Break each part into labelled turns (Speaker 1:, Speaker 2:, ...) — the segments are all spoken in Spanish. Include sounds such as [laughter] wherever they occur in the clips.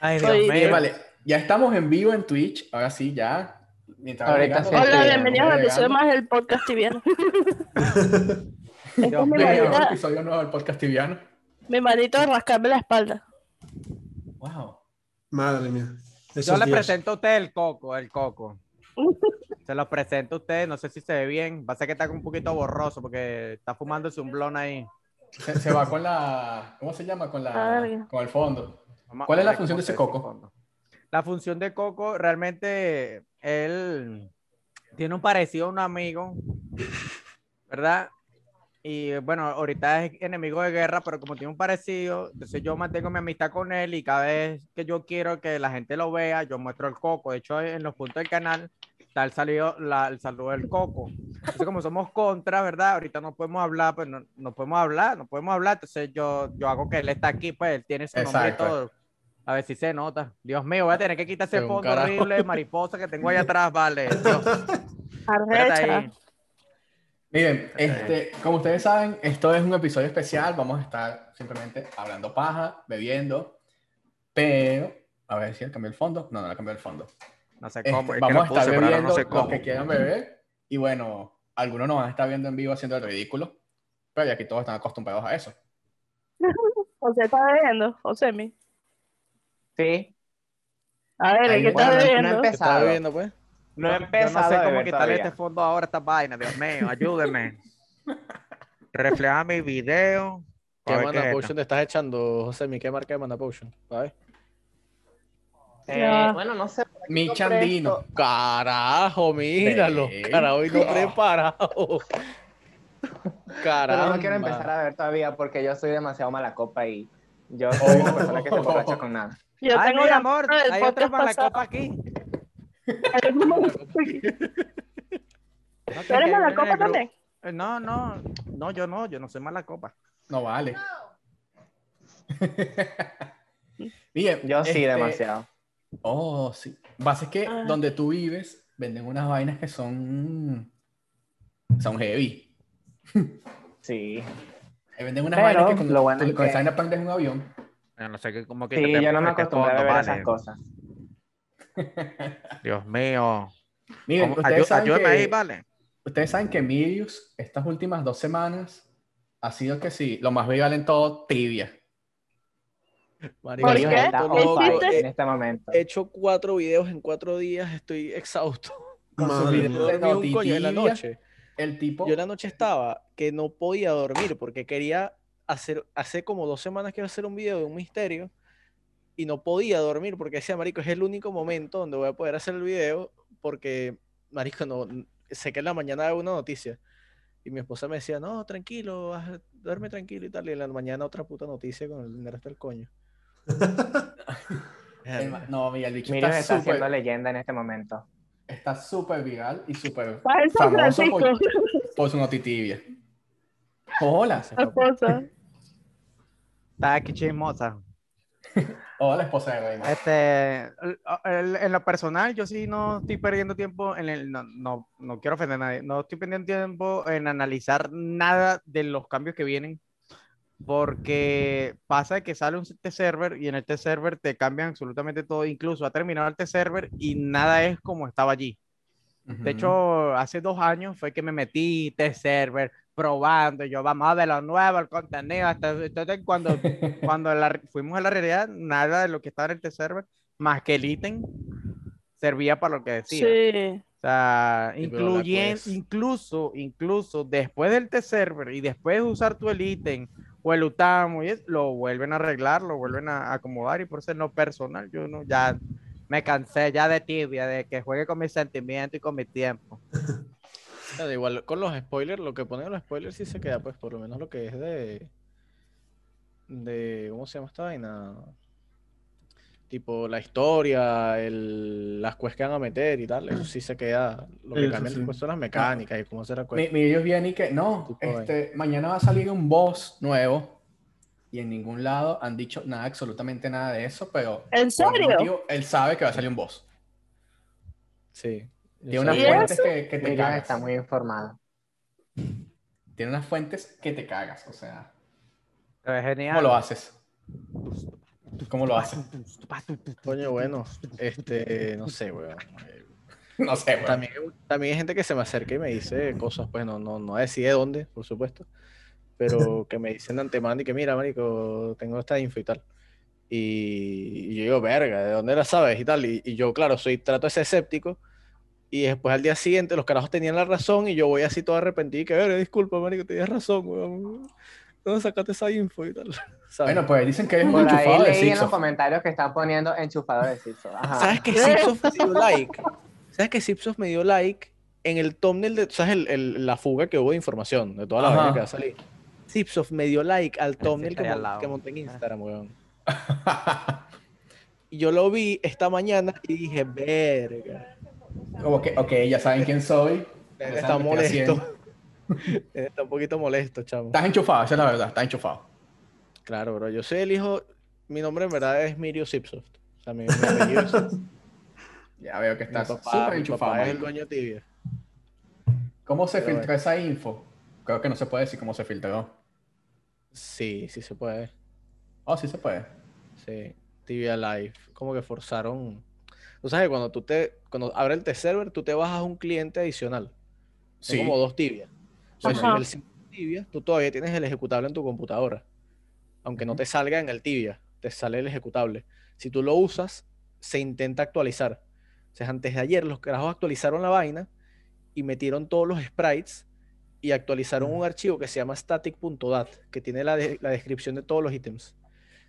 Speaker 1: Ay, Dios
Speaker 2: Soy-
Speaker 1: mío.
Speaker 2: Bien.
Speaker 3: vale, ya estamos en vivo en Twitch. Ahora sí, ya. Mientras va
Speaker 4: Ahorita
Speaker 3: llegando,
Speaker 4: sí.
Speaker 3: vamos
Speaker 2: Hola,
Speaker 4: Este,
Speaker 2: bienvenidos al
Speaker 3: llegando.
Speaker 2: episodio más del
Speaker 5: [laughs]
Speaker 2: podcast tibiano. Este es mi
Speaker 3: Bienvenidos a un
Speaker 2: manito,
Speaker 3: episodio nuevo del podcast tibiano.
Speaker 2: mi manito de rascarme la
Speaker 5: [laughs]
Speaker 2: espalda.
Speaker 3: Wow.
Speaker 6: Madre mía.
Speaker 4: Yo
Speaker 6: Esos
Speaker 4: le
Speaker 6: días.
Speaker 4: presento a usted el coco, el coco. Se lo presento a usted, no sé si se ve bien. Va a ser que está un poquito borroso porque está fumándose un blon ahí.
Speaker 3: Se, se va con la. ¿Cómo se llama? Con la.
Speaker 2: Verga.
Speaker 3: Con el fondo.
Speaker 4: Vamos a
Speaker 3: ¿Cuál es la
Speaker 4: ver
Speaker 3: función
Speaker 4: cómo
Speaker 3: de ese
Speaker 4: se ve
Speaker 3: coco?
Speaker 4: fondo. La función de coco, realmente él tiene un parecido a un amigo, ¿verdad? Y bueno, ahorita es enemigo de guerra, pero como tiene un parecido, entonces yo mantengo mi amistad con él y cada vez que yo quiero que la gente lo vea, yo muestro el coco. De hecho, en los puntos del canal está el, salido, la- el saludo del coco. Entonces, como somos contra, ¿verdad? Ahorita no podemos hablar, pues no, no podemos hablar, no podemos hablar. Entonces, yo, yo hago que él está aquí, pues él tiene su nombre y
Speaker 3: Exacto.
Speaker 4: todo. A ver si se nota. Dios mío, voy a tener que quitar ese
Speaker 3: Es un
Speaker 4: fondo
Speaker 3: carajo.
Speaker 4: horrible de mariposa que tengo allá
Speaker 3: [laughs]
Speaker 4: atrás, vale. Dios, espérate
Speaker 2: Arrecha.
Speaker 4: ahí.
Speaker 3: Miren, este, como ustedes saben, esto es un episodio especial. Vamos a estar simplemente hablando paja, bebiendo. Pero, a ver si él cambió el fondo. No, no le cambió el fondo.
Speaker 4: No sé
Speaker 3: Este,
Speaker 4: cómo. es que
Speaker 3: vamos a
Speaker 4: lo puse,
Speaker 3: estar
Speaker 4: pero ahora
Speaker 3: bebiendo
Speaker 4: no sé
Speaker 3: lo
Speaker 4: cómo.
Speaker 3: que quieran beber. Y bueno, algunos nos van a estar viendo en vivo haciendo el ridículo. Pero ya aquí todos están acostumbrados a eso.
Speaker 2: José está bebiendo, José mi.
Speaker 5: Sí,
Speaker 2: A ver,
Speaker 3: Ahí
Speaker 2: ¿qué
Speaker 5: Bueno,
Speaker 2: estás
Speaker 3: está.
Speaker 5: no
Speaker 2: bebiendo?
Speaker 5: empe-
Speaker 1: ¿Estás
Speaker 2: [laughs]
Speaker 1: bebiendo, pues?
Speaker 5: no he
Speaker 4: Yo no
Speaker 5: empezado
Speaker 4: sé
Speaker 5: a
Speaker 4: cómo
Speaker 5: beber
Speaker 4: quitarle
Speaker 5: todavía.
Speaker 4: este fondo ahora a esta vaina, Dios
Speaker 5: [laughs]
Speaker 4: mío, ayúdeme. Refleja mi video. A
Speaker 1: ¿Qué
Speaker 4: ver qué
Speaker 1: Mana
Speaker 4: es
Speaker 1: Potion te estás echando, José? ¿Qué marca de Mana Potion? A ver.
Speaker 5: Eh, bueno, no sé. por aquí
Speaker 3: Mi
Speaker 5: compré
Speaker 3: chandino.
Speaker 5: esto.
Speaker 1: Carajo, míralo.
Speaker 3: Sí.
Speaker 1: Carajo, y
Speaker 4: [laughs]
Speaker 1: no preparado.
Speaker 5: Pero
Speaker 1: Carajo.
Speaker 5: no quiero empezar a beber todavía porque yo soy demasiado mala copa y yo
Speaker 3: Oh.
Speaker 5: soy una persona que se emborracha con nada.
Speaker 2: Yo
Speaker 4: Ay,
Speaker 2: tengo
Speaker 4: mi
Speaker 2: la
Speaker 4: amor,
Speaker 2: del
Speaker 4: hay otra
Speaker 2: podcast
Speaker 4: para la
Speaker 2: pasado.
Speaker 4: copa aquí. No,
Speaker 2: ¿Tú eres
Speaker 4: que
Speaker 2: mala
Speaker 4: viene en el
Speaker 2: copa
Speaker 4: grupo.
Speaker 2: también?
Speaker 4: Eh, No, no, no, yo no, yo no soy mala copa.
Speaker 3: No vale. [laughs] Bien,
Speaker 5: Yo sí,
Speaker 3: este,
Speaker 5: demasiado.
Speaker 3: Oh, sí. Base es que
Speaker 2: Ah.
Speaker 3: donde tú vives venden unas vainas que son. Son heavy.
Speaker 5: Sí.
Speaker 3: Ahí Venden unas
Speaker 5: Pero,
Speaker 3: vainas que cuando,
Speaker 5: lo bueno
Speaker 3: tú-
Speaker 5: es
Speaker 3: con
Speaker 5: que-
Speaker 3: esa vaina prendes un avión.
Speaker 4: Yo no sé qué, como que. que
Speaker 5: Sí,
Speaker 4: te-
Speaker 5: yo no me
Speaker 4: que te
Speaker 5: acostumbré a
Speaker 4: fondo,
Speaker 5: beber
Speaker 4: vale.
Speaker 5: esas cosas.
Speaker 4: Dios mío.
Speaker 3: Miren,
Speaker 4: ¿Cómo-
Speaker 3: ustedes,
Speaker 4: ayú-
Speaker 3: saben
Speaker 4: ayúdame ahí,
Speaker 3: que,
Speaker 4: vale.
Speaker 3: ustedes saben que Medius, estas últimas dos semanas, ha sido que sí, lo más viral en todo, tibia.
Speaker 1: Marico,
Speaker 2: ¿Por
Speaker 5: Ellos
Speaker 1: estoy
Speaker 2: qué?
Speaker 5: están
Speaker 1: vuelto loco. eh,
Speaker 2: ¿Existe?
Speaker 5: en este momento.
Speaker 1: He hecho cuatro videos en cuatro días, estoy
Speaker 3: [laughs]
Speaker 1: exhausto.
Speaker 3: Con sus
Speaker 6: Madre
Speaker 3: videos
Speaker 1: No
Speaker 6: mía.
Speaker 3: de
Speaker 1: dormí un coño en la
Speaker 3: Notitibia,
Speaker 1: noche.
Speaker 3: El tipo.
Speaker 1: Yo en la noche estaba que no podía dormir porque quería hacer, hace como dos semanas que iba a hacer un video de un misterio y no podía dormir porque decía, marico, es el único momento donde voy a poder hacer el video porque, marico, no, n- sé que en la mañana hay una noticia. Y mi esposa me decía, no, tranquilo, vas- duerme tranquilo y tal. Y en la mañana otra puta noticia con el resto
Speaker 3: [laughs]
Speaker 1: del coño.
Speaker 3: el ma- no, mira, el bicho
Speaker 5: Miriam
Speaker 3: está
Speaker 5: está haciendo
Speaker 3: súper
Speaker 5: leyenda en este momento.
Speaker 3: está súper viral y súper
Speaker 2: ¿Cuál es San
Speaker 3: famoso
Speaker 2: Francisco?
Speaker 3: por, por su notitibia. Hola,
Speaker 2: Esposa.
Speaker 1: Ah,
Speaker 4: Está aquí chismosa.
Speaker 3: [laughs] hola esposa de
Speaker 1: Eh,
Speaker 3: Reina.
Speaker 4: Este, el- el- en lo personal, yo sí no estoy perdiendo tiempo en el, no, no, no quiero ofender a nadie, no estoy perdiendo tiempo en analizar nada de los cambios que vienen, porque pasa que sale un T-Server y en el T-Server te cambian absolutamente todo, incluso ha terminado el T-Server y nada es como estaba allí. De hecho, hace dos años fue que me metí T-Server probando, yo vamos a ver lo nuevo, el contenido, hasta, entonces cuando cuando la- fuimos a la realidad, nada de lo que estaba en el T-Server, más que el ítem, servía para lo que decía.
Speaker 2: Sí.
Speaker 4: O sea,
Speaker 1: Sí, pero la
Speaker 4: incluyen-
Speaker 1: pues.
Speaker 4: incluso, incluso después del T-Server y después de usar tu el ítem o el Utamo, y es- lo vuelven a arreglar, lo vuelven a acomodar y por ser no personal, yo no, ya me cansé ya de tibia, de que juegue con mis sentimientos y con mi tiempo.
Speaker 1: Nada, igual con los spoilers, lo que ponen en los spoilers sí se queda, pues por lo menos lo que es de. de ¿Cómo se llama esta vaina? Tipo la historia, el, las quests que van a meter y tal, eso sí se queda. Lo que
Speaker 3: Eso
Speaker 1: cambian
Speaker 3: sí.
Speaker 1: después son las mecánicas y cómo será la
Speaker 3: Mi,
Speaker 1: quest.
Speaker 3: mi ellos vienen y que no,
Speaker 1: pues, Tipo de-
Speaker 3: este, mañana va a salir un boss nuevo y en ningún lado han dicho nada, absolutamente nada de eso, pero
Speaker 2: ¿En
Speaker 3: por algún
Speaker 2: serio?
Speaker 3: motivo, él sabe que va a salir un boss.
Speaker 1: Sí.
Speaker 3: Tiene unas
Speaker 2: ¿Y
Speaker 3: fuentes que, que te
Speaker 5: Miriam
Speaker 3: cagas.
Speaker 5: está muy informada.
Speaker 3: Tiene unas fuentes que te cagas, o sea,
Speaker 4: Pero es
Speaker 3: ¿cómo
Speaker 4: genial.
Speaker 3: lo haces? ¿Cómo lo hacen?
Speaker 1: Coño, bueno, este, no sé, weón. Eh,
Speaker 3: No sé, weón.
Speaker 1: También, también hay gente que se me acerca y me dice cosas, pues no, no, no decide dónde, por supuesto,
Speaker 3: [laughs]
Speaker 1: pero que me dicen de antemano y que mira, marico, tengo esta info y tal. Y, y yo digo, verga, ¿de dónde la sabes? Y tal. Y, y yo, claro, soy, trato de ser escéptico. Y después al día siguiente los carajos tenían la razón y yo voy así todo arrepentido y que, verga, disculpa, marico, tenías razón, weón. ¿Dónde sacaste esa info y tal? [laughs] ¿Sabes?
Speaker 3: Bueno, pues dicen que es un
Speaker 5: Por ahí
Speaker 3: enchufado de
Speaker 5: leí en los
Speaker 3: Sixo.
Speaker 5: comentarios que están poniendo enchufado de Sixo. Ajá.
Speaker 1: ¿Sabes que Zipsoft me dio like? ¿Sabes que Zipsoft me dio like en el thumbnail de. ¿Sabes el- el- la fuga que hubo de información de toda la
Speaker 3: Ajá.
Speaker 1: vaina que va a salir? Zipsoft me dio like al thumbnail
Speaker 4: está
Speaker 1: que,
Speaker 4: ahí al
Speaker 1: mon-
Speaker 4: lado.
Speaker 1: que
Speaker 3: Ah.
Speaker 1: monté en
Speaker 3: [laughs]
Speaker 1: Instagram, weón. Y yo lo vi esta mañana y dije, verga,
Speaker 3: Como que, ok, eh, ya saben quién soy. ya saben
Speaker 1: está
Speaker 3: lo que haciendo.
Speaker 1: molesto. [laughs] Está un poquito molesto, chamo.
Speaker 3: Estás enchufado, esa es la verdad, estás enchufado.
Speaker 1: Claro, bro. Yo soy el hijo. Mi nombre en verdad es Mirio Zipsoft. O sea, mi, mi
Speaker 3: [laughs]
Speaker 1: apellido es Zipsoft.
Speaker 3: Ya veo que
Speaker 1: Mi
Speaker 3: estás
Speaker 1: papá,
Speaker 3: súper
Speaker 1: mi
Speaker 3: enchufado.
Speaker 1: papá es el
Speaker 3: marico.
Speaker 1: dueño de tibia.
Speaker 3: ¿Cómo se
Speaker 1: Pero
Speaker 3: filtró esa info? Creo que no se puede decir cómo se filtró.
Speaker 1: Sí, sí se puede.
Speaker 3: Oh, sí se puede.
Speaker 1: Sí, Tibia Live. Como que forzaron. Tú sabes que cuando tú te, cuando abre el T-Server, tú te bajas un cliente adicional. Son
Speaker 3: Sí.
Speaker 1: como dos tibias.
Speaker 3: Sí,
Speaker 1: Entonces,
Speaker 3: sí.
Speaker 2: Ajá.
Speaker 1: en el simple tibia, tú todavía tienes el ejecutable en tu computadora. Aunque no te salga en el tibia, te sale el ejecutable. Si tú lo usas, se intenta actualizar. O sea, antes de ayer los carajos actualizaron la vaina y metieron todos los sprites y actualizaron un archivo que se llama static.dat, que tiene la, de- la descripción de todos los ítems.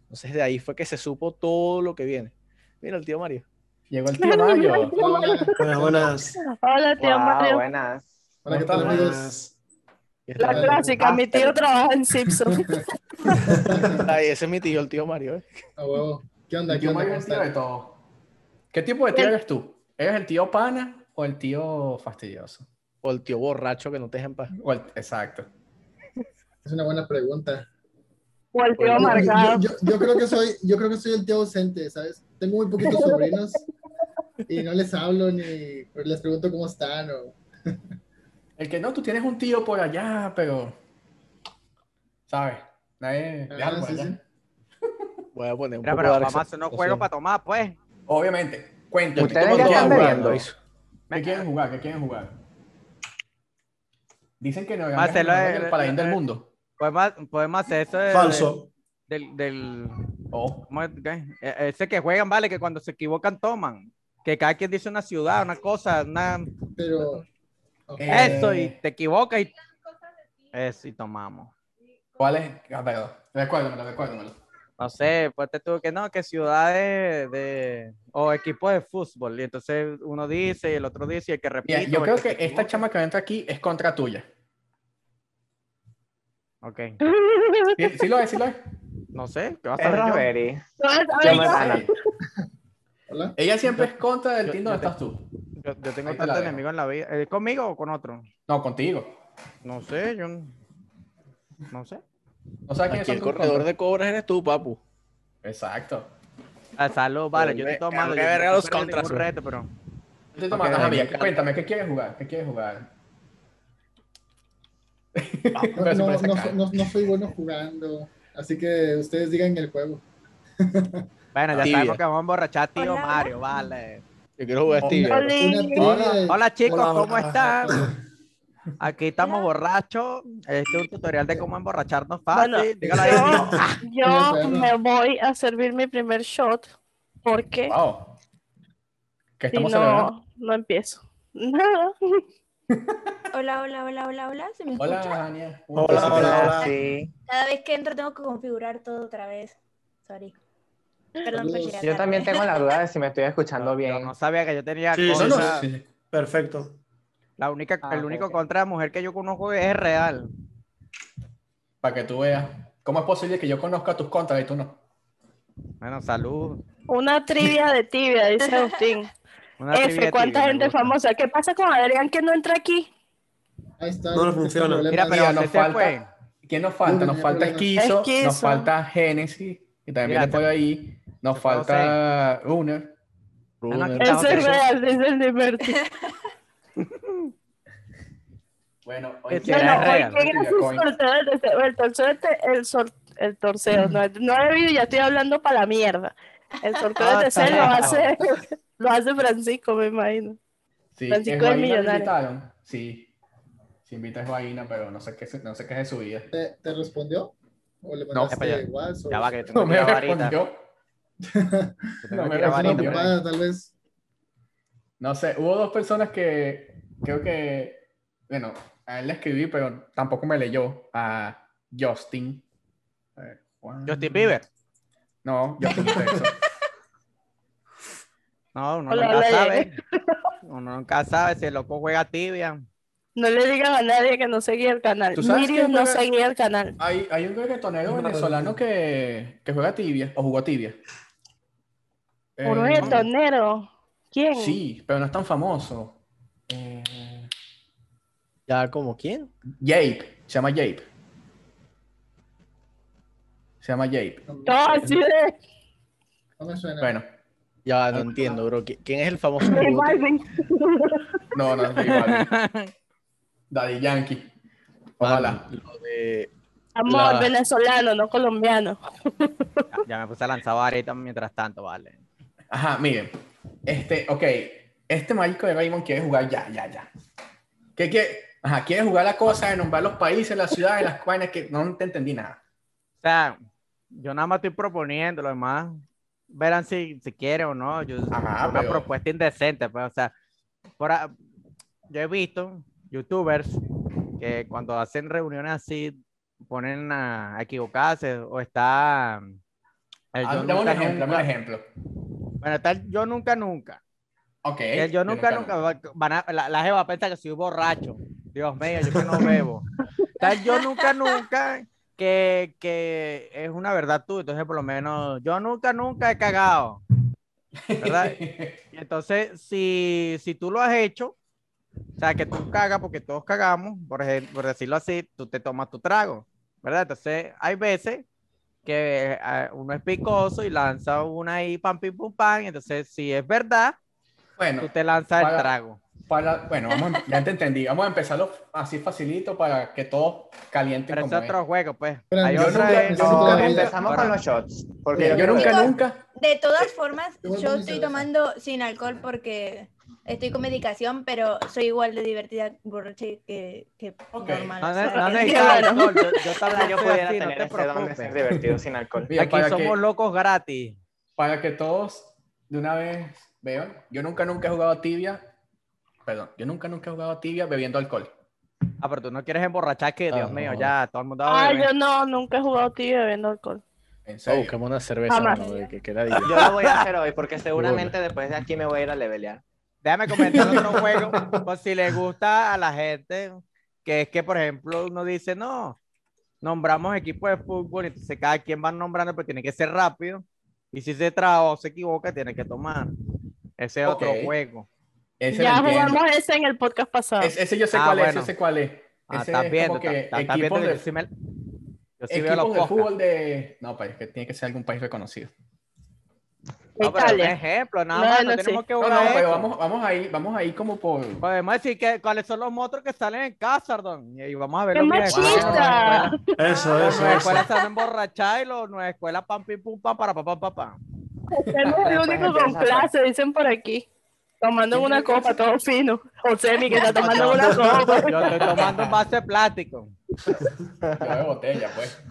Speaker 1: Entonces de ahí fue que se supo todo lo que viene. Mira el tío Mario.
Speaker 3: Llegó el tío Mario.
Speaker 6: Buenas, buenas.
Speaker 2: Hola, tío
Speaker 5: Wow,
Speaker 2: Mario.
Speaker 5: buenas.
Speaker 3: Hola, ¿qué
Speaker 6: ¿Qué
Speaker 3: tal,
Speaker 6: tal,
Speaker 3: amigos?
Speaker 6: amigos?
Speaker 2: La
Speaker 6: Hola.
Speaker 2: clásica, mi tío trabaja en
Speaker 5: [laughs]
Speaker 2: Simpson.
Speaker 1: Ay, Ah, ese es mi tío, el tío Mario. ¿eh?
Speaker 6: A huevo. ¿Qué onda?
Speaker 3: El
Speaker 6: ¿Qué
Speaker 3: tío
Speaker 6: onda?
Speaker 3: Mario
Speaker 6: ¿Cómo
Speaker 3: es el tío de
Speaker 6: están?
Speaker 3: todo. ¿Qué tipo de tío
Speaker 2: Bien.
Speaker 3: eres tú? ¿Eres el tío pana o el tío fastidioso?
Speaker 1: O el tío borracho que no te deja en paz.
Speaker 3: O el- Exacto.
Speaker 6: Es una buena pregunta.
Speaker 2: O el tío
Speaker 1: Hola.
Speaker 6: Yo-
Speaker 2: marcado.
Speaker 6: Yo, yo creo que soy, yo creo que soy el tío ausente, ¿sabes? Tengo muy
Speaker 2: [laughs]
Speaker 6: poquitos sobrinos y no les hablo ni les pregunto cómo están o
Speaker 3: El que no, tú tienes un tío por allá, pero. ¿Sabes? Nadie. pues,
Speaker 6: Ah,
Speaker 3: déjalo por
Speaker 6: sí,
Speaker 3: allá.
Speaker 6: sí.
Speaker 1: Voy a poner un
Speaker 4: Mira,
Speaker 1: poco
Speaker 4: pero
Speaker 1: de
Speaker 4: vamos a hacer unos juegos para tomar, pues.
Speaker 3: Obviamente. Cuéntame.
Speaker 5: Ustedes
Speaker 3: ¿cómo
Speaker 5: ya
Speaker 3: te
Speaker 5: están
Speaker 3: va
Speaker 5: bebiendo.
Speaker 3: jugando? ¿Qué quieren jugar? ¿Qué quieren jugar? Dicen que no es
Speaker 4: Marcelo, eh,
Speaker 3: el
Speaker 4: eh,
Speaker 3: paladín del
Speaker 4: eh,
Speaker 3: mundo.
Speaker 4: Podemos, podemos hacer eso de-
Speaker 6: falso.
Speaker 4: del, del,
Speaker 3: Oh,
Speaker 4: ¿cómo es que? Eh, Ese que juegan, vale, que cuando se equivocan toman. Que cada quien dice una ciudad, una cosa, una...
Speaker 6: Pero ok.
Speaker 3: Eh,
Speaker 4: Eso, y te equivocas y... Eso, y tomamos.
Speaker 3: ¿cuál es? Ah, perdón. Recuérdamelo, recuérdamelo.
Speaker 4: No sé, pues te tuvo que no, que ciudades de... O equipos de fútbol. Y entonces uno dice y el otro dice y el que repite.
Speaker 3: Mira,
Speaker 4: o
Speaker 3: yo
Speaker 4: el
Speaker 3: creo
Speaker 4: se
Speaker 3: que esta
Speaker 4: equivoca.
Speaker 3: chama que entra aquí es contra tuya.
Speaker 4: Ok.
Speaker 3: ¿Sí, sí lo es? ¿Sí lo es?
Speaker 4: No sé, ¿qué vas
Speaker 5: Es
Speaker 4: a ver?
Speaker 5: Raveri.
Speaker 2: Ay,
Speaker 5: me-
Speaker 2: no.
Speaker 5: Ah, no.
Speaker 6: Hola.
Speaker 3: Ella siempre es contra del
Speaker 4: yo-
Speaker 3: team donde
Speaker 4: yo
Speaker 3: estás tú.
Speaker 4: Yo, yo tengo
Speaker 3: Ahí te la
Speaker 4: tanto
Speaker 3: dejo.
Speaker 4: enemigo en la vida. ¿Eh, ¿Conmigo o con otro?
Speaker 3: No, contigo.
Speaker 4: No sé, yo... n- No sé.
Speaker 3: No sabes quién
Speaker 1: Aquí el
Speaker 3: es
Speaker 1: corredor de cobras eres tú, papu.
Speaker 3: Exacto.
Speaker 4: Ah, salud, vale, yo
Speaker 1: Ve-
Speaker 4: estoy tomando.
Speaker 1: ve-
Speaker 4: yo
Speaker 1: verga
Speaker 4: no
Speaker 1: los
Speaker 4: perdí ningún
Speaker 1: contras, güey.
Speaker 4: reto, pero...
Speaker 3: Yo te tomo-
Speaker 1: Ok,
Speaker 3: ajá,
Speaker 1: me
Speaker 3: mira,
Speaker 1: encanta.
Speaker 3: cuéntame, ¿qué quieres jugar? ¿Qué quieres jugar? [laughs]
Speaker 6: No,
Speaker 3: Pero se
Speaker 6: Ah,
Speaker 3: parece
Speaker 6: no, no
Speaker 3: a Kyle.
Speaker 6: so- no- no soy bueno jugando. Así que ustedes digan el juego.
Speaker 4: Bueno, ya
Speaker 1: Tibia.
Speaker 4: sabemos que vamos a emborrachar a tío
Speaker 2: Hola.
Speaker 4: Mario, vale.
Speaker 1: Yo quiero jugar a
Speaker 3: Oh,
Speaker 1: tibia. bro.
Speaker 6: Una
Speaker 2: Oli.
Speaker 6: trivia
Speaker 3: Hola.
Speaker 6: de-
Speaker 4: Hola chicos,
Speaker 6: Hola,
Speaker 4: ¿cómo
Speaker 6: hola.
Speaker 4: están?
Speaker 1: [laughs]
Speaker 4: Aquí estamos borrachos. Este es un tutorial de cómo emborracharnos fácil.
Speaker 2: Bueno,
Speaker 4: Dígale ahí, tío.
Speaker 2: Yo me voy a servir mi primer shot porque
Speaker 3: Wow. ¿Qué
Speaker 2: si
Speaker 3: estamos celebrando?
Speaker 2: no, no empiezo. [laughs] Nada.
Speaker 7: Hola, hola, hola, hola, hola. ¿Se me
Speaker 3: Hola,
Speaker 7: escucha?
Speaker 3: Dania.
Speaker 6: Hola, hola, hola.
Speaker 5: Sí.
Speaker 7: Cada vez que entro tengo que configurar todo otra vez. Sorry. Perdón por
Speaker 6: Saludos.
Speaker 7: llegar
Speaker 5: Yo
Speaker 7: tarde.
Speaker 5: también tengo la duda de si me estoy escuchando
Speaker 4: Yo
Speaker 5: bien.
Speaker 4: no sabía que yo tenía
Speaker 6: Sí,
Speaker 4: contra.
Speaker 6: sí,
Speaker 3: No, sí, sí.
Speaker 6: Perfecto.
Speaker 4: La única,
Speaker 5: Ah,
Speaker 4: el único
Speaker 5: ok.
Speaker 4: contra de mujer que yo conozco es real.
Speaker 3: Para que tú veas. ¿Cómo es posible que yo conozca tus contras y tú no?
Speaker 4: Bueno, salud.
Speaker 2: Una trivia de tibia, dice Agustín.
Speaker 4: Una trivia
Speaker 2: F,
Speaker 4: de
Speaker 2: ¿cuánta
Speaker 4: tibia, me
Speaker 2: gente
Speaker 4: gusta.
Speaker 2: famosa? ¿Qué pasa con Adrián que no entra aquí?
Speaker 6: Ahí está.
Speaker 8: No,
Speaker 5: este
Speaker 8: no
Speaker 6: Ese es el
Speaker 8: funciona.
Speaker 6: problema.
Speaker 4: Mira, pero
Speaker 3: Mira,
Speaker 4: usted
Speaker 3: nos
Speaker 4: se
Speaker 3: falta-
Speaker 4: fue.
Speaker 3: ¿Quién nos falta? Nos
Speaker 6: Uy,
Speaker 3: falta
Speaker 6: bueno.
Speaker 3: Esquizo, nos
Speaker 2: Esquizo.
Speaker 3: falta Génesis, que también
Speaker 4: Mira,
Speaker 3: le fue ahí. Nos
Speaker 4: se fue
Speaker 3: falta Runner.
Speaker 4: Ah, no,
Speaker 1: Runner.
Speaker 4: aquí-
Speaker 2: Eso es
Speaker 4: Eso.
Speaker 2: real, dice el divertido.
Speaker 3: Bueno,
Speaker 4: hoy
Speaker 3: hoy
Speaker 4: Ese
Speaker 2: Bueno,
Speaker 4: era
Speaker 2: hoy
Speaker 4: real,
Speaker 2: llega su sorteo, el, sorteo- el sorteo- el el
Speaker 3: Mm.
Speaker 2: torceo. No, no he bebido, ya estoy hablando para la mierda. El
Speaker 3: Ah,
Speaker 2: sorteo de tercero lo hace, [laughs] lo hace Francisco, me imagino.
Speaker 3: Sí,
Speaker 2: Francisco es
Speaker 3: Guaina, ¿lo
Speaker 2: millonario.
Speaker 3: invitaron? Sí. Sí, invita a Joaquina, pero no sé qué, se- no sé qué es de su vida.
Speaker 6: ¿Te, te respondió? ¿O le
Speaker 4: No, pues
Speaker 6: mandaste
Speaker 4: ya, ya.
Speaker 6: WhatsApp?
Speaker 4: Ya va,
Speaker 6: [laughs]
Speaker 4: que
Speaker 3: [laughs]
Speaker 4: te
Speaker 3: No
Speaker 4: tengo que
Speaker 3: me
Speaker 4: ir a varita.
Speaker 3: respondió.
Speaker 4: Te
Speaker 3: no
Speaker 4: tengo
Speaker 3: me
Speaker 4: que ir a varita,
Speaker 6: Una
Speaker 4: pues.
Speaker 3: respondió.
Speaker 4: pero-
Speaker 6: ocupada, Ah, tal vez.
Speaker 3: No sé, hubo dos personas que creo que, bueno, a él le escribí, pero tampoco me leyó. A Justin. A ver, Juan-
Speaker 4: Justin Bieber.
Speaker 3: No, Justin
Speaker 4: [laughs]
Speaker 3: Texas.
Speaker 4: No, uno
Speaker 2: Hola,
Speaker 4: nunca
Speaker 2: hola, [laughs]
Speaker 4: sabe. Uno nunca sabe si el loco juega tibia.
Speaker 2: No le digan a nadie que no seguía el canal.
Speaker 3: ¿Tú sabes
Speaker 2: Miriam
Speaker 3: quién
Speaker 2: no
Speaker 3: juega?
Speaker 2: seguía el canal.
Speaker 3: Hay, hay un reggaetonero
Speaker 6: No,
Speaker 3: venezolano que, que juega tibia, o jugó tibia. Eh,
Speaker 2: Un reggaetonero. ¿Quién? [laughs]
Speaker 3: Sí, pero no es tan famoso. Eh,
Speaker 1: ¿Ya como quién?
Speaker 3: Jape, se llama Jape. Se llama Jape.
Speaker 6: No,
Speaker 2: Todo así de
Speaker 6: no me suena.
Speaker 3: Bueno,
Speaker 1: Ya no entiendo, bro. ¿Qui- ¿Quién es el famoso?
Speaker 2: de
Speaker 1: Bogotá?
Speaker 2: Balvin.
Speaker 3: no, no, es igual. Daddy Yankee. Ojalá.
Speaker 1: Lo de-
Speaker 2: Amor,
Speaker 1: La-
Speaker 2: venezolano, no colombiano.
Speaker 4: Ya, ya me puse a lanzar varita mientras tanto, vale.
Speaker 3: Ajá, miren. Este, ok. Este mágico de Raymond quiere jugar ya, ya, ya. ¿Qué quiere? Ajá, quiere jugar la cosa de nombrar los países, las ciudades, las vainas que no te entendí nada.
Speaker 4: O sea, yo nada más estoy proponiendo, lo demás. Verán si, si quieren o no. Yo,
Speaker 3: Ajá,
Speaker 4: una
Speaker 3: pero-
Speaker 4: propuesta indecente, pues, o sea, por a- yo he visto youtubers que cuando hacen reuniones así ponen a, a equivocarse o está. el
Speaker 3: Ah,
Speaker 4: yo
Speaker 3: Dame un
Speaker 4: nunca,
Speaker 3: ejemplo, dame un
Speaker 4: nunca-
Speaker 3: ejemplo.
Speaker 4: Bueno, está el yo nunca, nunca.
Speaker 3: Ok.
Speaker 4: El yo nunca, nunca. va- van a- la, la jeva piensa que soy borracho. Dios mío, yo que no bebo. Está el yo nunca, nunca, que, que es una verdad tú. Entonces, por lo menos, yo nunca, nunca he cagado. ¿Verdad? Y entonces, si, si tú lo has hecho, o sea, que tú cagas porque todos cagamos, por, ejemplo, por decirlo así, tú te tomas tu trago, ¿verdad? Entonces, hay veces que eh, uno es picoso y lanza una ahí, pam, pim, pum, pam, y entonces, si es verdad,
Speaker 3: Bueno,
Speaker 4: tú te lanzas el
Speaker 3: Para-
Speaker 4: trago.
Speaker 3: para, bueno, vamos a- em, ya te entendí. Vamos a empezarlo así facilito para que todos calienten
Speaker 4: Pero es
Speaker 3: como es.
Speaker 4: otro juego, pues.
Speaker 6: Pero
Speaker 4: Hay
Speaker 6: yo
Speaker 4: otra
Speaker 6: nunca-
Speaker 4: es-
Speaker 6: yo nunca
Speaker 4: Ahora-
Speaker 6: vi-
Speaker 5: Empezamos
Speaker 4: ahora-
Speaker 5: con los shots. Porque
Speaker 3: Mira, yo
Speaker 5: creo que-
Speaker 3: nunca, nunca.
Speaker 7: De todas formas,
Speaker 6: Yo voy
Speaker 7: yo
Speaker 6: con mi
Speaker 7: estoy
Speaker 6: cerveza.
Speaker 7: tomando sin alcohol porque estoy con medicación, pero soy igual de divertida borracha que, que
Speaker 3: Ok.
Speaker 7: normal.
Speaker 4: No,
Speaker 7: o sea,
Speaker 4: ne-
Speaker 2: [laughs]
Speaker 4: no
Speaker 7: que-
Speaker 4: necesitas
Speaker 2: bueno.
Speaker 4: alcohol, yo, yo
Speaker 5: Ojalá
Speaker 4: también
Speaker 5: yo
Speaker 4: soy
Speaker 5: pudiera
Speaker 4: así, no
Speaker 5: tener
Speaker 4: te
Speaker 5: ese don de ser
Speaker 4: preocupes.
Speaker 5: divertido sin alcohol.
Speaker 3: Mira,
Speaker 4: Aquí
Speaker 3: para que-
Speaker 4: somos locos gratis.
Speaker 3: Para que todos de una vez vean, yo nunca, nunca he jugado tibia. Perdón, yo nunca, nunca he jugado tibia bebiendo alcohol.
Speaker 4: Ah, pero tú no quieres emborrachar, que Dios
Speaker 1: Ah,
Speaker 4: mío,
Speaker 1: no.
Speaker 4: ya, todo el mundo va a
Speaker 2: Ah,
Speaker 4: beber.
Speaker 2: yo no, nunca he jugado tibia bebiendo alcohol.
Speaker 3: En
Speaker 1: Oh,
Speaker 3: serio.
Speaker 1: buscamos una cerveza,
Speaker 2: Jamás.
Speaker 1: mano, de que, que la diga.
Speaker 5: Yo lo voy a hacer hoy porque seguramente después de aquí me voy a ir a levelear.
Speaker 4: Déjame comentar
Speaker 5: [laughs]
Speaker 4: otro juego, por si le gusta a la gente, que es que, por ejemplo, uno dice, no, nombramos equipo de fútbol, entonces cada quien va nombrando, pero tiene que ser rápido, y si se traba o se equivoca, tiene que tomar. Ese es
Speaker 3: Ok.
Speaker 4: otro juego.
Speaker 3: Ese
Speaker 2: ya
Speaker 3: lo entiendo.
Speaker 2: jugamos ese en el podcast pasado.
Speaker 3: Es- ese yo sé
Speaker 4: Ah,
Speaker 3: cuál es,
Speaker 4: bueno.
Speaker 3: yo sé cuál es.
Speaker 4: Ah,
Speaker 3: Ese
Speaker 4: estás
Speaker 3: es
Speaker 4: viendo,
Speaker 3: como que
Speaker 4: estás- estás
Speaker 3: equipos
Speaker 4: viendo que
Speaker 3: de-
Speaker 2: [laughs]
Speaker 4: yo sí me- yo sí
Speaker 3: Equipos de
Speaker 4: veo los podcasts.
Speaker 3: fútbol de... No, pero es que tiene que ser algún país reconocido.
Speaker 4: No, pero un
Speaker 2: Italia.
Speaker 4: ejemplo, nada
Speaker 2: No,
Speaker 4: más, no,
Speaker 2: no, sí.
Speaker 4: tenemos que
Speaker 3: No,
Speaker 4: jugar
Speaker 3: no,
Speaker 5: pues
Speaker 3: pero
Speaker 4: eso.
Speaker 3: vamos, vamos ahí, vamos ahí
Speaker 4: [laughs]
Speaker 3: como por...
Speaker 4: Podemos decir que, cuáles son los monstruos que salen en Casardon, y vamos a ver
Speaker 2: ¡Qué
Speaker 4: los videos.
Speaker 2: machista!
Speaker 8: Eso,
Speaker 4: Los
Speaker 8: eso,
Speaker 4: nueve
Speaker 8: eso.
Speaker 4: escuelas salen emborrachadas y los nueve escuelas pam, pim, pum, pam, para, pa, pa, pa,
Speaker 2: [laughs]
Speaker 4: pa.
Speaker 2: Usted no Este es el único
Speaker 4: pues,
Speaker 2: con clase, dicen por aquí. Tomando una copa, todo fino. José, mi que
Speaker 3: [laughs]
Speaker 2: está tomando una copa.
Speaker 4: Yo estoy tomando un vaso de plástico.
Speaker 3: Yo de botella, pues.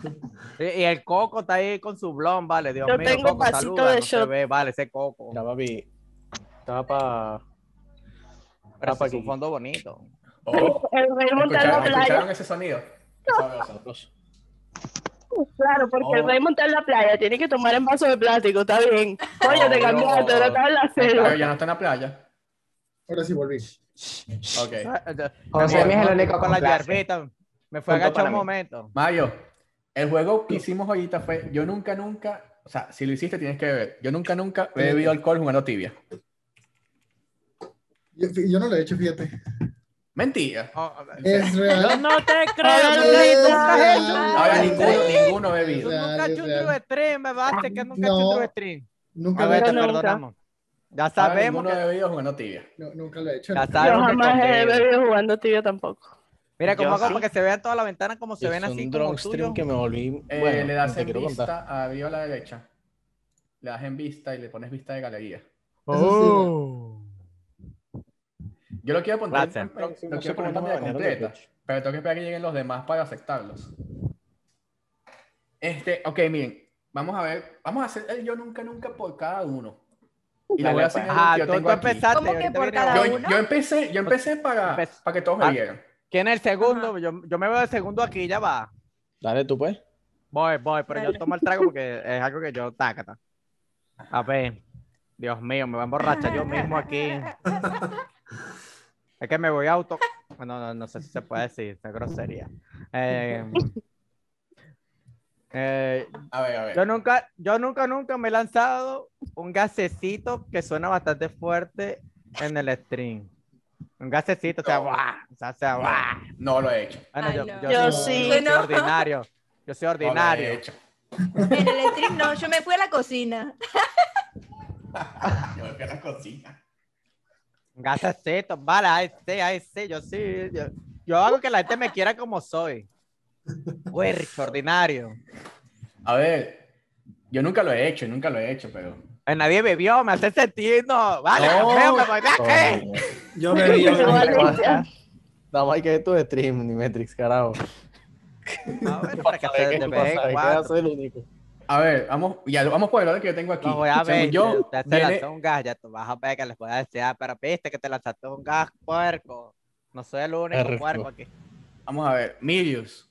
Speaker 4: Y, y el coco está ahí con su blon, vale. Dios
Speaker 2: Yo
Speaker 4: mío,
Speaker 2: tengo
Speaker 4: coco,
Speaker 2: vasito
Speaker 4: saluda,
Speaker 2: de
Speaker 4: no se
Speaker 2: shot.
Speaker 4: ve, vale, ese coco.
Speaker 1: Mira, papi, estaba para...
Speaker 4: Pero ese
Speaker 1: pa'
Speaker 4: es un
Speaker 1: aquí.
Speaker 4: fondo bonito.
Speaker 3: Oh,
Speaker 2: El rey montar la
Speaker 3: ¿escucharon,
Speaker 2: playa.
Speaker 3: escucharon ese sonido? Qué sabroso.
Speaker 2: Claro, porque el
Speaker 3: Oh.
Speaker 2: rey montar la playa tiene que tomar en vaso de plástico, está
Speaker 3: [laughs]
Speaker 2: bien. Oye,
Speaker 3: Oh,
Speaker 2: te
Speaker 3: no.
Speaker 2: cambiaste, ahora estás en la
Speaker 3: Pero
Speaker 2: selva.
Speaker 3: ya no está en la playa.
Speaker 6: Ahora sí volví.
Speaker 3: Ok.
Speaker 5: José
Speaker 4: Me
Speaker 5: Luis es el único
Speaker 4: con
Speaker 5: con
Speaker 4: la
Speaker 5: clase.
Speaker 4: yerbita. Me fue a
Speaker 5: Punto
Speaker 4: agachar
Speaker 5: para
Speaker 4: un
Speaker 5: mí.
Speaker 4: momento.
Speaker 3: Mario, el juego que hicimos ahorita fue yo nunca, nunca, o sea, si lo hiciste tienes que beber. Yo nunca, nunca he bebido alcohol jugando tibia.
Speaker 6: Yo, yo no lo he hecho, fíjate.
Speaker 3: Mentira.
Speaker 4: Oh,
Speaker 6: Es real.
Speaker 4: no te
Speaker 6: Ahora
Speaker 4: creo,
Speaker 6: sí,
Speaker 4: Luis,
Speaker 6: nunca
Speaker 4: nunca
Speaker 6: he
Speaker 4: has
Speaker 6: hecho.
Speaker 4: hecho.
Speaker 3: Ahora ninguno, ninguno ha
Speaker 4: Tú
Speaker 3: bebido.
Speaker 4: nunca
Speaker 6: Real,
Speaker 4: has
Speaker 6: es
Speaker 4: hecho un
Speaker 6: real.
Speaker 4: true stream, me basta que nunca has
Speaker 6: No.
Speaker 4: hecho un true stream.
Speaker 6: Nunca,
Speaker 4: A
Speaker 6: lo he
Speaker 4: ver,
Speaker 6: hecho.
Speaker 4: te
Speaker 2: nunca.
Speaker 4: perdonamos. Ya
Speaker 3: Ahora
Speaker 4: sabemos
Speaker 3: Ah, ninguno
Speaker 4: que
Speaker 3: ha bebido jugando tibia.
Speaker 6: No, nunca lo he hecho.
Speaker 4: Ya
Speaker 6: no.
Speaker 4: sabemos
Speaker 2: Yo
Speaker 4: que
Speaker 2: jamás he
Speaker 4: contigo.
Speaker 2: bebido jugando tibio tampoco.
Speaker 4: Mira, ¿cómo
Speaker 5: Yo
Speaker 4: hago
Speaker 5: sí.
Speaker 4: para que se vean toda la ventana como se ven
Speaker 1: Hice
Speaker 4: así
Speaker 1: un
Speaker 4: como
Speaker 1: drone
Speaker 4: el
Speaker 1: stream
Speaker 4: tuyo?
Speaker 1: que me volví.
Speaker 3: Eh,
Speaker 1: bueno,
Speaker 3: le das
Speaker 1: te
Speaker 3: en
Speaker 1: quiero contar. [laughs]
Speaker 3: vista, arriba a la derecha. Le das en vista y le pones vista de galería.
Speaker 1: Oh.
Speaker 4: Oh.
Speaker 3: Yo lo quiero poner,
Speaker 4: Gracias.
Speaker 3: lo- lo
Speaker 1: No sé
Speaker 3: quiero poner
Speaker 1: por qué
Speaker 3: en
Speaker 1: no me
Speaker 3: pantalla
Speaker 1: banearon de
Speaker 3: completa,
Speaker 1: Twitch.
Speaker 3: pero tengo que esperar que lleguen los demás para aceptarlos. Este, ok, miren, vamos a ver, vamos a hacer el yo nunca nunca por cada uno. Y lo
Speaker 5: Dale,
Speaker 3: voy a hacer
Speaker 5: pues.
Speaker 3: en el
Speaker 4: Ah,
Speaker 3: que yo
Speaker 4: tú,
Speaker 3: tengo
Speaker 4: tú
Speaker 3: aquí.
Speaker 4: empezaste.
Speaker 7: ¿Cómo que
Speaker 4: ahorita
Speaker 7: por
Speaker 4: viene
Speaker 7: cada
Speaker 4: otro.
Speaker 3: Yo,
Speaker 7: uno?
Speaker 3: yo empecé, yo empecé para,
Speaker 4: Empezó.
Speaker 3: para que todos me
Speaker 4: Ah.
Speaker 3: vieran.
Speaker 4: ¿Quién es el segundo? Yo, yo me veo el segundo aquí, ya va.
Speaker 1: Dale tú, pues.
Speaker 4: Voy, voy, pero
Speaker 7: Dale.
Speaker 4: yo tomo el
Speaker 7: [laughs]
Speaker 4: trago porque es algo que yo tácata. A ver, Dios mío, me voy a emborrachar yo
Speaker 7: [laughs]
Speaker 4: mismo aquí. Es que me voy a auto. No, no, no sé si se puede decir, es grosería. Eh, eh,
Speaker 3: A ver, a ver.
Speaker 4: yo nunca, yo nunca, nunca me he lanzado un gasecito que suena bastante fuerte en el stream. Un gasecito, o sea,
Speaker 3: No.
Speaker 4: guau, o sea, o sea, guau.
Speaker 3: No lo he hecho.
Speaker 4: Ah, no,
Speaker 7: Ay,
Speaker 4: yo,
Speaker 7: no.
Speaker 4: yo
Speaker 2: Yo
Speaker 4: soy-
Speaker 2: sí.
Speaker 4: yo soy
Speaker 7: No.
Speaker 4: ordinario. Yo soy
Speaker 3: No lo he
Speaker 4: ordinario.
Speaker 3: hecho.
Speaker 7: En el stream no, yo me fui a la cocina.
Speaker 3: Yo me fui a la cocina.
Speaker 4: Gasecito, vale, ahí sí, ahí sí, este, yo sí. Yo, yo hago que la gente me quiera como soy. Puerco, ordinario.
Speaker 3: A ver, yo nunca lo he hecho, nunca lo he hecho, pero.
Speaker 4: Ay, Pues nadie bebió, me hace sentir, no. Vale,
Speaker 3: No.
Speaker 4: me veo, me voy de aquí.
Speaker 8: Yo me vi, yo me vi.
Speaker 2: Valencia.
Speaker 1: Nada más hay que ver tu stream, ni Matrix, carajo.
Speaker 4: Ah, bueno, para que se
Speaker 1: Sabes
Speaker 4: de
Speaker 1: que-
Speaker 4: vez en
Speaker 1: sabes que
Speaker 4: cuando.
Speaker 1: vas a ser el único.
Speaker 3: A ver, vamos, ya, vamos por el orden que yo tengo aquí.
Speaker 4: No voy a
Speaker 3: Según
Speaker 4: ver,
Speaker 3: yo,
Speaker 4: te, te
Speaker 3: viene-
Speaker 4: lanzó un gas, ya tú vas a ver que les voy a decir, ah, pero viste que te lanzaste un gas, puerco. No soy el único
Speaker 1: Puerco.
Speaker 4: puerco aquí.
Speaker 3: Vamos a ver, Milius,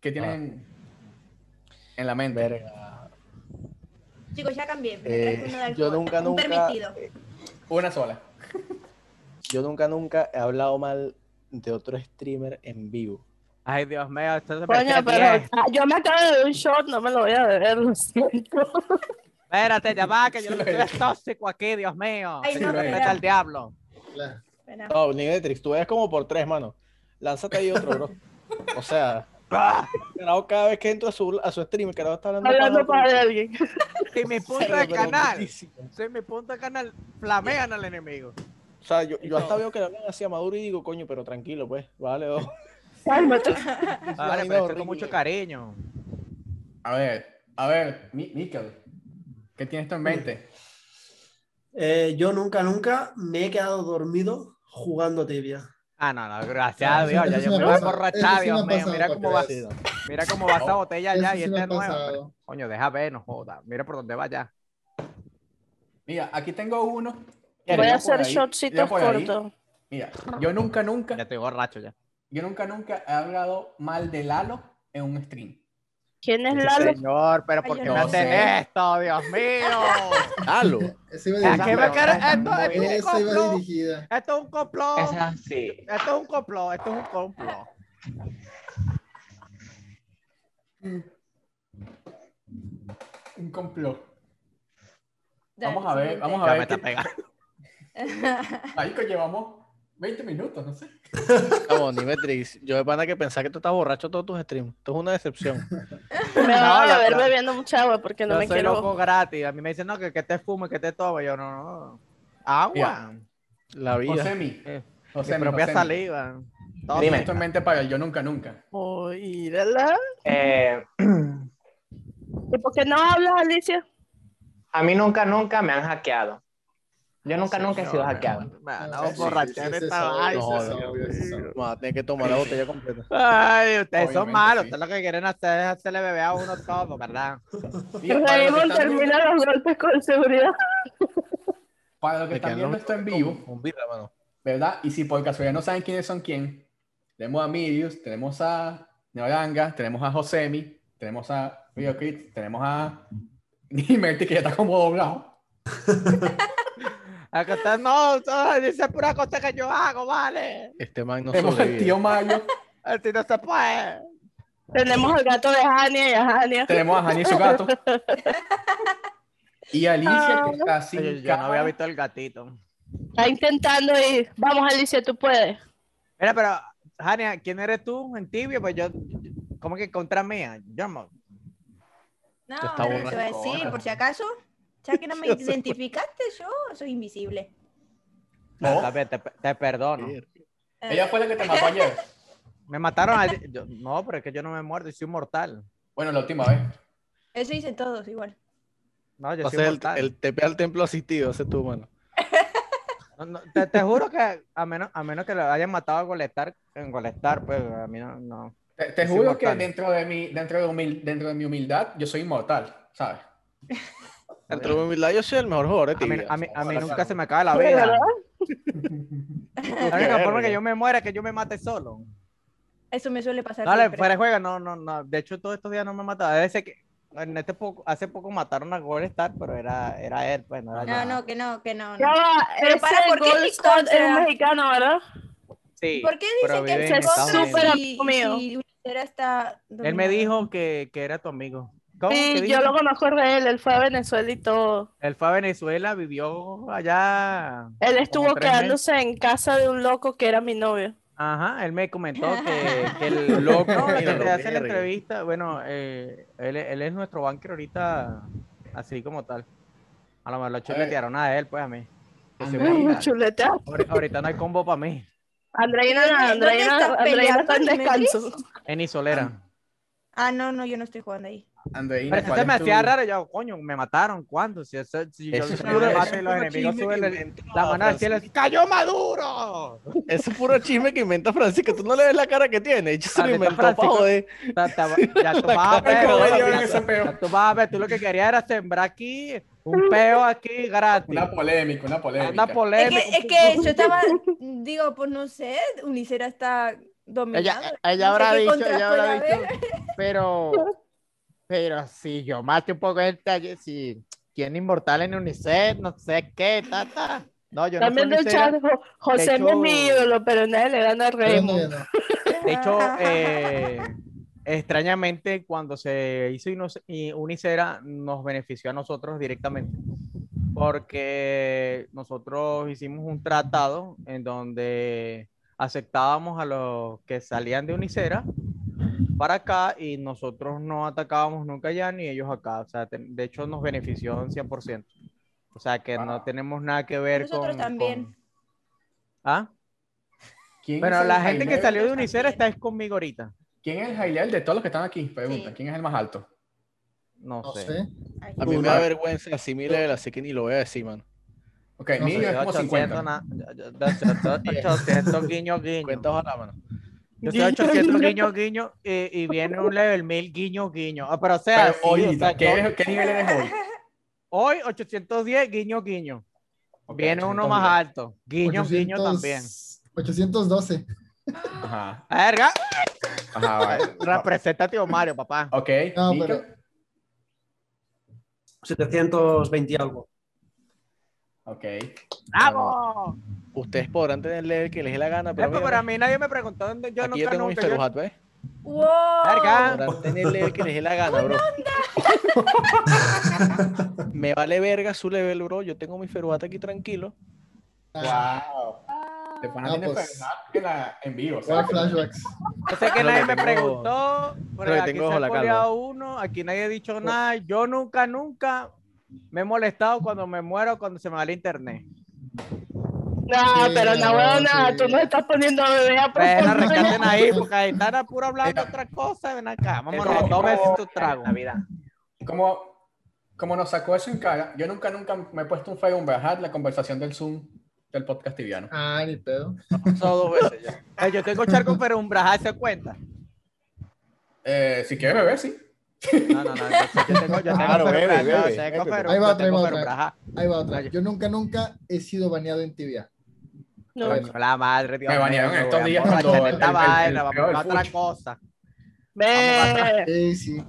Speaker 3: ¿qué
Speaker 4: Ah.
Speaker 3: tienen en la mente?
Speaker 1: Verga.
Speaker 7: Chicos, ya cambié. me
Speaker 1: Eh,
Speaker 7: traje uno de
Speaker 1: yo
Speaker 7: alcohol,
Speaker 1: nunca, eh,
Speaker 7: un
Speaker 1: nunca-
Speaker 7: permitido.
Speaker 3: Una sola.
Speaker 1: Yo nunca, nunca he hablado mal de otro streamer en vivo.
Speaker 4: Ay, Dios mío, esto se
Speaker 2: Coño,
Speaker 4: parece
Speaker 2: pero
Speaker 4: bien.
Speaker 2: ah, yo me acabo de beber un shot, no me lo voy a beber, lo siento.
Speaker 4: Espérate, ya va, que yo
Speaker 3: Sí
Speaker 4: no
Speaker 3: lo he
Speaker 4: estoy tóxico aquí, Dios mío.
Speaker 7: Ay,
Speaker 4: Se
Speaker 3: no,
Speaker 4: respeta
Speaker 7: espera.
Speaker 4: al diablo.
Speaker 6: Claro.
Speaker 7: Espera.
Speaker 1: No, ni Matrix, tú ves como por tres, mano. Lánzate ahí otro, bro. O
Speaker 4: [laughs]
Speaker 1: sea, carajo, cada vez que entro a su, a su stream, el carajo está hablando,
Speaker 2: Hablando
Speaker 1: para
Speaker 2: para
Speaker 1: otro.
Speaker 2: alguien.
Speaker 4: Si mi punto
Speaker 1: Pero-
Speaker 4: de
Speaker 1: pero
Speaker 4: canal,
Speaker 1: muchísimo.
Speaker 4: si mi punto de canal, flamean al enemigo.
Speaker 1: O sea, yo, yo hasta veo que le hablan hacia Maduro y digo, coño, pero tranquilo, pues, vale, dos. [laughs]
Speaker 2: Cálmate.
Speaker 1: Ay, no,
Speaker 4: Ahora, pero esto es con
Speaker 1: horrible.
Speaker 4: mucho cariño.
Speaker 3: A ver, a ver, Mi- Mikel, ¿qué tienes tú en mente?
Speaker 8: Eh, yo nunca, nunca me he quedado dormido jugando tibia.
Speaker 4: Ah, no, no, gracias a Dios, ya
Speaker 6: Eso
Speaker 4: yo
Speaker 6: sí
Speaker 4: me
Speaker 6: me
Speaker 4: voy a
Speaker 6: pasa, eso
Speaker 4: emborrachar,
Speaker 6: sí
Speaker 4: Dios
Speaker 6: me ha
Speaker 4: mío, mira
Speaker 6: pasado,
Speaker 4: cómo va,
Speaker 6: porque-
Speaker 4: mira cómo va esa botella
Speaker 6: Eso
Speaker 4: ya y
Speaker 6: sí
Speaker 4: esta
Speaker 6: me ha
Speaker 4: es nueva.
Speaker 6: pasado.
Speaker 4: Coño, deja ver, no joda, mira por dónde va ya.
Speaker 3: Mira, aquí tengo uno.
Speaker 2: Voy a
Speaker 3: Mira por
Speaker 2: hacer
Speaker 3: ahí,
Speaker 2: shotcitos
Speaker 3: mira por ahí.
Speaker 2: cortos.
Speaker 3: Mira, yo nunca, nunca,
Speaker 4: Ya estoy borracho ya.
Speaker 3: yo nunca, nunca he hablado mal de Lalo en un stream.
Speaker 2: ¿Quién es Lalo?
Speaker 4: Señor, pero
Speaker 7: Ay,
Speaker 4: ¿por
Speaker 7: yo
Speaker 4: qué
Speaker 3: no
Speaker 4: me hacen
Speaker 6: sé.
Speaker 4: esto, Dios [laughs] mío?
Speaker 6: [laughs]
Speaker 1: Halo.
Speaker 6: Esa iba
Speaker 4: ¿A
Speaker 6: dirigida.
Speaker 4: qué me quieres? Esto
Speaker 6: Esa
Speaker 4: es un
Speaker 6: iba
Speaker 4: complot,
Speaker 6: dirigida.
Speaker 4: esto es un complot,
Speaker 5: Es así.
Speaker 4: esto es un complot, esto es un complot.
Speaker 3: Un complot.
Speaker 7: Dale,
Speaker 3: Vamos a ver, vamos a
Speaker 4: Ya me
Speaker 3: ver.
Speaker 4: está
Speaker 3: qué-
Speaker 4: pegando.
Speaker 3: [laughs] Marico, llevamos 20 minutos, no sé.
Speaker 1: Vamos, ni Matrix. Yo de pana que pensaba que tú estás borracho todos tus streams. Esto es una
Speaker 4: [laughs]
Speaker 1: decepción.
Speaker 2: Me
Speaker 4: No,
Speaker 2: van
Speaker 4: la-
Speaker 2: a beber
Speaker 4: la-
Speaker 2: bebiendo mucha agua porque no
Speaker 4: yo
Speaker 2: me
Speaker 4: soy
Speaker 2: quiero.
Speaker 4: loco gratis. A mí me dicen, no, que, que te fume, que te tome. Yo, no, no. Agua.
Speaker 3: Ya.
Speaker 1: La vida.
Speaker 3: Josemi.
Speaker 4: Eh,
Speaker 3: Josemi,
Speaker 4: mi propia
Speaker 3: Josemi.
Speaker 6: Ah,
Speaker 4: saliva. Todo
Speaker 3: Dime.
Speaker 4: bien.
Speaker 3: Esto en mente para el yo nunca, nunca.
Speaker 2: Uy, ¿verdad?
Speaker 5: Eh,
Speaker 2: ¿Y por qué no hablas, Alicia?
Speaker 5: a mí nunca, nunca me han hackeado. Yo nunca, nunca he sido hackeado.
Speaker 4: Man,
Speaker 6: No,
Speaker 4: no,
Speaker 6: sí,
Speaker 4: borrachera
Speaker 6: sí, sí,
Speaker 4: esta
Speaker 6: sí,
Speaker 4: vaina.
Speaker 6: sí,
Speaker 1: No,
Speaker 6: sí, sí, sí, sí.
Speaker 1: Vamos a tener que tomar la botella completa.
Speaker 4: [laughs] Ay, ustedes son
Speaker 3: Obviamente,
Speaker 4: malos.
Speaker 3: sí.
Speaker 4: Ustedes lo que quieren hacer es hacerle beber a uno todo, ¿verdad?
Speaker 3: Mira, para los que
Speaker 2: [laughs] Raymond
Speaker 3: están viendo-
Speaker 2: termina los golpes con seguridad.
Speaker 3: Para los que
Speaker 1: Me
Speaker 3: están
Speaker 1: quedan
Speaker 3: viendo
Speaker 1: los-
Speaker 3: esto en vivo,
Speaker 1: Con, con vida, mano.
Speaker 3: ¿verdad? Y si por casualidad no saben quiénes son quién, tenemos a Mirius, tenemos a Neoranga, tenemos a Josemi, tenemos a Riocrit, tenemos a [laughs] Nimerti, que ya está como doblado.
Speaker 4: A que ustedes no, ustedes dicen pura cosa que yo hago, ¿vale?
Speaker 1: Este man no
Speaker 3: tenemos al tío
Speaker 4: [laughs]
Speaker 1: sobrevive.
Speaker 3: Mario,
Speaker 4: Así no se puede.
Speaker 2: Tenemos al gato de Hania y a Hania.
Speaker 3: tenemos a Hany y su gato. Y Alicia,
Speaker 2: Ah,
Speaker 3: que está sin
Speaker 4: Oye, yo no había
Speaker 3: cámara.
Speaker 4: visto el gatito.
Speaker 2: Está intentando ir. Vamos, Alicia, tú puedes.
Speaker 4: Mira, pero, Hania, ¿quién eres tú en tibio? Pues yo, yo- ¿cómo que contra mía? Yo no.
Speaker 7: No,
Speaker 1: Tú estás
Speaker 7: pero te voy a
Speaker 3: borracho.
Speaker 7: decir, por si acaso, ya que no
Speaker 1: [laughs]
Speaker 7: me identificaste, yo soy invisible.
Speaker 3: No.
Speaker 4: Está bien, Ah, Te, te perdono.
Speaker 1: Mierda.
Speaker 7: Eh,
Speaker 3: Ella fue la que te mató ayer.
Speaker 4: Me mataron ayer. Yo- no, pero es que yo no me he muerto, yo soy inmortal.
Speaker 3: Bueno, la última vez.
Speaker 7: Eso hice todos igual.
Speaker 4: No, yo
Speaker 1: O
Speaker 4: soy
Speaker 1: sea, el,
Speaker 4: inmortal.
Speaker 1: el TP al templo asistido, ese tú, mano.
Speaker 4: No, no, te, te juro que a menos, a menos que lo hayan matado a Golestar, en Golestar, pues a mí no. no.
Speaker 3: Te, te
Speaker 4: Es
Speaker 3: juro
Speaker 4: inmortal.
Speaker 3: que dentro de, mi, dentro, de humil- dentro de mi humildad, yo soy inmortal, ¿sabes?
Speaker 1: Dentro de mi humildad, yo soy el mejor jugador de
Speaker 4: A mí,
Speaker 1: tibia.
Speaker 4: a mí- a mí
Speaker 3: Ojalá,
Speaker 4: nunca
Speaker 3: claro.
Speaker 4: se me acaba la
Speaker 2: ¿De
Speaker 4: vida.
Speaker 2: verdad?
Speaker 4: La única forma que yo me muera es que yo me mate solo.
Speaker 7: Eso me suele pasar.
Speaker 4: Dale,
Speaker 7: siempre.
Speaker 4: fuera de juego, no, no, no. De hecho, todos estos días no me he matado. Debe ser que en este poco, hace poco mataron a Golestar, pero era, era él, pues no era
Speaker 7: Ah, No,
Speaker 4: yo.
Speaker 7: no, que no, que no.
Speaker 2: Ya
Speaker 7: no.
Speaker 2: va,
Speaker 7: Pero
Speaker 2: ese
Speaker 7: para, ¿por qué
Speaker 2: Gold
Speaker 7: mi
Speaker 2: Squad
Speaker 7: contra?
Speaker 2: era un mexicano, ¿verdad?
Speaker 4: Sí.
Speaker 7: ¿Por qué
Speaker 4: pero
Speaker 7: dicen que
Speaker 4: vive
Speaker 7: el
Speaker 4: en
Speaker 7: Secosa
Speaker 4: Estados
Speaker 2: Unidos.
Speaker 7: si,
Speaker 2: Súper amigo.
Speaker 7: si Lucera está
Speaker 4: Él me
Speaker 7: dominada?
Speaker 4: dijo que, que era tu amigo. ¿Cómo? ¿Qué
Speaker 2: Sí,
Speaker 4: dijo?
Speaker 2: yo lo conozco de él, él fue a Venezuela y todo.
Speaker 4: Él fue a Venezuela, vivió allá.
Speaker 2: Él
Speaker 4: como
Speaker 2: estuvo
Speaker 4: tres
Speaker 2: quedándose en casa de un loco que era mi novio.
Speaker 4: Ajá, él me comentó que, que el loco
Speaker 1: Mira,
Speaker 4: que te
Speaker 1: lo
Speaker 4: hace
Speaker 1: verga.
Speaker 4: la entrevista, bueno, eh, él, él es nuestro banker ahorita, así como tal. A lo mejor lo chuletearon a él, pues a mí. Que se
Speaker 3: Ay,
Speaker 4: muera.
Speaker 2: Chuleta.
Speaker 4: Ahori- Ahorita no hay combo para mí,
Speaker 2: Andreina,
Speaker 7: ¿Dónde- dónde
Speaker 2: Andreina,
Speaker 7: estás
Speaker 2: Andreina está en
Speaker 7: peleando,
Speaker 2: descanso.
Speaker 4: en Isolera.
Speaker 7: Ah, no, no, yo no estoy jugando ahí.
Speaker 3: Andreina,
Speaker 4: Pero eso
Speaker 3: ¿cuál
Speaker 4: se
Speaker 3: es
Speaker 4: me
Speaker 3: tu-
Speaker 4: hacía raro, yo, coño, me mataron, ¿cuándo? Si, eso- si yo
Speaker 1: Eso es
Speaker 4: yo le
Speaker 1: puro-
Speaker 4: mato y los
Speaker 1: eso es puro
Speaker 4: enemigos
Speaker 1: chisme
Speaker 4: suben
Speaker 1: que
Speaker 4: la-
Speaker 1: inventa
Speaker 4: la mano al cielo,
Speaker 1: Francisco. [laughs]
Speaker 4: ¡cayó Maduro!
Speaker 1: [laughs] Ese es puro chisme que inventa Francisco. Tú no le ves la cara que tiene. Yo se
Speaker 4: Ah,
Speaker 1: lo
Speaker 4: ¿neta
Speaker 1: inventó para
Speaker 4: Francisco?
Speaker 1: joder.
Speaker 4: Ta-
Speaker 1: [laughs]
Speaker 4: ta- Ya tú
Speaker 1: La
Speaker 4: vas
Speaker 1: cara
Speaker 4: a ver,
Speaker 1: que
Speaker 4: ya-
Speaker 1: le dio
Speaker 4: ya-
Speaker 1: en
Speaker 3: ese peo.
Speaker 4: ya tú vas a ver, tú lo que querías era sembrar aquí un peo aquí gratis.
Speaker 3: Una polémica, una polémica.
Speaker 4: Una
Speaker 7: Es
Speaker 4: polémica.
Speaker 7: que, es que [laughs] yo estaba, digo, pues no sé, Unicera está
Speaker 4: Ella,
Speaker 7: dominada. No
Speaker 4: ella
Speaker 7: sé
Speaker 4: habrá
Speaker 7: qué
Speaker 4: dicho,
Speaker 7: contras
Speaker 4: ella habrá
Speaker 7: puede
Speaker 4: dicho, pero, pero si yo mato un poco el talle, si tiene inmortal en Unicef, no sé qué, tata. No, yo
Speaker 2: También
Speaker 4: no
Speaker 2: del
Speaker 4: soy
Speaker 2: chat,
Speaker 4: Unicef.
Speaker 2: Jo- José no es
Speaker 4: hecho-
Speaker 2: mi ídolo, pero nadie le gana a
Speaker 6: Pero no,
Speaker 2: Raymond.
Speaker 6: ya no.
Speaker 7: [laughs]
Speaker 4: De hecho, eh, extrañamente, cuando se hizo Inoc- y Unicera, nos benefició a nosotros directamente. Porque nosotros hicimos un tratado en donde aceptábamos a los que salían de Unicera para acá y nosotros no atacábamos nunca allá ni ellos acá. O sea, te- de hecho nos benefició un 100%. O sea, que no
Speaker 3: Wow.
Speaker 4: tenemos nada que ver
Speaker 7: Nosotros
Speaker 4: con-
Speaker 7: también.
Speaker 4: con- ¿Ah?
Speaker 3: ¿Quién es
Speaker 4: Bueno,
Speaker 3: el
Speaker 4: la gente que
Speaker 3: Jaileo?
Speaker 4: salió de
Speaker 7: también.
Speaker 4: Unicera está es conmigo ahorita.
Speaker 3: ¿Quién es el Jaileel de todos los que están aquí? Pregunta,
Speaker 7: Sí.
Speaker 3: ¿quién es el más alto?
Speaker 4: No,
Speaker 6: No
Speaker 4: sé.
Speaker 6: sé.
Speaker 7: Ay,
Speaker 1: A mí me
Speaker 6: Una-
Speaker 1: da vergüenza así mi level, así que ni lo voy a decir, mano.
Speaker 3: Ok,
Speaker 6: No
Speaker 3: Emilio
Speaker 6: sé,
Speaker 3: es como 50.
Speaker 4: 800 guiño guiño.
Speaker 1: Cuenta ojalá, mano.
Speaker 3: [laughs]
Speaker 4: Yo soy 800 guiño guiño y, y viene un level 1000 guiño guiño. Ah, pero o sea,
Speaker 3: Pero
Speaker 4: sí, o
Speaker 3: ahorita,
Speaker 4: sea,
Speaker 3: ¿qué,
Speaker 4: yo-
Speaker 3: eres- qué nivel eres hoy?
Speaker 4: [laughs] hoy 810 guiño guiño.
Speaker 3: Ok,
Speaker 4: viene uno más
Speaker 3: 810.
Speaker 4: alto. Guiño guiño
Speaker 6: 800
Speaker 4: también.
Speaker 6: 812.
Speaker 3: Ajá,
Speaker 4: A ver, ga-
Speaker 3: ajá,
Speaker 4: [laughs]
Speaker 3: vale.
Speaker 4: representa a tío Mario, papá.
Speaker 3: Ok,
Speaker 6: No,
Speaker 3: Nico.
Speaker 6: pero-
Speaker 8: 720 y algo.
Speaker 3: Ok.
Speaker 4: ¡Bravo!
Speaker 1: Ustedes podrán tener el level que les dé la gana, pero.
Speaker 4: Epa,
Speaker 1: mira,
Speaker 4: pero a mí nadie me preguntó dónde yo
Speaker 1: Aquí
Speaker 4: nunca,
Speaker 1: yo tengo un
Speaker 4: nunca, yo-
Speaker 1: Instagram, ¿ves?
Speaker 7: ¡Wow!
Speaker 4: Verga.
Speaker 1: Podrán tener el level que les dé la gana, bro. Me vale verga su level, bro. Yo tengo mi feruat aquí tranquilo.
Speaker 6: Ah,
Speaker 3: Wow. Te pones
Speaker 6: Ah,
Speaker 3: tiene
Speaker 6: pues.
Speaker 3: verdad que la en vivo,
Speaker 6: guau,
Speaker 3: ¿sabes?
Speaker 6: flashbacks.
Speaker 4: Yo sé que
Speaker 1: Creo que
Speaker 4: nadie me
Speaker 1: tengo-
Speaker 4: preguntó, pero
Speaker 1: creo que
Speaker 4: aquí
Speaker 1: tengo
Speaker 4: se
Speaker 1: ojo
Speaker 4: ha
Speaker 1: la calva.
Speaker 4: coleado uno, aquí nadie ha dicho nada. Yo nunca, nunca me he molestado cuando me muero, cuando se me va el internet.
Speaker 2: No,
Speaker 6: Sí,
Speaker 2: pero no,
Speaker 6: no,
Speaker 2: nada,
Speaker 6: sí.
Speaker 2: tú nos estás poniendo a bebé a
Speaker 4: Bueno,
Speaker 2: propósito.
Speaker 4: recarguen
Speaker 2: [laughs]
Speaker 4: ahí, porque ahí están a puro hablando otra cosa. Ven acá, vámonos, tomen tu trago.
Speaker 3: Como, como nos sacó eso en cara, yo nunca, nunca me he puesto un feo en bajar la conversación del Zoom del podcast tibiano.
Speaker 6: Ah, ni pedo.
Speaker 1: Pasado dos veces ya.
Speaker 4: Eh, yo tengo charco, pero un braja se cuenta.
Speaker 3: Eh, si quieres beber, sí.
Speaker 4: No, no, no, yo sé, yo tengo, yo tengo
Speaker 3: Claro,
Speaker 4: pero
Speaker 3: bebe,
Speaker 4: braja,
Speaker 3: bebe,
Speaker 4: yo tengo,
Speaker 3: bebe.
Speaker 4: pero-
Speaker 6: Ahí va
Speaker 4: yo
Speaker 6: otra,
Speaker 4: tengo,
Speaker 6: ahí va
Speaker 4: pero
Speaker 6: otra.
Speaker 4: braja.
Speaker 6: Ahí va otra.
Speaker 4: Vaya.
Speaker 6: Yo nunca, nunca he sido baneado en tibia.
Speaker 2: No.
Speaker 4: Coño, la madre, Dios
Speaker 3: Me banearon
Speaker 4: mío,
Speaker 3: estos
Speaker 4: voy a
Speaker 3: días
Speaker 4: borrachar
Speaker 3: cuando
Speaker 4: esta
Speaker 3: el- el- el-
Speaker 4: vaina,
Speaker 3: el
Speaker 4: vamos
Speaker 3: peor
Speaker 4: a otra
Speaker 3: fucho.
Speaker 4: cosa.
Speaker 2: Ve,
Speaker 6: Eh, sí.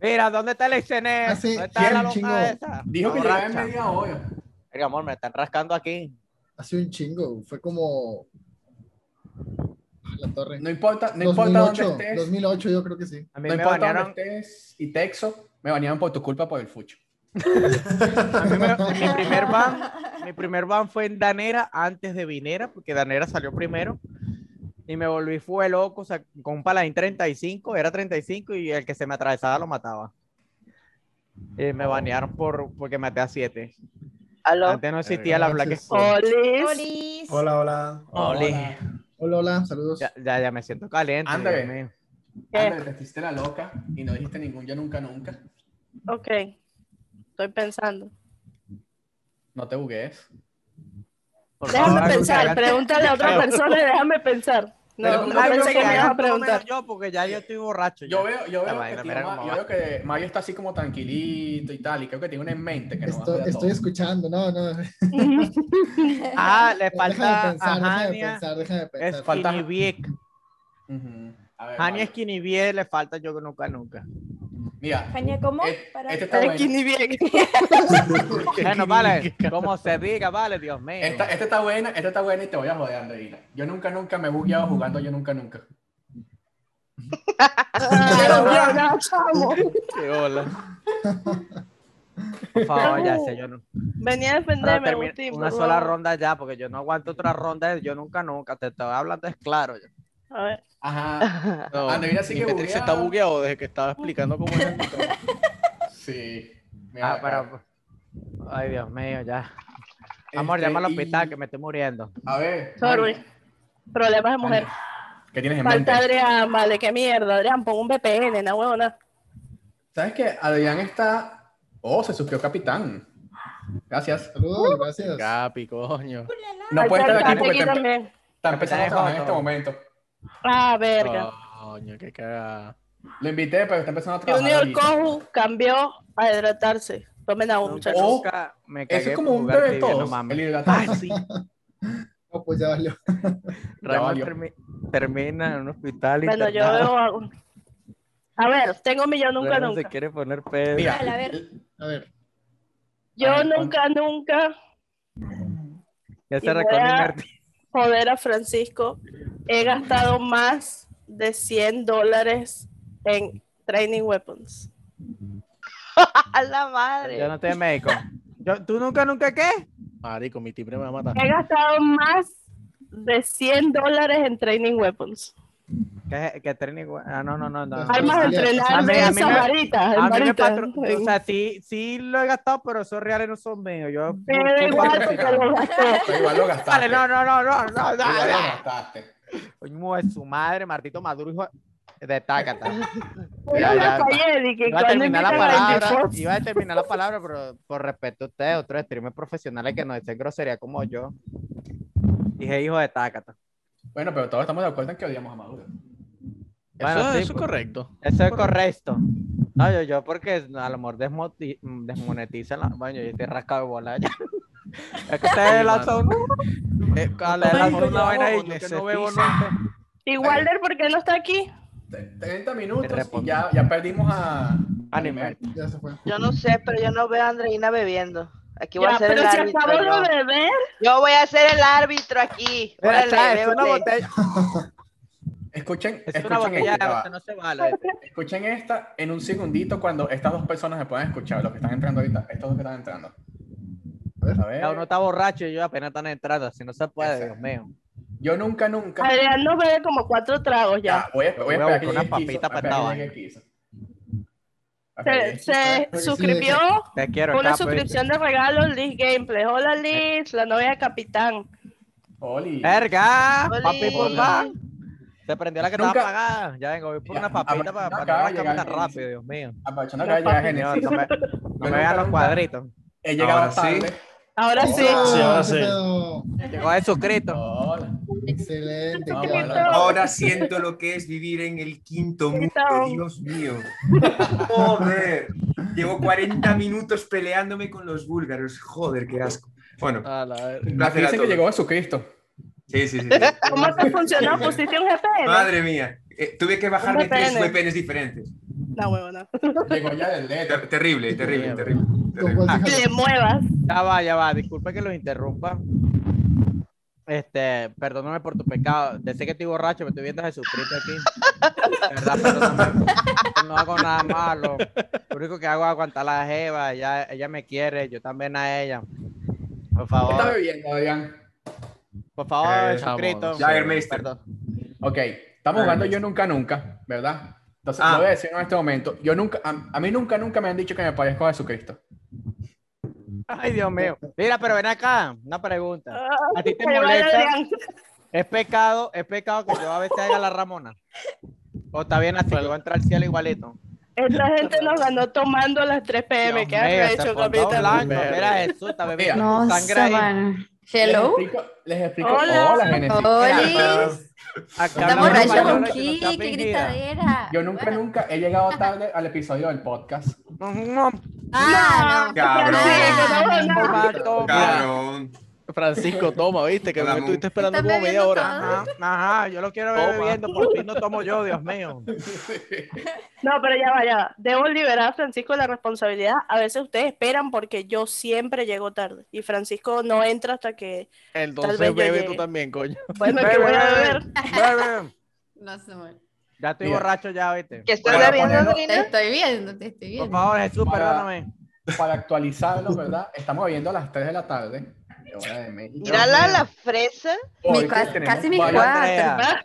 Speaker 4: Mira, ¿dónde está el escenario?
Speaker 6: Ah, sí,
Speaker 4: ¿Dónde está
Speaker 6: ¿quién
Speaker 4: la loca
Speaker 6: chingó?
Speaker 4: esa?
Speaker 3: Dijo que llegaba
Speaker 4: Borracha.
Speaker 3: en media hora.
Speaker 4: Oiga, amor, me están rascando aquí.
Speaker 6: Hace un chingo. Fue como. Ah, [laughs] La torre.
Speaker 3: No importa, no importa
Speaker 6: 2008,
Speaker 3: dónde estés.
Speaker 6: 2008, yo creo que sí.
Speaker 4: A mí
Speaker 3: No
Speaker 4: me
Speaker 3: importa
Speaker 4: banearon,
Speaker 3: dónde estés. Y Texo, me banearon por tu culpa por el fucho.
Speaker 4: a mí me- mi primer ban, mi primer ban fue en Danera antes de Vinera, porque Danera salió primero. Y me volví fue loco, o sea, con un paladín 35, era 35 y el que se me atravesaba lo mataba. Y me banearon por, porque maté a 7.
Speaker 2: Aló.
Speaker 4: Antes no existía la Black
Speaker 6: Gracias.
Speaker 4: Spot.
Speaker 2: Olis.
Speaker 7: Olis.
Speaker 8: Hola, hola.
Speaker 4: Oli.
Speaker 6: Hola, hola, saludos.
Speaker 4: Ya, ya, ya me siento caliente.
Speaker 3: Ándale.
Speaker 4: Dios mío.
Speaker 3: Ándale, te hiciste la loca y no dijiste ningún yo nunca nunca.
Speaker 2: Ok. Estoy pensando.
Speaker 3: No te buguees.
Speaker 4: Por
Speaker 2: Déjame
Speaker 4: favor,
Speaker 2: pensar,
Speaker 4: Luciana.
Speaker 2: pregúntale a otra persona y déjame pensar.
Speaker 3: Pero
Speaker 2: No,
Speaker 3: ¿cómo
Speaker 2: no
Speaker 3: [laughs] te
Speaker 2: pensé
Speaker 3: preguntas?
Speaker 2: que me ibas a
Speaker 4: Por lo menos
Speaker 2: preguntar.
Speaker 4: Yo, porque ya yo estoy borracho.
Speaker 3: Yo
Speaker 4: ya.
Speaker 3: veo, yo
Speaker 4: La
Speaker 3: veo,
Speaker 4: vaina,
Speaker 3: que, tío
Speaker 4: mira
Speaker 3: Ma-
Speaker 4: cómo
Speaker 3: yo
Speaker 4: va.
Speaker 3: veo que Mayo está así como tranquilito y tal, y creo que tiene una en mente que no va a
Speaker 6: Estoy,
Speaker 3: joder a
Speaker 6: estoy
Speaker 3: todos.
Speaker 6: escuchando, no, no.
Speaker 4: [laughs] Ah, le
Speaker 6: déjame
Speaker 4: falta
Speaker 6: pensar,
Speaker 4: a
Speaker 6: déjame
Speaker 4: Hania.
Speaker 6: pensar, déjame
Speaker 4: Es
Speaker 6: pensar.
Speaker 3: Falta-
Speaker 4: Skinny Big.
Speaker 3: Ujú. A ver,
Speaker 4: Hania
Speaker 3: Mayo.
Speaker 4: Skinny Big le falta yo que nunca, nunca.
Speaker 3: Mira,
Speaker 7: Caña, ¿cómo?
Speaker 3: este,
Speaker 7: Para-
Speaker 3: este está
Speaker 2: Ay,
Speaker 3: bueno.
Speaker 2: que ni bien.
Speaker 7: [laughs]
Speaker 4: [laughs] Bueno, vale, [laughs] como se diga, vale, Dios mío.
Speaker 3: Esta, esta está buena, esta está buena y te voy a joder, Andreina. Yo nunca, nunca me he bugueado jugando yo nunca, nunca.
Speaker 8: [laughs]
Speaker 2: Ah, no, no, chamo.
Speaker 1: Qué hola.
Speaker 4: Por favor, ya sé, yo no.
Speaker 2: Venía a
Speaker 4: Ahora
Speaker 2: defenderme,
Speaker 4: termina
Speaker 2: Agustín.
Speaker 4: una
Speaker 2: por
Speaker 4: sola
Speaker 2: favor.
Speaker 4: ronda ya, porque yo no aguanto otra ronda. de Yo nunca, nunca. Te estoy hablando, es claro. ya.
Speaker 2: A ver.
Speaker 3: Ajá.
Speaker 1: No,
Speaker 3: Ah, no, mira, sí
Speaker 1: mi
Speaker 3: que
Speaker 1: Petrix
Speaker 3: bugueado.
Speaker 1: está bugueado desde que estaba explicando cómo era.
Speaker 3: Sí. Mira,
Speaker 4: Ah, pero. Ay, Dios mío, ya. Amor,
Speaker 3: este,
Speaker 4: llama al
Speaker 3: y-
Speaker 4: hospital que me estoy muriendo.
Speaker 3: A ver.
Speaker 2: Sorry.
Speaker 3: Mario,
Speaker 2: Problemas de mujer.
Speaker 3: ¿Qué tienes en mente?
Speaker 2: Falta Adrián, vale, qué mierda. Adrián, pon un VPN, no huevona.
Speaker 3: ¿Sabes qué? Adrián está. Oh, se subió capitán. Gracias.
Speaker 6: Saludos, gracias.
Speaker 1: Capi, coño.
Speaker 3: No
Speaker 2: Ay,
Speaker 3: puede estar
Speaker 2: falta
Speaker 3: aquí porque
Speaker 2: aquí
Speaker 3: está,
Speaker 2: también.
Speaker 3: está empezando a
Speaker 4: Capitán
Speaker 3: trabajar en
Speaker 4: Joto.
Speaker 3: este momento.
Speaker 2: Ah, verga.
Speaker 1: Coño, qué cagada.
Speaker 3: Lo invité, pero está empezando a trabajar.
Speaker 2: Junior
Speaker 3: ahorita.
Speaker 2: Cohu cambió a hidratarse. Tomen agua,
Speaker 4: Nunca,
Speaker 3: Oh,
Speaker 2: muchachos.
Speaker 4: nunca me cagué
Speaker 3: Eso es como
Speaker 4: por
Speaker 3: un
Speaker 4: jugar
Speaker 3: bebé
Speaker 4: tibia, no
Speaker 3: todo.
Speaker 4: mames.
Speaker 3: el
Speaker 4: Ah,
Speaker 3: hidratante.
Speaker 4: sí.
Speaker 6: No, pues ya valió.
Speaker 4: Raymond
Speaker 3: valió.
Speaker 4: termi- termina en un hospital y
Speaker 2: Bueno, yo veo agua. A ver, tengo mi yo nunca,
Speaker 4: se
Speaker 2: nunca.
Speaker 4: quiere poner pedo.
Speaker 3: Mira,
Speaker 7: Dale, a ver.
Speaker 6: A ver,
Speaker 2: Yo
Speaker 3: Ay,
Speaker 2: nunca, nunca
Speaker 4: ya
Speaker 2: y
Speaker 4: se recomienda
Speaker 2: voy a-
Speaker 4: invertir.
Speaker 2: joder a Francisco. He gastado más de 100 dólares en training weapons. a la
Speaker 4: Yo
Speaker 2: madre.
Speaker 4: no estoy en médico. Yo- ¿Tú nunca, nunca qué?
Speaker 1: Marico, mi timbre me va a matar.
Speaker 2: He gastado más de 100 dólares en training weapons.
Speaker 4: ¿Qué, qué training? we- Ah, no, no, no. no.
Speaker 6: Ay,
Speaker 2: Armas de
Speaker 4: A
Speaker 2: entrenar
Speaker 4: mí- a mí
Speaker 2: esas
Speaker 4: me-
Speaker 2: varitas,
Speaker 4: A mí me
Speaker 2: varitas.
Speaker 4: patro- O sea, sí, sí lo he gastado, pero esos reales no son míos. Yo.
Speaker 2: Me da igual porque lo gasté.
Speaker 3: pero igual lo gastaste.
Speaker 4: Vale, no, no, no, no, no,
Speaker 3: Igual lo
Speaker 4: no.
Speaker 3: gastaste.
Speaker 4: Coño, es su madre, Martito Maduro, hijo de Tácata.
Speaker 2: Yo
Speaker 4: Ya, ya,
Speaker 2: la fallé, di que
Speaker 4: Iba a
Speaker 2: cuando
Speaker 4: terminar la
Speaker 2: invitan a
Speaker 4: palabra,
Speaker 2: 24,
Speaker 4: iba a terminar la palabra, pero por respeto a ustedes, otros streamers profesionales que no dicen grosería como yo, dije hijo de Tácata.
Speaker 3: Bueno, pero todos estamos de acuerdo en que odiamos a Maduro.
Speaker 4: Bueno,
Speaker 1: eso, eso
Speaker 4: sí,
Speaker 1: es
Speaker 4: pues.
Speaker 1: correcto.
Speaker 4: Eso es correcto. No, yo, yo porque a lo mejor desmoti- desmonetizan la... Bueno, yo estoy rascado de bola [laughs] ya. Es que ustedes lanzan eh, a la-
Speaker 1: Ay,
Speaker 4: lanzan una
Speaker 1: yo
Speaker 4: vaina y yo que no veo nunca.
Speaker 2: ¿Y Walder por qué no está aquí?
Speaker 3: Te- 30 minutos y
Speaker 4: respondo.
Speaker 3: ya, ya perdimos a.
Speaker 4: Animal.
Speaker 6: ya se fue.
Speaker 9: Yo no sé, pero yo no veo a Andreina bebiendo. Aquí voy
Speaker 2: Ya,
Speaker 9: a ser el
Speaker 2: pero se
Speaker 9: árbitro.
Speaker 2: acabó
Speaker 9: yo.
Speaker 2: lo de ver.
Speaker 9: Yo voy a ser el árbitro aquí.
Speaker 4: Mira,
Speaker 9: Órale,
Speaker 4: chá, Es una
Speaker 9: bébete.
Speaker 4: botella,
Speaker 3: Escuchen,
Speaker 4: es una
Speaker 3: escuchen esta,
Speaker 4: botella de
Speaker 3: va.
Speaker 4: agua, no se vale.
Speaker 3: Escuchen esta en un segundito cuando estas dos personas se puedan escuchar, los que están entrando ahorita, estos dos que están entrando. A ver, a ver.
Speaker 4: Ya uno está borracho y yo apenas están entrando, así no se puede, Dios
Speaker 3: Exacto.
Speaker 4: mío.
Speaker 3: Yo nunca, nunca.
Speaker 2: Adrián nos bebe como cuatro tragos
Speaker 3: Ya,
Speaker 2: ya.
Speaker 3: voy a, voy a
Speaker 4: Voy a
Speaker 3: esperar que llegue
Speaker 4: buscar una
Speaker 3: Kiso,
Speaker 4: papita
Speaker 3: voy a
Speaker 4: para
Speaker 3: esperar
Speaker 4: esta
Speaker 3: que llegue Kiso. Hasta que
Speaker 2: Se,
Speaker 3: llegue
Speaker 2: se
Speaker 3: Kiso.
Speaker 2: suscribió
Speaker 4: Te quiero, pues.
Speaker 2: con una
Speaker 4: capo.
Speaker 2: suscripción de regalo Liz Gameplay. Hola Liz, la novia de Capitán.
Speaker 3: Oli.
Speaker 4: Verga,
Speaker 9: Oli.
Speaker 4: papi, papá. Se prendió la que
Speaker 3: Nunca-
Speaker 4: estaba apagada. Ya vengo, voy por
Speaker 3: Ya,
Speaker 4: una papita
Speaker 3: apagada,
Speaker 4: para, para no
Speaker 3: llega
Speaker 4: tan
Speaker 3: alguien.
Speaker 4: rápido, Dios mío.
Speaker 3: Aprovechando que va a llegar
Speaker 4: Señor,
Speaker 3: Genesis.
Speaker 4: no me, no me vean los cuadritos.
Speaker 3: He llegado
Speaker 8: Ahora
Speaker 3: tarde.
Speaker 8: sí.
Speaker 2: Ahora sí.
Speaker 8: Sí, ahora sí.
Speaker 4: Llegó Jesucristo.
Speaker 3: Hola.
Speaker 6: Excelente.
Speaker 3: Ah,
Speaker 6: qué
Speaker 3: bueno.
Speaker 6: bueno.
Speaker 10: Ahora siento lo que es vivir en el quinto mundo, Dios mío. Joder, llevo 40 minutos peleándome con los búlgaros. Joder, qué asco. Bueno,
Speaker 1: A la ver-
Speaker 10: un
Speaker 3: Aquí
Speaker 10: placer a
Speaker 3: Dicen que
Speaker 10: todos.
Speaker 3: llegó Jesucristo.
Speaker 10: Sí, sí, sí, sí.
Speaker 2: ¿Cómo te funcionó? ¿Pusiste un GPN?
Speaker 10: Madre mía, Eh, tuve que bajarme tres VPNs diferentes.
Speaker 2: No, huevona.
Speaker 3: Llegó ya del
Speaker 10: Ter-
Speaker 3: letra.
Speaker 10: terrible, terrible, terrible.
Speaker 6: Con
Speaker 10: terrible.
Speaker 6: cual
Speaker 2: Que
Speaker 6: dije,
Speaker 2: le muevas.
Speaker 4: Ah. Ya va, ya va. Disculpe que los interrumpa. Este, perdóname por tu pecado. Decía que estoy borracho, me estoy viendo a Jesucristo aquí. De verdad, perdóname. No hago nada malo. Lo único que hago es aguantar la jeva. Ella, ella me quiere, yo también a ella. Por
Speaker 3: ¿Qué estás
Speaker 4: favor,
Speaker 3: bebiendo, Adrián?
Speaker 4: por favor,
Speaker 10: Eh,
Speaker 4: Jesucristo.
Speaker 10: Jägermeister.
Speaker 4: Perdón.
Speaker 3: Ok, estamos jugando yo nunca, nunca, ¿verdad? Entonces,
Speaker 10: Ah.
Speaker 3: lo voy a decir en este momento. Yo nunca, a, a mí nunca, nunca me han dicho que me parezco a Jesucristo.
Speaker 4: Ay, Dios mío. Mira, pero ven acá, una pregunta.
Speaker 2: Ah,
Speaker 4: ¿A ti te
Speaker 2: ahí va el
Speaker 4: molesta?
Speaker 2: Adrián.
Speaker 4: Es pecado, es pecado que yo a veces haga la Ramona. O está bien así, que va a entrar al cielo igualito.
Speaker 11: [laughs]
Speaker 2: Esta gente nos ganó tomando a las 3 pm. ¿Qué
Speaker 4: Mira,
Speaker 2: has
Speaker 4: se
Speaker 2: hecho,
Speaker 4: portó blanco,
Speaker 2: capitán?
Speaker 4: Mira eso, está bebiendo
Speaker 3: No,
Speaker 4: sangre ahí.
Speaker 11: man.
Speaker 3: Hello. Les explico. Hola, Genesis. Está borracho con
Speaker 11: Ki, qué gritadera.
Speaker 3: Yo nunca, nunca he llegado tarde al episodio del podcast.
Speaker 11: Ah, no.
Speaker 10: Cabrón.
Speaker 1: Francisco, toma, viste, que me estuviste esperando
Speaker 11: Está
Speaker 1: como media
Speaker 11: bebiendo
Speaker 1: hora.
Speaker 4: Ajá, ajá, yo lo quiero ver
Speaker 1: Toma.
Speaker 4: bebiendo, por fin no tomo yo, Dios mío.
Speaker 2: No, pero ya va, ya va. Debo liberar a Francisco de la responsabilidad. A veces ustedes esperan porque yo siempre llego tarde. Y Francisco no entra hasta que.
Speaker 1: Entonces
Speaker 2: vez yo
Speaker 1: bebe tú
Speaker 2: llegue.
Speaker 1: también, coño.
Speaker 2: Bueno, que voy a beber.
Speaker 4: Bebe,
Speaker 11: No se mueve.
Speaker 4: ya estoy
Speaker 3: Mira.
Speaker 4: borracho ya, viste.
Speaker 9: ¿Qué estás
Speaker 3: Para
Speaker 9: bebiendo,
Speaker 3: ponerlo-
Speaker 11: Te
Speaker 9: Andrina?
Speaker 11: estoy viendo, te estoy
Speaker 4: Por
Speaker 11: viendo.
Speaker 4: favor, Jesús,
Speaker 3: Para-
Speaker 4: perdóname.
Speaker 3: Para actualizarlo, ¿verdad? Estamos viendo a las 3 de la tarde. Hora de México.
Speaker 9: Mírala la fresa.
Speaker 11: Mi
Speaker 3: Hoy
Speaker 11: cua-
Speaker 3: tenemos
Speaker 11: casi mi
Speaker 3: varias-
Speaker 11: cuatro.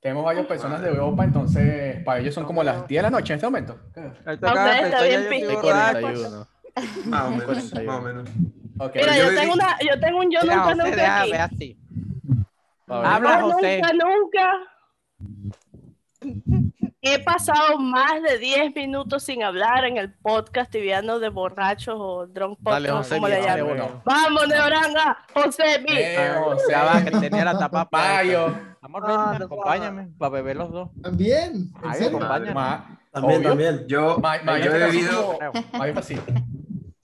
Speaker 3: Tenemos varias personas de Europa, entonces para ellos son como las 10 de la noche en este momento.
Speaker 4: Esto
Speaker 2: No,
Speaker 4: acaba de
Speaker 2: hombre, está
Speaker 4: empezar,
Speaker 2: bien
Speaker 4: ya
Speaker 2: pico.
Speaker 1: [laughs] Hay
Speaker 4: yo estoy borracho.
Speaker 1: 41.
Speaker 10: Más o menos, más o menos.
Speaker 3: Ok.
Speaker 2: Mira,
Speaker 10: Yo
Speaker 2: Ah, yo,
Speaker 10: le
Speaker 2: tengo
Speaker 10: di-
Speaker 2: una, yo tengo un yo
Speaker 4: Ya,
Speaker 2: nunca
Speaker 4: José,
Speaker 2: nunca
Speaker 4: deja,
Speaker 2: aquí.
Speaker 4: ve así.
Speaker 1: A ver.
Speaker 4: Habla,
Speaker 2: Yo
Speaker 4: José.
Speaker 2: nunca nunca. He pasado más de 10 minutos sin hablar en el podcast tibiano de borrachos o drunk podcast,
Speaker 1: Dale, José,
Speaker 2: como le
Speaker 1: mira,
Speaker 2: llaman.
Speaker 1: dale,
Speaker 3: llaman?
Speaker 1: bueno.
Speaker 2: Vamos, Neuranga, José, mi.
Speaker 1: Ah,
Speaker 3: Eh, José,
Speaker 4: Ya va, que tenía la tapa
Speaker 3: Mario.
Speaker 4: Amor, ven, acompáñame para beber los dos.
Speaker 6: También. ¿En
Speaker 4: Ay,
Speaker 6: serio?
Speaker 4: compadre. Acompáñame.
Speaker 3: Ma-
Speaker 8: También,
Speaker 3: obvio.
Speaker 8: también.
Speaker 10: Yo,
Speaker 3: Ma- ma-
Speaker 10: yo he
Speaker 3: está así
Speaker 10: bebido,
Speaker 3: como-
Speaker 6: [laughs]
Speaker 3: Mario está así.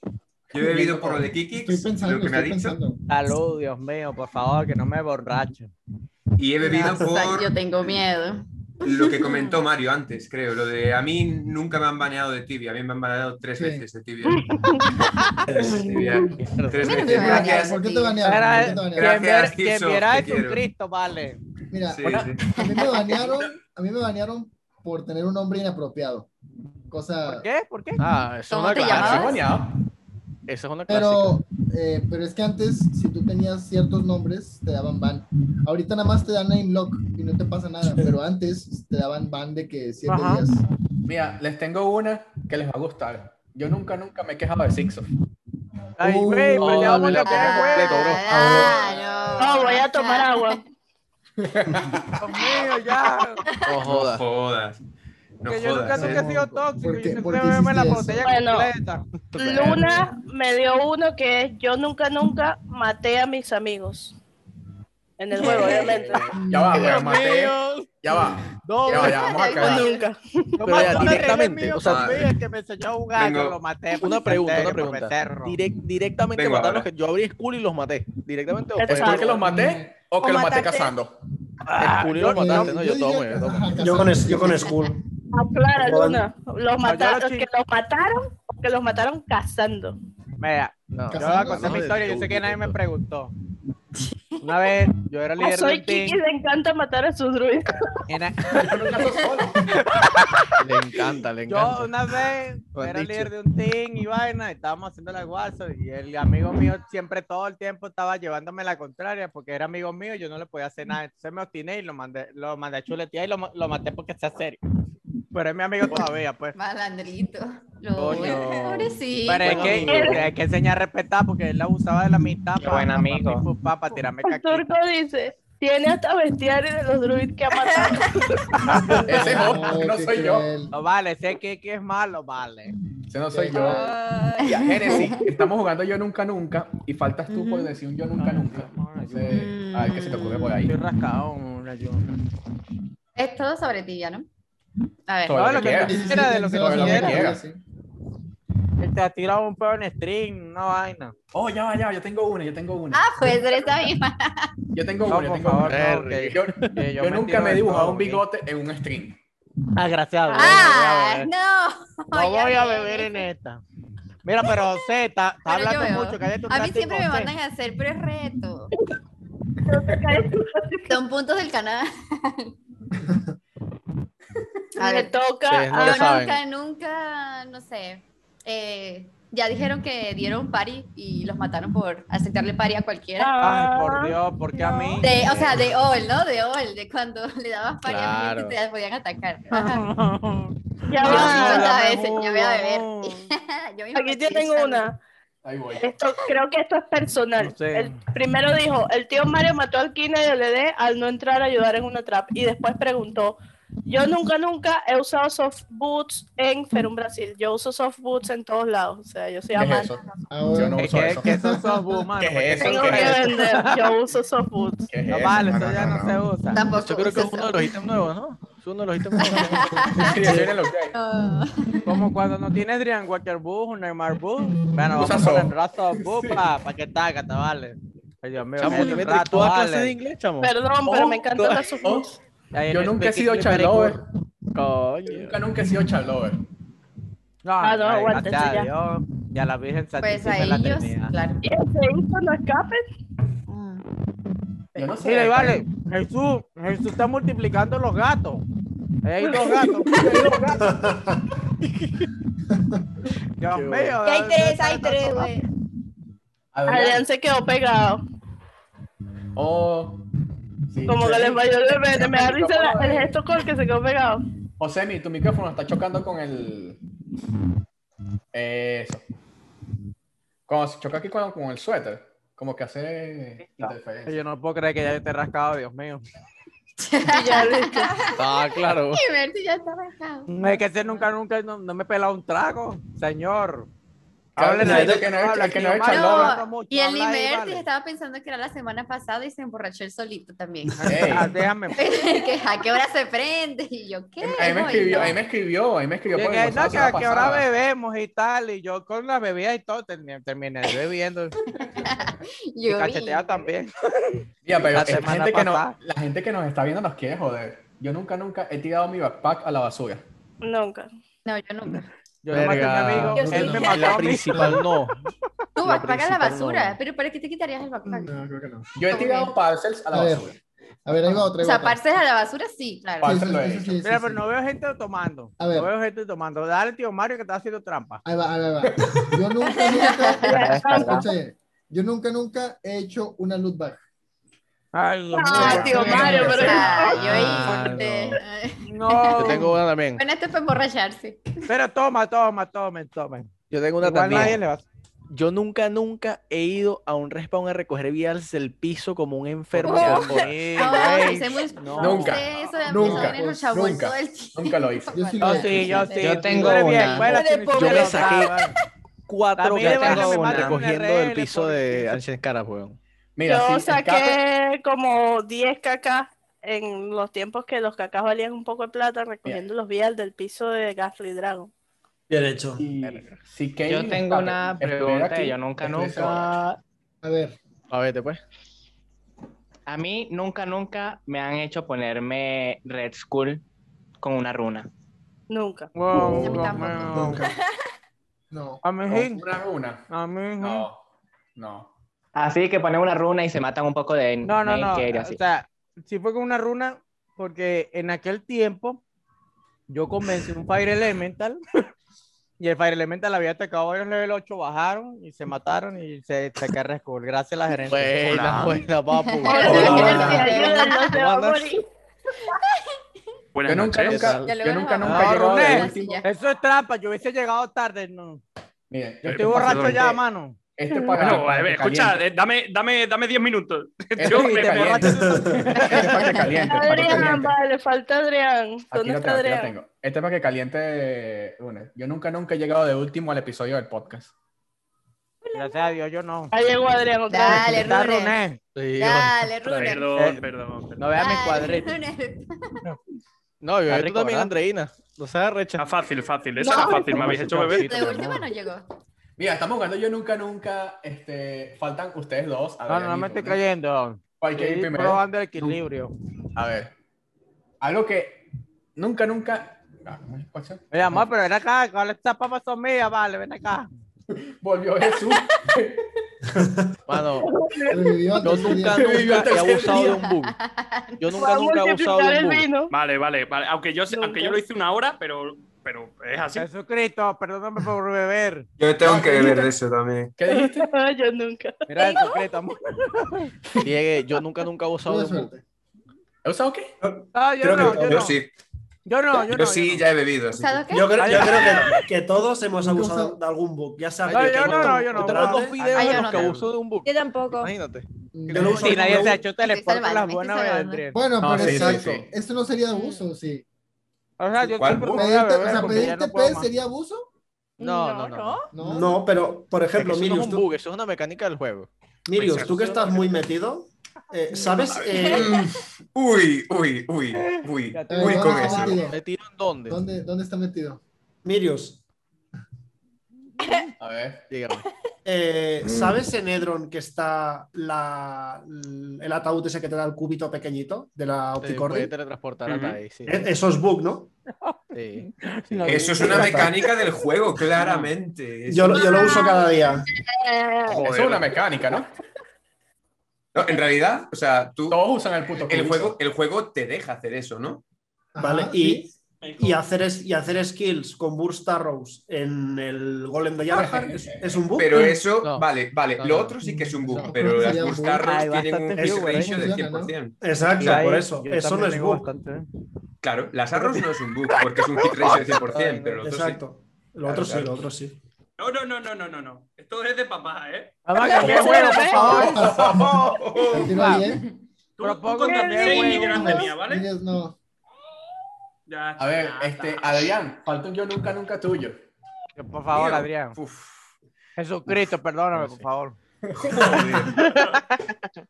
Speaker 10: yo he bebido por lo de
Speaker 6: Estoy
Speaker 10: Kikix,
Speaker 6: pensando,
Speaker 10: lo que me ha
Speaker 6: estoy
Speaker 10: dicho,
Speaker 6: pensando.
Speaker 4: Salud, Dios mío, por favor, que no me borracho.
Speaker 10: y he bebido
Speaker 11: O sea, Yo
Speaker 10: por
Speaker 11: tengo miedo.
Speaker 10: lo
Speaker 4: [laughs]
Speaker 10: que comentó Mario antes, creo. Lo de a mí nunca me han baneado de tibia, a mí me han baneado tres
Speaker 6: Sí.
Speaker 10: veces de tibia. Tibia, Tres
Speaker 11: Mira,
Speaker 10: veces.
Speaker 11: me
Speaker 10: Gracias.
Speaker 6: ¿Por qué te
Speaker 11: tío.
Speaker 4: Era-
Speaker 6: banearon? ¿Por qué te
Speaker 10: Gracias,
Speaker 4: Quien viera-
Speaker 10: Tirso,
Speaker 4: quien viera a
Speaker 10: te quiero.
Speaker 4: Jesucristo, vale.
Speaker 6: banearon? Mira,
Speaker 10: Sí,
Speaker 6: una-
Speaker 10: sí.
Speaker 6: a mí me banearon, a mí me banearon por tener un nombre inapropiado. Cosa.
Speaker 4: ¿Por qué? ¿Por qué?
Speaker 1: Ah, eso es
Speaker 11: ¿Cómo
Speaker 1: una
Speaker 11: te
Speaker 1: clásica.
Speaker 3: Así
Speaker 11: llamabas?
Speaker 3: baneado.
Speaker 1: Eso es una clásica.
Speaker 6: Pero, eh, pero es que antes, si tú tenías ciertos nombres, te daban ban. Ahorita nada más te dan name lock y no te
Speaker 1: [laughs]
Speaker 6: pasa nada. Pero antes te daban ban de que siete
Speaker 4: Ajá.
Speaker 6: días.
Speaker 3: Mira, les tengo una que les va a gustar. Yo nunca, nunca me he quejado de Sixo. Ah,
Speaker 4: Ay,
Speaker 6: Uh,
Speaker 4: güey, pero ya
Speaker 1: no,
Speaker 4: vamos
Speaker 1: dale
Speaker 4: a
Speaker 1: la
Speaker 4: tener
Speaker 1: boca.
Speaker 4: juego.
Speaker 11: Ah,
Speaker 2: No, voy a tomar agua.
Speaker 4: Dios mío, ya.
Speaker 1: No
Speaker 10: No
Speaker 1: jodas.
Speaker 10: jodas. No
Speaker 4: que yo nunca,
Speaker 10: jodas.
Speaker 4: nunca
Speaker 10: eh.
Speaker 4: he sido tóxico.
Speaker 6: ¿Por qué-
Speaker 4: Yo
Speaker 6: por
Speaker 4: siempre
Speaker 6: qué
Speaker 4: bebo la
Speaker 6: hiciste
Speaker 4: botella
Speaker 6: eso?
Speaker 2: Bueno.
Speaker 4: completa.
Speaker 2: Luna me dio uno que es yo nunca nunca maté a mis amigos. En el juego, obviamente.
Speaker 3: Ya va,
Speaker 1: Dios
Speaker 3: güey, maté.
Speaker 1: mío.
Speaker 3: Ya va.
Speaker 4: No,
Speaker 3: Ya va, ya vamos a acabar.
Speaker 2: nunca.
Speaker 4: yo
Speaker 1: Pero ya,
Speaker 4: maté a un
Speaker 1: directamente,
Speaker 4: amigo
Speaker 1: o sea,
Speaker 4: también, el que me enseñó a jugar,
Speaker 10: vengo-
Speaker 4: yo lo maté. por
Speaker 1: Una pregunta, una
Speaker 4: pendejo, por
Speaker 1: pregunta.
Speaker 4: becerro.
Speaker 1: Direc- directamente
Speaker 10: Venga,
Speaker 1: matarlos,
Speaker 10: ahora.
Speaker 1: que yo abrí school y los maté. Directamente o
Speaker 2: Exacto.
Speaker 3: ¿Es que los maté o que
Speaker 7: O
Speaker 3: los maté
Speaker 7: matarte.
Speaker 3: cazando?
Speaker 1: school y los mataste, ¿no? Yo
Speaker 6: diría
Speaker 1: tomo,
Speaker 6: que-
Speaker 1: yo tomo.
Speaker 6: ajá,
Speaker 8: Yo con,
Speaker 6: cazando.
Speaker 8: es- yo con School.
Speaker 2: Aclara,
Speaker 8: Jodan.
Speaker 2: Luna. Los
Speaker 4: lo
Speaker 2: mataron,
Speaker 4: chin-
Speaker 2: que los mataron, o que los mataron cazando.
Speaker 4: Mira,
Speaker 1: No.
Speaker 4: yo voy a contar mi historia. Yo sé que nadie me preguntó. Una vez, yo era
Speaker 2: A
Speaker 4: líder de
Speaker 2: Soy
Speaker 4: un team.
Speaker 2: Kiki le encanta matar a sus druidas. [laughs]
Speaker 4: era-
Speaker 1: Le encanta, le
Speaker 4: Yo
Speaker 1: encanta.
Speaker 4: una
Speaker 3: [laughs]
Speaker 4: vez
Speaker 1: Lo han
Speaker 4: era
Speaker 1: dicho.
Speaker 4: líder de un team y vaina, estábamos haciendo la guasa y el amigo mío siempre todo el tiempo estaba llevándome la contraria porque era amigo mío y yo no le podía hacer nada. Entonces me obstiné y lo mandé, lo mandé a chuletear y lo, ma- lo maté porque sea serio. Pero es mi amigo todavía, pues.
Speaker 11: Malandrito. Lo
Speaker 4: Coño.
Speaker 11: [laughs] pobrecito.
Speaker 4: Pero es que, hay que enseñar a respetar porque él abusaba de la amistad
Speaker 5: Qué buen amigo.
Speaker 4: para, tirarme
Speaker 2: El turco
Speaker 4: caquita.
Speaker 2: dice, tiene hasta bestiario de los druids que ha matado.
Speaker 3: [laughs] Ese es
Speaker 6: Ay,
Speaker 3: otro, no
Speaker 6: qué
Speaker 3: soy yo.
Speaker 6: cruel.
Speaker 4: No vale, sé que, que es malo, vale.
Speaker 3: Ese no soy yo. Ya, Genesis, estamos jugando Yo Nunca Nunca y faltas tú por decir un Yo Nunca Nunca. Entonces, a ver qué se te ocurre por ahí.
Speaker 4: Estoy rascado, una yo.
Speaker 11: Es todo sobre tibia, ¿no? A ver.
Speaker 3: Sobre-
Speaker 4: Todo lo que
Speaker 3: quieras.
Speaker 4: tú quieras, de lo que
Speaker 6: Sí, sí, sí,
Speaker 3: Sobre lo que
Speaker 4: quieras.
Speaker 3: quieras.
Speaker 6: sí, sí.
Speaker 4: Él Te ha tirado un peor en stream, una vaina.
Speaker 3: Oh, ya va, ya, va, yo tengo una, yo tengo una.
Speaker 11: Ah, pues eres esa
Speaker 4: [laughs]
Speaker 11: misma.
Speaker 3: Yo tengo
Speaker 4: No,
Speaker 3: una, yo
Speaker 4: por
Speaker 3: tengo
Speaker 4: favor,
Speaker 3: una.
Speaker 4: no,
Speaker 1: Terry.
Speaker 4: que-
Speaker 3: Yo,
Speaker 4: que
Speaker 3: yo
Speaker 4: me
Speaker 3: nunca
Speaker 4: tiro
Speaker 3: me he
Speaker 4: de
Speaker 3: dibujado
Speaker 4: todo,
Speaker 3: un
Speaker 4: ¿ok?
Speaker 3: bigote en un stream.
Speaker 4: Desgraciado. no
Speaker 11: Ah,
Speaker 4: voy a beber.
Speaker 11: [laughs] no.
Speaker 4: No
Speaker 11: Ya
Speaker 4: voy a
Speaker 11: ves.
Speaker 4: beber en esta. Mira, pero José, está, está
Speaker 11: Pero yo
Speaker 4: hablando
Speaker 11: veo.
Speaker 4: mucho. cállate un
Speaker 11: A mí
Speaker 4: ratico,
Speaker 11: siempre me
Speaker 4: José.
Speaker 11: mandan a hacer, pero es
Speaker 4: [laughs]
Speaker 11: reto. Son puntos del canal. A
Speaker 2: Le
Speaker 11: ver,
Speaker 2: toca
Speaker 1: Ustedes no
Speaker 2: a
Speaker 1: lo
Speaker 11: yo
Speaker 1: saben.
Speaker 11: Ah, nunca, nunca, no sé. eh, ya dijeron que dieron pari y los mataron por aceptarle pari a cualquiera.
Speaker 4: Ay, por Dios, ¿por qué a mí?
Speaker 11: De, o sea, de all, ¿no? De all, de cuando [laughs] le dabas pari a mí
Speaker 1: Claro.
Speaker 11: que te podían [laughs] atacar. Ajá.
Speaker 2: Ya
Speaker 11: Yo
Speaker 2: va.
Speaker 11: sí,
Speaker 4: ya
Speaker 11: cuántas
Speaker 4: me
Speaker 11: veces, ya voy a beber.
Speaker 4: jodo.
Speaker 11: [laughs] Yo misma
Speaker 2: Oh. Aquí
Speaker 11: me estoy
Speaker 2: tienen
Speaker 11: echando.
Speaker 2: una.
Speaker 3: Ahí voy.
Speaker 2: Esto, creo que esto es personal. El primero dijo, el tío Mario mató al Kine de LD al no entrar a ayudar en una trap. Y después preguntó, yo nunca, nunca he usado soft boots en Ferum Brasil. Yo uso soft boots en todos lados. O sea, yo soy
Speaker 3: ¿Qué es
Speaker 2: amante.
Speaker 3: eso?
Speaker 6: Ah,
Speaker 3: Yo no uso eso.
Speaker 4: [laughs] ¿Qué es eso, Buma?
Speaker 3: ¿Qué es
Speaker 2: Tengo
Speaker 3: eso?
Speaker 2: que
Speaker 3: ¿Qué es eso?
Speaker 2: vender. Yo uso soft boots.
Speaker 3: ¿Qué es
Speaker 4: No
Speaker 3: eso?
Speaker 4: vale,
Speaker 3: No,
Speaker 4: eso
Speaker 3: no,
Speaker 4: ya
Speaker 3: no,
Speaker 4: no se usa.
Speaker 11: Tampoco.
Speaker 1: Yo creo que es
Speaker 11: uso
Speaker 1: uno de los ítems nuevos,
Speaker 4: [laughs]
Speaker 1: ¿no? Es uno de
Speaker 2: [laughs]
Speaker 1: los ítems
Speaker 3: Sí,
Speaker 1: nuevos.
Speaker 3: eso era lo que hay.
Speaker 2: Ah,
Speaker 4: Como cuando no tienes Drian Walker Boo, un Neymar Boo. Bueno,
Speaker 3: Usa
Speaker 4: vamos a
Speaker 3: soft.
Speaker 4: poner raso Boo para que taca, vale. Ay, Dios mío,
Speaker 1: Chamo,
Speaker 4: qué
Speaker 1: dime,
Speaker 4: rato,
Speaker 1: ¿tú das
Speaker 4: vale.
Speaker 1: clases de inglés, chamo?
Speaker 2: Perdón, pero me encantan las soft
Speaker 3: Oh, [laughs]
Speaker 2: boots.
Speaker 4: Ahí
Speaker 3: Yo
Speaker 4: en el
Speaker 3: nunca he
Speaker 4: Speak
Speaker 3: sido
Speaker 4: English,
Speaker 3: chalover.
Speaker 4: marico. Coño.
Speaker 3: Nunca, nunca he sido chalover.
Speaker 4: No,
Speaker 2: Ah, no,
Speaker 4: marico,
Speaker 2: aguanta,
Speaker 4: gracias
Speaker 2: eso
Speaker 4: a Dios Y a la Virgen
Speaker 11: Pues
Speaker 4: Santísima
Speaker 11: a
Speaker 4: de la
Speaker 11: ellos,
Speaker 4: Trinidad.
Speaker 11: claro.
Speaker 2: ¿Y ese ícono escape?
Speaker 3: Yo no sé.
Speaker 4: Mira, y vale, Jesús, Jesús está multiplicando los gatos. Ahí
Speaker 3: [laughs]
Speaker 4: hay dos gatos. ahí hay dos gatos. Dios mío.
Speaker 7: Y hay
Speaker 4: dale,
Speaker 7: tres,
Speaker 4: dale,
Speaker 7: hay tres,
Speaker 4: dale.
Speaker 7: güey.
Speaker 3: Adelante.
Speaker 2: Adrián se quedó pegado.
Speaker 3: Oh. sí,
Speaker 2: Como que
Speaker 3: Josemi.
Speaker 2: le falló el bebé. Me da
Speaker 3: Josemi,
Speaker 2: risa la-
Speaker 3: ¿cómo
Speaker 2: el
Speaker 3: es?
Speaker 2: gesto con el que se quedó pegado.
Speaker 3: Josemi, tu micrófono está chocando con el. Eso. Cuando se choca aquí con, con el suéter, como que hace interferencia.
Speaker 4: Yo no puedo creer que ya yo esté rascado, Dios mío.
Speaker 2: Y ya listo.
Speaker 1: Ah, claro.
Speaker 11: [laughs] Y Bertie ya está rascado.
Speaker 4: Es que ese nunca, nunca, no, no me he pelado un trago, señor.
Speaker 3: Claro,
Speaker 4: Háblele
Speaker 3: el
Speaker 4: ahí,
Speaker 3: que no es-
Speaker 4: habla,
Speaker 3: el que
Speaker 4: tío
Speaker 3: no es
Speaker 4: Mario,
Speaker 3: chalover.
Speaker 4: habla mucho,
Speaker 11: Y el
Speaker 4: habla ahí,
Speaker 11: Liberty
Speaker 4: vale.
Speaker 11: estaba pensando que era la semana pasada y se emborrachó él solito también.
Speaker 3: Ey.
Speaker 4: Ah,
Speaker 11: [laughs]
Speaker 4: déjame.
Speaker 11: que a qué hora se prende y yo qué.
Speaker 3: [laughs] Ahí me
Speaker 11: No, y
Speaker 3: escribió,
Speaker 11: no.
Speaker 3: ahí me escribió, ahí me escribió. por el
Speaker 4: Llegué, no,
Speaker 3: WhatsApp
Speaker 4: que
Speaker 3: la
Speaker 4: a qué
Speaker 3: pasada.
Speaker 4: hora bebemos y tal, y yo con la bebida y todo terminé, terminé
Speaker 11: [laughs]
Speaker 4: bebiendo. Y
Speaker 11: Yo vi.
Speaker 4: cacheteado
Speaker 3: [laughs]
Speaker 4: también.
Speaker 3: Mira, pero
Speaker 4: La
Speaker 3: es
Speaker 4: semana
Speaker 3: gente que no-
Speaker 4: pasada.
Speaker 3: la gente que nos está viendo nos quiere joder. Yo nunca, nunca he tirado mi backpack a la basura.
Speaker 2: Nunca.
Speaker 11: No, yo nunca.
Speaker 4: Yo no maté a mi
Speaker 1: Verga.
Speaker 4: amigo,
Speaker 7: Yo sí.
Speaker 4: él me
Speaker 7: La
Speaker 12: [laughs]
Speaker 4: mató
Speaker 1: La
Speaker 4: a mí.
Speaker 1: principal no.
Speaker 11: Tú
Speaker 1: La
Speaker 11: vas a pagar la
Speaker 1: principal no.
Speaker 11: basura, pero ¿para qué te quitarías el backpack?
Speaker 6: No, creo que no.
Speaker 3: Yo he
Speaker 11: Ok.
Speaker 3: tirado parcels a la
Speaker 6: A ver.
Speaker 3: basura.
Speaker 6: A ver, ahí va otra.
Speaker 11: O
Speaker 6: ahí
Speaker 11: sea,
Speaker 6: va otra.
Speaker 11: parces a la basura, sí, claro.
Speaker 3: Parcel lo he
Speaker 6: Sí, sí, sí,
Speaker 3: hecho.
Speaker 6: sí, sí,
Speaker 4: Mira,
Speaker 6: sí.
Speaker 4: pero no veo gente tomando.
Speaker 6: A ver.
Speaker 4: No veo gente tomando. Dale, tío Mario, que está haciendo trampa.
Speaker 6: Ahí va, ahí va, ahí va. Yo nunca, nunca,
Speaker 1: [laughs]
Speaker 2: Ah,
Speaker 6: escuché, yo nunca, nunca he hecho una loot bag.
Speaker 4: Ay, Dios mío.
Speaker 2: tío Mario,
Speaker 11: O
Speaker 2: pero.
Speaker 11: sea,
Speaker 1: Ah,
Speaker 11: yo hice. [laughs]
Speaker 4: No.
Speaker 1: Yo tengo una también.
Speaker 11: Bueno, esto es para emborracharse.
Speaker 4: Pero toma, toma, tomen, tomen.
Speaker 1: Yo tengo una
Speaker 4: Igual nadie
Speaker 1: también.
Speaker 4: le va a...
Speaker 1: Yo nunca, nunca he ido a un respawn a recoger vidas del piso como un enfermo. por favor.
Speaker 11: Oh. No,
Speaker 4: güey.
Speaker 11: se muy-
Speaker 4: No.
Speaker 3: Nunca,
Speaker 11: Usted eso de
Speaker 3: nunca,
Speaker 11: empezar en el chabón
Speaker 3: nunca,
Speaker 11: todo el tiempo.
Speaker 3: Nunca lo hice.
Speaker 6: Yo sí
Speaker 4: Yo
Speaker 1: Ah,
Speaker 6: lo he hecho.
Speaker 4: sí, yo sí.
Speaker 5: Yo
Speaker 4: Tú
Speaker 5: tengo
Speaker 4: eres bien
Speaker 5: una.
Speaker 4: buena,
Speaker 7: Yo le
Speaker 4: tú eres
Speaker 1: Yo le
Speaker 4: bien
Speaker 1: saqué
Speaker 4: loca,
Speaker 1: cuatro
Speaker 4: También le
Speaker 1: gatas
Speaker 4: vale, me mata con
Speaker 1: recogiendo
Speaker 4: una
Speaker 1: el piso
Speaker 4: RL,
Speaker 1: de
Speaker 4: pobrecito.
Speaker 1: Ancient Caras, weón.
Speaker 3: Mira,
Speaker 2: Yo
Speaker 3: sí, escape-
Speaker 2: saqué como 10 cacas en los tiempos que los cacas valían un poco de plata recogiendo los vial del piso de Gasly Dragon.
Speaker 8: Bien hecho.
Speaker 3: Y si Kevin
Speaker 5: Yo tengo
Speaker 3: escape,
Speaker 5: una
Speaker 3: espera
Speaker 5: pregunta,
Speaker 3: aquí,
Speaker 5: yo nunca,
Speaker 3: espera ese
Speaker 5: nunca,
Speaker 6: A ver,
Speaker 1: A ver, pues.
Speaker 5: a mí nunca, nunca me han hecho ponerme Red Skull con una runa.
Speaker 2: Nunca.
Speaker 4: Wow,
Speaker 11: A mí
Speaker 4: Dios
Speaker 11: tampoco.
Speaker 4: mío.
Speaker 5: [laughs]
Speaker 6: no.
Speaker 4: A mí sí,
Speaker 3: momento. Una runa.
Speaker 4: a mí sí.
Speaker 3: No, no.
Speaker 5: Así que ponen una runa y se matan un poco de
Speaker 4: No, no, no.
Speaker 5: naked,
Speaker 4: O
Speaker 5: así.
Speaker 4: sea, sí fue con una runa, porque en aquel tiempo yo convencí un Fire Elemental [laughs] y el Fire Elemental había atacado a varios level 8, bajaron y se mataron y se sacaron Skull. Gracias a la gerencia.
Speaker 1: Buena,
Speaker 7: [laughs]
Speaker 1: buena,
Speaker 2: Ahora
Speaker 1: papu.
Speaker 2: sí,
Speaker 1: pues, Hola,
Speaker 2: que
Speaker 1: hola.
Speaker 2: decía, ayuda, no se va a
Speaker 1: ¿Cómo andas?
Speaker 2: morir.
Speaker 3: Yo
Speaker 10: Buenas
Speaker 3: nunca,
Speaker 10: noches.
Speaker 3: nunca,
Speaker 11: Ya
Speaker 3: yo
Speaker 11: luego nos
Speaker 3: nunca,
Speaker 11: vamos.
Speaker 3: nunca
Speaker 4: No,
Speaker 3: he llegado de
Speaker 4: Roné.
Speaker 3: último.
Speaker 11: Ya.
Speaker 4: Eso es trampa, yo hubiese llegado tarde, no.
Speaker 3: Miren,
Speaker 4: Yo
Speaker 3: este
Speaker 4: estoy borracho
Speaker 3: pasador,
Speaker 4: ya,
Speaker 3: este-
Speaker 4: mano.
Speaker 3: Este para,
Speaker 10: Bueno,
Speaker 3: para
Speaker 10: a ver,
Speaker 3: que
Speaker 10: escucha,
Speaker 3: caliente.
Speaker 10: eh, dame, dame, dame 10
Speaker 13: [laughs]
Speaker 10: minutos.
Speaker 3: Este
Speaker 10: Yo
Speaker 3: es
Speaker 10: me
Speaker 3: para que
Speaker 10: borracho.
Speaker 3: caliente. [laughs] Este es para que caliente. para que
Speaker 2: Adrián,
Speaker 3: caliente.
Speaker 2: vale, falta Adrián.
Speaker 3: Aquí
Speaker 2: ¿Dónde está
Speaker 3: la tengo, aquí la
Speaker 2: Adrián?
Speaker 3: tengo. Este es para que caliente lunes. Yo nunca, nunca he llegado de último al episodio del podcast.
Speaker 4: Gracias a Dios, yo no.
Speaker 2: Ahí llegó Adrián otra vez.
Speaker 11: Dale,
Speaker 4: Está
Speaker 11: Rune.
Speaker 4: Roné.
Speaker 1: Sí, hola.
Speaker 11: Dale, Rune.
Speaker 10: Perdón, perdón. perdón.
Speaker 4: No vea mi
Speaker 11: Dale, [laughs]
Speaker 4: cuadrito.
Speaker 11: Rune.
Speaker 1: No, yo
Speaker 4: Está
Speaker 1: tú
Speaker 4: rico,
Speaker 1: también,
Speaker 4: ¿verdad?
Speaker 1: Andreina. No seas recha.
Speaker 10: Está Ah, fácil, fácil. Esa era fácil, me habéis hecho beber.
Speaker 11: De última no llegó.
Speaker 3: Mira, estamos jugando yo nunca, nunca. Este, faltan ustedes dos. A
Speaker 4: Ah, No,
Speaker 3: ver,
Speaker 4: no, no me
Speaker 3: Nico,
Speaker 4: estoy creyendo.
Speaker 3: ¿Cuál que ir
Speaker 4: Estoy
Speaker 3: primero? ¿eh?
Speaker 4: probando el equilibrio.
Speaker 3: A ver. Algo que nunca, nunca. Ah, ¿cómo es? ¿Cuál
Speaker 12: [laughs]
Speaker 3: es?
Speaker 4: Mira, amor, pero ven acá, ¿cuál estas papas son mías? Vale, ven acá.
Speaker 3: [laughs] Volvió Jesús.
Speaker 1: Mano,
Speaker 6: Revivió
Speaker 1: yo
Speaker 6: antes de
Speaker 1: nunca,
Speaker 6: día.
Speaker 3: Yo viví
Speaker 1: nunca
Speaker 3: hasta el
Speaker 1: he abusado de
Speaker 3: tercer
Speaker 1: un bug. Yo
Speaker 2: Va
Speaker 1: nunca,
Speaker 2: a
Speaker 1: nunca he abusado
Speaker 2: multiplicar
Speaker 1: de
Speaker 2: el
Speaker 1: un bug.
Speaker 2: vino.
Speaker 10: Vale, vale, vale. Aunque yo, sé-
Speaker 2: Nunca.
Speaker 10: aunque yo lo hice una hora, pero, pero es así.
Speaker 4: [laughs] Jesucristo, perdóname por beber.
Speaker 12: Yo tengo que beber de eso también.
Speaker 3: ¿Qué dijiste?
Speaker 14: [laughs]
Speaker 2: Yo nunca.
Speaker 4: Mira,
Speaker 3: [laughs]
Speaker 4: Jesucristo, amor.
Speaker 1: Diegue, yo nunca, nunca he abusado
Speaker 6: Tuve
Speaker 1: de un bug.
Speaker 6: suerte.
Speaker 3: ¿He usado qué?
Speaker 4: No, yo
Speaker 12: Creo
Speaker 4: no,
Speaker 12: que yo
Speaker 4: yo no.
Speaker 12: sí.
Speaker 4: Yo no, yo
Speaker 12: Yo
Speaker 4: no.
Speaker 12: sí, ya he bebido. así
Speaker 11: ¿Usado
Speaker 12: que-
Speaker 11: qué?
Speaker 8: Yo creo, yo
Speaker 4: Ay,
Speaker 8: creo que, que todos hemos abusado de algún bug, ya sabes.
Speaker 4: No, yo no, no, yo no.
Speaker 1: Yo tengo dos
Speaker 8: Grande.
Speaker 1: videos
Speaker 11: Ay,
Speaker 1: de
Speaker 11: yo
Speaker 1: los
Speaker 11: no.
Speaker 1: que abusó de un bug.
Speaker 15: Yo tampoco.
Speaker 1: Imagínate.
Speaker 8: Yo lo uso
Speaker 4: Si nadie
Speaker 8: como
Speaker 4: se ha
Speaker 8: bug.
Speaker 4: hecho
Speaker 6: Este
Speaker 11: Estoy
Speaker 4: teleport
Speaker 11: salvando,
Speaker 4: las
Speaker 11: estoy
Speaker 4: buenas veces,
Speaker 11: salvando.
Speaker 4: Adrián.
Speaker 6: Bueno,
Speaker 3: No,
Speaker 6: pero
Speaker 3: sí, sí,
Speaker 6: exacto.
Speaker 3: sí.
Speaker 6: Esto no sería abuso, sí.
Speaker 4: O sea, yo
Speaker 12: ¿Cuál
Speaker 4: siempre
Speaker 12: bug?
Speaker 4: voy a
Speaker 6: Pedirte, o
Speaker 4: beber
Speaker 6: sea,
Speaker 4: porque ya
Speaker 6: pedirte
Speaker 4: no puedo
Speaker 6: pez
Speaker 4: más.
Speaker 6: sería abuso,
Speaker 1: No, no, no. no.
Speaker 6: ¿no?
Speaker 8: No, pero, por
Speaker 1: Es que
Speaker 8: ejemplo,
Speaker 1: eso no es
Speaker 8: Mirius,
Speaker 1: un
Speaker 8: tú,
Speaker 1: bug, eso es una mecánica del juego.
Speaker 8: Mirius, tú que estás muy metido, eh, ¿sabes? Eh,
Speaker 12: Mm, Uy, uy, uy, uy.
Speaker 4: Ya te-
Speaker 6: Eh,
Speaker 12: Uy, con
Speaker 6: ¿dónde está
Speaker 12: eso.
Speaker 6: metido?
Speaker 1: ¿Metido en dónde?
Speaker 6: ¿Dónde, dónde está metido?
Speaker 8: Mirius,
Speaker 3: A ver.
Speaker 1: Dígame.
Speaker 8: eh,
Speaker 12: Mm.
Speaker 8: ¿sabes en Edron que está la, el ataúd ese que te da el cubito pequeñito de la
Speaker 1: Te puede
Speaker 8: Opticordia?
Speaker 1: teletransportar hasta ahí, sí.
Speaker 8: Eh, Eso es bug, ¿no?
Speaker 1: sí.
Speaker 4: No,
Speaker 12: Eso es una mecánica del juego, claramente.
Speaker 8: Yo, lo- yo lo uso cada día.
Speaker 2: Eh,
Speaker 3: Eso es una mecánica, ¿no?
Speaker 12: No, en realidad, o sea, tú.
Speaker 3: Todos usan el puto
Speaker 12: El
Speaker 3: cubito.
Speaker 12: juego, el juego te deja hacer eso, ¿no?
Speaker 8: ¿Vale?
Speaker 6: Ajá,
Speaker 8: Y, y, hacer, es- y hacer skills con Burst Arrows en el Golem de Yalajar es, es un bug. Mm.
Speaker 12: Pero eso,
Speaker 1: No.
Speaker 12: vale, vale.
Speaker 1: No,
Speaker 12: Lo
Speaker 1: no.
Speaker 12: otro sí que es un bug,
Speaker 6: No,
Speaker 12: pero
Speaker 6: no
Speaker 12: las
Speaker 6: sería un bug.
Speaker 12: buscarras
Speaker 4: Hay
Speaker 12: tienen un
Speaker 4: bastante
Speaker 12: ese
Speaker 4: fiebre,
Speaker 12: ratio del
Speaker 6: ¿eh?
Speaker 12: 100%.
Speaker 8: Exacto,
Speaker 4: Ahí,
Speaker 8: por eso.
Speaker 4: yo
Speaker 8: Eso no
Speaker 4: también
Speaker 8: es
Speaker 4: tengo
Speaker 8: bug.
Speaker 4: bastante. ¿eh?
Speaker 12: Claro, las arrows no es
Speaker 4: [laughs]
Speaker 12: un bug, porque es un hit ratio del 100%, pero lo otro sí.
Speaker 8: Exacto. Lo otro sí,
Speaker 12: Claro,
Speaker 8: lo otro sí.
Speaker 13: No, no, no, no, no, no, no. Esto es de papá, ¿eh?
Speaker 4: Vamos a cambiar el juego, por favor.
Speaker 13: [laughs]
Speaker 6: Continúa bien.
Speaker 13: Tú, tú
Speaker 4: Propongo
Speaker 13: con
Speaker 4: cambiar el
Speaker 13: 6
Speaker 4: juego.
Speaker 13: integrantes
Speaker 6: Niños,
Speaker 13: mía, ¿vale?
Speaker 6: niños, no.
Speaker 13: Ya
Speaker 3: A ver,
Speaker 13: está,
Speaker 3: este,
Speaker 13: está.
Speaker 3: Adrián, falta un yo nunca, nunca tuyo.
Speaker 4: Por favor,
Speaker 12: Tío,
Speaker 4: Adrián.
Speaker 12: uf,
Speaker 4: [laughs] Jesucristo,
Speaker 3: [laughs]
Speaker 4: perdóname, por favor.
Speaker 13: [laughs]
Speaker 12: joder.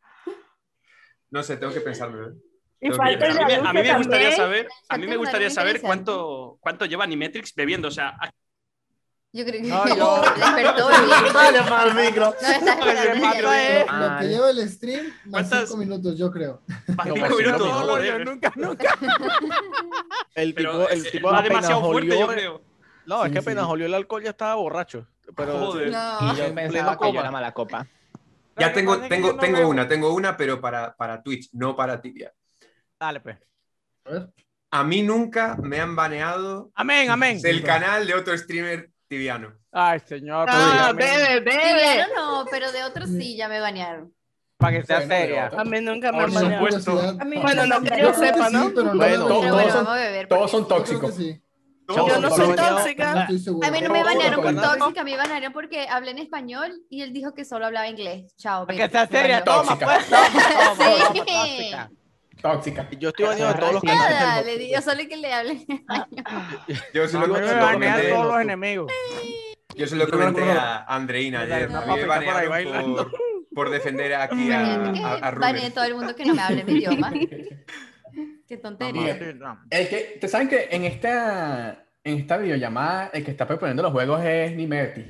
Speaker 12: No sé, tengo que pensármelo. ¿eh?
Speaker 14: Y
Speaker 12: Lo
Speaker 14: falta
Speaker 12: que-
Speaker 13: A
Speaker 14: el de
Speaker 13: mí, me- a mí me
Speaker 14: adulto
Speaker 13: gustaría
Speaker 14: también.
Speaker 13: saber, a mí me
Speaker 11: Exacto,
Speaker 13: gustaría
Speaker 11: también
Speaker 13: saber
Speaker 11: interesante.
Speaker 13: cuánto, cuánto lleva Animatrix bebiendo. O sea, ¿a
Speaker 11: Yo creo que [laughs]
Speaker 4: No, yo-
Speaker 11: despertó bien.
Speaker 8: Dale mal micro.
Speaker 11: No, está
Speaker 4: Lo que
Speaker 11: esperando.
Speaker 4: pasa es-
Speaker 6: Lo que lleva el stream, más
Speaker 13: ¿Cuántas?
Speaker 6: cinco minutos, yo creo.
Speaker 13: más
Speaker 1: No,
Speaker 13: cinco
Speaker 1: pues,
Speaker 13: minutos?
Speaker 1: no, no,
Speaker 13: joder.
Speaker 4: nunca, nunca.
Speaker 1: [laughs] El
Speaker 13: Pero
Speaker 1: tipo,
Speaker 13: es-
Speaker 1: el tipo
Speaker 13: va
Speaker 1: apenas
Speaker 13: demasiado fuerte, yo
Speaker 1: olió-
Speaker 13: creo.
Speaker 1: No, es
Speaker 8: Sí,
Speaker 1: que
Speaker 8: sí.
Speaker 1: apenas olió el alcohol ya estaba borracho. Pero
Speaker 13: Joder.
Speaker 11: No.
Speaker 16: Y
Speaker 1: En
Speaker 16: yo
Speaker 1: pleno
Speaker 16: pensaba que
Speaker 1: coma.
Speaker 16: yo era mala copa.
Speaker 12: Ya tengo, tengo, tengo una, tengo una, pero para, para Twitch, no para tibia.
Speaker 4: Dale, pues.
Speaker 12: A mí nunca me han baneado
Speaker 4: Amén, amén.
Speaker 12: del canal de otro streamer tibiano.
Speaker 4: Ay, señor.
Speaker 14: Ah,
Speaker 4: por Dios, amén.
Speaker 14: bebe, bebe.
Speaker 11: Tibiano no, pero de otros sí, ya me banearon.
Speaker 4: Para que sea
Speaker 3: Bueno,
Speaker 4: seria.
Speaker 14: A mí nunca me
Speaker 13: Por
Speaker 14: han baneado.
Speaker 13: supuesto.
Speaker 6: curiosidad.
Speaker 15: A mí
Speaker 14: Bueno, no
Speaker 15: me
Speaker 14: que yo
Speaker 15: parece.
Speaker 14: sepa, ¿no?
Speaker 6: Sí, pero
Speaker 1: Bueno,
Speaker 6: no me
Speaker 11: Pero
Speaker 6: banearon.
Speaker 11: bueno,
Speaker 3: todos-
Speaker 11: vamos a beber.
Speaker 3: Todos son
Speaker 6: Yo creo que
Speaker 3: tóxicos.
Speaker 6: sí.
Speaker 12: Todos
Speaker 14: Yo no
Speaker 12: son
Speaker 14: soy
Speaker 12: tóxicos.
Speaker 6: No
Speaker 14: tóxica.
Speaker 6: estoy seguro.
Speaker 11: A mí no
Speaker 6: Pero
Speaker 11: me
Speaker 6: todos son
Speaker 11: banearon por
Speaker 6: tóxicos.
Speaker 11: tóxica, me banearon porque hablé en español y él dijo que solo hablaba inglés. Chao.
Speaker 4: Para
Speaker 11: vete.
Speaker 4: que sea seria.
Speaker 11: Bueno.
Speaker 4: Toma, pues. Toma, toma,
Speaker 11: Sí.
Speaker 4: toma, tóxica.
Speaker 3: Tóxica.
Speaker 1: pues. Yo estoy baneado de todos los canales.
Speaker 11: [laughs]
Speaker 1: del
Speaker 11: Nada,
Speaker 1: mundo.
Speaker 11: le digo solo que le hable.
Speaker 12: Yo se
Speaker 4: A
Speaker 12: lo,
Speaker 4: mí
Speaker 12: lo
Speaker 4: me banean
Speaker 12: comenté-
Speaker 4: todos los enemigos.
Speaker 12: yo se lo
Speaker 8: Yo no me
Speaker 12: comenté
Speaker 8: acuerdo.
Speaker 12: a Andreina
Speaker 4: Me
Speaker 12: ayer.
Speaker 4: salió una
Speaker 12: A mí me
Speaker 4: papita por ahí
Speaker 12: banearon por, por defender aquí a,
Speaker 11: Imagínate
Speaker 12: a, a
Speaker 11: que
Speaker 12: Rubén.
Speaker 11: baneé todo el mundo que no me hable mi
Speaker 14: [laughs]
Speaker 11: idioma. Qué
Speaker 3: Mamá.
Speaker 11: tontería.
Speaker 3: Es que, ¿te saben que en esta, en esta videollamada el que está proponiendo los juegos es Nimerti?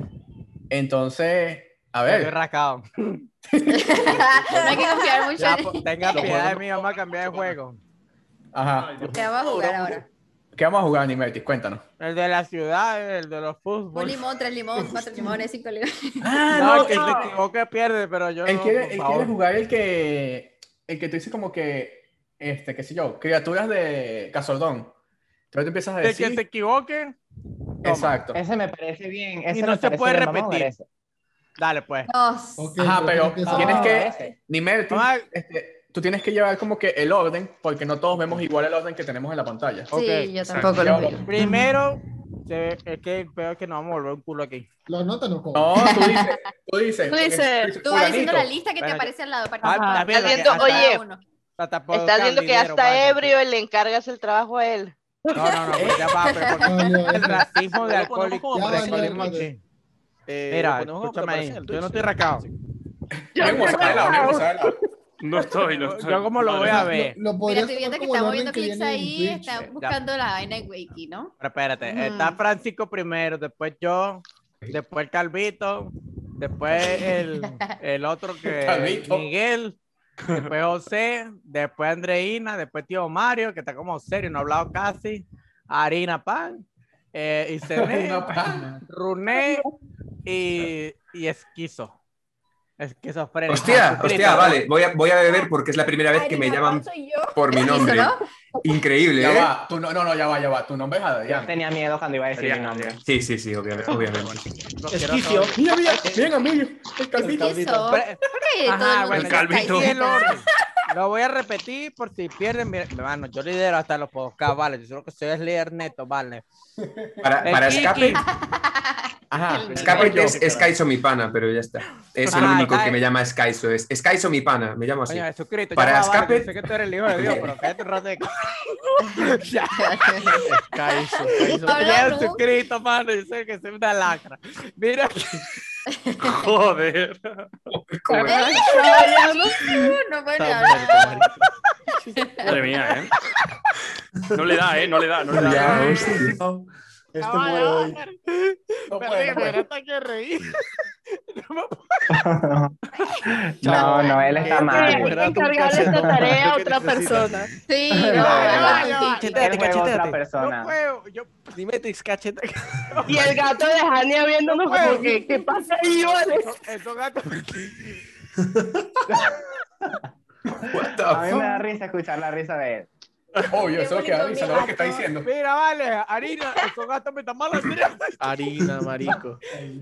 Speaker 3: Entonces, a
Speaker 4: Estoy
Speaker 3: ver,
Speaker 4: rascado.
Speaker 11: no hay que confiar mucho
Speaker 4: Ya,
Speaker 11: en
Speaker 4: po- tenga piedad de mí, vamos a cambiar de juego.
Speaker 3: ajá.
Speaker 11: Te vamos a jugar ahora.
Speaker 3: ¿Qué vamos a jugar, Nimerti? Cuéntanos.
Speaker 4: El de la ciudad, el de los
Speaker 11: Un
Speaker 4: fútbol.
Speaker 11: limón, tres limones, cuatro limones, cinco limones.
Speaker 3: Ah,
Speaker 4: No, el que se equivoque pierde, pero yo
Speaker 3: Él
Speaker 4: no,
Speaker 3: quiere,
Speaker 4: por
Speaker 3: él
Speaker 4: favor.
Speaker 3: quiere jugar el que, el que tú dices como que, este, qué sé yo, criaturas de Cazordón. Entonces tú empiezas a
Speaker 4: El que
Speaker 3: decir,
Speaker 4: se equivoque,
Speaker 3: Exacto.
Speaker 16: Ese me parece bien. Ese
Speaker 4: Y no
Speaker 16: me
Speaker 4: se
Speaker 16: parece ¿eh?
Speaker 4: puede
Speaker 16: bien, vamos a
Speaker 4: repetir.
Speaker 16: ver ese.
Speaker 4: dale pues.
Speaker 11: Dos.
Speaker 6: Ok,
Speaker 3: Ajá,
Speaker 6: yo
Speaker 3: pero
Speaker 6: creo que sí.
Speaker 3: tienes que,
Speaker 16: Ah, ese.
Speaker 3: Nimerti,
Speaker 4: Ah.
Speaker 3: este, tú tienes que llevar como que el orden, porque no todos vemos igual el orden que tenemos en la pantalla.
Speaker 11: Sí,
Speaker 4: Ok.
Speaker 11: yo tampoco
Speaker 3: Yo-
Speaker 11: lo veo.
Speaker 4: Primero, se- es que peor que nos vamos a volver un culo aquí.
Speaker 6: ¿Lo anotan o cómo?
Speaker 3: No, tú dices, tú dices.
Speaker 14: Tú dices,
Speaker 11: Tú vas diciendo la
Speaker 3: fulanito.
Speaker 11: lista que te
Speaker 4: Bueno,
Speaker 11: aparece al lado. para
Speaker 4: Ah,
Speaker 11: que-
Speaker 4: la mierda,
Speaker 2: haciendo-
Speaker 4: hasta-
Speaker 2: oye,
Speaker 11: cada uno.
Speaker 4: hasta por
Speaker 2: Estás viendo que
Speaker 4: Candidero,
Speaker 2: hasta
Speaker 4: vaya.
Speaker 2: ebrio le encargas el trabajo a él.
Speaker 4: No, no, no, pues ya va,
Speaker 2: [laughs]
Speaker 4: pero porque
Speaker 6: No, yo-
Speaker 4: el racismo de
Speaker 1: Ah, [laughs] Ya lo ponemos
Speaker 4: alcohólico.
Speaker 1: como
Speaker 4: de
Speaker 6: aparece en el
Speaker 4: alcoholismo
Speaker 6: Twitter.
Speaker 4: aquí.
Speaker 1: Eh,
Speaker 4: Mira,
Speaker 1: lo ponemos como
Speaker 4: escúchame
Speaker 1: aparece
Speaker 4: ahí,
Speaker 1: en el
Speaker 4: yo no
Speaker 1: Twitch. ¿eh?
Speaker 4: estoy rascado.
Speaker 12: Ven, Gonzalo, ven, Gonzalo.
Speaker 13: No estoy, no
Speaker 4: Yo-
Speaker 13: estoy.
Speaker 4: yo como lo
Speaker 13: Vale.
Speaker 4: voy a ver.
Speaker 6: Lo, lo
Speaker 11: Mira,
Speaker 6: podrías
Speaker 11: estoy viendo
Speaker 6: poner
Speaker 11: que
Speaker 6: como el
Speaker 11: estamos
Speaker 6: orden
Speaker 11: viendo
Speaker 6: que
Speaker 11: clics
Speaker 6: viene en
Speaker 11: ahí,
Speaker 6: Twitch.
Speaker 11: están buscando la vaina en Wakey, ¿no?
Speaker 4: Pero espérate,
Speaker 11: Mm.
Speaker 4: está Francisco primero, después yo, después el Calvito, después el, el otro que
Speaker 3: Calvito.
Speaker 4: Miguel, después José, después Andreina, después tío Mario, que está como serio, no ha hablado casi, Harina Pan, eh, y Cené,
Speaker 3: Una pana.
Speaker 4: Runé y, y Esquizo. Esquizofrénico.
Speaker 12: Hostia,
Speaker 4: Jesucristo,
Speaker 12: hostia,
Speaker 4: ¿no?
Speaker 12: vale, voy a, voy a
Speaker 4: Ah,
Speaker 12: beber porque es la primera vez que
Speaker 15: Ari,
Speaker 12: me
Speaker 15: capaz
Speaker 12: llaman
Speaker 15: soy yo.
Speaker 12: por mi nombre. Increíble,
Speaker 3: Ya
Speaker 12: ¿eh?
Speaker 3: va, tú no, no, no, ya va, ya va. Tu nombre es
Speaker 16: Yo
Speaker 3: Adrián.
Speaker 16: tenía miedo cuando iba a decir mi nombre.
Speaker 12: Sí, sí, sí, obviamente. obviamente.
Speaker 4: Los quiero
Speaker 8: Esquicio.
Speaker 4: todos.
Speaker 3: Mira, mira, bien, amigo.
Speaker 11: ¿Qué hizo?
Speaker 4: Pero-
Speaker 11: Porque todo
Speaker 3: [laughs]
Speaker 4: Ajá,
Speaker 11: el mundo
Speaker 4: bueno,
Speaker 11: está
Speaker 13: calvito.
Speaker 4: yo-
Speaker 11: diciendo-
Speaker 4: Yo Lo voy a repetir por si pierden. Mira, hermano, yo lidero hasta los podcasts, vale. Yo solo que soy es líder neto, vale. Eh,
Speaker 12: Para-
Speaker 4: El
Speaker 12: para
Speaker 4: Kiki.
Speaker 12: escape.
Speaker 4: Ajá.
Speaker 12: Escape es, es Kaizo mi pana, pero ya está. Es el
Speaker 4: Ah,
Speaker 12: único que
Speaker 4: Kai-
Speaker 12: me llama Skyso. Es Skyso mi pana, me llamo así.
Speaker 4: Oye, Jesucristo, ya
Speaker 12: Para
Speaker 4: va, vale,
Speaker 12: escape,
Speaker 4: yo sé que tú eres el hijo de Dios,
Speaker 3: [laughs]
Speaker 4: pero cállate un rato de Ya.
Speaker 1: Kaizo,
Speaker 4: Kaizo.
Speaker 13: Habla, Ru.
Speaker 4: Jesucristo, mano, yo sé que soy una lacra. Mira.
Speaker 13: Joder.
Speaker 11: [laughs] No puede
Speaker 13: Está
Speaker 11: hablar.
Speaker 13: Madre mía, ¿eh? No le da, ¿eh? No le da, no le da.
Speaker 10: Ya, hostia.
Speaker 8: Este muere hoy.
Speaker 4: No
Speaker 8: puede, no puede.
Speaker 3: [laughs]
Speaker 4: que reír.
Speaker 5: No, no, él está mal.
Speaker 2: Encargarle esta tarea a otra persona.
Speaker 1: [laughs]
Speaker 11: Sí,
Speaker 5: no,
Speaker 2: vale,
Speaker 5: Él juega otra persona.
Speaker 1: Dimetrix, cachete.
Speaker 2: Y el gato de Hania viéndonos como que, [laughs] ¿qué pasa ahí, vale?
Speaker 4: Esos gatos.
Speaker 5: A mí me da risa escuchar la risa de él.
Speaker 3: Obvio, eso es lo que da risa, no es lo que está diciendo.
Speaker 4: Mira, vale, harina, esos gatos me están malos. Mira,
Speaker 1: Harina, marico.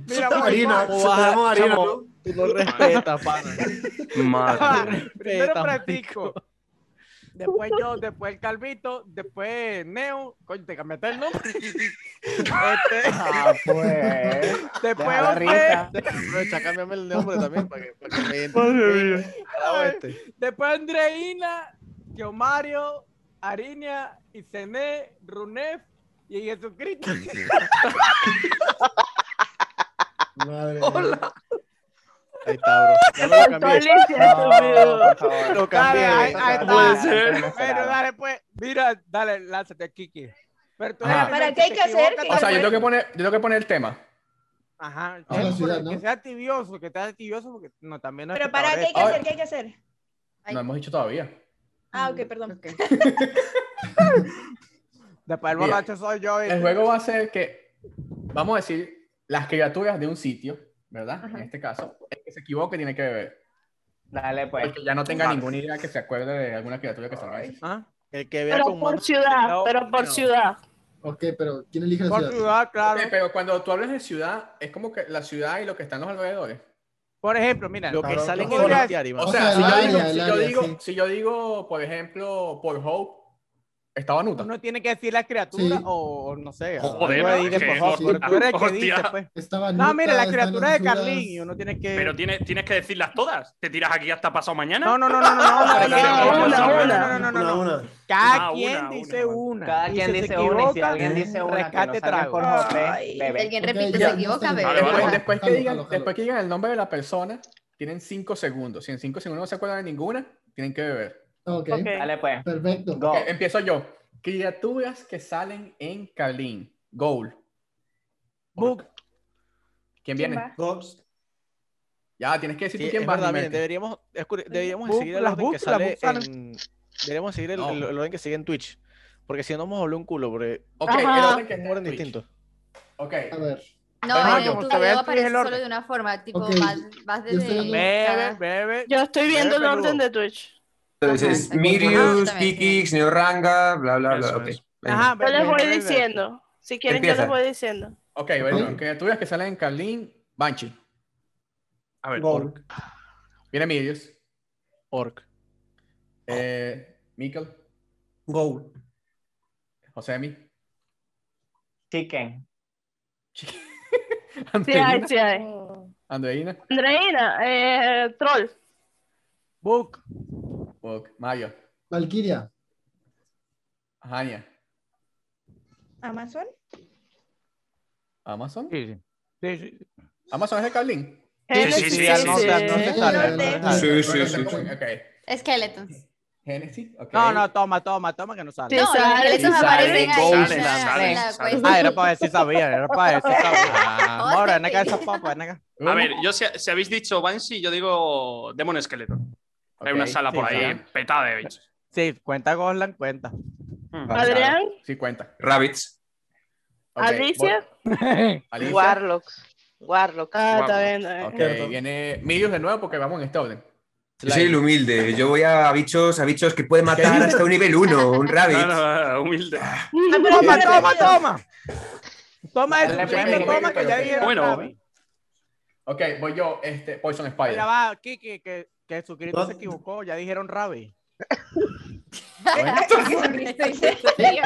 Speaker 4: mira, vale,
Speaker 8: Harina,
Speaker 4: vale.
Speaker 1: ¿Cómo vas a-
Speaker 8: tenemos harina,
Speaker 1: chamo,
Speaker 8: ¿no?
Speaker 1: Tú no respetas, pana. [laughs]
Speaker 4: Vale, Primero
Speaker 1: Respeta,
Speaker 4: practico. Después yo, después el Calvito, después Neo. Coño, te cambiaste el nombre. Este,
Speaker 5: Ah, pues.
Speaker 4: después
Speaker 5: deja la risa.
Speaker 1: Aprovecha, cámbiame el nombre también para que, para que me
Speaker 4: Madre
Speaker 1: identifique. Carajo este.
Speaker 4: Después Andreina, yo Mario, Ariña, Isené, Runef y Jesucristo. [laughs]
Speaker 8: Madre
Speaker 1: Ahí está, bro. Ya me lo cambié.
Speaker 5: No, por favor.
Speaker 1: Lo cambié.
Speaker 4: Dale, ahí, ahí
Speaker 1: No
Speaker 4: está.
Speaker 1: puede
Speaker 5: ser.
Speaker 4: Bueno, dale, pues. Mira, dale, lánzate, Kiki. Pero tú
Speaker 3: Ajá.
Speaker 4: eres el
Speaker 7: ¿Para
Speaker 4: que
Speaker 7: qué hay
Speaker 4: te
Speaker 7: que hacer?
Speaker 4: equivocas,
Speaker 7: ¿Qué
Speaker 3: O sea, yo
Speaker 4: tal
Speaker 3: tengo
Speaker 4: vez.
Speaker 3: que poner, yo tengo que poner el tema.
Speaker 4: Ajá,
Speaker 3: Ah,
Speaker 4: eh,
Speaker 3: la
Speaker 6: ciudad,
Speaker 4: que
Speaker 6: ¿no?
Speaker 4: sea tibioso, que sea tibioso, porque no, también no es
Speaker 7: Pero para, ¿qué hay que
Speaker 4: taburete.
Speaker 7: hacer? ¿Qué hay que hacer?
Speaker 3: No hemos dicho todavía.
Speaker 7: Ah, ok, perdón. [laughs]
Speaker 4: Después el
Speaker 3: Mira,
Speaker 4: borracho soy yo.
Speaker 3: El juego va a ser que, vamos a decir, las criaturas de un sitio, ¿verdad? En este caso, el que se equivoque tiene que beber.
Speaker 5: Dale, pues.
Speaker 3: El que ya no tenga
Speaker 5: Vale.
Speaker 3: ninguna idea que se acuerde de alguna criatura que salga.
Speaker 4: ¿Ah?
Speaker 1: El que vea
Speaker 2: Pero
Speaker 1: con
Speaker 2: por
Speaker 1: manos-
Speaker 2: ciudad,
Speaker 1: No,
Speaker 2: pero por
Speaker 1: no.
Speaker 2: ciudad.
Speaker 6: Ok, pero ¿quién elige la
Speaker 4: Por
Speaker 6: ciudad?
Speaker 4: ciudad, claro.
Speaker 3: Ok, pero cuando tú hablas de ciudad, es como que la ciudad y lo que está en los alrededores.
Speaker 4: Por ejemplo, mira.
Speaker 1: Lo que
Speaker 8: Claro,
Speaker 1: sale en
Speaker 4: no
Speaker 1: el
Speaker 4: podrías-
Speaker 1: bestiario,
Speaker 3: O
Speaker 1: mano.
Speaker 3: sea,
Speaker 6: sea,
Speaker 3: si
Speaker 6: el
Speaker 3: yo
Speaker 6: área,
Speaker 3: digo,
Speaker 6: el
Speaker 3: si yo
Speaker 6: área,
Speaker 3: digo,
Speaker 6: sí.
Speaker 3: si yo digo, por ejemplo, por Hope, estaba Nuta.
Speaker 4: Uno tiene que decir la criatura
Speaker 6: Sí.
Speaker 4: o o no sé.
Speaker 13: Joder,
Speaker 4: algo ahí de
Speaker 13: qué
Speaker 4: por favor,
Speaker 13: gorda.
Speaker 4: pero tú eres el que
Speaker 13: Hostia.
Speaker 4: dice, pues.
Speaker 6: Estaba
Speaker 4: No, mira, la
Speaker 6: Nuta, estaban
Speaker 4: criatura de
Speaker 6: Honduras.
Speaker 4: Carlín y uno tiene que.
Speaker 13: Pero tienes, tienes que decirlas todas. Te tiras aquí hasta pasado mañana.
Speaker 4: No, no, no, no, no, no, no,
Speaker 13: Pero no,
Speaker 4: no, no,
Speaker 13: no, no,
Speaker 4: no, no,
Speaker 13: no,
Speaker 4: no, no, no,
Speaker 8: Una,
Speaker 4: no.
Speaker 8: una.
Speaker 4: Cada
Speaker 13: Una,
Speaker 4: quien
Speaker 13: una,
Speaker 4: dice
Speaker 13: una.
Speaker 4: una.
Speaker 5: Cada
Speaker 4: Y
Speaker 5: quien
Speaker 4: si se
Speaker 5: dice una y si
Speaker 4: equivoca,
Speaker 5: alguien dice una que no
Speaker 4: rescate
Speaker 5: salga por
Speaker 4: trago.
Speaker 5: Jopé, bebé.
Speaker 11: alguien repite,
Speaker 6: Ok,
Speaker 11: se
Speaker 6: ya,
Speaker 11: equivoca,
Speaker 6: ya está.
Speaker 11: bebé.
Speaker 13: Vale, vale.
Speaker 3: Después,
Speaker 11: Ajá.
Speaker 3: después que
Speaker 6: Jalo,
Speaker 3: digan,
Speaker 6: jalo, jalo.
Speaker 3: después que digan el nombre de la persona, tienen 5 segundos. Si en 5 segundos no se acuerdan de ninguna, tienen que beber.
Speaker 6: Ok,
Speaker 2: Ok.
Speaker 5: Dale, pues.
Speaker 6: perfecto.
Speaker 5: Go.
Speaker 3: Ok, empiezo yo. Criaturas que salen en Carlín. Goal.
Speaker 4: Book.
Speaker 3: ¿Quién viene?
Speaker 7: va?
Speaker 8: Dos.
Speaker 3: Ya, tienes que decir
Speaker 1: Sí,
Speaker 3: tú
Speaker 1: es
Speaker 3: quién va.
Speaker 1: verdad, miren,
Speaker 3: Dimete.
Speaker 1: deberíamos, es curi- deberíamos
Speaker 4: Buf,
Speaker 1: seguir el
Speaker 4: las
Speaker 1: orden que
Speaker 4: buf, las
Speaker 1: sale
Speaker 4: buf salen.
Speaker 1: en... Deberíamos seguir el,
Speaker 3: No.
Speaker 1: el- el orden que sigue en Twitch. Porque si no nos habló un culo, porque
Speaker 3: Ok,
Speaker 2: Ajá.
Speaker 3: el orden que
Speaker 1: es un
Speaker 3: está en
Speaker 1: orden
Speaker 3: Twitch.
Speaker 1: distinto.
Speaker 3: Ok.
Speaker 6: A ver,
Speaker 11: No,
Speaker 3: Ajá,
Speaker 11: en
Speaker 3: como
Speaker 11: tu
Speaker 4: se ve,
Speaker 11: video
Speaker 4: tú dices
Speaker 11: aparece
Speaker 4: el
Speaker 11: solo
Speaker 4: orden.
Speaker 11: de una forma, tipo,
Speaker 6: Ok,
Speaker 11: vas, vas
Speaker 6: yo estoy
Speaker 11: desde...
Speaker 4: Bebe,
Speaker 6: viendo-
Speaker 4: bebe.
Speaker 2: Yo estoy viendo el
Speaker 4: Bebe,
Speaker 2: orden
Speaker 4: Lu.
Speaker 2: de Twitch.
Speaker 12: Entonces,
Speaker 11: Ajá.
Speaker 12: pues, Mirius,
Speaker 11: Ajá.
Speaker 12: Kikix, Neoranga, bla, bla, bla.
Speaker 13: Eso
Speaker 12: ok,
Speaker 13: es.
Speaker 12: venga.
Speaker 4: Ajá,
Speaker 2: Yo
Speaker 4: bebe,
Speaker 2: les voy
Speaker 4: bebe.
Speaker 2: diciendo. Si quieren, yo les
Speaker 12: Empieza.
Speaker 2: voy diciendo.
Speaker 3: Ok, bueno, criaturas que salen en Carlín. Banshee.
Speaker 13: A ver.
Speaker 8: Gol.
Speaker 3: Viene Mirius.
Speaker 1: Orc.
Speaker 3: Eh, Mikel.
Speaker 8: Gol.
Speaker 3: Josemi.
Speaker 5: Chicken.
Speaker 2: Sí hay,
Speaker 3: Andreina.
Speaker 2: sí hay.
Speaker 3: Andreina.
Speaker 2: Andreina, eh, troll.
Speaker 4: Book.
Speaker 3: Ok, Mario.
Speaker 6: Valkyria,
Speaker 3: Hania.
Speaker 7: ¿Amazon?
Speaker 3: Amazon.
Speaker 4: Sí, sí. Sí, sí.
Speaker 3: Amazon es de Carlín.
Speaker 13: Sí, sí,
Speaker 2: Genesis,
Speaker 13: sí,
Speaker 4: al no-
Speaker 2: sí.
Speaker 4: al no se sale, al no se
Speaker 7: Sí,
Speaker 12: Sí,
Speaker 4: sale.
Speaker 12: sí, sí. sí.
Speaker 3: Ok.
Speaker 11: Skeletons.
Speaker 3: Genesis. ok.
Speaker 4: No, no, toma, toma, toma que no sale.
Speaker 2: Sí,
Speaker 11: No, los
Speaker 2: sale,
Speaker 11: esqueletos
Speaker 13: sale,
Speaker 11: aparecen ahí.
Speaker 13: sale,
Speaker 11: en la-
Speaker 13: sale,
Speaker 11: en la
Speaker 13: sale.
Speaker 11: cuesta.
Speaker 4: Ah, era para ver si sabía, era para ver si sabía. Amor, ven acá esa papa, ven acá.
Speaker 13: A ver, yo si, si habéis dicho Banshee, yo digo Demon Skeleton. Hay
Speaker 3: Ok,
Speaker 13: una sala
Speaker 3: sí,
Speaker 13: por ahí eh,
Speaker 3: Adrián.
Speaker 13: petada de bichos.
Speaker 4: Sí, cuenta Goslan, cuenta.
Speaker 12: Vale,
Speaker 2: Adrián,
Speaker 3: Sí, cuenta.
Speaker 12: Rabbits.
Speaker 3: Ok,
Speaker 2: Alicia.
Speaker 3: voy-
Speaker 4: Ese
Speaker 3: Alicia.
Speaker 9: Warlocks. Warlocks.
Speaker 2: Ah, está
Speaker 13: Vamos.
Speaker 2: bien, está bien.
Speaker 3: Ok,
Speaker 8: Cierto.
Speaker 3: viene Mirius de nuevo porque vamos en este orden.
Speaker 12: Yo soy el humilde. Yo voy a bichos, a bichos que puede matar hasta un nivel 1, un
Speaker 13: No,
Speaker 12: rabbit. Ah,
Speaker 13: no, no, humilde.
Speaker 3: Ah,
Speaker 4: Toma,
Speaker 7: Qué
Speaker 4: toma,
Speaker 7: divertido.
Speaker 4: toma. Toma eso,
Speaker 5: Dale,
Speaker 4: chiquito,
Speaker 5: pues,
Speaker 4: toma
Speaker 3: pues,
Speaker 4: que ya
Speaker 3: pues,
Speaker 4: viene.
Speaker 13: Bueno,
Speaker 4: otra vez.
Speaker 3: Ok, voy yo, este, Poison Spider.
Speaker 4: Ya va, Kiki, que, que Jesucristo
Speaker 8: ¿Dónde?
Speaker 4: se equivocó, ya dijeron Rabi. [laughs]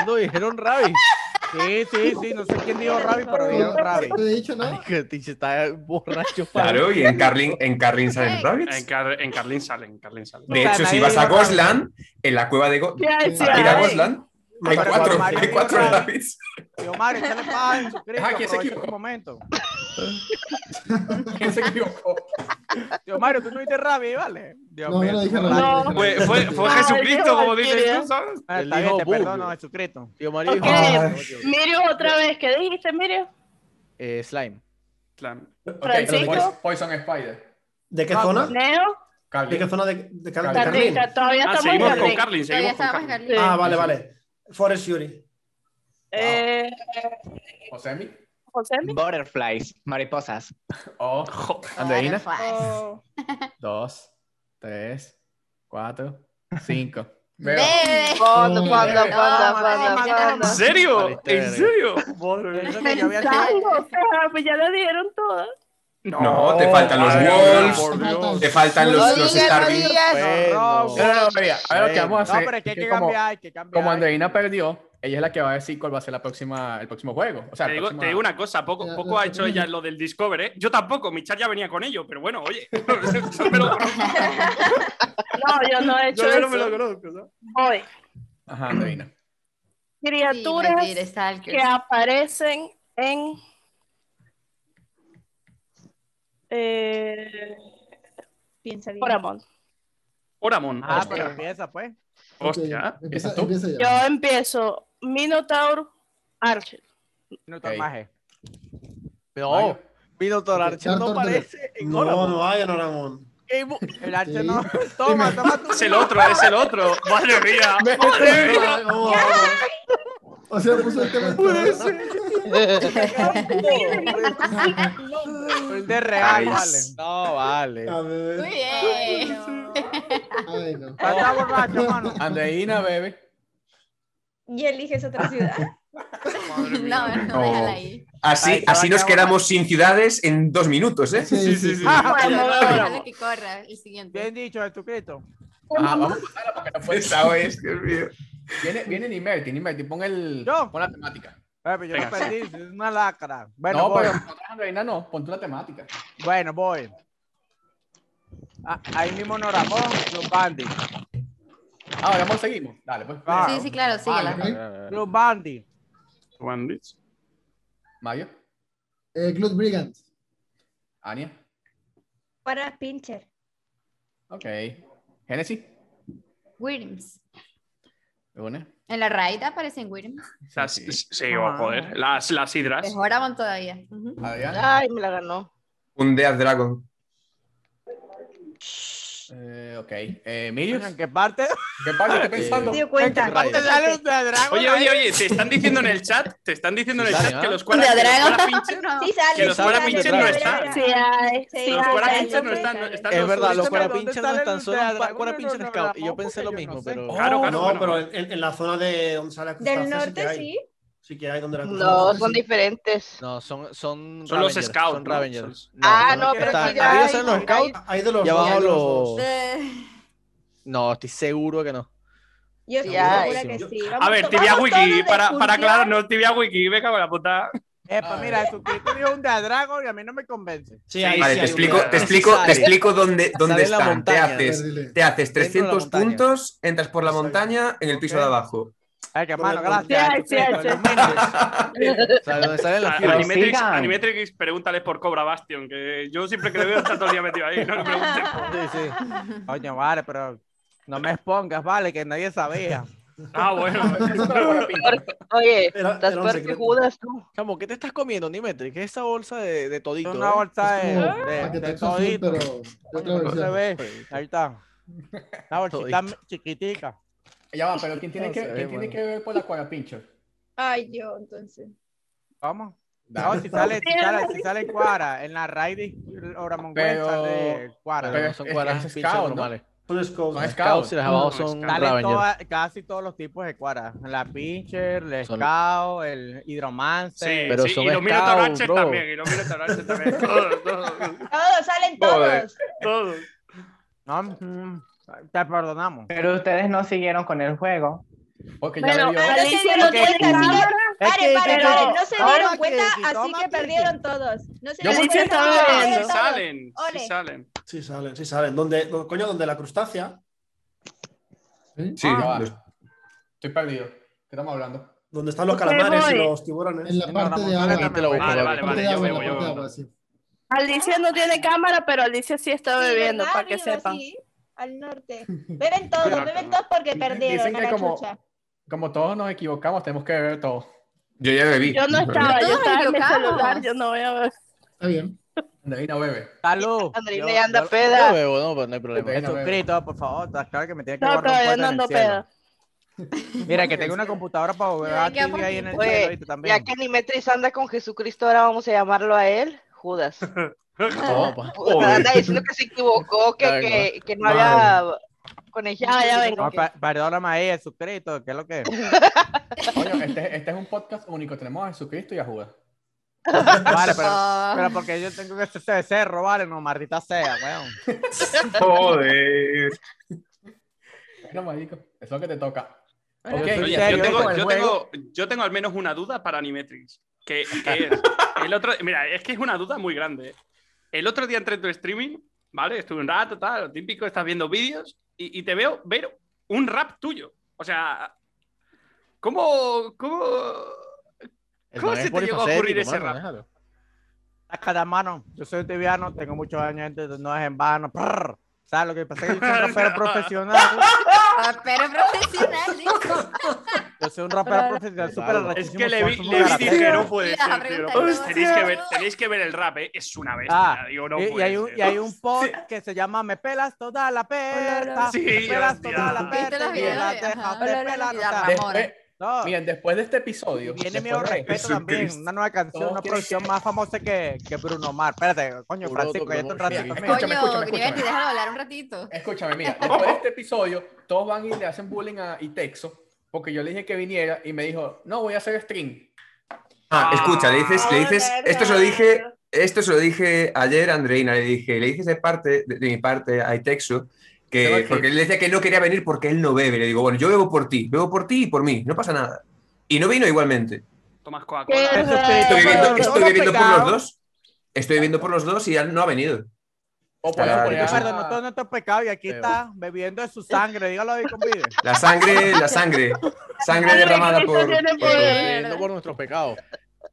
Speaker 1: No dijeron Ravi.
Speaker 4: Sí, sí, sí, no sé quién dijo Ravi, pero dijeron Ravi.
Speaker 6: De hecho, ¿no?
Speaker 1: Que Tiche está borracho.
Speaker 12: Claro, y en Carlin, en Carlin salen rabbits.
Speaker 13: En, Car- en Carlín salen, en Carlín salen.
Speaker 12: De
Speaker 4: O sea,
Speaker 12: hecho, si
Speaker 4: nadie
Speaker 12: vas a
Speaker 4: dijo
Speaker 12: Gosland, en la cueva de Go
Speaker 2: ¿Qué hay? Sí,
Speaker 12: a ir a
Speaker 2: hay.
Speaker 12: Gosland, hay
Speaker 4: Pero
Speaker 12: cuatro,
Speaker 4: Mario
Speaker 12: hay
Speaker 4: dijo
Speaker 12: cuatro
Speaker 4: Rabbit.
Speaker 12: rabbits.
Speaker 4: Digo, Mario, échale
Speaker 3: [laughs]
Speaker 4: pan, Jesucristo,
Speaker 3: Ajá, ¿quién se
Speaker 4: aprovecha
Speaker 3: equivocó?
Speaker 4: este momento.
Speaker 3: ¿Quién se equivocó?
Speaker 4: Digo, Mario, tú no viste Ravi, ¿vale? Dios
Speaker 6: No, yo no dije Ravi,
Speaker 4: No,
Speaker 6: yo dije
Speaker 13: Fue,
Speaker 6: Ravi.
Speaker 13: fue, fue
Speaker 2: Ay,
Speaker 13: Jesucristo,
Speaker 2: Dios,
Speaker 13: como dices
Speaker 2: Valkyria.
Speaker 13: tú, ¿sabes?
Speaker 4: Ah,
Speaker 1: Él
Speaker 4: está bien,
Speaker 1: dijo
Speaker 4: te
Speaker 1: Boo.
Speaker 4: perdono, Jesucristo.
Speaker 1: Tío Mario
Speaker 2: Ok,
Speaker 1: dijo, ah,
Speaker 2: Mirio, otra vez, ¿qué dijiste, Mirio?
Speaker 1: eh, slime.
Speaker 13: Plan-
Speaker 3: Ok,
Speaker 2: Francisco.
Speaker 3: Poison- Poison Spider.
Speaker 8: ¿De qué
Speaker 4: Ah,
Speaker 8: zona?
Speaker 2: Neo,
Speaker 8: ¿De qué
Speaker 3: Carlin.
Speaker 8: zona de, de Car- de
Speaker 3: Carlín.
Speaker 8: Carlín?
Speaker 2: Carlinca, todavía
Speaker 13: Ah,
Speaker 2: estamos en
Speaker 13: seguimos con
Speaker 2: Carlín.
Speaker 13: Carlin,
Speaker 11: Todavía
Speaker 13: seguimos con
Speaker 11: estábamos en
Speaker 13: Carlin.
Speaker 2: Sí.
Speaker 8: Ah, vale, vale. Forest Fury.
Speaker 2: Eh,
Speaker 3: Osemi.
Speaker 2: José,
Speaker 5: Butterflies, mariposas.
Speaker 13: [laughs]
Speaker 3: Oh. Andreina.
Speaker 7: Oh.
Speaker 11: Butterflies.
Speaker 3: Dos, tres, cuatro, cinco.
Speaker 4: [laughs]
Speaker 3: Veo.
Speaker 11: Bebe.
Speaker 9: Panda, panda,
Speaker 3: No,
Speaker 9: panda, panda,
Speaker 11: no,
Speaker 9: panda.
Speaker 13: ¿En
Speaker 3: Eh,
Speaker 13: serio?
Speaker 1: Vale,
Speaker 13: ¿En serio?
Speaker 4: Eso que yo había
Speaker 2: Tango, o sea, pues ya lo dieron todo.
Speaker 1: Oh,
Speaker 12: No, te faltan los
Speaker 13: Ay,
Speaker 12: Wolves,
Speaker 13: por Dios.
Speaker 12: te faltan
Speaker 9: No
Speaker 12: los,
Speaker 9: digas,
Speaker 12: los
Speaker 9: no
Speaker 12: Starving.
Speaker 9: digas.
Speaker 1: Bueno,
Speaker 3: No, no, no, mira, a ver lo que vamos a
Speaker 4: No,
Speaker 3: hacer.
Speaker 4: pero es que hay
Speaker 3: es
Speaker 4: que
Speaker 3: como-
Speaker 4: cambiar, hay que cambiar.
Speaker 3: Como Andreina perdió, ella es la que va a decir cuál va a ser la próxima, el próximo juego. O sea,
Speaker 13: Te
Speaker 3: el
Speaker 13: digo,
Speaker 3: próximo-
Speaker 13: te digo una cosa, poco,
Speaker 6: Ya,
Speaker 13: poco
Speaker 6: ya,
Speaker 13: ha
Speaker 6: ya.
Speaker 13: hecho ella lo del Discover, ¿eh? Yo tampoco, mi chat ya venía con ello, pero bueno, oye, yo me lo conozco.
Speaker 2: No,
Speaker 17: [laughs]
Speaker 2: yo no he hecho
Speaker 13: Yo
Speaker 2: eso.
Speaker 13: no me lo conozco, ¿sabes?
Speaker 2: Voy.
Speaker 3: Ajá, Andreina.
Speaker 2: Criaturas
Speaker 11: Sí, mentira, Stalkers.
Speaker 2: que aparecen en eh,
Speaker 7: Piensa bien.
Speaker 2: Poramon.
Speaker 13: Oramon.
Speaker 4: Ah,
Speaker 13: hostia,
Speaker 3: Este.
Speaker 4: pero empieza, pues.
Speaker 13: hostia. ¿eh?
Speaker 6: Ok, Empieza,
Speaker 3: ¿Empiezas tú?
Speaker 6: empieza
Speaker 2: Yo
Speaker 6: ya.
Speaker 2: empiezo Minotaur Archer.
Speaker 4: No
Speaker 3: Ok.
Speaker 4: maje.
Speaker 1: No,
Speaker 3: Mario.
Speaker 4: Minotaur Archer no
Speaker 6: Arthur
Speaker 4: parece en
Speaker 8: No,
Speaker 4: Golemon.
Speaker 8: no hay en Oramon.
Speaker 4: El Archer
Speaker 6: Sí. [laughs]
Speaker 4: no. Toma, toma tu.
Speaker 13: Es el otro, es el otro.
Speaker 8: [laughs]
Speaker 13: Madre mía, madre mía.
Speaker 8: Vamos, vamos.
Speaker 6: O sea,
Speaker 4: pues,
Speaker 6: puso el tema. [laughs]
Speaker 4: El de real,
Speaker 12: Nice.
Speaker 4: vale.
Speaker 1: no vale.
Speaker 8: A ver.
Speaker 11: Muy bien.
Speaker 6: Ay, no.
Speaker 4: Ah, Está borracho, mano.
Speaker 3: Andreina, bebé.
Speaker 7: [laughs] Y eliges otra ciudad.
Speaker 11: [laughs] No, no,
Speaker 12: No.
Speaker 11: déjala ahí.
Speaker 12: Así,
Speaker 4: Ay, se va
Speaker 12: así
Speaker 4: a
Speaker 12: nos
Speaker 4: quedar
Speaker 12: quedamos sin ciudades en dos minutos, ¿eh?
Speaker 6: Sí, sí, sí.
Speaker 4: Ah,
Speaker 2: Bueno,
Speaker 4: bueno,
Speaker 2: bueno.
Speaker 11: Déjala que corra el siguiente.
Speaker 4: Bien dicho, Jesucristo.
Speaker 12: Ah, vamos a pasarla porque no puede sabes, Dios mío.
Speaker 3: Viene, viene en Inverti, en Inverti, pon el.
Speaker 4: ¿Yo?
Speaker 3: Pon la temática.
Speaker 4: Eh, pero yo
Speaker 13: Venga,
Speaker 4: lo
Speaker 3: [laughs]
Speaker 4: perdí, es una lacra. Bueno,
Speaker 3: No,
Speaker 4: voy.
Speaker 3: pero nosotras, Andreina, no, pon tú la temática.
Speaker 4: Bueno, voy. Ah, ahí mismo Noramón, Club Bandit.
Speaker 3: Ah, ahora vamos, seguimos. Dale, pues.
Speaker 4: Ah,
Speaker 11: Sí, sí, claro, síguela.
Speaker 6: Vale.
Speaker 4: Club Bandit.
Speaker 13: One Beach.
Speaker 3: Mario,
Speaker 6: Eh, Glut Brigand.
Speaker 3: Ania.
Speaker 7: Para Pincher.
Speaker 3: Ok. Genesis,
Speaker 11: Wyrms.
Speaker 3: Luna.
Speaker 11: En la raid aparecen Wyrms.
Speaker 13: Las-
Speaker 3: Sí, sí.
Speaker 13: Sí, oh,
Speaker 11: Ah.
Speaker 13: joder. Las, las hidras.
Speaker 11: Mejor Aramon todavía. Ujú.
Speaker 3: Adriana.
Speaker 2: Ay, me la ganó.
Speaker 12: Un Death Dragon.
Speaker 3: Eh, ok. Eh, Milius,
Speaker 4: ¿En qué parte?
Speaker 3: ¿qué pasa?
Speaker 4: [laughs]
Speaker 3: Estoy pensando.
Speaker 7: Te dio cuenta.
Speaker 4: ¿Parte de la luz de dragón?
Speaker 13: Oye, oye, oye, te están diciendo en el chat, te están diciendo en el
Speaker 3: Dale,
Speaker 13: chat
Speaker 3: ¿ah?
Speaker 13: que los
Speaker 11: Un
Speaker 13: cuerdas
Speaker 11: de
Speaker 13: que los
Speaker 11: dragón.
Speaker 13: cuerdas pinches-
Speaker 11: No.
Speaker 7: Sí sale.
Speaker 13: Que los
Speaker 7: sí
Speaker 13: fuera
Speaker 7: sale,
Speaker 13: pinches
Speaker 7: mira,
Speaker 13: no
Speaker 7: mira,
Speaker 13: están.
Speaker 7: mira.
Speaker 2: Sí, ay,
Speaker 7: Sí,
Speaker 13: que los
Speaker 7: sale,
Speaker 13: cuerdas
Speaker 7: sale,
Speaker 13: pinches no
Speaker 7: sale.
Speaker 13: están. están
Speaker 1: Es
Speaker 13: los-
Speaker 1: verdad, los
Speaker 13: están-
Speaker 4: pero ¿dónde
Speaker 1: cuarapinchas
Speaker 4: está
Speaker 1: no
Speaker 4: la
Speaker 1: están,
Speaker 4: luz
Speaker 1: son
Speaker 4: de dragón?
Speaker 1: cuarapinchas
Speaker 4: No, no,
Speaker 1: scout. Y
Speaker 4: no,
Speaker 1: yo pensé lo
Speaker 4: porque yo
Speaker 1: mismo,
Speaker 4: no sé.
Speaker 1: pero.
Speaker 13: Claro, claro.
Speaker 8: no,
Speaker 13: bueno,
Speaker 8: pero
Speaker 13: bueno.
Speaker 8: en, en- en la zona de donde sale la cruz
Speaker 7: Del
Speaker 8: francesa que
Speaker 7: norte,
Speaker 8: hay.
Speaker 7: sí.
Speaker 8: Sí que hay donde la cruz
Speaker 9: No,
Speaker 8: francesa.
Speaker 9: son diferentes.
Speaker 1: [laughs] No, son. Son,
Speaker 13: Son los
Speaker 1: Ravengers,
Speaker 13: scouts,
Speaker 1: Son
Speaker 13: ¿no?
Speaker 1: Ravengers.
Speaker 9: Ah,
Speaker 1: son
Speaker 9: no,
Speaker 1: los que
Speaker 9: pero
Speaker 1: están-
Speaker 9: mira,
Speaker 1: Arriba salen los
Speaker 9: mira,
Speaker 1: scouts.
Speaker 8: Hay de los
Speaker 1: Y
Speaker 8: dos,
Speaker 1: abajo
Speaker 8: hay de
Speaker 1: los.
Speaker 8: dos.
Speaker 11: Eh,
Speaker 1: No, estoy seguro que no.
Speaker 7: Yo estoy
Speaker 9: Sí, ay.
Speaker 7: segura que sí.
Speaker 13: A ver, Tibia Wiki, para, para aclararnos, Tibia Wiki, venga con la puta.
Speaker 4: Epa, mira, Jesucristo dio un de dragón y a mí no me convence.
Speaker 8: Sí, ahí
Speaker 12: Vale,
Speaker 8: sí
Speaker 12: te
Speaker 8: hay un
Speaker 12: explico,
Speaker 8: lugar.
Speaker 12: te explico,
Speaker 1: Sale.
Speaker 12: te explico dónde, dónde
Speaker 1: Sale en la
Speaker 12: están. Te
Speaker 1: montaña.
Speaker 12: haces,
Speaker 6: Terrible.
Speaker 12: te haces
Speaker 1: Dentro de la
Speaker 12: 300
Speaker 1: montaña.
Speaker 12: puntos, entras por la montaña en el piso
Speaker 4: Ok.
Speaker 12: de abajo.
Speaker 4: Ay, que hermano,
Speaker 8: Bueno,
Speaker 4: gracias.
Speaker 2: sí, sí,
Speaker 13: [laughs]
Speaker 2: sí.
Speaker 4: Jesucristo, ilumina.
Speaker 1: O sea, donde salen los
Speaker 13: A-
Speaker 1: giros.
Speaker 13: Ah, Animatrix,
Speaker 5: sigan.
Speaker 13: Animatrix, pregúntale por Cobra Bastion, que yo siempre que le veo está todo el día metido ahí, no le pregunte.
Speaker 1: Sí, sí.
Speaker 4: Coño, vale, pero no me expongas, vale, que nadie sabía.
Speaker 13: Ah,
Speaker 1: [laughs]
Speaker 3: [laughs]
Speaker 13: bueno.
Speaker 9: Oye,
Speaker 8: Era-
Speaker 9: estás
Speaker 8: era un
Speaker 9: peor que
Speaker 8: secreto.
Speaker 9: Judas tú.
Speaker 1: Chamo, ¿qué te estás comiendo, Nimetri? ¿Qué es esa bolsa de, de
Speaker 4: Es
Speaker 1: todito? eh?
Speaker 4: una bolsa de,
Speaker 6: Es
Speaker 4: de, de
Speaker 6: Paquetaxo azul,
Speaker 4: todito.
Speaker 6: pero de otra
Speaker 4: No se
Speaker 6: versión.
Speaker 4: ve. Ahí está. Una bolsita
Speaker 1: Todito.
Speaker 4: chiquitica.
Speaker 3: Ya va, pero ¿quién tiene,
Speaker 1: No
Speaker 3: que,
Speaker 1: se ve,
Speaker 3: ¿quién tiene
Speaker 1: bueno.
Speaker 3: que ver por la cuadra, pincho?
Speaker 7: Ay, yo, entonces.
Speaker 4: Vamos.
Speaker 3: Dale.
Speaker 4: No, si sale, si sale, si sale Cuara, en la raid de Oramon
Speaker 3: Pero-
Speaker 4: sale Cuara.
Speaker 1: Pero
Speaker 3: Pero
Speaker 1: no son
Speaker 3: es- es-
Speaker 1: cuadras
Speaker 3: es
Speaker 1: pinchas
Speaker 3: scout, ¿no?
Speaker 1: normales.
Speaker 8: Son scouts.
Speaker 3: Son
Speaker 1: Scouts
Speaker 3: scouts.
Speaker 1: y las abajo
Speaker 13: No,
Speaker 1: son
Speaker 13: scouts.
Speaker 4: Sale
Speaker 1: Ravengers.
Speaker 4: toda- casi todos los tipos de Cuara. La Pincher, el
Speaker 1: Son-
Speaker 4: Scout, el Hidromancer.
Speaker 13: Sí,
Speaker 1: Pero
Speaker 13: sí,
Speaker 1: son
Speaker 13: y los
Speaker 1: scouts,
Speaker 13: Minotaur Archer
Speaker 1: bro.
Speaker 13: también, y los Minotaur Archer
Speaker 1: [laughs]
Speaker 13: también. Todos, todos,
Speaker 7: Todos, salen
Speaker 12: Joder.
Speaker 7: todos.
Speaker 13: todos.
Speaker 4: No, mm, Te perdonamos.
Speaker 5: Pero ustedes no siguieron con el juego.
Speaker 4: Porque
Speaker 7: Bueno, ah, ahora se dieron cuenta, así que-
Speaker 5: Es
Speaker 7: pare,
Speaker 5: que-
Speaker 7: pare,
Speaker 5: pero-
Speaker 7: pare, no se
Speaker 5: ahora
Speaker 7: dieron
Speaker 5: que-
Speaker 7: cuenta,
Speaker 5: que
Speaker 7: así
Speaker 5: toma
Speaker 7: que perdieron todos. No se
Speaker 8: Yo
Speaker 7: dieron
Speaker 8: sí
Speaker 7: cuenta,
Speaker 8: estaba
Speaker 7: así que
Speaker 8: viendo,
Speaker 7: perdieron todos.
Speaker 13: salen,
Speaker 7: Ole.
Speaker 13: sí salen.
Speaker 8: Sí salen, sí salen. ¿Dónde, dónde- coño, donde la crustácea?
Speaker 12: Sí,
Speaker 3: Ah,
Speaker 12: los-
Speaker 3: Estoy perdido. ¿Qué estamos hablando?
Speaker 8: ¿Dónde están los calamares y los tiburones?
Speaker 6: En la parte de agua.
Speaker 13: Vale, vale,
Speaker 6: La parte
Speaker 13: vale,
Speaker 6: de
Speaker 13: yo
Speaker 6: agua,
Speaker 13: veo,
Speaker 6: la
Speaker 13: yo
Speaker 6: parte de
Speaker 13: veo.
Speaker 6: agua, sí.
Speaker 2: Alicia no tiene cámara, pero Alicia sí está
Speaker 7: Sí,
Speaker 2: bebiendo,
Speaker 7: ¿verdad,
Speaker 2: para que
Speaker 7: amigos?
Speaker 2: sepan.
Speaker 7: Sí, al norte. Beben todos, beben todos porque perdieron.
Speaker 3: Dicen
Speaker 7: a
Speaker 3: que
Speaker 7: la
Speaker 3: como-
Speaker 7: chucha.
Speaker 3: Como todos nos equivocamos, tenemos que beber todo.
Speaker 12: Yo ya bebí.
Speaker 2: Yo no estaba, yo
Speaker 7: Todos
Speaker 2: estaba en mi
Speaker 7: equivocados.
Speaker 2: celular, yo no voy a ver.
Speaker 3: Está bien. Andreina bebe.
Speaker 4: Aló.
Speaker 2: Andreina
Speaker 4: Yo-
Speaker 2: ya anda
Speaker 4: yo- pues
Speaker 2: peda.
Speaker 1: Yo bebo, no, pero
Speaker 13: Pues
Speaker 1: no hay problema.
Speaker 4: Jesucristo, por favor, estás claro que me tienes que
Speaker 2: No,
Speaker 4: guardar un
Speaker 2: todavía
Speaker 4: puesto
Speaker 2: no
Speaker 4: en el
Speaker 2: ando
Speaker 4: cielo. Mira, que tengo una computadora para jugar a
Speaker 11: Ay, qué
Speaker 4: tibia ahí en el
Speaker 11: bonito.
Speaker 4: cielo
Speaker 9: Oye,
Speaker 4: ahorita también.
Speaker 9: ya que Nimetris anda con Jesucristo, ahora vamos a llamarlo a él
Speaker 4: [laughs]
Speaker 9: Judas.
Speaker 1: Toma.
Speaker 13: Oh,
Speaker 9: Puta, anda diciendo que se equivocó, que,
Speaker 4: Claro.
Speaker 9: que, que no había
Speaker 4: [laughs]
Speaker 9: conejillo.
Speaker 2: Ya, ya
Speaker 4: No, pa- perdóname ahí, Jesucristo, ¿qué es lo que es?
Speaker 3: Coño, este, este es un podcast único. Tenemos a Jesucristo y a Judas.
Speaker 4: Vale, pero,
Speaker 11: Ah.
Speaker 4: [laughs] pero porque yo tengo que ser ser cerro, vale, no, maldita sea, weón.
Speaker 10: Joder.
Speaker 3: Mira, marico, eso es lo que te toca.
Speaker 4: Bueno,
Speaker 3: Ok,
Speaker 4: soy
Speaker 13: Oye,
Speaker 4: serio
Speaker 13: yo, tengo,
Speaker 4: con el
Speaker 13: yo,
Speaker 4: juego.
Speaker 13: tengo, yo tengo al menos una duda para Animetrix. Que, que
Speaker 4: [laughs]
Speaker 13: es, el otro, mira, es que es una duda muy grande. ¿eh? El otro día entré en tu streaming, ¿vale? Estuve un rato, tal, lo típico, estás viendo vídeos y, y te veo ver un rap tuyo. O sea, ¿cómo, cómo,
Speaker 1: El
Speaker 13: cómo
Speaker 1: man es
Speaker 13: se te llegó a ocurrir
Speaker 1: polifacético,
Speaker 13: ese
Speaker 1: mano,
Speaker 13: rap?
Speaker 1: déjalo.
Speaker 4: Saca la mano, yo soy tibiano, tengo muchos años, entonces no es en vano. prrr. ¿Sabes lo que pasa? es Que yo soy
Speaker 13: [laughs]
Speaker 4: un rapero profesional.
Speaker 11: Ah, Pero profesional, dijo.
Speaker 4: Yo soy un rapero profesional, súper
Speaker 13: Es
Speaker 4: arrechísimo,
Speaker 13: que le
Speaker 4: soy
Speaker 13: vi,
Speaker 4: un
Speaker 13: le vi pues, y
Speaker 4: rapero.
Speaker 13: dije, no puede
Speaker 11: Mira,
Speaker 13: ser, tío, no puede ser. Tenéis que ver, tenéis que ver el rap, ¿eh? Es una bestia.
Speaker 4: Ah,
Speaker 13: Digo, no
Speaker 4: y, y
Speaker 13: puede
Speaker 4: hay un,
Speaker 13: ser.
Speaker 4: y
Speaker 13: [laughs]
Speaker 4: hay un pod que se llama Me pelas toda la peta.
Speaker 13: Sí,
Speaker 4: me pelas
Speaker 13: hostia.
Speaker 4: toda la
Speaker 11: ¿Viste
Speaker 4: peta.
Speaker 11: los
Speaker 4: Y la
Speaker 11: videos?
Speaker 4: dejas
Speaker 11: Ajá.
Speaker 4: de
Speaker 11: Hola, hola,
Speaker 4: pelar,
Speaker 11: mi
Speaker 4: o sea,
Speaker 11: dama. Ramona.
Speaker 3: Después-
Speaker 4: no,
Speaker 3: miren, después de este episodio.
Speaker 4: Viene mi
Speaker 3: después de- este
Speaker 4: respeto también. Una nueva canción,
Speaker 3: Todos
Speaker 4: una
Speaker 3: quieren
Speaker 4: producción más famosa que, que Bruno Mars. Espérate, coño, Francisco, ya está un ratito.
Speaker 3: Mira,
Speaker 4: mira.
Speaker 11: Coño,
Speaker 3: escúchame, escúchame,
Speaker 11: Grivetti,
Speaker 3: escúchame.
Speaker 11: déjalo hablar un ratito.
Speaker 3: Escúchame, mira, después de este episodio, todos van y le hacen bullying a Itexo, porque yo le dije que viniera y me dijo, no, voy a hacer stream.
Speaker 12: Ah, escucha, le dices, le dices,
Speaker 2: Joder,
Speaker 12: esto se lo
Speaker 2: joder.
Speaker 12: dije, esto se lo dije ayer a Andreina, le dije, le dices de parte, de, de mi parte a Itexo, que,
Speaker 3: Pero es que-
Speaker 12: porque él decía que no quería venir porque él no bebe. Le digo, bueno, yo bebo por ti, bebo por ti y por mí, no pasa nada. Y no vino igualmente.
Speaker 13: Tomas
Speaker 2: Qué
Speaker 13: Coca-Cola.
Speaker 2: raro.
Speaker 12: Estoy viviendo,
Speaker 4: pero
Speaker 12: estoy
Speaker 4: no
Speaker 12: viviendo por
Speaker 4: pecado.
Speaker 12: los dos, estoy viviendo por los dos y ya no ha venido.
Speaker 3: O podemos
Speaker 12: Claro,
Speaker 3: poner
Speaker 12: que
Speaker 3: a-
Speaker 12: sí.
Speaker 4: Perdonó todo nuestro pecado y aquí
Speaker 1: Pero-
Speaker 4: está bebiendo de su sangre. Dígalo ahí, convive.
Speaker 12: La sangre, la sangre, sangre
Speaker 2: Ay,
Speaker 12: derramada
Speaker 2: Cristo
Speaker 12: por.
Speaker 2: tiene
Speaker 12: por-
Speaker 2: poder.
Speaker 1: Bebiendo por nuestros pecados.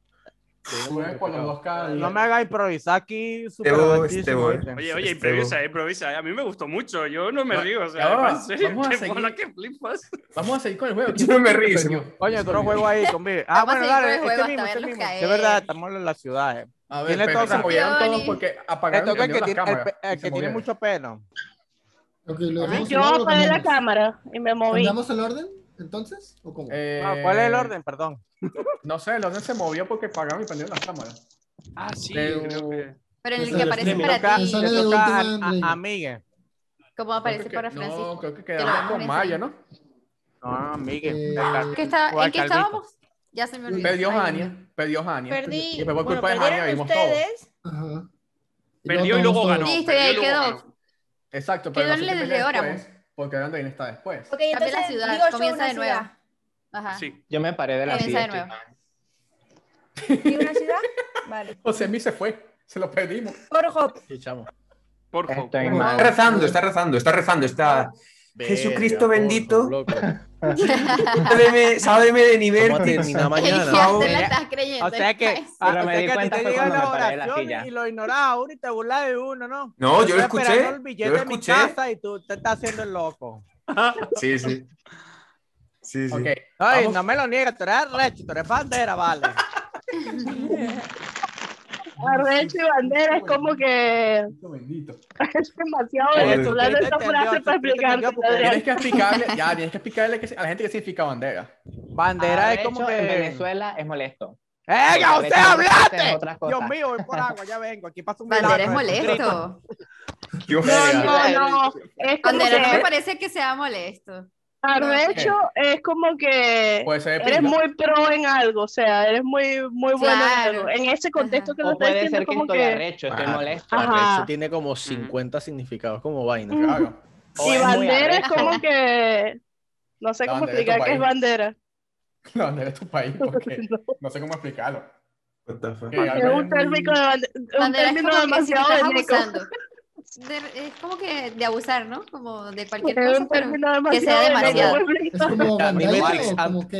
Speaker 1: Bebiendo por
Speaker 3: Juegan
Speaker 1: nuestros
Speaker 3: con los
Speaker 1: pecados.
Speaker 3: dos cada día.
Speaker 4: No me hagas improvisar aquí.
Speaker 12: Te
Speaker 4: súper
Speaker 12: voy,
Speaker 4: arrechísimo,
Speaker 12: te
Speaker 3: eh.
Speaker 12: voy.
Speaker 4: ¿viste?
Speaker 13: Oye,
Speaker 12: Este
Speaker 13: oye, improvisa, eh, improvisa. eh. A mí me gustó mucho. Yo no me
Speaker 3: Va-
Speaker 13: río. O sea,
Speaker 3: ahora,
Speaker 13: en serio,
Speaker 3: vamos a
Speaker 13: qué
Speaker 3: seguir.
Speaker 13: mola que flipas.
Speaker 3: Vamos a seguir con el juego.
Speaker 12: Yo no me río,
Speaker 3: ¿Quién perdió?
Speaker 4: Coño, tú no juego ahí, convive. Ah,
Speaker 11: Vamos a
Speaker 4: bueno,
Speaker 11: seguir con
Speaker 4: dale,
Speaker 11: el
Speaker 4: este
Speaker 11: juego hasta
Speaker 4: mismo, este
Speaker 11: verlos
Speaker 4: mismo.
Speaker 11: caer.
Speaker 4: De verdad, estamos en la ciudad. eh.
Speaker 3: A
Speaker 4: ¿Quién le
Speaker 3: pero
Speaker 4: toca?
Speaker 3: se movieron todos porque
Speaker 4: Le
Speaker 3: apagaron
Speaker 4: toca
Speaker 3: prendieron
Speaker 4: el que
Speaker 3: las
Speaker 4: tiene, el
Speaker 3: cámaras.
Speaker 4: pe-
Speaker 3: y
Speaker 4: el
Speaker 3: se
Speaker 4: que tiene
Speaker 3: movieron.
Speaker 4: mucho pelo.
Speaker 6: Ok, lo
Speaker 2: Ay,
Speaker 6: hacemos
Speaker 2: Yo
Speaker 6: en orden o
Speaker 2: apagué la
Speaker 6: cambiamos?
Speaker 2: cámara y me moví.
Speaker 6: ¿Cambiamos el orden entonces? ¿O cómo?
Speaker 3: Eh,
Speaker 4: Ah, ¿Cuál es el orden? Perdón.
Speaker 3: [laughs] No sé, el orden se movió porque apagaron y prendieron las cámaras.
Speaker 13: Ah, sí,
Speaker 3: Pero-
Speaker 13: creo que.
Speaker 11: Pero en el
Speaker 6: Eso
Speaker 11: que
Speaker 6: es
Speaker 11: aparece
Speaker 6: premio.
Speaker 11: para
Speaker 4: Le
Speaker 11: ti,
Speaker 6: Eso es- Sale de
Speaker 4: toca a,
Speaker 6: última,
Speaker 4: a-
Speaker 6: Andrei.
Speaker 4: a Miguel.
Speaker 11: como
Speaker 3: Creo
Speaker 11: aparece
Speaker 3: que-
Speaker 11: para
Speaker 3: No,
Speaker 11: Francisco.
Speaker 3: creo que
Speaker 11: Te lo
Speaker 3: quedamos con
Speaker 11: pones
Speaker 3: Maya,
Speaker 11: ahí.
Speaker 3: ¿no?
Speaker 4: No, Miguel.
Speaker 6: Eh,
Speaker 11: ¿Qué está-
Speaker 4: Juega
Speaker 11: ¿En qué
Speaker 4: Calvito.
Speaker 11: estábamos? Ya se me olvidó.
Speaker 3: Perdió
Speaker 11: Ay,
Speaker 3: Jania, perdió Jania.
Speaker 7: Perdí.
Speaker 3: Y fue por
Speaker 7: Bueno,
Speaker 3: culpa de Jania
Speaker 7: perdieron
Speaker 3: vimos todo.
Speaker 7: ustedes.
Speaker 6: Ajá.
Speaker 13: Perdió y luego ganó.
Speaker 11: Sí, estoy
Speaker 13: perdió y
Speaker 11: ahí,
Speaker 13: luego
Speaker 11: quedó.
Speaker 13: ganó.
Speaker 3: Exacto, pero
Speaker 11: Quedó en
Speaker 3: nosotros
Speaker 11: el
Speaker 3: peleamos
Speaker 11: de Oramo.
Speaker 3: después, porque Andreina está después.
Speaker 7: Ok,
Speaker 11: Cambia la
Speaker 7: entonces
Speaker 11: ciudad,
Speaker 7: digo yo
Speaker 11: comienza
Speaker 7: una
Speaker 11: de nuevo.
Speaker 7: ciudad.
Speaker 11: Ajá.
Speaker 13: Sí.
Speaker 5: Yo me paré de la
Speaker 11: Comienza de
Speaker 5: silla.
Speaker 11: nuevo.
Speaker 7: ¿Digo una
Speaker 3: [laughs]
Speaker 7: ciudad? Vale.
Speaker 3: O sea, a mí se fue, se lo perdimos.
Speaker 7: Por Hop.
Speaker 1: Sí, chamo.
Speaker 13: Por
Speaker 5: chicos.
Speaker 13: favor.
Speaker 5: Estoy
Speaker 12: Está
Speaker 3: [laughs]
Speaker 5: mal.
Speaker 12: rezando, está rezando, está rezando, está. Jesucristo
Speaker 1: Verga,
Speaker 12: bendito.
Speaker 1: porfa, loco.
Speaker 12: Sálveme, sálveme de nivel.
Speaker 1: Tómate
Speaker 6: [laughs]
Speaker 1: una
Speaker 11: ¿Qué
Speaker 1: mañana.
Speaker 11: diablos
Speaker 5: Mira,
Speaker 11: la estás creyendo?
Speaker 4: O sea que,
Speaker 11: Ay,
Speaker 4: ah,
Speaker 5: Pero
Speaker 4: o
Speaker 5: me
Speaker 4: sea
Speaker 5: di
Speaker 4: que a ti
Speaker 5: cuenta
Speaker 4: te
Speaker 5: fue
Speaker 4: llegan
Speaker 5: cuando
Speaker 4: las
Speaker 5: me paré de la
Speaker 4: oraciones
Speaker 5: silla.
Speaker 4: y lo ignoras ahora y te burlas de uno, ¿no?
Speaker 12: No, yo lo
Speaker 4: Estás esperando
Speaker 12: escuché,
Speaker 4: el
Speaker 12: yo
Speaker 4: billete
Speaker 12: lo
Speaker 4: en mi
Speaker 12: escuché.
Speaker 4: casa y tú te estás haciendo el loco.
Speaker 12: Sí, sí. Sí, sí.
Speaker 3: Ok,
Speaker 4: Ay,
Speaker 3: vamos-
Speaker 4: no me lo niegues, tú eres recho, tú eres bandera, vale.
Speaker 2: Arrecho y bandera es como que [laughs]
Speaker 3: Cristo bendito.
Speaker 2: es demasiado
Speaker 12: Joder.
Speaker 2: venezolano esa frase para explicarte.
Speaker 3: Tienes que explicarle, ya, tienes que explicarle que- a la gente que significa bandera.
Speaker 4: Bandera es
Speaker 5: Arrecho
Speaker 4: como que...
Speaker 5: Ah, en Venezuela es molesto.
Speaker 4: ¡Venga, usted
Speaker 5: Es
Speaker 4: hablate!
Speaker 5: otra cosa.
Speaker 4: Dios mío, voy por agua, ya vengo. Aquí pasa un
Speaker 11: Bandera es
Speaker 4: milagro, Jesucristo.
Speaker 11: molesto.
Speaker 12: Yo-
Speaker 2: Ah, No, no, no. Es como
Speaker 11: Bandera no me
Speaker 2: que
Speaker 11: parece que sea molesto.
Speaker 2: arrecho es como que
Speaker 3: Puede ser
Speaker 2: eres
Speaker 3: pinga.
Speaker 2: muy pro en algo, o sea, eres muy, muy bueno en
Speaker 11: Claro.
Speaker 2: algo. En ese contexto que lo
Speaker 5: O
Speaker 2: estás
Speaker 5: puede
Speaker 2: diciendo,
Speaker 5: ser que
Speaker 2: como
Speaker 3: Ah.
Speaker 5: estoy
Speaker 2: que.
Speaker 5: arrecho, estoy
Speaker 1: Ajá.
Speaker 5: molesto.
Speaker 2: Ajá.
Speaker 1: Eso tiene como 50 significados como vaina.
Speaker 3: Claro.
Speaker 2: Mm. Y bandera es como que. No sé
Speaker 3: La
Speaker 2: cómo
Speaker 3: bandera de tu
Speaker 2: explicar qué es
Speaker 3: país.
Speaker 2: bandera.
Speaker 3: La bandera de tu país,
Speaker 2: [laughs]
Speaker 3: porque no sé cómo explicarlo.
Speaker 2: Es un térmico de bande- un
Speaker 11: Bandera es
Speaker 2: término
Speaker 11: como que si
Speaker 2: demasiado
Speaker 11: estás
Speaker 2: bélico.
Speaker 11: abusando. De- es como que de abusar, ¿no? Como de cualquier
Speaker 2: Es
Speaker 11: cosa,
Speaker 2: un
Speaker 11: pero
Speaker 2: término
Speaker 11: que sea demasiado.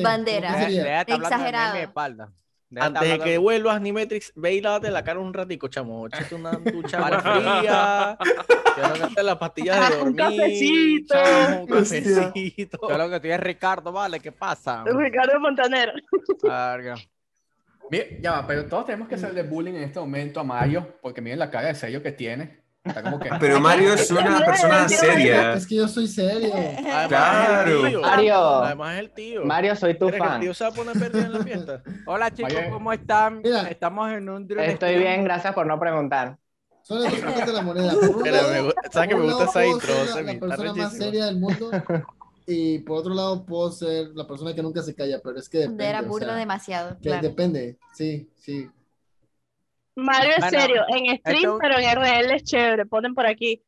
Speaker 1: bandera.
Speaker 11: Bandera. Exagerado.
Speaker 1: espalda.
Speaker 4: Déjate
Speaker 1: Antes de
Speaker 4: hablar-
Speaker 1: que vuelvas, Nimetrix, ve y lávate la cara un ratico, chamo. Échate
Speaker 4: [laughs]
Speaker 1: una ducha agua fría. Te las pastillas de
Speaker 4: Un
Speaker 1: dormir.
Speaker 4: cafecito.
Speaker 1: chamo,
Speaker 4: [laughs]
Speaker 1: un
Speaker 4: Hostia.
Speaker 1: cafecito.
Speaker 4: Yo lo que estoy es Ricardo, vale, ¿qué pasa?
Speaker 2: Ricardo Montaner.
Speaker 4: Verga.
Speaker 3: Mire, ya va, pero todos tenemos que hacerle bullying en este momento a Mario, porque miren la cara de sello que tiene. Está como que...
Speaker 12: Pero
Speaker 2: [laughs]
Speaker 12: Mario es una persona seria.
Speaker 6: Es que yo soy serio.
Speaker 12: Claro.
Speaker 5: Mario.
Speaker 1: es el tío.
Speaker 5: Mario, soy tu
Speaker 1: ¿Quieres que el
Speaker 5: fan.
Speaker 1: tío se va a poner verde en la
Speaker 5: [laughs]
Speaker 1: fiesta?
Speaker 4: Hola chicos,
Speaker 1: Oye.
Speaker 4: ¿cómo están? Estamos en un drill
Speaker 5: Estoy
Speaker 4: stream.
Speaker 5: bien, gracias por no preguntar.
Speaker 6: Solo dos caras de la [laughs] moneda. Por un
Speaker 1: Espera,
Speaker 6: lado,
Speaker 1: me gu- ¿sabes que
Speaker 6: por
Speaker 1: me gusta
Speaker 6: un lado
Speaker 1: esa
Speaker 6: puedo
Speaker 1: intro,
Speaker 6: ser la-
Speaker 1: Semi?
Speaker 6: La
Speaker 1: Está
Speaker 6: persona más
Speaker 1: rechísima.
Speaker 6: seria del
Speaker 1: [laughs]
Speaker 6: mundo. Y por otro lado, puedo ser la persona que nunca se calla, pero es que depende.
Speaker 11: Bandera
Speaker 6: o
Speaker 11: burla
Speaker 6: sea,
Speaker 11: demasiado.
Speaker 6: que
Speaker 11: Claro.
Speaker 6: depende, sí, sí.
Speaker 2: Mario es
Speaker 6: Bueno,
Speaker 2: serio, en stream,
Speaker 6: esto-
Speaker 2: pero en RL es chévere, ponen por aquí.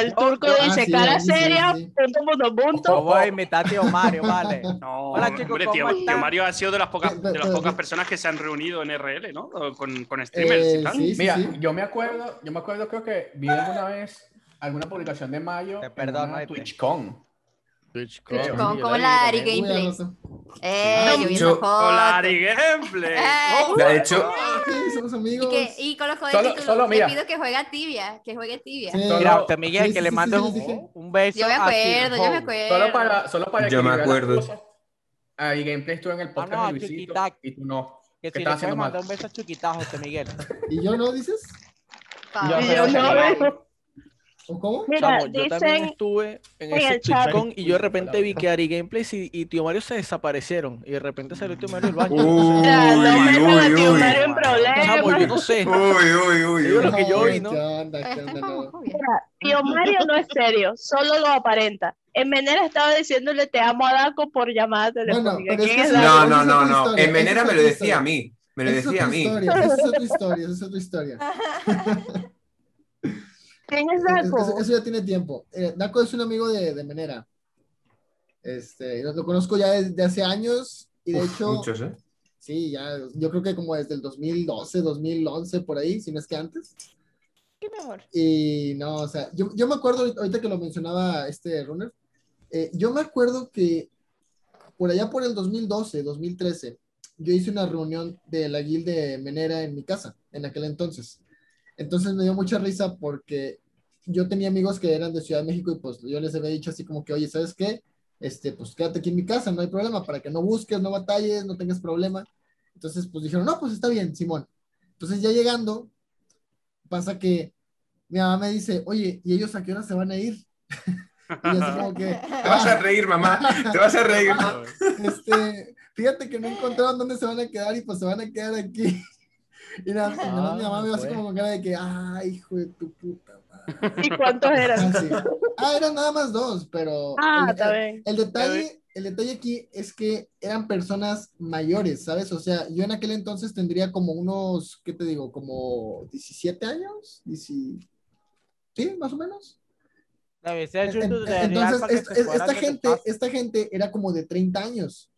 Speaker 2: El
Speaker 3: Oh,
Speaker 2: turco
Speaker 4: no, ah,
Speaker 2: dice,
Speaker 4: sí,
Speaker 2: cara
Speaker 4: ahí sí,
Speaker 2: seria,
Speaker 4: sí.
Speaker 2: punto, punto, punto.
Speaker 4: Yo voy a invitar a tío Mario, vale. Hola chicos,
Speaker 13: Hombre,
Speaker 4: ¿cómo
Speaker 13: tío, tío
Speaker 4: están?
Speaker 13: Mario ha sido de las pocas, de las pocas personas que se han reunido en RL, ¿no? O Con, con streamers y
Speaker 3: Eh,
Speaker 13: tal.
Speaker 3: Mira, yo me acuerdo, yo me acuerdo creo que vi alguna vez alguna publicación de Mayo en una TwitchCon.
Speaker 1: TwitchCon.
Speaker 11: Con- Con, con la Ari Gameplay. Eh, yo vi
Speaker 12: Yo-
Speaker 11: esa foto.
Speaker 13: Hola, Ari
Speaker 4: [laughs]
Speaker 13: Gameplay.
Speaker 11: Ay,
Speaker 12: De hecho,
Speaker 6: somos
Speaker 11: y,
Speaker 6: amigos.
Speaker 11: que- y con los jodetes
Speaker 4: Solo-
Speaker 11: que lo-
Speaker 4: solo,
Speaker 11: le
Speaker 4: mira.
Speaker 11: pido que juegue a tibia, que juegue a tibia.
Speaker 4: Mira, a usted Miguel,
Speaker 3: Sí,
Speaker 4: que
Speaker 3: sí,
Speaker 4: le
Speaker 3: sí,
Speaker 4: mande
Speaker 3: sí,
Speaker 4: un,
Speaker 3: sí, sí.
Speaker 4: un beso.
Speaker 11: Yo me
Speaker 4: a Sir
Speaker 11: acuerdo, yo me
Speaker 4: Ah, Home.
Speaker 11: acuerdo.
Speaker 3: Solo para, solo para
Speaker 12: Yo me
Speaker 3: equilibrar las
Speaker 12: acuerdo.
Speaker 3: cosas. Ahí Gameplay estuvo en el podcast
Speaker 4: Ah, no,
Speaker 3: de Luisito
Speaker 4: Chiquita.
Speaker 3: y tú no.
Speaker 4: Que
Speaker 3: ¿Qué
Speaker 4: si le
Speaker 3: estás
Speaker 4: puedes
Speaker 3: haciendo mal?
Speaker 4: mandar un beso a Chiquita, José Miguel.
Speaker 6: [laughs] ¿Y yo no dices?
Speaker 1: Yo
Speaker 4: Y yo no,
Speaker 6: ¿O cómo?
Speaker 1: Chamo, yo también estuve en
Speaker 6: en
Speaker 1: ese
Speaker 6: el chat-
Speaker 1: TwitchCon y yo de repente vi que Ari Gameplays y, y Tío Mario se desaparecieron. Y de repente salió Tío Mario del baño.
Speaker 12: Uy, Ya, no metan a uy, Tío uy. Mario en problemas.
Speaker 1: Chamo, Ah, pues yo no sé.
Speaker 12: Uy, uy, uy.
Speaker 1: Digo lo que yo
Speaker 6: Ay,
Speaker 1: vi, ¿no?
Speaker 6: ¿Qué onda? ¿Qué onda? No.
Speaker 2: Mira, Tío Mario no es serio, solo lo aparenta. En Menera estaba diciéndole te amo a Daco por llamada telefónica.
Speaker 6: pero es
Speaker 2: ¿Quién
Speaker 6: que
Speaker 2: es
Speaker 6: eso-
Speaker 2: Daco?
Speaker 12: No,
Speaker 6: esa
Speaker 12: no,
Speaker 6: es
Speaker 12: no,
Speaker 6: otra
Speaker 12: no.
Speaker 6: historia,
Speaker 12: En Menera
Speaker 6: esa
Speaker 12: me
Speaker 6: es
Speaker 12: lo
Speaker 6: otra
Speaker 12: decía a mí. Me lo
Speaker 6: Esa es
Speaker 12: decía a
Speaker 6: otra
Speaker 12: mí.
Speaker 6: historia, Esa es otra historia, esa es otra historia. [laughs]
Speaker 2: ¿Quién es
Speaker 6: Daco? Eso, eso ya tiene tiempo. Eh, Daco es un amigo de, de Menera. Este, lo, lo conozco ya desde hace años y de
Speaker 12: Uf,
Speaker 6: hecho,
Speaker 12: muchos, ¿eh?
Speaker 6: sí, ya, yo creo que como desde el 2012, 2011, por ahí, si no es que antes.
Speaker 11: Qué mejor.
Speaker 6: Y no, o sea, yo, yo me acuerdo ahorita- ahorita que lo mencionaba este runner, eh, yo me acuerdo que por allá por el 2012, 2013, yo hice una reunión de la guild de Menera en mi casa, en aquel entonces. Entonces me dio mucha risa porque yo tenía amigos que eran de Ciudad de México y pues yo les había dicho así como que, oye, ¿sabes qué? Este, pues quédate aquí en mi casa, no hay problema, para que no busques, no batalles, no tengas problema. Entonces pues dijeron, no, pues está bien, Simón. Entonces ya llegando, pasa que mi mamá me dice, oye, ¿y ellos a qué hora se van a ir? y así como que...
Speaker 12: Te vas a reír, [laughs] mamá. Te
Speaker 6: [laughs]
Speaker 12: vas a reír.
Speaker 6: Este, fíjate que no encontraron dónde se van a quedar y pues se van a quedar aquí. [laughs] Y nada, nada más mi mamá me va así como con cara de que, ay, hijo de tu puta madre.
Speaker 2: ¿Y cuántos eran?
Speaker 6: Ah, sí. Ah, eran nada más dos, pero
Speaker 2: Ah,
Speaker 6: el,
Speaker 2: está
Speaker 6: el-
Speaker 2: bien.
Speaker 6: el detalle, el detalle aquí es que eran personas mayores, ¿sabes? O sea, yo en aquel entonces tendría como unos, ¿qué te digo? Como 17 años, 17, sí, más o menos.
Speaker 4: La besé a
Speaker 6: En-
Speaker 4: YouTube de Arial
Speaker 6: Entonces,
Speaker 4: para que
Speaker 6: es-
Speaker 4: se
Speaker 6: es-
Speaker 4: fuera
Speaker 6: esta
Speaker 4: de tu
Speaker 6: gente,
Speaker 4: casa.
Speaker 6: esta gente era como de 30 años,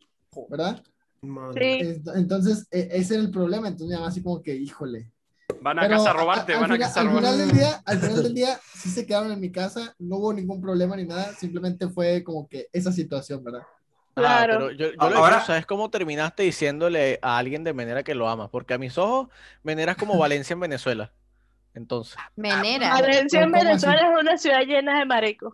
Speaker 6: ¿verdad?
Speaker 2: Sí.
Speaker 6: Ent- Entonces, e- ese era el problema. Entonces, mi mamá así como que, híjole.
Speaker 13: Van a
Speaker 6: Pero
Speaker 13: casa a robarte,
Speaker 6: al
Speaker 13: van a
Speaker 6: final-
Speaker 13: casa a
Speaker 6: al final
Speaker 13: robarte.
Speaker 6: del día, al final del día, sí se quedaron en mi casa, no hubo ningún problema ni nada, simplemente fue como que esa situación, ¿verdad?
Speaker 1: Ah,
Speaker 6: Claro.
Speaker 1: pero yo, yo lo
Speaker 6: Ahora-
Speaker 1: digo, ¿sabes cómo terminaste diciéndole a alguien de Menera que lo amas? Porque a mis ojos, Menera es como Valencia en Venezuela. Entonces,
Speaker 11: Menera.
Speaker 2: Valencia en
Speaker 1: ¿Cómo así?
Speaker 2: Venezuela es una ciudad llena de maricos.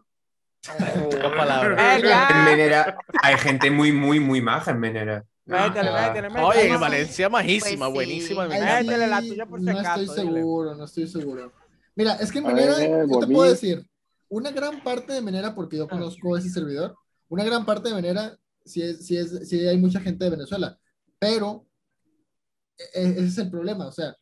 Speaker 1: dos palabras.
Speaker 12: En Menera hay gente muy, muy, muy maja en Ah, Menera.
Speaker 4: Métele, métele, métele.
Speaker 1: Oye,
Speaker 4: Vamos.
Speaker 1: Valencia
Speaker 11: Pues
Speaker 1: majísima, buenísima. me encanta.
Speaker 4: Métele la tuya por si
Speaker 6: No
Speaker 4: acaso.
Speaker 6: estoy seguro, no estoy seguro. Mira, es que en
Speaker 1: A
Speaker 6: Menera,
Speaker 1: ver,
Speaker 6: yo te
Speaker 1: volví.
Speaker 6: puedo decir, una gran parte de Menera, porque yo conozco ese servidor, una gran parte de Menera sí, es, sí, es, sí hay mucha gente de Venezuela, pero e- e- ese es el problema, o sea,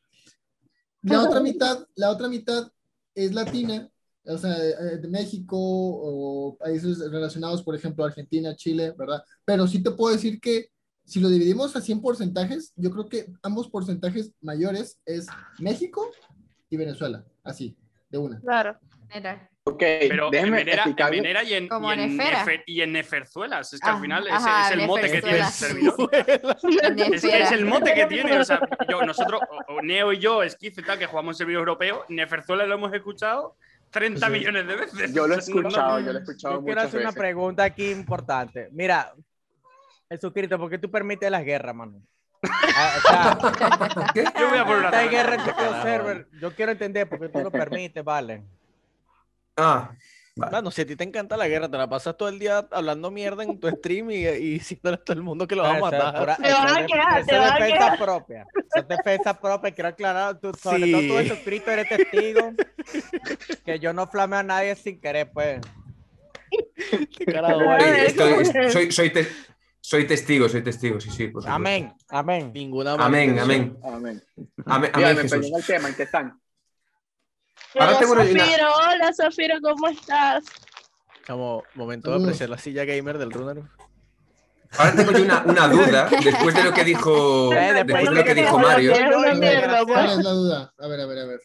Speaker 6: la otra mitad, la otra mitad es latina, o sea, eh, de México o países relacionados, por ejemplo, Argentina, Chile, ¿verdad? Pero sí te puedo decir que si lo dividimos a 100 porcentajes, yo creo que ambos porcentajes mayores es México y Venezuela, así, de una.
Speaker 2: Claro.
Speaker 11: Menera.
Speaker 3: Ok,
Speaker 13: Pero en
Speaker 3: déjeme
Speaker 13: Venera, en
Speaker 3: explicarle-
Speaker 13: Venera y en,
Speaker 11: Como
Speaker 13: y en,
Speaker 11: Nefera.
Speaker 13: Nefe- y en Neferzuelas. Es que
Speaker 11: Ah,
Speaker 13: al final ese
Speaker 11: ajá,
Speaker 13: es el mote que tiene el
Speaker 2: [laughs]
Speaker 13: servidor.
Speaker 11: Neferzuelas.
Speaker 13: Es,
Speaker 11: Nefera.
Speaker 13: es el mote que tiene. O sea, yo, nosotros, o- o Neo y yo, Esquizo y tal, que jugamos en servidor europeo, Neferzuelas lo hemos escuchado 30
Speaker 3: Sí.
Speaker 13: millones de veces.
Speaker 3: Yo lo he
Speaker 13: [laughs] No, no,
Speaker 3: escuchado, yo lo he
Speaker 4: Yo
Speaker 3: escuchado
Speaker 4: quiero
Speaker 3: muchas
Speaker 4: hacer una
Speaker 3: veces.
Speaker 4: pregunta aquí importante. Mira, Jesucristo, ¿por qué tú permites las guerras, mano? Ah, o
Speaker 3: [laughs]
Speaker 4: sea,
Speaker 13: Yo voy a por una
Speaker 4: esta
Speaker 13: tabla.
Speaker 4: guerra en tu
Speaker 13: Carajo.
Speaker 4: server. Yo quiero entender por qué tú lo permites, vale.
Speaker 12: Ah.
Speaker 1: Mano, si a ti te encanta la guerra, te la pasas todo el día hablando mierda en tu stream y, y [laughs] diciéndole a todo el mundo que lo va a
Speaker 4: Eso es
Speaker 1: matar.
Speaker 4: pura- Te eso vas a es- quedar, eso te es vas a defensa quedar. propia. Eso es defensa propia. Quiero aclarar, tú, sobre
Speaker 1: Sí.
Speaker 4: todo tú, Jesucristo, eres testigo que yo no flameo a nadie sin querer, pues.
Speaker 12: Eh, estoy- soy, soy te- soy testigo, soy testigo, sí, sí. por supuesto.
Speaker 4: Amén, amén.
Speaker 1: Ninguna
Speaker 12: Amén, amén.
Speaker 3: Amén.
Speaker 12: Amén,
Speaker 3: Mira,
Speaker 12: amén,
Speaker 3: me
Speaker 12: Jesús.
Speaker 3: perdí en el tema, ¿en qué están?
Speaker 12: Ahora tengo una-
Speaker 2: Zafiro, hola Zafiro, ¿cómo estás?
Speaker 1: Chamo, momento de apreciar la silla gamer del runner.
Speaker 12: Ahora tengo yo una, una duda, después de lo que [laughs] dijo,
Speaker 1: Eh, después
Speaker 12: después de
Speaker 1: de
Speaker 12: lo que dijo Mario.
Speaker 6: ¿Cuál es la duda? A ver, a ver, a ver.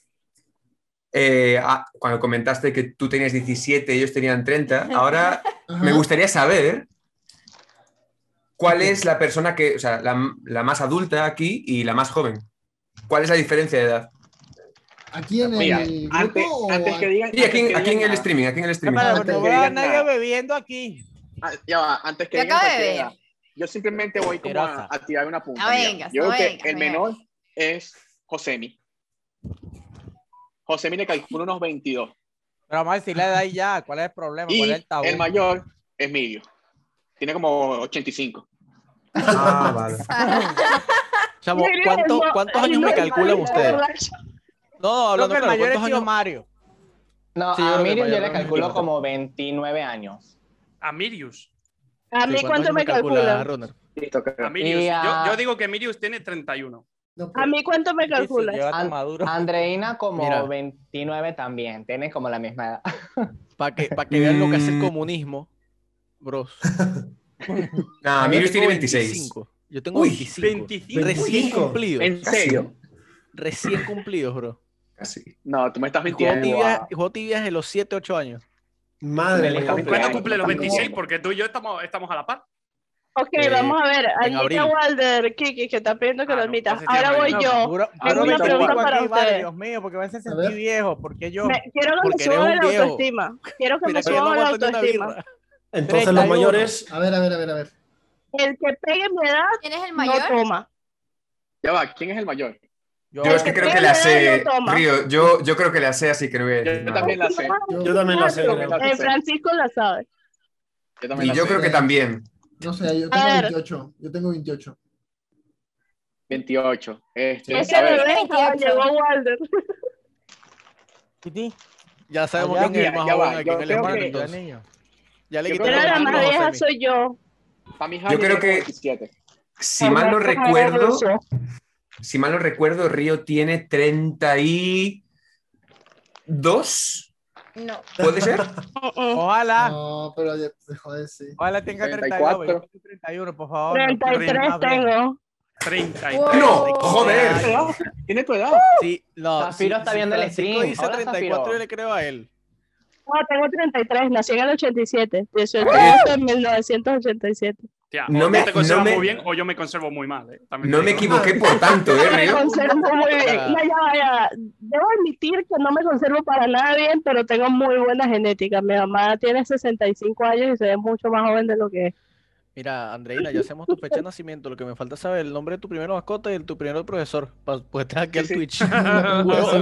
Speaker 12: eh, ah, cuando comentaste que tú tenías 17 ellos tenían 30, ahora me gustaría saber cuál es la persona que, o sea, la, la más adulta aquí y la más joven. ¿Cuál es la diferencia de edad?
Speaker 6: Aquí en
Speaker 12: Mira,
Speaker 6: el grupo
Speaker 12: antes-
Speaker 6: o
Speaker 12: antes
Speaker 6: a-
Speaker 12: que digan- Sí, aquí- antes que aquí en digan el nada. streaming, aquí en el streaming.
Speaker 4: Espera,
Speaker 12: Antes
Speaker 4: no
Speaker 12: que
Speaker 4: veo a
Speaker 12: digan
Speaker 4: nadie
Speaker 12: nada.
Speaker 4: bebiendo aquí.
Speaker 3: Ah, ya va, antes que
Speaker 4: Yo
Speaker 3: digan
Speaker 4: acabo de
Speaker 3: cualquier
Speaker 4: ver.
Speaker 3: edad, yo simplemente voy como a, a tirar una punta.
Speaker 4: No
Speaker 3: mira.
Speaker 4: vengas,
Speaker 3: yo
Speaker 4: no
Speaker 3: creo que
Speaker 4: vengas,
Speaker 3: el
Speaker 4: no
Speaker 3: menor es Josemi. Josemi le calculo unos 22.
Speaker 4: Pero vamos a decirle de ahí ya, ¿cuál es el problema?
Speaker 3: Y
Speaker 4: ¿Cuál es
Speaker 3: el,
Speaker 4: el tabú?
Speaker 3: mayor es Mirio. Tiene como 85.
Speaker 12: Ah,
Speaker 2: [laughs]
Speaker 12: vale.
Speaker 1: Chamo,
Speaker 3: Mire,
Speaker 1: ¿cuánto-
Speaker 3: no,
Speaker 1: ¿cuántos
Speaker 3: ay,
Speaker 1: años
Speaker 3: no,
Speaker 1: me
Speaker 3: el
Speaker 1: calculan
Speaker 3: mayor,
Speaker 1: ustedes?
Speaker 3: la
Speaker 1: No,
Speaker 4: Creo
Speaker 1: hablando
Speaker 4: que el
Speaker 1: claro,
Speaker 4: mayor es
Speaker 1: ¿cuántos
Speaker 4: tío
Speaker 1: años? Ah,
Speaker 4: Mario.
Speaker 5: No,
Speaker 1: Sí, yo
Speaker 5: a
Speaker 1: creo que
Speaker 5: Miriam yo
Speaker 1: mayor
Speaker 5: le
Speaker 1: no me
Speaker 5: calculo
Speaker 1: importa.
Speaker 5: como 29 años.
Speaker 13: A Mirius.
Speaker 2: A
Speaker 13: Sí,
Speaker 2: mí,
Speaker 13: ¿cuántos
Speaker 2: ¿cuánto
Speaker 13: años
Speaker 2: me
Speaker 13: me calcula,
Speaker 2: calculan?
Speaker 1: Runner?
Speaker 13: A Mirius.
Speaker 5: Y a-
Speaker 13: Yo,
Speaker 2: ah,
Speaker 13: yo digo que Mirius tiene 31.
Speaker 2: A mí, ¿cuánto me calculas?
Speaker 5: An- Andreina como
Speaker 1: Mira.
Speaker 5: 29 también, tiene como la misma edad.
Speaker 1: Para que, pa' que vean lo que hace el comunismo,
Speaker 3: [laughs]
Speaker 1: bros.
Speaker 12: Nah, Mirius
Speaker 1: Yo
Speaker 12: tiene
Speaker 1: tengo
Speaker 12: 26.
Speaker 1: Yo tengo
Speaker 12: Uy,
Speaker 1: 25.
Speaker 13: 25.
Speaker 1: Recién
Speaker 3: 25.
Speaker 1: cumplidos.
Speaker 3: ¿En serio?
Speaker 1: Recién cumplidos, bro.
Speaker 12: Casi.
Speaker 3: No, tú me estás
Speaker 1: Juego
Speaker 3: mintiendo. ah.
Speaker 1: tibias, juego tibias de los 7, 8 años.
Speaker 8: Madre
Speaker 1: mía.
Speaker 13: ¿Cuándo cumple los 26? Porque tú y yo estamos, estamos a la par.
Speaker 2: Ok,
Speaker 1: Eh,
Speaker 2: vamos a ver.
Speaker 1: en
Speaker 2: Anita
Speaker 1: abril.
Speaker 2: Walder, Kiki, que está
Speaker 13: Ah,
Speaker 2: pidiendo que lo admitas.
Speaker 1: entonces
Speaker 2: Ahora
Speaker 1: tiene
Speaker 2: voy
Speaker 1: mayor.
Speaker 2: yo.
Speaker 1: Puro-
Speaker 2: Tengo
Speaker 1: puro
Speaker 2: una
Speaker 1: Anita
Speaker 2: pregunta
Speaker 1: Walder.
Speaker 2: para
Speaker 4: Aquí, vale,
Speaker 2: ustedes.
Speaker 4: Dios mío, porque me hace sentir viejo, porque yo...
Speaker 2: Me- quiero que me
Speaker 4: Porque eres
Speaker 2: suba
Speaker 4: un
Speaker 2: la
Speaker 4: viejo.
Speaker 2: autoestima. Quiero que
Speaker 4: Mira,
Speaker 2: me
Speaker 4: pero
Speaker 2: suba la
Speaker 4: no aguanto ni una
Speaker 2: autoestima.
Speaker 8: Entonces los mayores.
Speaker 6: A ver, a ver, a ver, a ver.
Speaker 2: El que pegue mi edad,
Speaker 11: ¿Quién es el
Speaker 2: no
Speaker 11: mayor?
Speaker 2: toma.
Speaker 3: Ya va, ¿quién es el mayor?
Speaker 12: Yo es que creo que la sé, Río, yo, yo creo que la sé, así que no voy a decir
Speaker 3: Yo
Speaker 12: nada.
Speaker 3: también la sé.
Speaker 8: Yo también la sé.
Speaker 3: Yo también la
Speaker 2: El
Speaker 3: sé.
Speaker 2: Eh, Francisco la sabe.
Speaker 3: Yo
Speaker 12: Y
Speaker 3: también la
Speaker 12: yo
Speaker 3: sé.
Speaker 12: creo que también.
Speaker 6: No sé, yo
Speaker 2: A
Speaker 6: tengo
Speaker 2: ver.
Speaker 6: 28. Yo tengo 28.
Speaker 3: 28. Este,
Speaker 2: Ese
Speaker 3: a ver,
Speaker 2: bebé estaba-
Speaker 4: Eh,
Speaker 2: llegó Walder.
Speaker 1: Ya sabemos
Speaker 4: Ah, ya.
Speaker 1: quién es el
Speaker 4: Ya,
Speaker 1: más
Speaker 4: ya
Speaker 1: joven
Speaker 4: va,
Speaker 1: aquí
Speaker 4: yo
Speaker 1: en el
Speaker 4: creo
Speaker 1: hermano,
Speaker 4: que-
Speaker 1: entonces.
Speaker 4: niño.
Speaker 1: Ya le
Speaker 3: Yo
Speaker 1: quitaron
Speaker 2: Pero
Speaker 1: el
Speaker 2: la
Speaker 1: mando
Speaker 2: más
Speaker 1: a
Speaker 2: vieja
Speaker 1: Josemi.
Speaker 2: soy yo.
Speaker 3: para mi
Speaker 12: Yo creo que-
Speaker 3: 27.
Speaker 12: Si mal no recuerdo, si mal no recuerdo, Río tiene 32.
Speaker 11: No.
Speaker 12: ¿Puede ser?
Speaker 4: Ojalá,
Speaker 6: No, pero ya te dejó de decir.
Speaker 4: ojalá tenga
Speaker 3: 34.
Speaker 4: 32, yo tengo 31, por favor.
Speaker 2: 33 tengo.
Speaker 13: 31.
Speaker 12: ¡No! ¡Joder!
Speaker 3: Tiene tu edad. Ah,
Speaker 1: Sí, no.
Speaker 5: Zafiro
Speaker 1: sí,
Speaker 5: está
Speaker 1: sí,
Speaker 5: viendo el
Speaker 1: Francisco
Speaker 5: stream.
Speaker 1: dice
Speaker 5: Hola,
Speaker 1: 34,
Speaker 5: Zafiro.
Speaker 1: yo le creo a él.
Speaker 2: No, Ah, tengo 33. Nací en el 87. 18 de
Speaker 12: ¿Eh?
Speaker 2: agosto de 1987.
Speaker 13: Tía, o
Speaker 12: No
Speaker 13: tú
Speaker 12: me-
Speaker 13: te conservas
Speaker 12: no me-
Speaker 13: muy bien o yo me conservo muy mal. eh, también
Speaker 12: No
Speaker 13: te
Speaker 12: me
Speaker 13: digo.
Speaker 12: equivoqué por tanto, ¿eh,
Speaker 2: [laughs] Me
Speaker 12: Río?
Speaker 2: conservo muy
Speaker 3: Ah.
Speaker 2: bien. No, ya va, ya va. Debo admitir que no me conservo para nada bien, pero tengo muy buena genética. Mi mamá tiene 65 años y se ve mucho más joven de lo que es.
Speaker 1: Mira, Andreina, ya hacemos tu fecha de nacimiento. Lo que me falta es saber el nombre de tu primer mascota y el tu primer profesor. Para pues aquí al
Speaker 3: [laughs]
Speaker 1: Twitch.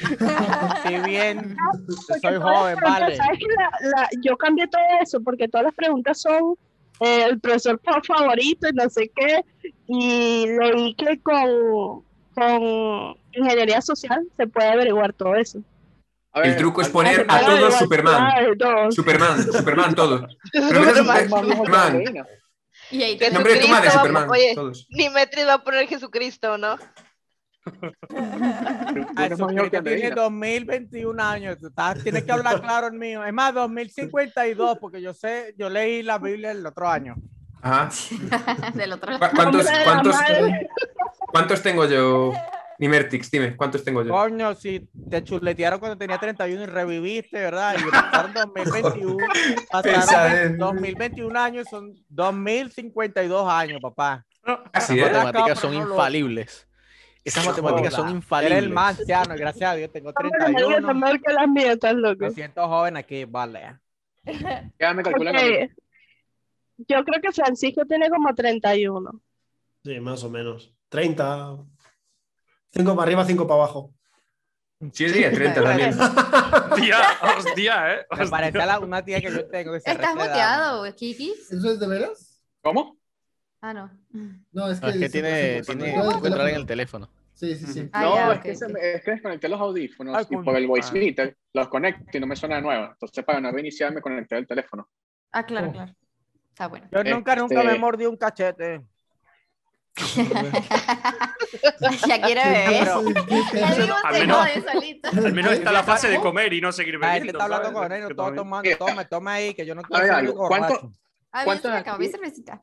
Speaker 4: Estoy
Speaker 5: [laughs]
Speaker 4: bien,
Speaker 2: Porque
Speaker 4: soy
Speaker 2: todas las
Speaker 4: joven,
Speaker 2: preguntas,
Speaker 4: vale.
Speaker 2: ¿sabes que la- la- yo cambié todo eso porque todas las preguntas son eh, el profesor fa- favorito y no sé qué. Y leí que con, con ingeniería social se puede averiguar todo eso.
Speaker 3: A ver,
Speaker 12: El truco es
Speaker 3: al-
Speaker 12: poner
Speaker 2: Ah,
Speaker 12: a
Speaker 2: se puede
Speaker 12: todos
Speaker 2: averiguar
Speaker 12: Superman.
Speaker 2: todo, todo.
Speaker 12: Superman, Superman, todo. [laughs] Pero mira,
Speaker 9: Superman.
Speaker 12: Super-
Speaker 3: Superman.
Speaker 12: Superman.
Speaker 11: Y ahí te-
Speaker 12: Nombre de tu madre,
Speaker 9: Jesucristo,
Speaker 12: Superman.
Speaker 9: vamos, oye.
Speaker 12: Todos.
Speaker 9: Ni Metris va a poner Jesucristo,
Speaker 12: [laughs]
Speaker 9: ¿no?
Speaker 4: Ay,
Speaker 3: Eres más mayor que
Speaker 4: Jesucristo tiene
Speaker 3: Andreina.
Speaker 4: 2021 años, tú estás- tienes que hablar claro el mío. Es más, 2052, porque yo sé, yo leí la Biblia el otro año.
Speaker 12: Ajá.
Speaker 11: Del otro
Speaker 12: ¿Cu- ¿Cuántos,
Speaker 2: Hombre de la
Speaker 12: cuántos,
Speaker 2: madre.
Speaker 12: cuántos tengo yo, Nimertix, dime, ¿cuántos tengo yo?
Speaker 4: Coño, si te chuletearon cuando tenía 31 y reviviste, ¿verdad? Y pasaron [laughs] 2021, pasaron
Speaker 12: Pesadez.
Speaker 4: 2021 años, son 2052 años, papá.
Speaker 1: Esas
Speaker 4: ¿eh?
Speaker 1: matemáticas son infalibles. Esas matemáticas son infalibles.
Speaker 4: Eres el más anciano, gracias a Dios, tengo
Speaker 2: Debería
Speaker 4: 31.
Speaker 2: tomar que las mías, estás loco.
Speaker 4: Me siento joven aquí, vale.
Speaker 3: Ya me calculan
Speaker 2: Ok.
Speaker 3: a mí.
Speaker 2: Yo creo que Francisco tiene como 31.
Speaker 8: Sí, más o menos. 30. 5 para arriba, 5 para abajo.
Speaker 12: Sí, yo diría 30 también.
Speaker 4: [laughs]
Speaker 13: Tía, hostia, eh.
Speaker 4: Me parece a la- una tía que yo tengo que se
Speaker 11: ¿Estás
Speaker 4: retreda.
Speaker 11: muteado, Kiki?
Speaker 6: ¿Eso es de veras?
Speaker 3: ¿Cómo?
Speaker 11: Ah, no.
Speaker 6: No, es
Speaker 1: No,
Speaker 6: que,
Speaker 1: es que tiene,
Speaker 6: se-
Speaker 1: tiene
Speaker 6: se- se-
Speaker 1: que entrar en el teléfono.
Speaker 6: Sí, sí, sí.
Speaker 11: Ah,
Speaker 3: no,
Speaker 11: ya,
Speaker 3: es,
Speaker 11: ok,
Speaker 3: que se
Speaker 11: ok.
Speaker 3: me- es que desconecté los audífonos
Speaker 4: Ay,
Speaker 3: y
Speaker 4: coño,
Speaker 3: por el voice
Speaker 4: madre.
Speaker 3: meter los conecto y no me suena de nuevo. Entonces, para no reiniciar, me conecté al teléfono.
Speaker 11: Ah,
Speaker 4: Oh.
Speaker 11: claro, claro. Está bueno.
Speaker 4: Yo nunca, nunca
Speaker 3: Este-
Speaker 4: me mordí un cachete.
Speaker 11: [laughs] ya quiere beber.
Speaker 4: Pero-
Speaker 11: Ya digo,
Speaker 13: Al
Speaker 11: se
Speaker 13: menos-
Speaker 11: jode solito.
Speaker 13: Al menos está la fase de comer y no seguir
Speaker 4: La gente
Speaker 13: bebiendo.
Speaker 4: está hablando
Speaker 13: ¿sabes?
Speaker 4: con él, no
Speaker 13: Que
Speaker 4: todo
Speaker 13: también-
Speaker 4: tomando, toma, toma ahí, que yo no
Speaker 3: Eh, A
Speaker 4: quiero
Speaker 3: ver,
Speaker 4: ser
Speaker 3: algo, ¿cuánto-
Speaker 4: borracho.
Speaker 11: Ah, bien,
Speaker 3: ¿Cuántos
Speaker 11: se me acabó mi
Speaker 3: aquí?
Speaker 11: cervecita.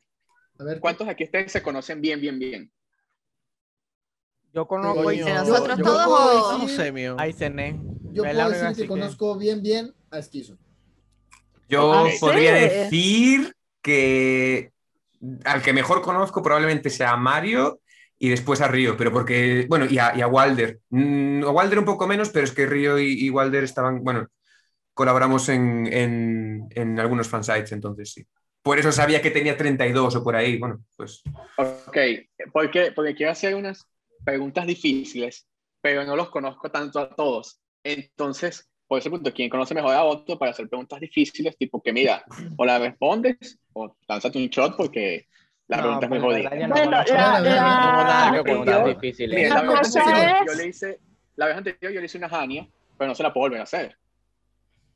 Speaker 6: A ver,
Speaker 3: ¿Cuántos de aquí ustedes se conocen bien, bien, bien?
Speaker 4: Yo conozco
Speaker 1: Coño,
Speaker 4: a
Speaker 11: nosotros
Speaker 6: yo
Speaker 11: todos
Speaker 6: puedo
Speaker 11: o-
Speaker 1: No
Speaker 6: decir-
Speaker 1: sé, mío.
Speaker 4: Ahí cené.
Speaker 6: yo
Speaker 4: Me
Speaker 6: puedo
Speaker 4: la
Speaker 6: decir
Speaker 4: así
Speaker 6: que
Speaker 4: que-
Speaker 6: conozco bien, bien a Esquizo.
Speaker 12: Yo
Speaker 2: Ah, ¿sí?
Speaker 12: podría decir que al que mejor conozco probablemente sea a Mario y después a Río, pero porque, bueno, y a, y a Walder. Mm, a Walder un poco menos, pero es que Río y, y Walder estaban, bueno, colaboramos en, en, en algunos fansites, entonces sí. Por eso sabía que tenía 32 o por ahí, bueno, pues...
Speaker 3: Ok, porque, porque quiero hacer unas preguntas difíciles, pero no los conozco tanto a todos. Entonces, por ese punto, quien conoce mejor a otro para hacer preguntas difíciles, tipo que mira, o la respondes o lánzate un shot porque la
Speaker 4: No,
Speaker 3: pregunta es muy
Speaker 4: pero en
Speaker 3: jodida.
Speaker 4: verdad yo no
Speaker 2: Bueno,
Speaker 4: conozco.
Speaker 2: la,
Speaker 6: no, no,
Speaker 4: No tengo nada
Speaker 2: la,
Speaker 4: que preguntar difícil.
Speaker 3: Mira,
Speaker 2: La
Speaker 3: la vez
Speaker 2: cosa
Speaker 3: anterior
Speaker 2: es-
Speaker 3: yo le hice, la vez anterior yo le hice una jania, pero no se la puedo volver a hacer.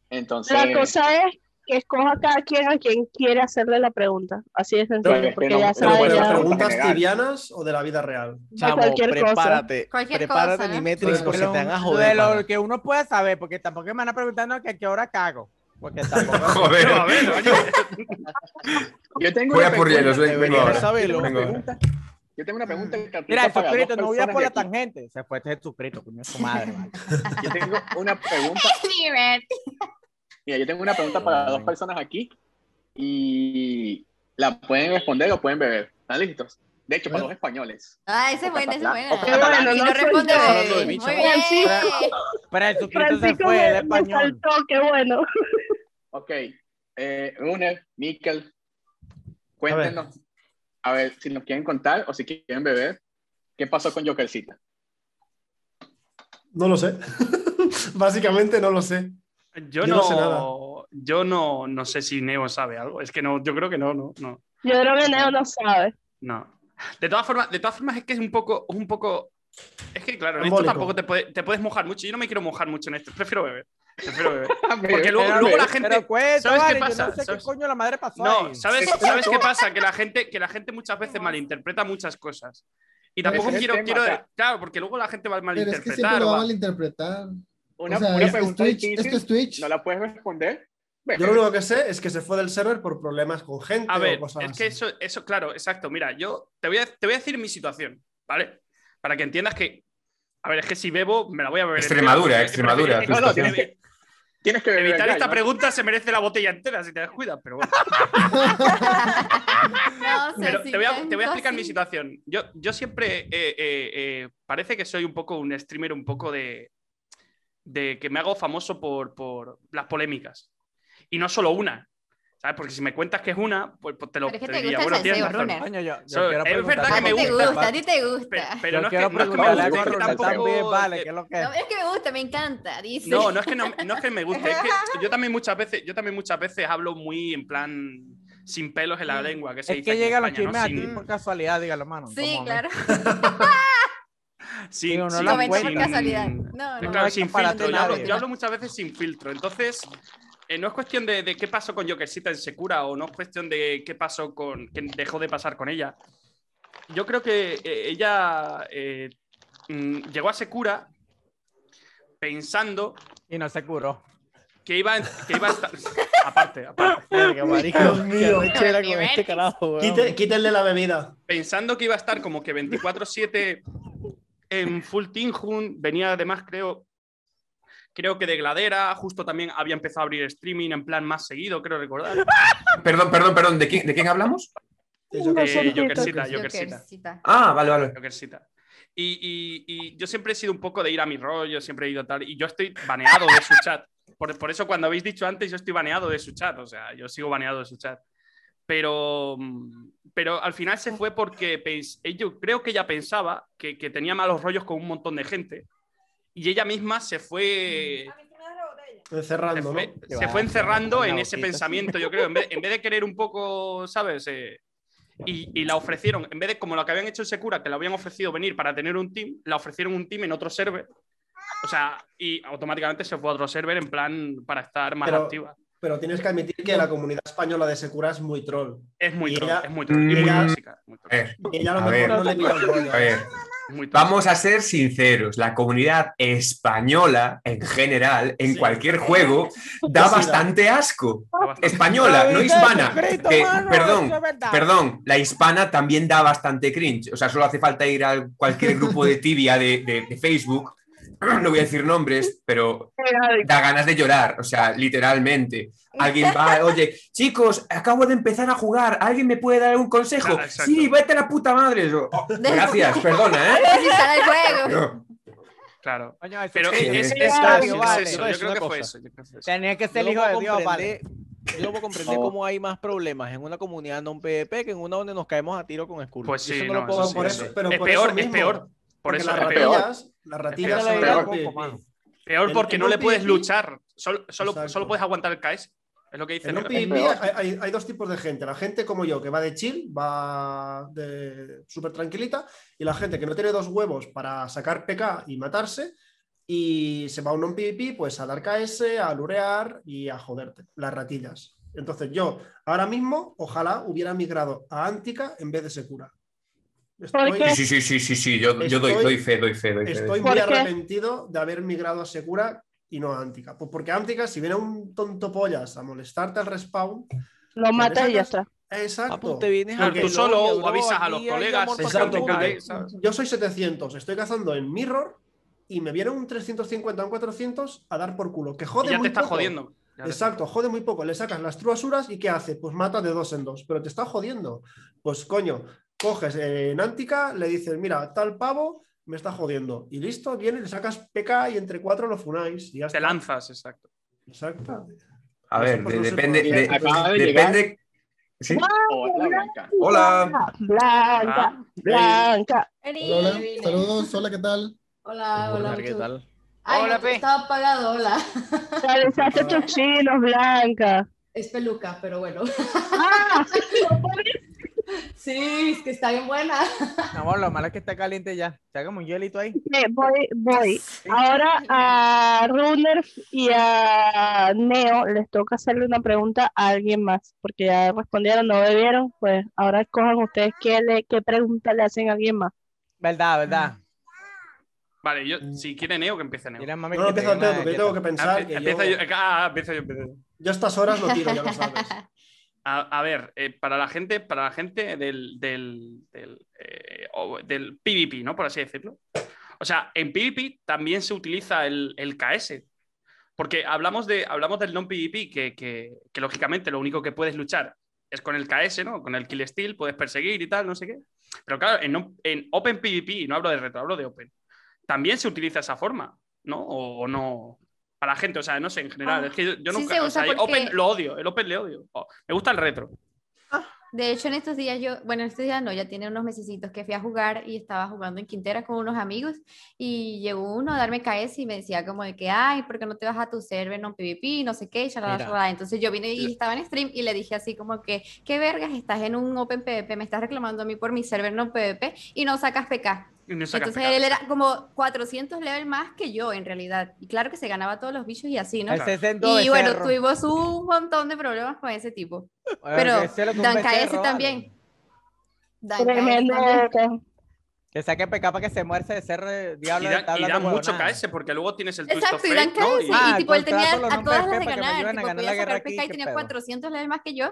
Speaker 3: Entonces,
Speaker 2: la cosa es que escoja cada quien a quien quiere hacerle la pregunta. Así de
Speaker 3: Pero
Speaker 2: sencillo,
Speaker 3: es que
Speaker 2: porque
Speaker 3: no-
Speaker 2: ya
Speaker 3: no
Speaker 2: sabe
Speaker 3: puedes
Speaker 2: ya
Speaker 3: hacer
Speaker 2: de
Speaker 3: preguntas
Speaker 8: ¿Preguntas
Speaker 3: general.
Speaker 8: tibianas o de la vida real?
Speaker 1: Chamo,
Speaker 2: Pues cualquier cosa.
Speaker 1: prepárate.
Speaker 11: Cualquier
Speaker 1: prepárate,
Speaker 11: cosa, ¿no?
Speaker 1: Nimetrix, porque te
Speaker 4: Pero
Speaker 1: van a
Speaker 4: De
Speaker 1: joder.
Speaker 4: lo
Speaker 1: pana.
Speaker 4: que uno puede saber, porque tampoco me van a preguntar que a qué hora cago.
Speaker 1: [laughs]
Speaker 4: Porque tampoco.
Speaker 13: Pero, a
Speaker 12: Joder,
Speaker 13: ver, oye,
Speaker 3: yo tengo
Speaker 12: voy
Speaker 3: una
Speaker 12: a por
Speaker 3: pregunta-
Speaker 12: hielos, ven- vengo
Speaker 1: Deberías
Speaker 12: ahora.
Speaker 1: saberlo.
Speaker 12: Vengo ahora.
Speaker 3: pregunta- Yo tengo una pregunta que aplica
Speaker 4: Mira, el
Speaker 3: para dos
Speaker 4: suscrito, no voy a por la
Speaker 3: personas de
Speaker 4: tangente. Se fue suscrito, coño, su [laughs] madre. vale.
Speaker 3: aquí. Yo tengo una pregunta
Speaker 11: Divertido.
Speaker 3: Mira, yo tengo una pregunta para dos personas aquí y la pueden responder o pueden beber. ¿Están listos? De hecho, para los españoles.
Speaker 11: Ah, ese es bueno, ese es
Speaker 3: Catalán.
Speaker 11: bueno.
Speaker 3: O
Speaker 2: catalán.
Speaker 11: Si no
Speaker 2: No soy
Speaker 11: responde,
Speaker 2: yo.
Speaker 11: bebé.
Speaker 1: Hablando de bicho.
Speaker 11: Muy bien.
Speaker 4: Pero el suscrito se
Speaker 2: Francisco
Speaker 4: fue, el
Speaker 2: me, me
Speaker 4: español.
Speaker 2: saltó, qué bueno. [laughs]
Speaker 3: Ok, eh, Rune, Mikel, cuéntenos, a ver. si nos quieren contar o si quieren beber, ¿qué pasó con Jokercita?
Speaker 8: No lo sé. [laughs] Básicamente no lo sé.
Speaker 13: yo
Speaker 8: Yo no sé nada.
Speaker 13: no. Yo no, no sé si Neo sabe algo. Es que no, yo creo que no, no, no.
Speaker 2: Yo creo que Neo no sabe.
Speaker 13: No. De todas formas, de todas formas es que es un poco, es un poco. Es que claro, en esto
Speaker 8: Embólico.
Speaker 13: tampoco te, puede- te puedes mojar mucho. Yo no me quiero mojar mucho en esto. Prefiero beber. Prefiero beber.
Speaker 3: Beber,
Speaker 13: Porque luego,
Speaker 3: beber.
Speaker 13: luego la gente.
Speaker 4: Ah, Pero cuenta,
Speaker 13: ¿sabes qué
Speaker 4: vale, yo
Speaker 13: pasa?
Speaker 4: no sé qué
Speaker 13: ¿Sabes?
Speaker 4: coño la madre pasó
Speaker 13: No,
Speaker 4: ahí.
Speaker 13: ¿sabes,
Speaker 3: Exacto.
Speaker 13: ¿sabes qué pasa? Que la gente, que la gente muchas veces malinterpreta muchas cosas. Y tampoco
Speaker 3: Ese es el
Speaker 13: quiero,
Speaker 3: tema,
Speaker 13: quiero.
Speaker 3: o sea-
Speaker 13: Claro, porque luego la gente va a
Speaker 6: Pero es que siempre
Speaker 13: malinterpretar.
Speaker 6: lo
Speaker 13: o
Speaker 6: va a
Speaker 13: va-
Speaker 6: malinterpretar.
Speaker 3: Una,
Speaker 6: o sea,
Speaker 3: una
Speaker 6: es- es
Speaker 3: pregunta
Speaker 6: Twitch,
Speaker 3: difícil,
Speaker 6: esto es Twitch.
Speaker 3: ¿no la puedes responder?
Speaker 8: Yo lo único que sé es que se fue del server por problemas con gente
Speaker 13: A ver,
Speaker 8: o cosas
Speaker 13: es que
Speaker 8: así.
Speaker 13: eso, eso, claro, exacto. Mira, yo te voy, a, te voy a decir mi situación, ¿vale? Para que entiendas que. A ver, es que si bebo, me la voy a beber. entera,
Speaker 12: Extremadura,
Speaker 13: porque-
Speaker 12: Extremadura,
Speaker 13: porque-
Speaker 12: tu
Speaker 13: No, no,
Speaker 12: situación.
Speaker 13: evi-
Speaker 3: Tienes que beber.
Speaker 13: Evitar
Speaker 3: ya,
Speaker 13: esta
Speaker 3: ¿no?
Speaker 13: pregunta se merece la botella entera si te descuidas, pero bueno.
Speaker 11: No, o sea,
Speaker 13: Pero
Speaker 11: si
Speaker 13: te voy a,
Speaker 11: tanto
Speaker 13: te voy a explicar mi
Speaker 11: así.
Speaker 13: situación. Yo, yo siempre eh, eh, eh, parece que soy un poco un streamer, un poco de, de que me hago famoso por, por las polémicas. Y no solo una. ¿Sabes? Porque si me cuentas que es una, pues, pues te lo
Speaker 11: Pero es que
Speaker 13: te
Speaker 11: te
Speaker 13: diría,
Speaker 11: gusta el
Speaker 13: bueno, tienes
Speaker 11: salseo,
Speaker 13: razón.
Speaker 11: Rune.
Speaker 4: Coño, yo, yo
Speaker 13: So,
Speaker 4: quiero
Speaker 13: es
Speaker 11: A ti te
Speaker 13: verdad que
Speaker 4: preguntar-
Speaker 13: me gusta,
Speaker 11: gusta, a ti te
Speaker 13: Pe-
Speaker 11: gusta.
Speaker 13: Pero
Speaker 4: Yo
Speaker 13: no es que, no
Speaker 4: quiero
Speaker 13: es que
Speaker 4: preguntarle
Speaker 13: me
Speaker 4: algo a
Speaker 13: guste, es que
Speaker 4: Rune también,
Speaker 13: tampoco.
Speaker 4: vale, ¿qué es lo que
Speaker 11: No, es que me gusta, me encanta, dice. [laughs]
Speaker 13: No, no es que no, no es que me guste, es que yo también muchas veces, yo también muchas veces hablo muy en plan sin pelos en
Speaker 11: Mm.
Speaker 13: la lengua, que se
Speaker 4: Es
Speaker 13: dice
Speaker 4: que
Speaker 13: aquí en
Speaker 4: llegan los
Speaker 13: España, ¿no?
Speaker 4: chismes a
Speaker 13: Sin-
Speaker 4: ti por casualidad, dígalo, mano.
Speaker 11: Sí, claro.
Speaker 13: Sí,
Speaker 4: Digo, no
Speaker 13: sí,
Speaker 4: la
Speaker 13: sin-
Speaker 4: cuento por
Speaker 11: casualidad. No, no.
Speaker 13: Claro,
Speaker 4: No
Speaker 13: sin
Speaker 4: es para
Speaker 13: filtro. Yo
Speaker 4: nadie.
Speaker 13: hablo, yo hablo muchas veces sin filtro. Entonces, eh, no es cuestión de, de qué pasó con Jokercita en Secura o no es cuestión de qué pasó con. que dejó de pasar con ella. Yo creo que eh, ella eh, mm, llegó a Secura pensando
Speaker 4: Y no se curó.
Speaker 13: que iba, a- que iba a estar. [laughs] aparte, aparte.
Speaker 1: Verga, marico,
Speaker 8: Dios
Speaker 1: qué
Speaker 8: mío.
Speaker 1: arrechera con este carajo, weón.
Speaker 8: Quite- quítenle la bebida.
Speaker 13: Pensando que iba a estar como que 24-7 en Full Tinjun, venía además, creo, creo que de Gladera, justo también había empezado a abrir streaming en plan más seguido, creo recordar.
Speaker 12: Ah, Perdón, perdón, perdón, ¿de quién, de quién hablamos?
Speaker 13: De Eh, Jokercita, Jokercita.
Speaker 12: Ah, vale, vale.
Speaker 13: Jokercita. Y, y- y yo siempre he sido un poco de ir a mi rollo, siempre he ido tal, y yo estoy baneado de su chat. Por, por eso cuando habéis dicho antes, yo estoy baneado de su chat, o sea, yo sigo baneado de su chat. Pero, mm, pero al final se fue porque pens- eh, yo creo que ella pensaba que, que tenía malos rollos con un montón de gente. Y ella misma se fue
Speaker 8: Encerrando, ¿no?
Speaker 13: se fue encerrando en ese pensamiento, yo creo, en vez, en vez de querer un poco, ¿sabes? Eh, y, y la ofrecieron, en vez de como lo que habían hecho en Secura, que le habían ofrecido venir para tener un team, la ofrecieron un team en otro server. O sea, y automáticamente se fue a otro server en plan para estar más
Speaker 8: Pero-
Speaker 13: activa.
Speaker 8: Pero tienes que admitir que la comunidad española de Secura es muy troll.
Speaker 13: Es muy
Speaker 8: Y
Speaker 13: troll,
Speaker 8: ella-
Speaker 13: es muy troll. Y muy
Speaker 8: ella-
Speaker 13: tóxica. muy
Speaker 12: A ver,
Speaker 8: y ella a lo
Speaker 12: a
Speaker 8: mejor
Speaker 12: ver,
Speaker 8: no le pilla el rollo.
Speaker 12: a ver. Vamos a ser sinceros, la comunidad española en general, en cualquier juego, da
Speaker 10: Sí, da.
Speaker 12: bastante asco.
Speaker 13: tóxica.
Speaker 12: Española, no hispana.
Speaker 10: Jesucristo,
Speaker 12: que-
Speaker 10: mano,
Speaker 12: perdón,
Speaker 10: eso es verdad.
Speaker 12: perdón, la hispana también da bastante cringe. O sea, solo hace falta ir a cualquier grupo de tibia de, de- de Facebook. [clears throat] No voy a decir nombres, pero da ganas de llorar, o sea, literalmente. Alguien va, oye, chicos, acabo de empezar a jugar, ¿alguien me puede dar un consejo?
Speaker 10: Nada, Ah, exacto.
Speaker 12: sí, vete a la puta madre. Yo, oh, gracias, perdona, ¿eh?
Speaker 11: el juego.
Speaker 12: Pero-
Speaker 13: Claro.
Speaker 10: Pero e-,
Speaker 12: sí,
Speaker 10: es,
Speaker 12: sí,
Speaker 10: es-
Speaker 12: sí,
Speaker 10: es-
Speaker 12: sí,
Speaker 10: es
Speaker 12: vale.
Speaker 10: eso,
Speaker 12: Yo
Speaker 10: yo creo que
Speaker 1: una
Speaker 10: fue
Speaker 1: cosa.
Speaker 10: eso. yo creo que fue eso.
Speaker 4: Tenía que
Speaker 1: Yo
Speaker 4: ser
Speaker 1: no
Speaker 4: hijo
Speaker 1: puedo
Speaker 4: de Dios, vale.
Speaker 1: comprender- Yo no puedo comprender
Speaker 4: favor.
Speaker 1: cómo hay más problemas en una comunidad non PvP que en una donde nos caemos a tiro con Skull.
Speaker 13: Pues
Speaker 1: Yo
Speaker 13: sí,
Speaker 1: eso
Speaker 13: no,
Speaker 1: lo
Speaker 13: eso
Speaker 1: puedo
Speaker 13: sí,
Speaker 1: comprender.
Speaker 13: eso sí. es peor, es peor. Por
Speaker 1: Porque
Speaker 13: eso
Speaker 1: las
Speaker 13: es peor.
Speaker 1: ratillas-
Speaker 13: Es
Speaker 1: las
Speaker 13: peor.
Speaker 1: ratillas
Speaker 13: Es
Speaker 1: son
Speaker 13: peor.
Speaker 1: peor.
Speaker 13: Peor,
Speaker 1: mano.
Speaker 13: Peor
Speaker 1: En-
Speaker 13: porque
Speaker 1: en
Speaker 13: no
Speaker 1: un
Speaker 13: le puedes
Speaker 1: PvP.
Speaker 13: luchar. Solo, solo,
Speaker 8: Exacto.
Speaker 13: solo puedes aguantar el KS. Es lo que dice
Speaker 8: En un
Speaker 13: Negra.
Speaker 8: PvP hay, hay- hay dos tipos de gente. La gente como yo, que va de chill, va de súper tranquilita, y la gente que no tiene dos huevos para sacar PK y matarse, y se va a un non-PvP pues a dar KS, a lurear y a joderte, las ratillas. Entonces yo, ahora mismo, ojalá hubiera migrado a Antica en vez de Secura. Estoy,
Speaker 12: Sí, sí, sí, sí, sí, sí, yo, yo doy,
Speaker 8: Estoy-
Speaker 12: doy fe, doy fe, doy fe.
Speaker 8: estoy muy arrepentido de haber migrado a Secura y no a Antica. Pues porque Antica, si viene un tonto pollas a molestarte al respawn,
Speaker 2: Lo matas
Speaker 8: sacas-
Speaker 2: y ya está.
Speaker 13: Ah, pues
Speaker 8: Exacto.
Speaker 1: te vienes
Speaker 8: Porque
Speaker 13: Tú solo o avisas a los colegas.
Speaker 8: Exacto,
Speaker 13: te
Speaker 8: porque
Speaker 13: caes, ¿sabes?
Speaker 8: yo soy 700, estoy cazando en Mirror y me viene un 350 un 400 a dar por culo. Que jode
Speaker 13: Y ya
Speaker 8: muy
Speaker 13: te estás
Speaker 8: poco.
Speaker 13: jodiendo. Ya te-
Speaker 8: Exacto, jode muy poco. Le sacas las truasuras y ¿qué hace? Pues mata de dos en dos, pero te está jodiendo. Pues coño, coges eh, en Antica, le dices, mira, tal pavo me está jodiendo. Y listo, viene, le sacas PK y entre cuatro lo funáis. Y ya
Speaker 13: Te
Speaker 8: está.
Speaker 13: lanzas, exacto.
Speaker 8: Exacto.
Speaker 12: A ver,
Speaker 8: Por
Speaker 12: de-
Speaker 8: no sé
Speaker 12: depende.
Speaker 8: por qué.
Speaker 12: de-
Speaker 8: Acaba de llegar.
Speaker 12: depende. ¿Sí?
Speaker 2: Hola.
Speaker 3: Ah,
Speaker 6: Ah,
Speaker 2: Blanca, Blanca.
Speaker 6: Hola, hola. Saludos, hola, ¿qué tal?
Speaker 18: Ah,
Speaker 11: Hola, hola. mucho- Ay,
Speaker 2: Hola,
Speaker 11: no, estaba apagado,
Speaker 18: [laughs]
Speaker 11: hola.
Speaker 2: Realizaste tus chinos, Blanca.
Speaker 11: Es peluca, pero
Speaker 18: [laughs]
Speaker 11: bueno.
Speaker 7: Ah.
Speaker 11: sí, es que está bien buena.
Speaker 4: Amor, lo malo es que está caliente ya. Sácame un hielito ahí.
Speaker 2: Eh, voy, voy. Ahora a Runner y a Neo les toca hacerle una pregunta a alguien más, porque ya respondieron, no bebieron, pues ahora cojan ustedes qué, le, qué pregunta le hacen a alguien más.
Speaker 4: Verdad, verdad.
Speaker 11: Ah,
Speaker 13: Vale, yo, si quiere Neo, que empiece Neo.
Speaker 4: mami
Speaker 8: No, no,
Speaker 4: que te
Speaker 8: empieza
Speaker 4: diga
Speaker 8: Teo, porque
Speaker 4: quieta.
Speaker 8: tengo que pensar que
Speaker 13: Empieza
Speaker 8: yo-
Speaker 13: yo. Ah, empiezo yo, empiezo yo.
Speaker 8: Yo a estas horas no tiro, ya lo sabes.
Speaker 13: A, a ver, eh, para la gente, para la gente del, del, del, eh, o- del PvP, ¿no? Por así decirlo. O sea, en PvP también se utiliza el, el KS. Porque hablamos, de, hablamos del non-PvP, que, que- que lógicamente lo único que puedes luchar es con el KS, ¿no? Con el Kill Steal, puedes perseguir y tal, no sé qué. Pero claro, en, no- en Open PvP, y no hablo de retro, hablo de Open, también se utiliza esa forma, [laughs] ¿no? O, o no. Para la gente, o sea, no sé, en general.
Speaker 11: Ah,
Speaker 13: es que yo, yo
Speaker 11: sí
Speaker 13: nunca.
Speaker 11: se
Speaker 13: o
Speaker 11: usa
Speaker 13: sea,
Speaker 11: porque-
Speaker 13: Open lo odio, el Open le odio. Oh, me gusta el retro.
Speaker 11: De hecho, en estos días yo, bueno, en estos días no, ya tiene unos mesecitos que fui a jugar y estaba jugando en Quintera con unos amigos y llegó uno a darme KS y me decía como de que, ay, ¿por qué no te vas a tu server no PvP, no sé qué, y shalala,
Speaker 7: Mira.
Speaker 11: shalala". Entonces yo vine y estaba en stream y le dije así como que, qué vergas, estás en un Open PvP, me estás reclamando a mí por mi server no PvP y no sacas PK.
Speaker 13: Y no sacas
Speaker 11: Entonces
Speaker 13: pecado.
Speaker 11: él era como 400 level más que yo en realidad. Y claro que se ganaba todos los bichos y así, ¿no?
Speaker 4: El 60
Speaker 11: Y bueno,
Speaker 4: becerro.
Speaker 11: tuvimos un montón de problemas con ese tipo.
Speaker 4: Bueno,
Speaker 11: Pero
Speaker 4: que se lo que un
Speaker 11: Dan
Speaker 4: becerro,
Speaker 11: KS
Speaker 4: vale.
Speaker 11: también. Dan
Speaker 2: Tremendo.
Speaker 11: KS también.
Speaker 4: Que saque PK para que se muerce de cerro
Speaker 13: Y
Speaker 4: diablo de
Speaker 13: da, y
Speaker 4: tabla.
Speaker 13: da
Speaker 4: de
Speaker 13: mucho
Speaker 4: huevonada.
Speaker 13: KS porque luego tienes el twist of
Speaker 11: Exacto, y Dan
Speaker 13: fate, ¿no?
Speaker 11: KS. Y,
Speaker 4: Ah,
Speaker 11: tipo, él
Speaker 4: contrato
Speaker 11: tenía
Speaker 4: los
Speaker 11: a
Speaker 4: nombres
Speaker 11: todas las de
Speaker 4: para que me
Speaker 11: ganar.
Speaker 4: ayuden a
Speaker 11: Tipo,
Speaker 4: ganar
Speaker 11: podía
Speaker 4: la guerra
Speaker 11: sacar
Speaker 4: aquí,
Speaker 11: PK y
Speaker 4: qué
Speaker 11: tenía
Speaker 4: pedo.
Speaker 11: 400 level más que yo.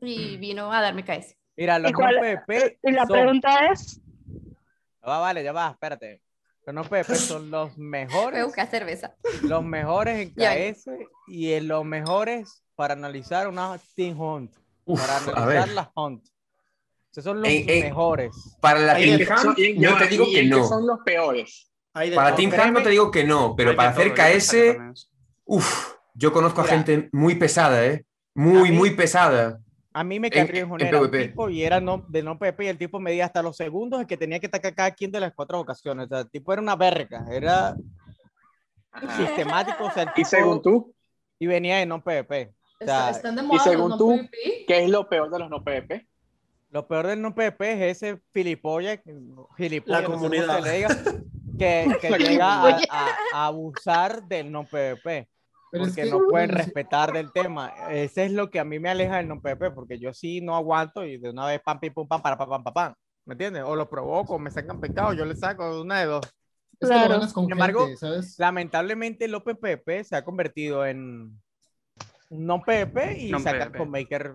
Speaker 11: Y vino a darme KS.
Speaker 4: Mira, los
Speaker 11: ¿Y cuál-
Speaker 4: PvP.
Speaker 11: y la
Speaker 4: son-
Speaker 11: pregunta
Speaker 2: es?
Speaker 4: va, vale, ya va, espérate. Pero no, Pepe, son los
Speaker 11: Voy a
Speaker 4: mejores,
Speaker 11: buscar cerveza.
Speaker 4: los mejores en
Speaker 11: Ya.
Speaker 4: KS y en los mejores para analizar una Team Hunt.
Speaker 12: Uf,
Speaker 4: para
Speaker 12: a
Speaker 4: analizar
Speaker 12: ver.
Speaker 4: las Hunt. Esos son
Speaker 10: Eh,
Speaker 4: los
Speaker 12: En- en-
Speaker 4: mejores.
Speaker 12: Para la
Speaker 4: Ahí
Speaker 12: Team
Speaker 4: está.
Speaker 12: Hunt, yo te digo que no.
Speaker 19: Son los peores.
Speaker 12: Para Team Hunt no te digo que no, pero para hacer KS, uff, yo conozco a gente muy pesada, ¿eh? Muy, muy pesada.
Speaker 4: A mí me
Speaker 12: En-
Speaker 4: carrió en,
Speaker 12: en
Speaker 4: Jonera un
Speaker 12: PvP.
Speaker 4: tipo y era no, de no Pepe y el tipo medía hasta los segundos en que tenía que atacar cada quien de las cuatro ocasiones. O sea, el tipo era una verga, era sistemático. o sea, el
Speaker 19: Ah. Y
Speaker 4: tipo-
Speaker 19: según tú,
Speaker 4: Y venía de no PvP. O sea,
Speaker 18: Están de
Speaker 19: y
Speaker 18: moda los
Speaker 19: según
Speaker 18: no
Speaker 19: tú,
Speaker 18: PvP.
Speaker 19: ¿qué es lo peor de los no PvP?
Speaker 4: lo peor del no PvP es ese filipolla, gilipollas,
Speaker 19: La
Speaker 4: no sé cómo
Speaker 19: comunidad.
Speaker 4: se le diga,
Speaker 19: [laughs]
Speaker 4: que, que
Speaker 19: La
Speaker 4: llega a,
Speaker 19: gilipollez.
Speaker 4: a- a abusar del no PvP.
Speaker 6: Pero es
Speaker 4: porque
Speaker 6: que-
Speaker 4: no pueden respetar del tema. Ese es lo que a mí me aleja del no PvP, porque yo sí no aguanto y de una vez pam, pim, pum, pam, para, pam, pam, pam, pam. ¿Me entiendes? O lo provoco, me sacan pecado, yo le saco una de dos.
Speaker 6: Es que lo ganas con
Speaker 4: Sin embargo,
Speaker 6: gente, ¿sabes?
Speaker 4: lamentablemente el Open PvP se ha convertido en no PvP y
Speaker 13: No
Speaker 4: sacan
Speaker 13: PvP.
Speaker 4: con Maker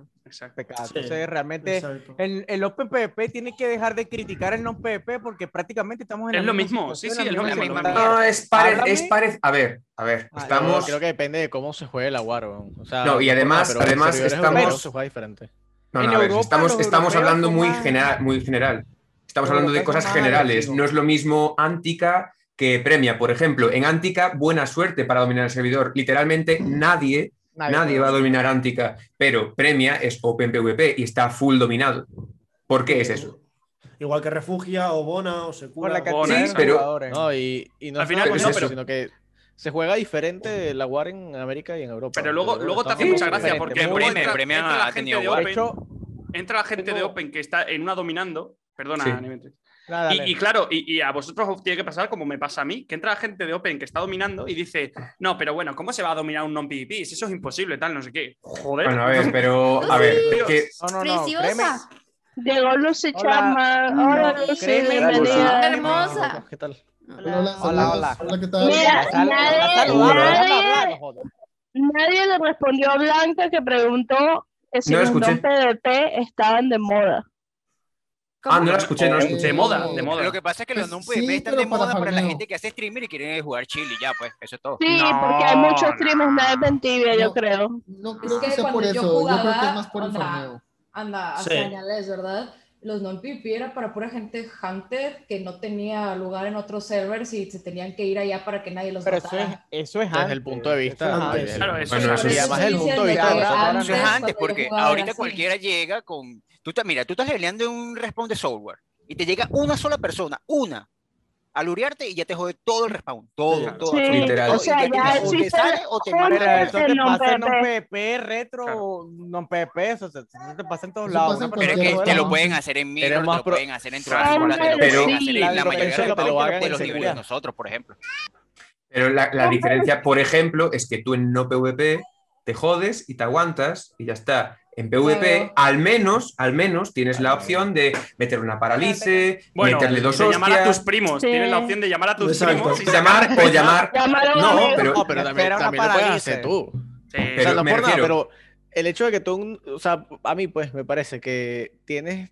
Speaker 4: pecado.
Speaker 13: Sí,
Speaker 4: Entonces, realmente
Speaker 13: exacto.
Speaker 4: el, el Open PvP tiene que dejar de criticar el no PvP porque prácticamente estamos en
Speaker 13: Es
Speaker 4: la
Speaker 13: lo
Speaker 4: misma
Speaker 13: mismo, sí,
Speaker 4: situación,
Speaker 13: sí, es
Speaker 4: la
Speaker 13: lo
Speaker 4: misma
Speaker 13: mismo.
Speaker 4: situación.
Speaker 12: No, es pare-
Speaker 4: Háblame.
Speaker 12: es pare- A ver, a ver,
Speaker 1: Estamos...
Speaker 12: estamos.
Speaker 1: Ah, Creo que depende de cómo se juegue la War. weón. O sea,
Speaker 12: No, y
Speaker 1: por
Speaker 12: además-
Speaker 1: nada, pero
Speaker 12: además
Speaker 1: en servidores
Speaker 12: estamos-
Speaker 1: europeos se juega diferente.
Speaker 12: No,
Speaker 1: En
Speaker 12: no, a ver,
Speaker 1: Europa
Speaker 12: estamos,
Speaker 1: los
Speaker 12: estamos
Speaker 1: europeos
Speaker 12: hablando
Speaker 1: son
Speaker 12: muy,
Speaker 1: más-
Speaker 12: genera- muy general. Estamos
Speaker 1: Los
Speaker 12: hablando de
Speaker 1: europeos son
Speaker 12: cosas
Speaker 1: más
Speaker 12: generales. No es lo mismo Antica que Premia. Por ejemplo, en Antica, buena suerte para dominar el servidor. Literalmente nadie,
Speaker 4: Nadie
Speaker 12: nadie,
Speaker 4: puede
Speaker 12: va a
Speaker 4: dominar.
Speaker 12: dominar Antica, pero Premia es Open PvP y está full dominado. ¿Por qué es eso?
Speaker 8: Igual que Refugia o Bona o Secura.
Speaker 1: Por la
Speaker 12: cantidad Sí, de pero- jugadores.
Speaker 1: No, y, y no
Speaker 13: Al
Speaker 1: es
Speaker 13: final,
Speaker 1: nada
Speaker 13: pues,
Speaker 1: con
Speaker 13: no,
Speaker 1: eso,
Speaker 13: pero-
Speaker 1: sino que se juega diferente la War en América y en Europa.
Speaker 13: Pero luego,
Speaker 1: bueno,
Speaker 13: luego te
Speaker 1: estamos
Speaker 13: hace mucha
Speaker 1: muy
Speaker 13: gracia
Speaker 1: diferentes.
Speaker 13: porque luego
Speaker 20: Premia-
Speaker 13: entra,
Speaker 20: Premia
Speaker 13: entra
Speaker 20: ha
Speaker 13: la gente
Speaker 20: tenido
Speaker 13: de
Speaker 20: guard.
Speaker 13: Open, entra la gente de Open que está en una dominando, perdona,
Speaker 20: Sí.
Speaker 13: Animatrix.
Speaker 4: Nada,
Speaker 13: Y-
Speaker 4: dale.
Speaker 13: y, claro, y, y a vosotros os tiene que pasar como me pasa a mí, que entra la gente de Open que está dominando y dice, no, pero bueno, ¿cómo se va a dominar un non-PvP? Si eso es imposible, tal, no sé qué. Joder.
Speaker 12: Bueno, a
Speaker 13: [laughs]
Speaker 12: ver,
Speaker 20: [laughs]
Speaker 12: pero a ver, que
Speaker 4: No, no, no, créeme,
Speaker 11: Preciosa.
Speaker 2: Llegó Lucy Chama. Hola, Lucy,
Speaker 4: créeme,
Speaker 2: bienvenida.
Speaker 11: Hermosa.
Speaker 1: ¿Qué tal?
Speaker 6: Hola,
Speaker 4: Hola,
Speaker 6: saludos.
Speaker 4: hola.
Speaker 6: Hola, ¿qué tal?
Speaker 2: Mira,
Speaker 4: Sal- la
Speaker 2: nadie,
Speaker 4: saludaron,
Speaker 2: nadie-
Speaker 4: la hablaron,
Speaker 2: nadie le respondió a Blanca que preguntó que si
Speaker 12: No la
Speaker 2: los
Speaker 12: escuché.
Speaker 2: don PDP estaban de moda.
Speaker 12: Ah, no la escuché, no la escuché.
Speaker 20: Oh. De moda, de moda. Lo que pasa es que los
Speaker 6: Pues
Speaker 20: non-PvP
Speaker 6: sí,
Speaker 20: están
Speaker 6: pero
Speaker 20: de moda
Speaker 6: para
Speaker 20: para la
Speaker 6: farmeo.
Speaker 20: gente que hace streamer y quiere jugar chile, ya, pues, eso es todo.
Speaker 2: Sí, porque hay muchos streamers, nadie está en tibia, yo
Speaker 6: No.
Speaker 2: creo.
Speaker 6: No
Speaker 18: Es
Speaker 6: creo
Speaker 18: que
Speaker 6: que sea
Speaker 18: cuando
Speaker 6: por
Speaker 18: yo
Speaker 6: eso, yo creo que es más por el
Speaker 18: jugaba,
Speaker 6: farmeo.
Speaker 18: Anda,
Speaker 6: Sí.
Speaker 18: es ¿verdad? Los non-PvP era para pura gente hunter que no tenía lugar en otros servers y se tenían que ir allá para que nadie los
Speaker 4: Pero eso
Speaker 18: matara.
Speaker 4: es, eso es
Speaker 1: Desde el punto de vista.
Speaker 4: antes.
Speaker 1: del-
Speaker 4: Claro,
Speaker 20: eso Bueno, es- eso
Speaker 1: y
Speaker 20: es-
Speaker 1: además desde el punto de vista de nosotros.
Speaker 20: Eso es
Speaker 18: antes,
Speaker 20: antes,
Speaker 18: cuando yo
Speaker 20: porque
Speaker 18: jugaba
Speaker 20: ahorita
Speaker 18: así.
Speaker 20: cualquiera llega con. Tú estás- mira, tú estás leyendo un respawn de software y te llega una sola persona, una, a lurearte y ya te jode todo el respawn. Todo, todo.
Speaker 2: Sí,
Speaker 20: absolutamente
Speaker 2: o
Speaker 20: todo, y
Speaker 2: sea,
Speaker 20: ya
Speaker 2: ya
Speaker 20: tienes- o te
Speaker 2: existe
Speaker 20: sale o te
Speaker 2: un
Speaker 20: mata.
Speaker 4: Pero eso te
Speaker 2: El
Speaker 4: pasa en
Speaker 2: non-PvP.
Speaker 4: non-PvP, retro, non-PvP, eso, se- eso te pasa en todos
Speaker 6: Eso
Speaker 4: lados.
Speaker 6: pasa
Speaker 4: Una persona
Speaker 6: en
Speaker 20: Pero es que
Speaker 4: juega
Speaker 20: te lo
Speaker 4: la-
Speaker 20: pueden hacer en
Speaker 4: Eres
Speaker 20: Mirror, te
Speaker 4: más
Speaker 20: lo
Speaker 4: pro-
Speaker 20: pueden hacer en
Speaker 4: Claro,
Speaker 20: Tránscola, te lo
Speaker 4: pero
Speaker 20: pueden
Speaker 4: sí,
Speaker 20: hacer
Speaker 4: la
Speaker 20: en la
Speaker 4: verdad
Speaker 20: mayoría
Speaker 4: es que
Speaker 20: de
Speaker 4: te lo
Speaker 20: respawn
Speaker 4: hagan
Speaker 20: de
Speaker 4: en
Speaker 20: los niveles
Speaker 4: seguridad.
Speaker 20: de nosotros, por ejemplo.
Speaker 12: Pero la, la diferencia, por ejemplo, es que tú en no PvP te jodes y te aguantas y ya está. En PvP,
Speaker 20: Claro.
Speaker 12: al menos, al menos tienes la opción de meter una paralice,
Speaker 13: Bueno,
Speaker 12: meterle dos
Speaker 13: de llamar a tus
Speaker 12: hostias.
Speaker 13: primos.
Speaker 2: Sí.
Speaker 13: Tienes la opción de llamar a tus
Speaker 12: Exacto.
Speaker 13: primos. y
Speaker 12: Llamar
Speaker 13: sacar-
Speaker 12: o
Speaker 13: [laughs]
Speaker 12: llamar-
Speaker 2: Llamar a un
Speaker 12: No,
Speaker 2: amigo.
Speaker 12: pero-
Speaker 1: No, pero también,
Speaker 4: Espera una
Speaker 1: también lo puedes
Speaker 4: paralice.
Speaker 1: hacer tú.
Speaker 12: Pero
Speaker 1: o sea, no
Speaker 12: me
Speaker 1: por nada,
Speaker 12: refiero-
Speaker 1: pero el hecho de que tú, un- o sea, a mí pues me parece que tienes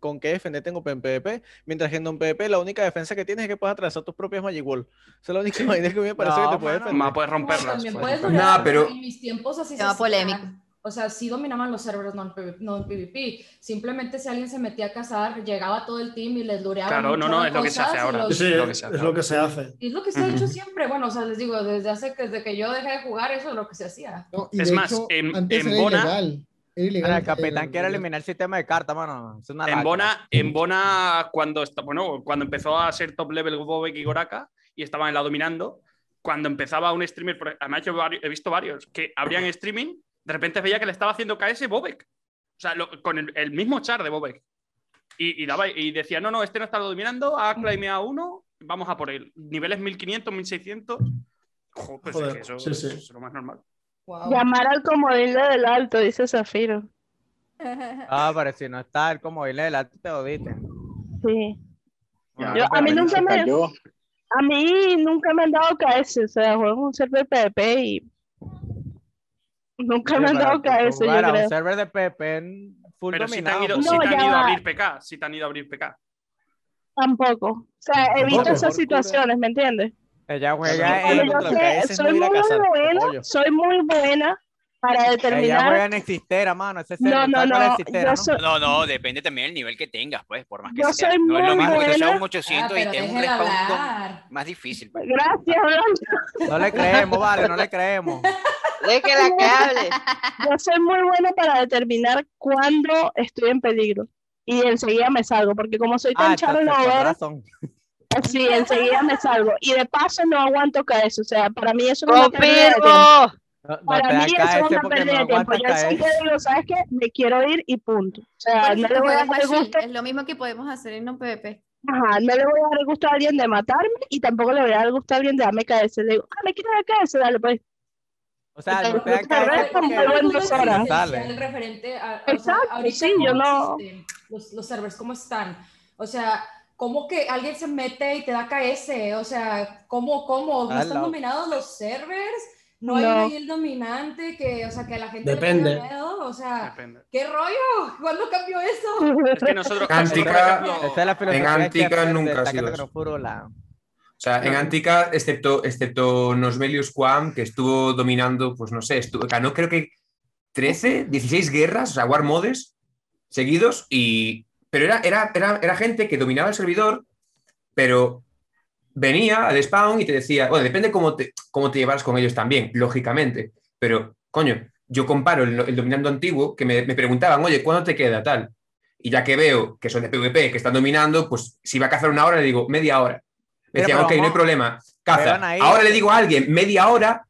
Speaker 1: con qué defenderte en Open PvP, mientras que en non PvP la única defensa que tienes es que puedes atravesar tus propias Magic Wall. Esa es la única manera que me parece
Speaker 13: No,
Speaker 1: que te puedes defender.
Speaker 13: Ma, puedes romperlas.
Speaker 18: También
Speaker 13: pues.
Speaker 18: puedes
Speaker 12: Nah,
Speaker 18: durar,
Speaker 12: pero-
Speaker 18: en mis tiempos así
Speaker 11: Tema
Speaker 18: hacía.
Speaker 11: polémico.
Speaker 18: O sea, sí dominaban los servers non-PvP. Simplemente si alguien se metía a cazar, llegaba todo el team y les dureaba.
Speaker 13: Claro, no,
Speaker 18: mucho
Speaker 13: no,
Speaker 18: las
Speaker 13: es lo que se
Speaker 18: cosas
Speaker 13: hace
Speaker 18: y
Speaker 13: ahora.
Speaker 18: los-
Speaker 8: Sí, es lo que se hace.
Speaker 18: Y es lo que se ha hecho siempre. Bueno, o sea, les digo, desde hace que, desde que yo dejé de jugar, eso es lo que se hacía.
Speaker 6: Y
Speaker 13: Es
Speaker 6: de
Speaker 13: más,
Speaker 6: hecho,
Speaker 13: en-
Speaker 6: antes
Speaker 13: en
Speaker 6: era
Speaker 13: Bona-
Speaker 6: ilegal. Era ilegal. eh,
Speaker 4: Ahora, el capitán quiere
Speaker 6: el-
Speaker 4: eliminar el sistema de cartas, mano. Es una
Speaker 13: En
Speaker 4: lacra.
Speaker 13: Bona, en Bona cuando, esta- bueno, cuando empezó a ser top level Bobek y Goraka y estaban en la dominando, cuando empezaba un streamer, por- además yo vari- he visto varios que abrían streaming, de repente veía que le estaba haciendo KS Bobek. O sea, lo- con el, el mismo char de Bobek. Y, y daba, y decía, no, no, este no está dominando,
Speaker 8: Mm.
Speaker 13: ha claimeado uno, vamos a por él. Niveles 1500, 1600. Joder, pues es
Speaker 8: Joder,
Speaker 13: que eso,
Speaker 8: sí, sí.
Speaker 13: eso es lo más normal.
Speaker 2: Llamar al comodín de del alto, dice Zafiro.
Speaker 4: Ah, pero si no está él como dile delante, te odiste.
Speaker 2: Sí. Yo- a mí nunca me- A mí nunca me han dado KS, o sea, juego en un server PvP y nunca me han dado KS, yo
Speaker 4: Para
Speaker 2: creo.
Speaker 4: un server de PP en full
Speaker 13: Pero si te
Speaker 4: dominado.
Speaker 13: han ido,
Speaker 4: pues,
Speaker 13: si te
Speaker 2: No,
Speaker 13: han
Speaker 2: ya
Speaker 13: ido a
Speaker 2: va.
Speaker 13: abrir PK, si te han ido a abrir PK.
Speaker 2: Tampoco. O sea, evito
Speaker 4: Tampoco.
Speaker 2: esas situaciones, ¿me entiendes?
Speaker 4: Ella
Speaker 2: Cuando
Speaker 4: juega en.
Speaker 2: yo sé- soy muy buena, soy muy buena para
Speaker 4: Ella juega
Speaker 2: determinar
Speaker 4: en existera, mano. Ese
Speaker 2: No,
Speaker 4: server,
Speaker 2: no,
Speaker 4: ¿sabes cuál es
Speaker 2: no,
Speaker 4: Existera,
Speaker 2: yo
Speaker 4: no?
Speaker 2: soy-
Speaker 20: No, no, depende también del nivel que tengas, pues, por más que
Speaker 2: Yo
Speaker 20: sea.
Speaker 2: soy
Speaker 20: no es
Speaker 2: muy
Speaker 20: lo mismo que tú seas
Speaker 2: buena.
Speaker 20: un 800
Speaker 18: Ah,
Speaker 20: y
Speaker 18: pero
Speaker 20: tengas un
Speaker 18: déjela
Speaker 20: respawn con-
Speaker 18: hablar.
Speaker 20: más difícil. pues.
Speaker 2: Gracias,
Speaker 4: No le creemos, vale, no
Speaker 2: [laughs]
Speaker 4: le creemos.
Speaker 2: la Yo soy muy buena para determinar cuándo estoy en peligro. Y enseguida me salgo, porque como soy tan
Speaker 4: Ah, entonces, con
Speaker 2: charladora,
Speaker 4: razón.
Speaker 2: sí, enseguida me salgo. Y de paso no aguanto que eso. O sea, para mí eso no es una
Speaker 9: ¡Confirmo!
Speaker 2: pérdida de tiempo.
Speaker 4: No, no
Speaker 2: Para
Speaker 4: te
Speaker 2: mí eso
Speaker 4: acá
Speaker 2: es
Speaker 4: este
Speaker 2: una
Speaker 4: porque no
Speaker 2: pérdida de tiempo.
Speaker 4: aguantas
Speaker 2: Yo siempre
Speaker 4: KS.
Speaker 2: digo, ¿sabes qué? Me quiero ir y punto. O sea,
Speaker 11: Por
Speaker 2: no
Speaker 11: eso
Speaker 2: le voy a
Speaker 11: juegas
Speaker 2: dar
Speaker 11: más
Speaker 2: el gusto.
Speaker 11: chill, Es lo mismo que podemos hacer en un PvP.
Speaker 2: Ajá, no le voy a dar el gusto a alguien de matarme y tampoco le voy a dar el gusto a alguien de darme caerse. Le digo, ah, me quiero dar caerse, dale pues.
Speaker 4: O sea, no te
Speaker 2: Pero
Speaker 4: acá
Speaker 2: es
Speaker 4: este
Speaker 2: como
Speaker 4: porque
Speaker 2: algo
Speaker 4: no
Speaker 2: individual.
Speaker 18: El
Speaker 4: sale.
Speaker 18: referente a, o sea,
Speaker 2: Exacto,
Speaker 18: ahorita
Speaker 2: sí,
Speaker 18: cómo
Speaker 2: yo no-
Speaker 18: existen los, los servers, ¿cómo están? O sea, ¿cómo que alguien se mete y te da KS? O sea, ¿cómo, cómo? ¿No
Speaker 10: Al
Speaker 18: están
Speaker 10: lado.
Speaker 18: dominados los servers? ¿No hay
Speaker 10: No.
Speaker 18: una guild dominante que, o sea, que a la gente le
Speaker 10: Depende.
Speaker 18: tenga miedo? O sea, ¿qué rollo? [laughs] ¿Cuándo cambió
Speaker 2: [laughs]
Speaker 18: eso?
Speaker 13: Es que nosotros,
Speaker 12: Antica-
Speaker 13: nosotros, por ejemplo,
Speaker 4: Esa es la
Speaker 12: en
Speaker 4: filosofía que
Speaker 12: Antica
Speaker 4: hace
Speaker 12: nunca ha
Speaker 4: destacando
Speaker 12: sido
Speaker 4: que
Speaker 12: así.
Speaker 4: no puro la...
Speaker 12: O sea, en
Speaker 4: No.
Speaker 12: Antica, excepto, excepto Nosmelius Quam, que estuvo dominando, pues no sé, estuvo, ganó creo que 13, 16 guerras, o sea, War Modes seguidos, y, pero era, era, era, era gente que dominaba el servidor, pero venía al spawn y te decía, bueno, depende cómo te, cómo te llevaras con ellos también, lógicamente, pero coño, yo comparo el, el dominando antiguo, que me, me preguntaban, oye, ¿cuándo te queda tal? Y ya que veo que son de PvP, que están dominando, pues si va a cazar una hora, le digo, media hora. Me
Speaker 4: Pero,
Speaker 12: decían,
Speaker 4: pero
Speaker 12: ok, no hay
Speaker 4: vamos-
Speaker 12: problema,
Speaker 4: pero
Speaker 12: caza.
Speaker 4: van ahí-
Speaker 12: Ahora le digo a alguien, media hora,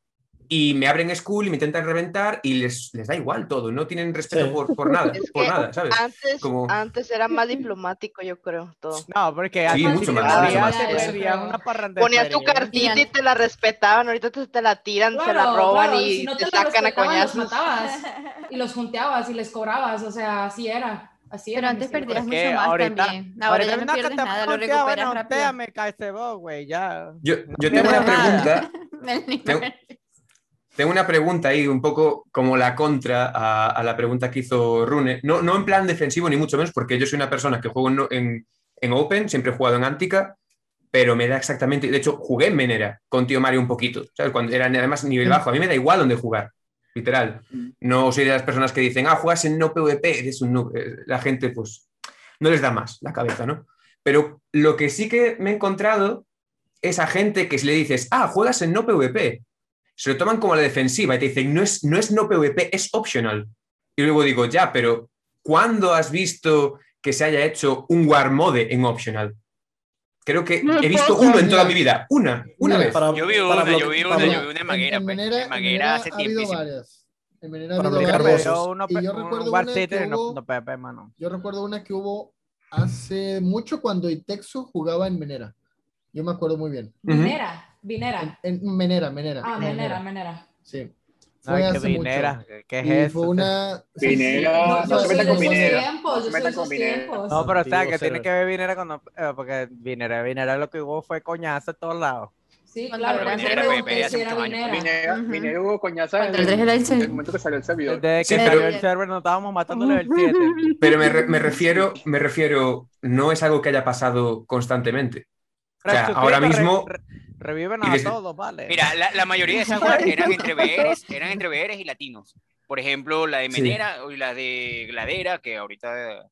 Speaker 12: y me abren school y me intentan reventar y les, les da igual todo, no tienen respeto por, por nada,
Speaker 9: [laughs] Es
Speaker 12: por
Speaker 9: que
Speaker 12: nada, ¿sabes?
Speaker 9: Antes,
Speaker 12: Como-
Speaker 9: antes era más diplomático, yo creo, todo.
Speaker 4: No, porque
Speaker 12: Sí,
Speaker 4: antes
Speaker 12: mucho
Speaker 4: si
Speaker 12: más,
Speaker 4: te
Speaker 12: mucho
Speaker 4: perdías,
Speaker 12: más.
Speaker 4: te
Speaker 9: Eso
Speaker 4: perdías
Speaker 9: creo.
Speaker 4: una
Speaker 9: Ponías tu
Speaker 4: parrandería.
Speaker 9: cartita y te la respetaban, ahorita te, te la tiran, se la
Speaker 18: Claro,
Speaker 9: roban
Speaker 18: claro,
Speaker 9: y
Speaker 18: si no
Speaker 9: te,
Speaker 18: te, lo
Speaker 9: sacan a
Speaker 18: respetaban, los
Speaker 9: coñazos.
Speaker 18: matabas y los junteabas y les cobrabas, o sea, así era. Así
Speaker 11: Pero
Speaker 18: era,
Speaker 11: antes
Speaker 18: mi señor.
Speaker 11: perdías
Speaker 4: Que
Speaker 11: mucho más
Speaker 4: ahorita,
Speaker 11: también. Ahora ya no
Speaker 4: ahorita,
Speaker 11: pierdes
Speaker 4: que te
Speaker 11: nada, lo
Speaker 4: voltea,
Speaker 11: recuperas
Speaker 4: ah, bueno,
Speaker 11: rápido.
Speaker 4: usted me cae ese vos,
Speaker 11: [laughs]
Speaker 4: güey, ya.
Speaker 12: Yo, yo tengo una pregunta,
Speaker 11: Del nivel.
Speaker 12: tengo una pregunta ahí un poco como la contra a, a la pregunta que hizo Rune, no, no en plan defensivo ni mucho menos, porque yo soy una persona que juego en, en- en Open, siempre he jugado en Antica, pero me da exactamente, de hecho jugué en Menera con tío Mario un poquito, ¿sabes? Cuando eran además nivel bajo, a mí me da igual dónde jugar, literal. No soy de las personas que dicen, ah, juegas en no PvP, eres un noob. Eh, La gente, pues, no les da más la cabeza, ¿no? Pero lo que sí que me he encontrado es a gente que si le dices, ah, juegas en no PvP, se lo toman como a la defensiva y te dicen, no es no, es no PvP, es optional. Y luego digo, ya, pero ¿cuándo has visto que se haya hecho un war mode en optional? Creo que he visto uno en toda mi vida, una, una vez.
Speaker 20: Yo vi
Speaker 8: para
Speaker 20: una, yo
Speaker 8: bloque-
Speaker 20: vi
Speaker 8: para
Speaker 20: una, yo
Speaker 8: bloque-
Speaker 20: vi una en Maguera.
Speaker 6: En
Speaker 20: pues.
Speaker 6: Menera,
Speaker 20: En
Speaker 6: en
Speaker 20: Maguera
Speaker 6: Menera
Speaker 20: hace
Speaker 6: ha habido
Speaker 20: tiempísimo.
Speaker 6: varias. En Menera ha
Speaker 4: Para
Speaker 6: habido
Speaker 4: aplicar
Speaker 6: varias.
Speaker 4: pero uno, pues,
Speaker 6: Y yo
Speaker 4: un
Speaker 6: recuerdo
Speaker 4: War
Speaker 6: una
Speaker 4: Theater
Speaker 6: que
Speaker 4: no-
Speaker 6: hubo-
Speaker 4: no PvP, mano.
Speaker 6: Yo recuerdo una que hubo hace mucho cuando Itexo jugaba en Menera. Yo me acuerdo muy bien.
Speaker 18: Vinera, Vinera.
Speaker 6: En Menera, Menera.
Speaker 18: Ah,
Speaker 6: en
Speaker 18: Menera, Menera.
Speaker 6: Sí.
Speaker 4: No,
Speaker 6: Fue
Speaker 4: es que
Speaker 6: hace mucho.
Speaker 4: Vinera, ¿qué es
Speaker 6: Y
Speaker 4: eso?
Speaker 6: Fue una... sí,
Speaker 19: Vinera,
Speaker 6: sí.
Speaker 19: no se metan con
Speaker 18: esos
Speaker 19: Vinera.
Speaker 18: tiempos,
Speaker 19: No se
Speaker 18: yo
Speaker 19: metan
Speaker 18: soy
Speaker 19: con
Speaker 18: esos
Speaker 19: Vinera.
Speaker 18: tiempos.
Speaker 4: No, pero o sea,
Speaker 1: Antiguo
Speaker 4: que tiene
Speaker 1: server.
Speaker 4: que ver Vinera cuando... eh, Porque Vinera, Vinera lo que hubo fue coñazo a todos lados.
Speaker 18: Sí,
Speaker 11: Cuando
Speaker 18: claro,
Speaker 11: era
Speaker 18: por eso
Speaker 11: Vinera,
Speaker 18: pregunté
Speaker 20: hace
Speaker 18: si era
Speaker 20: muchos años.
Speaker 19: Vinera,
Speaker 18: Vinera.
Speaker 19: Vinera hubo coñaza
Speaker 11: Contra
Speaker 19: desde
Speaker 11: el tres del
Speaker 19: desde
Speaker 11: Einstein.
Speaker 19: el momento que salió el servidor.
Speaker 4: Desde que
Speaker 12: Sí, pero-
Speaker 4: salió el server no estábamos matando level 7.
Speaker 12: Pero me, re- me refiero, me refiero, no es algo que haya pasado constantemente. O sea,
Speaker 4: Resucita,
Speaker 12: ahora
Speaker 4: re-
Speaker 12: mismo, [laughs]
Speaker 4: re- reviven
Speaker 12: y
Speaker 4: a
Speaker 12: desde-
Speaker 4: todos, vale.
Speaker 20: Mira, la, la mayoría de esas guardias eran entre BRs, eran entre BRs y latinos. Por ejemplo, la de
Speaker 12: Sí.
Speaker 20: Menera o la de Gladera, que ahorita,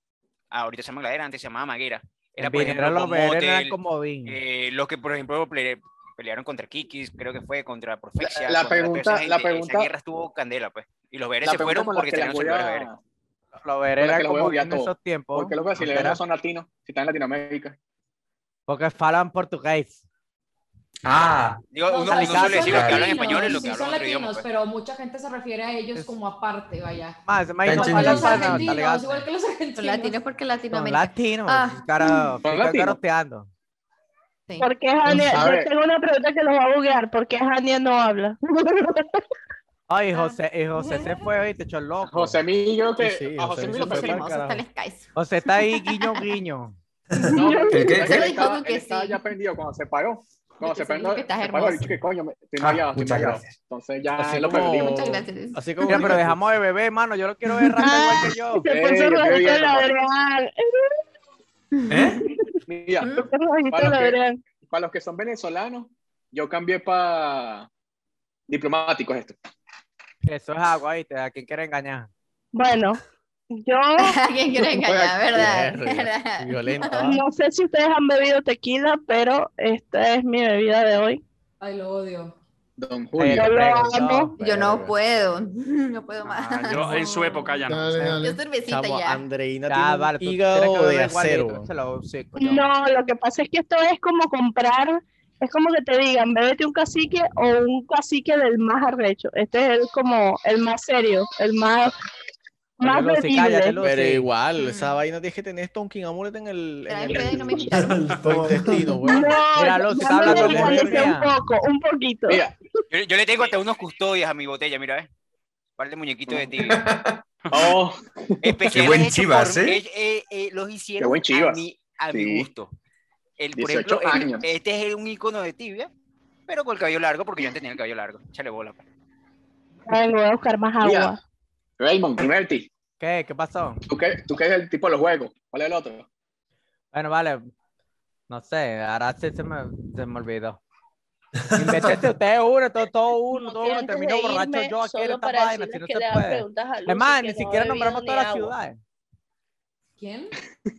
Speaker 20: ahorita se llama Gladera, antes se llamaba Maguera. Era, por
Speaker 4: Vinera
Speaker 20: ejemplo,
Speaker 4: los BR eran
Speaker 20: Gomotel,
Speaker 4: como Vin.
Speaker 20: eh, los que, por ejemplo, ple- pelearon contra Kikis, creo que fue contra Profexia.
Speaker 19: la
Speaker 20: contra toda
Speaker 19: pregunta-
Speaker 20: esa
Speaker 19: la
Speaker 20: gente.
Speaker 19: pregunta-
Speaker 20: Esa guerra estuvo candela, pues. Y los BRs
Speaker 19: La
Speaker 20: se
Speaker 19: pregunta
Speaker 20: fueron
Speaker 19: con la
Speaker 20: porque
Speaker 19: que la
Speaker 20: estaban
Speaker 19: voy
Speaker 20: servidores BR.
Speaker 19: a...
Speaker 4: Los
Speaker 19: con
Speaker 4: BR
Speaker 19: la que
Speaker 4: eran
Speaker 19: la voy a
Speaker 4: como
Speaker 19: obviar
Speaker 4: Vin en
Speaker 19: todo.
Speaker 4: esos tiempos.
Speaker 19: Porque los brasileños
Speaker 4: Era-
Speaker 19: no son latinos, si están en Latinoamérica.
Speaker 4: Porque falan portugués.
Speaker 12: ah,
Speaker 20: Digo, uno,
Speaker 18: sea,
Speaker 20: uno
Speaker 4: sí
Speaker 20: suele
Speaker 4: son
Speaker 20: decir los que hablan
Speaker 18: latinos,
Speaker 20: español y los
Speaker 18: sí
Speaker 20: que
Speaker 18: son
Speaker 20: hablan otro idioma,
Speaker 18: latinos,
Speaker 20: pues.
Speaker 18: pero mucha gente se refiere a ellos como aparte, vaya.
Speaker 4: Más, se me
Speaker 12: Tan
Speaker 4: dijo
Speaker 12: chin-
Speaker 18: Igual que los
Speaker 4: falan
Speaker 12: Son
Speaker 4: pana,
Speaker 18: argentinos, igual que los
Speaker 11: Son
Speaker 18: argentinos.
Speaker 11: latinos porque
Speaker 4: Son
Speaker 11: Latinoamérica.
Speaker 4: latinos,
Speaker 11: Ah,
Speaker 4: cara,
Speaker 19: Son
Speaker 4: están
Speaker 19: latinos.
Speaker 4: caroteando.
Speaker 11: sí.
Speaker 2: Porque Jania,
Speaker 19: A ver.
Speaker 2: yo tengo una pregunta que los va a buguear, ¿por qué Jania no habla? [laughs]
Speaker 4: Ay, José, y José se fue hoy, te echó el loco.
Speaker 19: José Mí, yo creo que
Speaker 1: Sí, sí,
Speaker 19: a
Speaker 1: José
Speaker 19: José
Speaker 1: Mí
Speaker 19: Mí
Speaker 1: se
Speaker 19: lo
Speaker 11: Los
Speaker 1: fue para el
Speaker 19: perdimos.
Speaker 11: hermosos
Speaker 1: carajo.
Speaker 11: tales guys.
Speaker 4: José está ahí, guiño, guiño.
Speaker 19: No, pero
Speaker 12: ¿El qué?
Speaker 19: él
Speaker 12: ¿Qué?
Speaker 19: estaba-
Speaker 11: Dijo que
Speaker 19: él estaba
Speaker 11: sí.
Speaker 19: ya prendido cuando se paró. Cuando
Speaker 11: que
Speaker 19: se
Speaker 11: sí, dijo
Speaker 19: prendió,
Speaker 11: que estás
Speaker 19: se paró,
Speaker 11: hermoso.
Speaker 19: ha dicho que coño, me- estoy
Speaker 12: Ah,
Speaker 19: mareado, estoy
Speaker 12: muchas
Speaker 19: mareado.
Speaker 12: gracias.
Speaker 19: Entonces [laughs] ya
Speaker 1: Así
Speaker 19: lo
Speaker 1: como-
Speaker 19: perdimos.
Speaker 11: Muchas gracias.
Speaker 1: Así como
Speaker 4: Mira, pero
Speaker 1: Nico.
Speaker 4: dejamos de beber, mano. Yo lo quiero ver rata igual que yo.
Speaker 2: Se
Speaker 19: Ey,
Speaker 2: puso
Speaker 19: yo creo
Speaker 2: rojito
Speaker 19: que ya
Speaker 2: el
Speaker 19: no.
Speaker 2: Adrián.
Speaker 12: ¿eh?
Speaker 19: Mira,
Speaker 2: te lo
Speaker 19: para, los
Speaker 2: verán.
Speaker 19: que, para los que son venezolanos, yo cambié para diplomáticos esto.
Speaker 4: Eso es agua, ¿viste? ¿A quién quiere engañar?
Speaker 2: Bueno,
Speaker 11: [laughs]
Speaker 2: yo.
Speaker 11: ¿A quién quiere engañar? ¿Verdad?
Speaker 13: [laughs]
Speaker 4: Verga,
Speaker 11: ¿Verdad?
Speaker 4: violenta,
Speaker 11: No.
Speaker 2: No sé si ustedes han bebido tequila, pero esta es mi bebida de hoy.
Speaker 18: Ay, lo odio.
Speaker 19: Don
Speaker 2: Julio. Yo lo amo.
Speaker 11: Yo no puedo, no puedo más.
Speaker 13: Ah, Yo en su época ya no.
Speaker 11: Yo cervecita
Speaker 4: ah,
Speaker 1: Chamo,
Speaker 11: ya.
Speaker 1: Andreina
Speaker 4: Ya,
Speaker 1: tiene un
Speaker 4: vale, pero tienes que
Speaker 1: hígado de
Speaker 4: beber
Speaker 1: acero.
Speaker 4: igualito, se lo- sí, coño.
Speaker 2: No, lo que pasa es que esto es como comprar, es como que te digan, bébete un cacique o un cacique del más arrecho. Este es el, como el más serio, el más, más
Speaker 1: Pero
Speaker 2: bebible.
Speaker 1: igual, esa vaina tienes que tener Tonkin Amulet en el, en el, [laughs] Este tu intestino, güey.
Speaker 2: No,
Speaker 1: Mira,
Speaker 2: ya
Speaker 1: Alonso,
Speaker 2: me
Speaker 1: está hablando
Speaker 2: lo
Speaker 1: como
Speaker 2: realicé un
Speaker 1: verga.
Speaker 2: poco, un poquito.
Speaker 19: Mira,
Speaker 20: Yo, yo le tengo hasta unos custodias a mi botella, mira, ¿ves? Un par de muñequitos de tibia.
Speaker 19: Mm. [laughs] Oh,
Speaker 20: Especiales
Speaker 19: Qué buen
Speaker 20: hechos
Speaker 19: Chivas,
Speaker 20: por-
Speaker 19: ¿eh?
Speaker 20: eh, eh, eh, los hicieron
Speaker 19: Qué buen
Speaker 20: a
Speaker 19: Chivas.
Speaker 20: mi, a mi
Speaker 19: Sí.
Speaker 20: gusto. El, por
Speaker 19: 18
Speaker 20: ejemplo, el-
Speaker 19: años.
Speaker 20: este es un icono de tibia, pero con el cabello largo, porque yo antes tenía el cabello largo. Échale bola. pues. pa.
Speaker 2: Ay, voy a buscar más agua.
Speaker 19: Mira, Raymond, Imerti,
Speaker 4: ¿Qué? ¿Qué pasó?
Speaker 19: ¿tú qué, tú qué es el tipo de los juegos? ¿Cuál es el otro?
Speaker 4: Bueno, vale. No sé, ahora sí se me, se me olvidó. Invéntese usted uno, todo, todo uno, todo uno. Terminó borracho yo aquí en
Speaker 2: solo
Speaker 4: esta
Speaker 2: para
Speaker 4: vaina, si
Speaker 2: decirles
Speaker 4: no
Speaker 2: que
Speaker 4: se
Speaker 2: le hagan
Speaker 4: puede.
Speaker 2: preguntas a Lucy,
Speaker 4: Es más,
Speaker 2: que
Speaker 4: ni
Speaker 2: no ha
Speaker 4: siquiera
Speaker 2: bebido
Speaker 4: nombramos
Speaker 2: ni
Speaker 4: todas las
Speaker 2: agua.
Speaker 4: ciudades.
Speaker 18: ¿Quién?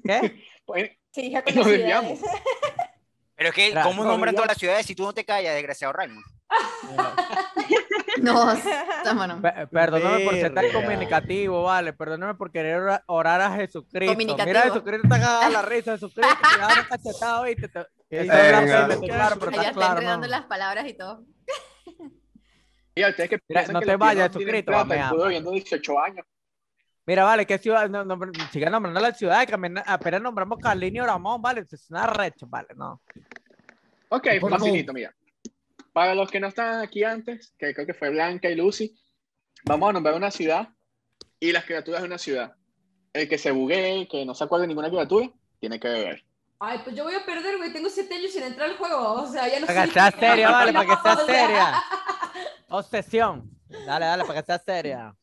Speaker 4: ¿Qué?
Speaker 19: Pues,
Speaker 7: Sí,
Speaker 4: [laughs]
Speaker 7: ya
Speaker 19: Nos
Speaker 7: conocí,
Speaker 19: desviamos.
Speaker 7: dale.
Speaker 20: [laughs] Pero es que,
Speaker 4: Claro,
Speaker 20: ¿cómo
Speaker 4: no,
Speaker 20: nombran
Speaker 4: ya.
Speaker 20: todas las ciudades si tú no te callas, desgraciado Raymond?
Speaker 2: [laughs]
Speaker 11: No, estamos no.
Speaker 4: Pe- Perdóname por ser tan
Speaker 1: Verga.
Speaker 4: comunicativo, vale. Perdóname por querer ora- orar a Jesucristo. Mira,
Speaker 11: Comunicativo.
Speaker 4: Jesucristo está cagado de la risa. Jesucristo te da una cachetada, ¿viste? Te- te-
Speaker 1: Venga.
Speaker 4: te- te- te- Claro, pero
Speaker 11: Allá
Speaker 4: está
Speaker 11: está
Speaker 4: claro, ¿no?
Speaker 11: enredando las palabras y todo.
Speaker 19: Mira, ustedes que
Speaker 4: Mira,
Speaker 19: piensan
Speaker 4: no
Speaker 19: que
Speaker 4: te
Speaker 19: los
Speaker 4: vayas,
Speaker 19: cubanos tienen
Speaker 4: suscrito,
Speaker 19: plata,
Speaker 4: mea.
Speaker 19: el culo viviendo 18 años.
Speaker 4: Mira, vale, ¿qué ciudad? No, no, pero siga nombrando la ciudad, que amen- apenas nombramos Carlini y Ramón, vale, es una recha, vale, no.
Speaker 19: Ok,
Speaker 4: Por
Speaker 19: facilito, mira. Para los que no estaban aquí antes, que creo que fue Blanca y Lucy, vamos a nombrar una ciudad y las criaturas de una ciudad. El que se buguee, el que no se acuerde de ninguna criatura, tiene que beber.
Speaker 18: Ay, pues yo voy a perder, güey. Tengo siete años sin entrar al juego. O sea, ya no
Speaker 4: Para
Speaker 18: sé.
Speaker 4: que sea seria, vale, para que
Speaker 18: [laughs]
Speaker 4: sea
Speaker 18: O sea,
Speaker 4: seria. Obsesión. Dale, dale, para que sea seria.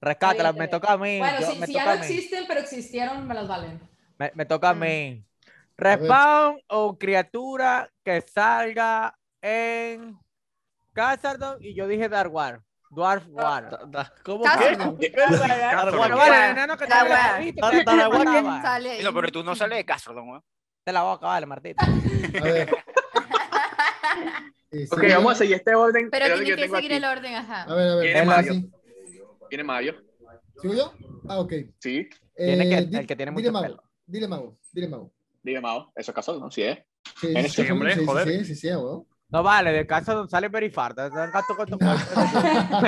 Speaker 4: Rescátala, me toca a mí.
Speaker 18: Bueno,
Speaker 4: yo-
Speaker 18: si,
Speaker 4: me
Speaker 18: si ya
Speaker 4: toca
Speaker 18: no
Speaker 4: a mí.
Speaker 18: existen, pero existieron, me las
Speaker 4: [laughs]
Speaker 18: valen.
Speaker 4: Me, me toca a mí. Respawn o criatura que salga en Casardon y yo dije Dark War. Dwarf War.
Speaker 1: ¿Cómo
Speaker 4: Casardon.
Speaker 1: que?
Speaker 4: Dark War. Vale, el enano que te
Speaker 11: Dark
Speaker 4: habla
Speaker 11: War.
Speaker 4: ahorita,
Speaker 1: Dar-
Speaker 4: que te
Speaker 1: Dark War.
Speaker 4: hablaba.
Speaker 11: Sale ahí.
Speaker 20: No, pero tú no sales de casa, don Juan.
Speaker 4: Te la boca, vale, Martito.
Speaker 6: A ver. Eh,
Speaker 19: Ok,
Speaker 6: sí.
Speaker 19: vamos a seguir este orden.
Speaker 11: Pero
Speaker 19: orden
Speaker 11: tiene
Speaker 19: yo
Speaker 11: que
Speaker 19: tengo
Speaker 11: seguir
Speaker 19: aquí.
Speaker 11: el orden, ajá.
Speaker 6: A ver, a ver.
Speaker 19: Tiene
Speaker 6: sí,
Speaker 19: Mario.
Speaker 6: sí.
Speaker 19: Tiene Mario.
Speaker 6: ¿Sigo yo? Ah, ok. Eh,
Speaker 19: Sí,
Speaker 4: Tiene que-
Speaker 6: di-
Speaker 4: el que tiene
Speaker 6: dile
Speaker 4: mucho
Speaker 6: mago,
Speaker 4: pelo.
Speaker 6: Dile mago, dile mago.
Speaker 19: dile Mao. Eso es casual, ¿no? Sí, es.
Speaker 6: Sí, este
Speaker 19: Eres
Speaker 6: sí, sí,
Speaker 13: hombre,
Speaker 6: sí, sí,
Speaker 13: joder.
Speaker 6: Sí, sí, sí, a huevo.
Speaker 4: No vale, de Casardon sale Perifarta. No, no,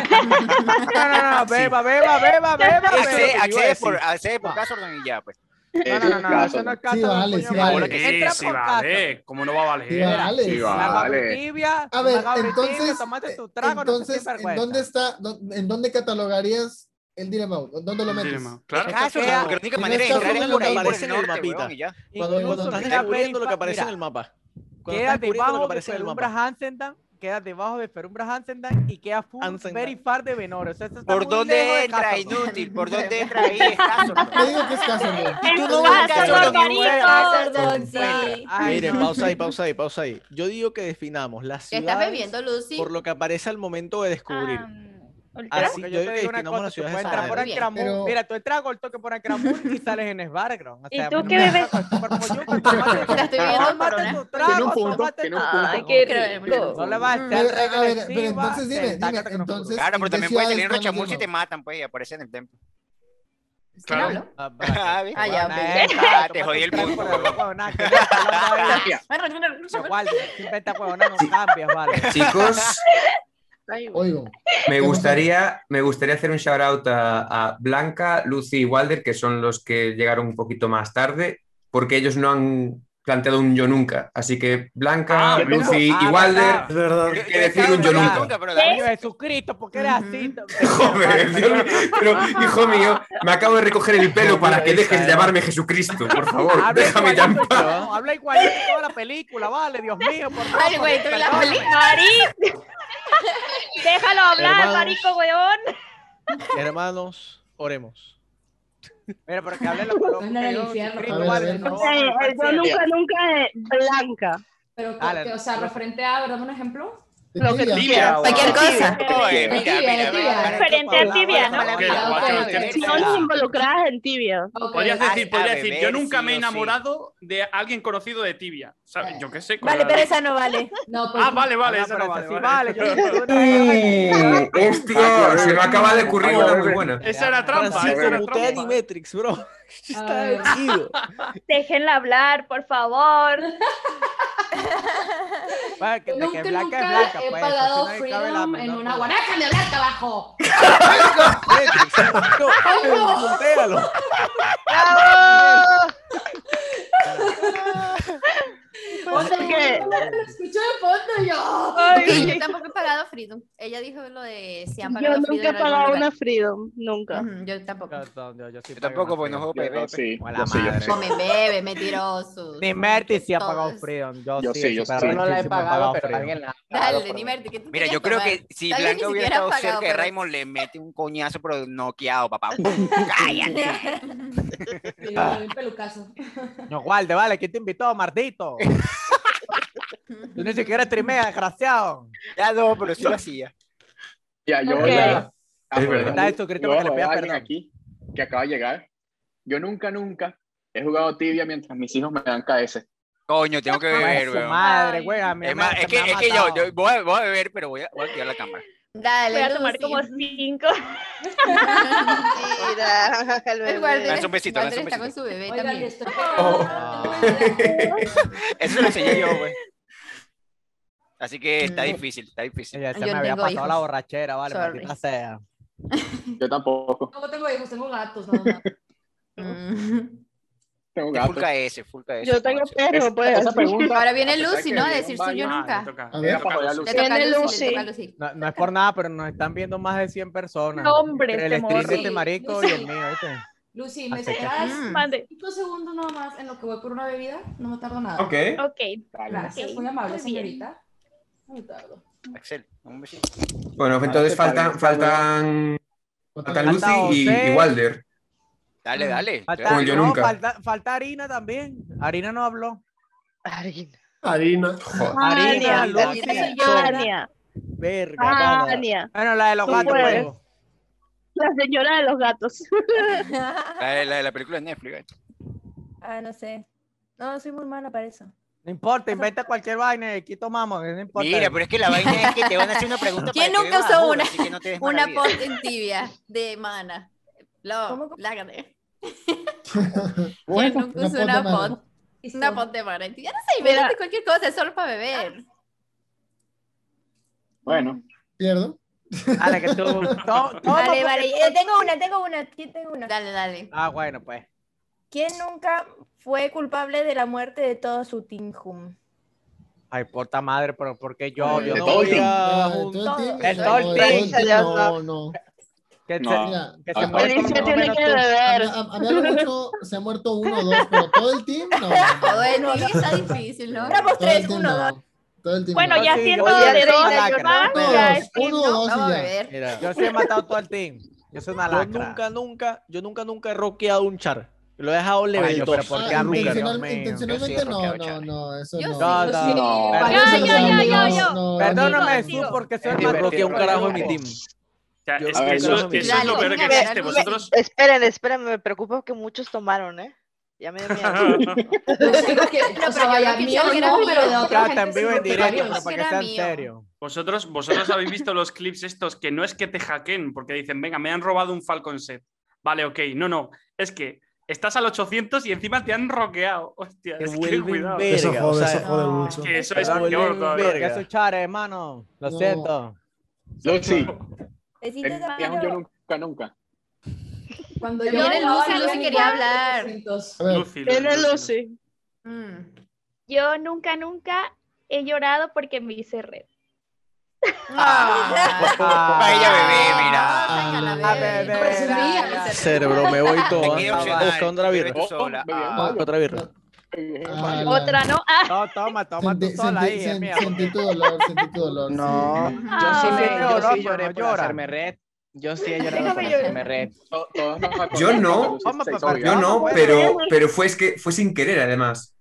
Speaker 4: no, beba, beba, beba, beba. pero
Speaker 20: Accede,
Speaker 4: te iba a
Speaker 20: accede por,
Speaker 4: decir.
Speaker 20: accede por casa, don, y ya, pues.
Speaker 4: No,
Speaker 6: Eh,
Speaker 19: Es
Speaker 4: no, no, no,
Speaker 19: casual.
Speaker 4: eso no es
Speaker 6: Sí,
Speaker 4: Casardon,
Speaker 6: vale,
Speaker 4: coño,
Speaker 6: sí,
Speaker 4: vale.
Speaker 6: vale.
Speaker 13: Sí,
Speaker 4: Entra
Speaker 13: sí
Speaker 4: por
Speaker 13: vale. ¿Cómo no va a
Speaker 6: Sí,
Speaker 13: valer?
Speaker 6: vale.
Speaker 19: Sí,
Speaker 6: sí,
Speaker 4: La
Speaker 19: vale.
Speaker 4: agua tibia,
Speaker 6: A ver,
Speaker 4: una agua tibia,
Speaker 6: entonces,
Speaker 4: tomate tu
Speaker 6: eh,
Speaker 4: trago, no seas
Speaker 6: entonces, ¿en
Speaker 4: sinvergüenza.
Speaker 6: dónde está, dó- en dónde catalogarías el dilema? ¿Dónde lo metes? Ah,
Speaker 13: Dilema.
Speaker 1: Ah,
Speaker 13: Claro.
Speaker 20: Caso,
Speaker 4: queda-
Speaker 20: porque la única
Speaker 6: en
Speaker 20: manera de
Speaker 6: este
Speaker 20: entrar es
Speaker 6: orden
Speaker 20: por
Speaker 6: lo
Speaker 20: ahí, por
Speaker 1: aparece
Speaker 20: el
Speaker 1: en el
Speaker 20: norte,
Speaker 1: mapita.
Speaker 20: weón, y ya.
Speaker 1: Cuando,
Speaker 4: Incluso
Speaker 1: cuando
Speaker 4: si
Speaker 1: estás
Speaker 4: te
Speaker 1: descubriendo lo que
Speaker 4: averigua-
Speaker 1: aparece en
Speaker 4: mira,
Speaker 1: el mapa. Cuando
Speaker 4: Queda
Speaker 1: estás descubriendo lo que
Speaker 4: debajo de
Speaker 1: aparece en el
Speaker 4: Ferumbra
Speaker 1: mapa.
Speaker 4: Hansendan, queda debajo de Ferumbra Hansendan y queda full
Speaker 1: Hansendan.
Speaker 4: very far de Venor. O sea, esto está
Speaker 20: ¿Por
Speaker 4: muy lejos
Speaker 20: dónde
Speaker 4: de
Speaker 20: entra?
Speaker 4: Castle.
Speaker 20: Inútil,
Speaker 4: [laughs]
Speaker 20: ¿por dónde entra ahí? Es caso,
Speaker 6: Te digo que es caso, güey.
Speaker 20: Si tú no
Speaker 13: Ah,
Speaker 20: vas a
Speaker 7: Castle,
Speaker 20: casa, don,
Speaker 7: Barbarito,
Speaker 20: y
Speaker 7: Castle,
Speaker 20: encuentras.
Speaker 7: sí.
Speaker 4: Ay,
Speaker 1: Miren,
Speaker 4: no.
Speaker 1: pausa ahí, pausa ahí, pausa ahí. Yo digo que definamos las
Speaker 11: ¿Qué estás
Speaker 1: ciudades
Speaker 11: bebiendo, Lucy?
Speaker 1: por lo que aparece al momento de descubrir.
Speaker 11: Ah,
Speaker 1: Así
Speaker 4: Porque
Speaker 1: yo
Speaker 4: yo
Speaker 1: digo
Speaker 4: te
Speaker 1: que
Speaker 4: digo una
Speaker 1: definamos
Speaker 4: cosa,
Speaker 1: las
Speaker 4: tú
Speaker 1: ciudades
Speaker 4: puedes
Speaker 1: de esa
Speaker 4: entrar por
Speaker 1: manera.
Speaker 11: bien.
Speaker 4: Ancramur,
Speaker 6: Pero-
Speaker 4: mira, tú entras con el toque por Ancramur y sales en Svargrón. O
Speaker 2: ¿Y
Speaker 4: sea,
Speaker 2: tú
Speaker 4: no
Speaker 2: qué
Speaker 4: me
Speaker 2: bebes?
Speaker 4: hagas con- por Moyuca, tómate-
Speaker 11: Te la estoy viendo,
Speaker 4: tómate
Speaker 11: corona.
Speaker 4: tu
Speaker 19: Tiene
Speaker 4: trago,
Speaker 19: un punto,
Speaker 4: tómate
Speaker 19: tiene
Speaker 4: tu-
Speaker 19: un
Speaker 2: Ay,
Speaker 19: punto.
Speaker 2: qué
Speaker 11: Creo-
Speaker 2: rico.
Speaker 4: No le vas a
Speaker 6: Pero,
Speaker 4: echar
Speaker 6: a ver, pero
Speaker 4: regresiva,
Speaker 6: entonces dime, dime,
Speaker 4: sentate que no me
Speaker 6: entonces.
Speaker 20: Claro, pero
Speaker 6: ¿en
Speaker 20: también puedes
Speaker 6: qué ciudades
Speaker 20: salir en
Speaker 6: están los
Speaker 20: Rochamurcio y te
Speaker 6: Dilema?
Speaker 20: matan, pues, y aparece en el templo.
Speaker 11: ¿Quién
Speaker 13: Claro.
Speaker 11: habló?
Speaker 4: Ah, vale.
Speaker 20: [laughs] Ah, ¿viste?
Speaker 11: Ah, ya, ok.
Speaker 4: Bueno, eh,
Speaker 20: [laughs] Ah,
Speaker 4: tómate
Speaker 20: te jodí
Speaker 4: un
Speaker 20: el
Speaker 4: trago
Speaker 20: punto,
Speaker 4: por la
Speaker 20: weón.
Speaker 4: huevona, que no estás hablando ahí.
Speaker 19: Mira,
Speaker 4: Igual, siempre esta huevona no cambias, vale.
Speaker 12: Chicos,
Speaker 6: Oigo.
Speaker 12: me
Speaker 6: ¿Qué pasó?
Speaker 12: gustaría, me gustaría hacer un shout out a, a Blanca, Lucy y Walder, que son los que llegaron un poquito más tarde, porque ellos no han planteado un yo nunca. Así que Blanca,
Speaker 13: Ah,
Speaker 12: Lucy
Speaker 4: ah,
Speaker 12: y Walder,
Speaker 4: verdad.
Speaker 8: Es verdad.
Speaker 12: tienen que decir un yo
Speaker 4: Verdad.
Speaker 12: nunca.
Speaker 20: pero
Speaker 4: Coño,
Speaker 20: dale.
Speaker 4: Jesucristo, ¿por qué eres así?
Speaker 12: Joder, Dios mío, pero, hijo mío, me acabo de recoger el pelo para que dejes de llamarme Jesucristo, por favor,
Speaker 4: Habla
Speaker 12: déjame ya en
Speaker 4: igualito,
Speaker 12: paz.
Speaker 4: no, habla igualito en toda la película, vale, Dios mío, por favor.
Speaker 11: Ay, güey, tú y la
Speaker 4: perdóname.
Speaker 11: película.
Speaker 9: Déjalo hablar,
Speaker 1: Hermanos.
Speaker 9: marico, weón.
Speaker 1: [laughs] Hermanos, oremos.
Speaker 2: Mira,
Speaker 12: [laughs]
Speaker 2: porque
Speaker 18: [laughs]
Speaker 2: habla los colores.
Speaker 18: No, el infierno.
Speaker 2: Cristo, vale, no, el eh, yo nunca, nunca es blanca.
Speaker 18: Pero, porque, o sea,
Speaker 4: pues.
Speaker 18: referente a, ¿verdad? Un ejemplo.
Speaker 2: Lo que
Speaker 18: Tibia,
Speaker 2: tibia,
Speaker 18: cualquier cosa.
Speaker 2: tibia.
Speaker 18: Oye, mira,
Speaker 2: Tibia,
Speaker 18: mira,
Speaker 2: tibia.
Speaker 18: mira,
Speaker 2: Referente
Speaker 18: mira,
Speaker 2: a
Speaker 18: mira,
Speaker 2: tibia, ¿no?
Speaker 18: mira,
Speaker 2: Ok,
Speaker 18: mira,
Speaker 2: ok,
Speaker 18: mira,
Speaker 2: Acciones involucradas en tibia.
Speaker 13: Podrías decir, podrías
Speaker 2: a
Speaker 13: decir,
Speaker 2: beber,
Speaker 13: yo nunca
Speaker 2: sí
Speaker 13: me he
Speaker 2: o sí.
Speaker 13: enamorado de alguien conocido de tibia. O sea, yo qué sé. con
Speaker 7: Vale,
Speaker 13: la-
Speaker 7: pero esa no vale.
Speaker 2: pues
Speaker 13: Ah, vale, vale, esa no vale. vale.
Speaker 4: [laughs]
Speaker 12: ¡Hostia! Se me acaba de ocurrir una muy buena.
Speaker 13: Esa era trampa, esa era
Speaker 1: Francisco, mutea
Speaker 13: trampa.
Speaker 1: Animatrix, bro. [laughs] [laughs] Está
Speaker 7: Ay.
Speaker 1: vencido.
Speaker 7: Déjenla hablar, por favor.
Speaker 4: Va, Pues, que- de
Speaker 18: Nunca,
Speaker 4: que
Speaker 18: nunca
Speaker 4: blanca es blanca,
Speaker 18: he
Speaker 4: pues.
Speaker 18: pagado
Speaker 4: así nadie cabe la
Speaker 18: Freedom en
Speaker 4: menor
Speaker 18: una
Speaker 4: duda.
Speaker 18: guanaca. ¡Déjame hablar, abajo!
Speaker 1: No, mutealo.
Speaker 4: ¡Ah!
Speaker 18: Ah, O sea,
Speaker 2: que-
Speaker 18: lo escucho de fondo yo.
Speaker 11: yo tampoco he pagado Freedom. Ella dijo lo de si han
Speaker 2: Yo
Speaker 11: pagado Freedom.
Speaker 2: nunca he
Speaker 11: en algún
Speaker 2: pagado
Speaker 11: lugar.
Speaker 2: una Freedom, nunca.
Speaker 11: Ujú, Yo tampoco.
Speaker 4: Yo
Speaker 20: tampoco, pues no juego PvP.
Speaker 4: Como la
Speaker 20: yo sí, yo
Speaker 4: madre.
Speaker 20: sí.
Speaker 11: Come bebe, mentiroso.
Speaker 4: Ni Merti sí ha
Speaker 11: Todo
Speaker 4: pagado
Speaker 11: es-
Speaker 4: Freedom. Yo,
Speaker 20: Yo sí, yo
Speaker 4: super
Speaker 20: sí. Yo no la he
Speaker 4: arrechísimo
Speaker 20: pagado, pero
Speaker 4: Freedom.
Speaker 20: alguien la-
Speaker 11: Dale, ni Merti, que tú
Speaker 20: Mira,
Speaker 11: querías
Speaker 20: yo creo
Speaker 11: tomar.
Speaker 20: que si
Speaker 11: Tal vez ni
Speaker 20: Blanca hubiera
Speaker 11: siquiera
Speaker 20: estado
Speaker 11: has pagado,
Speaker 20: cerca de
Speaker 11: pero-
Speaker 20: Raymond, le mete un coñazo, pero
Speaker 19: [laughs]
Speaker 20: noqueado, papá. ¡Cállate!
Speaker 18: [laughs]
Speaker 20: [laughs]
Speaker 18: Mira, le doy un pelucazo. [laughs]
Speaker 4: No, Walde, vale, ¿quién te invitó, Martito? Tú ni siquiera streameas, desgraciado.
Speaker 20: Ya no, pero sí lo hacía.
Speaker 19: Ya, Ah, yo
Speaker 4: Ok.
Speaker 19: voy a- a
Speaker 4: Es
Speaker 19: joder
Speaker 4: verdad.
Speaker 19: a-
Speaker 4: Dale, suscríbete
Speaker 19: yo voy
Speaker 4: para que
Speaker 19: a
Speaker 4: le
Speaker 19: joder
Speaker 4: pidas
Speaker 19: a alguien
Speaker 4: perdón.
Speaker 19: aquí que acaba de llegar. Yo nunca, nunca he jugado tibia mientras mis hijos me dan KS.
Speaker 20: Coño, tengo que beber,
Speaker 4: Su
Speaker 20: weón.
Speaker 4: madre, güey. a mí
Speaker 20: Es,
Speaker 4: me-
Speaker 20: más,
Speaker 4: me
Speaker 20: es que,
Speaker 4: ha
Speaker 20: es que yo,
Speaker 4: matado.
Speaker 20: yo voy, a, voy a beber, pero voy a, voy a activar la cámara.
Speaker 11: Dale,
Speaker 7: Voy a tomar
Speaker 11: Lucy.
Speaker 7: como cinco.
Speaker 11: [laughs]
Speaker 9: Mira, el
Speaker 11: El
Speaker 9: bebé.
Speaker 11: Walter-
Speaker 20: Lanza un besito,
Speaker 11: Walter
Speaker 20: lanza un
Speaker 11: está con
Speaker 20: besito.
Speaker 11: su bebé
Speaker 18: Oigan,
Speaker 11: también.
Speaker 18: y estoy-
Speaker 4: Oh.
Speaker 20: Eso se lo enseñé yo, güey. Así que está difícil, está difícil.
Speaker 4: Mm. Se me había pasado la borrachera, vale,
Speaker 11: Sorry.
Speaker 4: maldita sea.
Speaker 19: Yo tampoco.
Speaker 18: No tengo hijos, tengo gatos, nada más.
Speaker 11: Mm.
Speaker 19: Tengo
Speaker 20: Full
Speaker 19: gatos.
Speaker 20: KS, full KS.
Speaker 2: Yo tengo perro, pues.
Speaker 19: esa pregunta-
Speaker 11: Ahora viene
Speaker 19: a pesar
Speaker 11: Lucy,
Speaker 19: que
Speaker 11: ¿no? A
Speaker 19: le dieron
Speaker 11: decir suyo
Speaker 19: baño,
Speaker 2: Ah,
Speaker 11: nunca.
Speaker 19: le toca-
Speaker 4: A
Speaker 19: le
Speaker 4: ver.
Speaker 19: toca joder a
Speaker 11: Le
Speaker 19: Lucy.
Speaker 11: toca a
Speaker 2: Viene
Speaker 11: Lucy, le
Speaker 2: Lucy.
Speaker 11: toca a Lucy.
Speaker 4: No, no es por nada, pero nos están viendo más de 100 personas.
Speaker 2: No, hombre,
Speaker 4: Entre el
Speaker 2: este
Speaker 4: stream de
Speaker 18: morro.
Speaker 4: este marico y el mío, ¿viste?
Speaker 18: Lucy, ¿me
Speaker 4: Acerca.
Speaker 18: esperas
Speaker 11: Mm.
Speaker 2: Mande.
Speaker 18: cinco segundos nada más en lo que voy por una bebida? No me tardo nada.
Speaker 12: Ok.
Speaker 7: Ok.
Speaker 18: Gracias,
Speaker 7: Ok,
Speaker 18: muy amable,
Speaker 7: muy bien.
Speaker 18: señorita. No me tardo.
Speaker 20: Axel, un besito.
Speaker 12: Bueno, entonces faltan, faltan, faltan Lucy y, y Walder.
Speaker 20: Dale, dale.
Speaker 4: Falta,
Speaker 12: Como yo
Speaker 4: no,
Speaker 12: nunca.
Speaker 4: Falta, falta harina también. Harina no habló.
Speaker 9: Harina.
Speaker 8: Harina.
Speaker 12: Joder.
Speaker 4: Harina,
Speaker 2: Ania,
Speaker 4: Lucy.
Speaker 2: Ania, Ania,
Speaker 1: Verga,
Speaker 9: Ah,
Speaker 11: Ah.
Speaker 1: vara.
Speaker 2: Ania,
Speaker 4: Bueno, la de los
Speaker 2: Tú
Speaker 4: gatos. pues.
Speaker 2: puedes.
Speaker 9: pues.
Speaker 4: huevo.
Speaker 2: la señora de los gatos.
Speaker 20: La de la, de la película de Netflix. güey.
Speaker 7: Ah, no sé. No, soy muy mala para eso.
Speaker 4: No importa, inventa cualquier vaina y aquí tomamos, no importa.
Speaker 20: Mira, pero es que la vaina es que te van a hacer una pregunta.
Speaker 11: ¿Quién
Speaker 20: para que
Speaker 11: nunca
Speaker 20: bebas,
Speaker 11: usó
Speaker 20: burro,
Speaker 11: una-
Speaker 20: así que no te des mala
Speaker 11: Una
Speaker 20: vida.
Speaker 11: pot en tibia de mana. Lo,
Speaker 7: ¿Cómo?
Speaker 11: la gané.
Speaker 6: Bueno,
Speaker 11: ¿Quién nunca usó
Speaker 6: una pot de
Speaker 11: una
Speaker 6: mana.
Speaker 11: pot? Una pot de mana en tibia. No sé,
Speaker 2: Mira.
Speaker 11: invéntate cualquier cosa, es solo para
Speaker 7: Ah,
Speaker 11: beber.
Speaker 19: Bueno,
Speaker 6: ¿Pierdo?
Speaker 4: Dale, [laughs] que tú. to- toma,
Speaker 7: Vale,
Speaker 4: porque-
Speaker 7: vale. Eh, tengo una, tengo una. Aquí tengo una.
Speaker 11: Dale, dale.
Speaker 4: Ah, bueno, pues.
Speaker 7: ¿Quién nunca fue culpable de la muerte de todo su Tinjum?
Speaker 4: Ay, puta madre, pero porque yo, yo
Speaker 19: de
Speaker 4: no
Speaker 19: todo
Speaker 4: voy
Speaker 19: el
Speaker 4: a
Speaker 6: Ah,
Speaker 4: un-
Speaker 6: todo el team,
Speaker 4: El
Speaker 6: no,
Speaker 4: todo el team.
Speaker 6: team,
Speaker 9: Ya
Speaker 6: No, no.
Speaker 4: que
Speaker 19: No.
Speaker 4: se-
Speaker 6: Mira,
Speaker 4: que
Speaker 19: Ah,
Speaker 4: se
Speaker 19: no.
Speaker 4: muere
Speaker 2: Alicia
Speaker 4: todo menos
Speaker 2: tiene que
Speaker 4: tú.
Speaker 6: a mí,
Speaker 2: beber.
Speaker 6: a, a mí a lo mucho se ha muerto uno o dos, pero todo el team, no.
Speaker 11: [laughs] Todo en tibia está difícil, ¿no?
Speaker 7: Éramos
Speaker 6: Todo el
Speaker 7: tres,
Speaker 6: team,
Speaker 7: uno, dos.
Speaker 6: no. Todo el team,
Speaker 2: Bueno,
Speaker 6: no.
Speaker 2: ya
Speaker 4: Sí,
Speaker 2: siendo
Speaker 4: yo voy a
Speaker 2: de
Speaker 4: hacer
Speaker 2: dos
Speaker 4: una lacra.
Speaker 2: años más,
Speaker 6: Todos,
Speaker 2: ya es
Speaker 6: uno,
Speaker 2: himno.
Speaker 6: dos y
Speaker 11: Vamos a
Speaker 6: ya.
Speaker 11: beber.
Speaker 1: Mira,
Speaker 4: Yo sí he matado todo el team. Yo soy una
Speaker 1: yo
Speaker 4: lacra.
Speaker 1: nunca, nunca, yo nunca, nunca he roqueado un char. Lo he dejado
Speaker 4: Ay,
Speaker 1: level
Speaker 4: yo,
Speaker 1: 2.
Speaker 4: pero ¿por
Speaker 6: Ah,
Speaker 4: qué a mí? Dios
Speaker 6: intencional-
Speaker 4: mío.
Speaker 6: intencionalmente
Speaker 20: Yo sí he
Speaker 6: no,
Speaker 20: roqueado,
Speaker 6: no,
Speaker 20: chaval.
Speaker 6: no, eso
Speaker 11: Yo
Speaker 6: no.
Speaker 11: sí,
Speaker 4: No,
Speaker 11: yo
Speaker 4: no,
Speaker 11: sí.
Speaker 4: no.
Speaker 11: Para-
Speaker 4: Yo,
Speaker 6: Eso
Speaker 4: yo,
Speaker 6: no,
Speaker 11: yo,
Speaker 6: no,
Speaker 11: yo, yo.
Speaker 6: no,
Speaker 4: Perdóname,
Speaker 11: Digo,
Speaker 4: Jesús, porque soy
Speaker 1: Yo
Speaker 4: el
Speaker 1: no
Speaker 4: más
Speaker 1: roqueé un
Speaker 4: roqueado.
Speaker 1: carajo en mi team.
Speaker 13: O sea,
Speaker 1: Yo
Speaker 13: es que
Speaker 1: no quiero
Speaker 13: eso,
Speaker 1: mi
Speaker 13: eso es lo
Speaker 11: vida.
Speaker 13: peor que
Speaker 11: Dale,
Speaker 13: existe.
Speaker 11: venga,
Speaker 13: Vosotros.
Speaker 9: Esperen, esperen, me preocupa que muchos tomaron, ¿eh? Ya me dio
Speaker 1: [laughs]
Speaker 9: miedo.
Speaker 18: Yo digo que, o sea,
Speaker 11: pero
Speaker 18: vaya,
Speaker 11: yo que
Speaker 18: mío
Speaker 11: quiero que era
Speaker 18: no,
Speaker 11: mío.
Speaker 18: pero de otra
Speaker 4: Claro,
Speaker 18: gente
Speaker 4: en vivo
Speaker 18: sí,
Speaker 4: en
Speaker 18: porque
Speaker 4: directo,
Speaker 18: varios.
Speaker 4: pero para que
Speaker 11: Era
Speaker 4: sea en
Speaker 11: mío.
Speaker 4: serio.
Speaker 13: Vosotros, vosotros habéis visto los clips estos que no es que te hackeen porque dicen, venga, me han robado un Falcon set. Vale, ok, no, no. Es que estás al 800 y encima te han roqueado. Hostia,
Speaker 1: Te
Speaker 13: es que
Speaker 1: vuelven
Speaker 13: cuidado.
Speaker 1: verga.
Speaker 8: Eso
Speaker 1: o
Speaker 8: jode,
Speaker 1: sea,
Speaker 8: eso jode
Speaker 7: no.
Speaker 8: mucho.
Speaker 13: Que eso
Speaker 1: Te
Speaker 13: es peor
Speaker 1: vuelven
Speaker 13: todavía.
Speaker 1: verga.
Speaker 4: Que soy chare, hermano. Lo
Speaker 6: No.
Speaker 4: siento.
Speaker 19: Lucy,
Speaker 7: Besito,
Speaker 19: en mi
Speaker 7: Camilo.
Speaker 19: yo nunca, nunca.
Speaker 18: Cuando yo
Speaker 11: Viene
Speaker 18: jugaba,
Speaker 11: Lucy,
Speaker 18: yo
Speaker 11: Lucy
Speaker 18: jugaba
Speaker 11: quería hablar.
Speaker 18: 300.
Speaker 6: A ver,
Speaker 13: Lucy,
Speaker 2: Viene
Speaker 13: Lucy.
Speaker 2: Lucy.
Speaker 11: Mm.
Speaker 7: Yo nunca, nunca he llorado porque me hice red.
Speaker 1: [laughs] Ah,
Speaker 20: Vaya bebé, mira.
Speaker 11: Sácala,
Speaker 6: Ah,
Speaker 11: bebé.
Speaker 4: bebé.
Speaker 2: Pues
Speaker 12: [laughs]
Speaker 11: Presumía.
Speaker 1: Cerebro,
Speaker 2: [laughs]
Speaker 1: me voy todo.
Speaker 20: Aquí
Speaker 1: anda,
Speaker 20: opcional.
Speaker 1: Busca otra birra.
Speaker 20: Bebé tú sola.
Speaker 19: bebé,
Speaker 20: Ah.
Speaker 1: Busca otra birra.
Speaker 6: ah, la-
Speaker 7: Otra, ¿no? Ah,
Speaker 4: No, toma, toma tú
Speaker 6: sentí-
Speaker 4: sola ahí,
Speaker 1: eh,
Speaker 4: eh, es
Speaker 6: sentí- sen-
Speaker 4: mío.
Speaker 6: sentí tu dolor, sentí tu dolor.
Speaker 5: No,
Speaker 6: sí.
Speaker 5: yo sí, me, yo
Speaker 4: Llora,
Speaker 5: sí lloré
Speaker 4: pero
Speaker 5: por
Speaker 4: llora.
Speaker 5: hacerme red. Yo sí he llorado con
Speaker 9: Déjame
Speaker 5: el primer red.
Speaker 12: Yo no, yo no, pero, pero fue, es que, fue sin querer, además.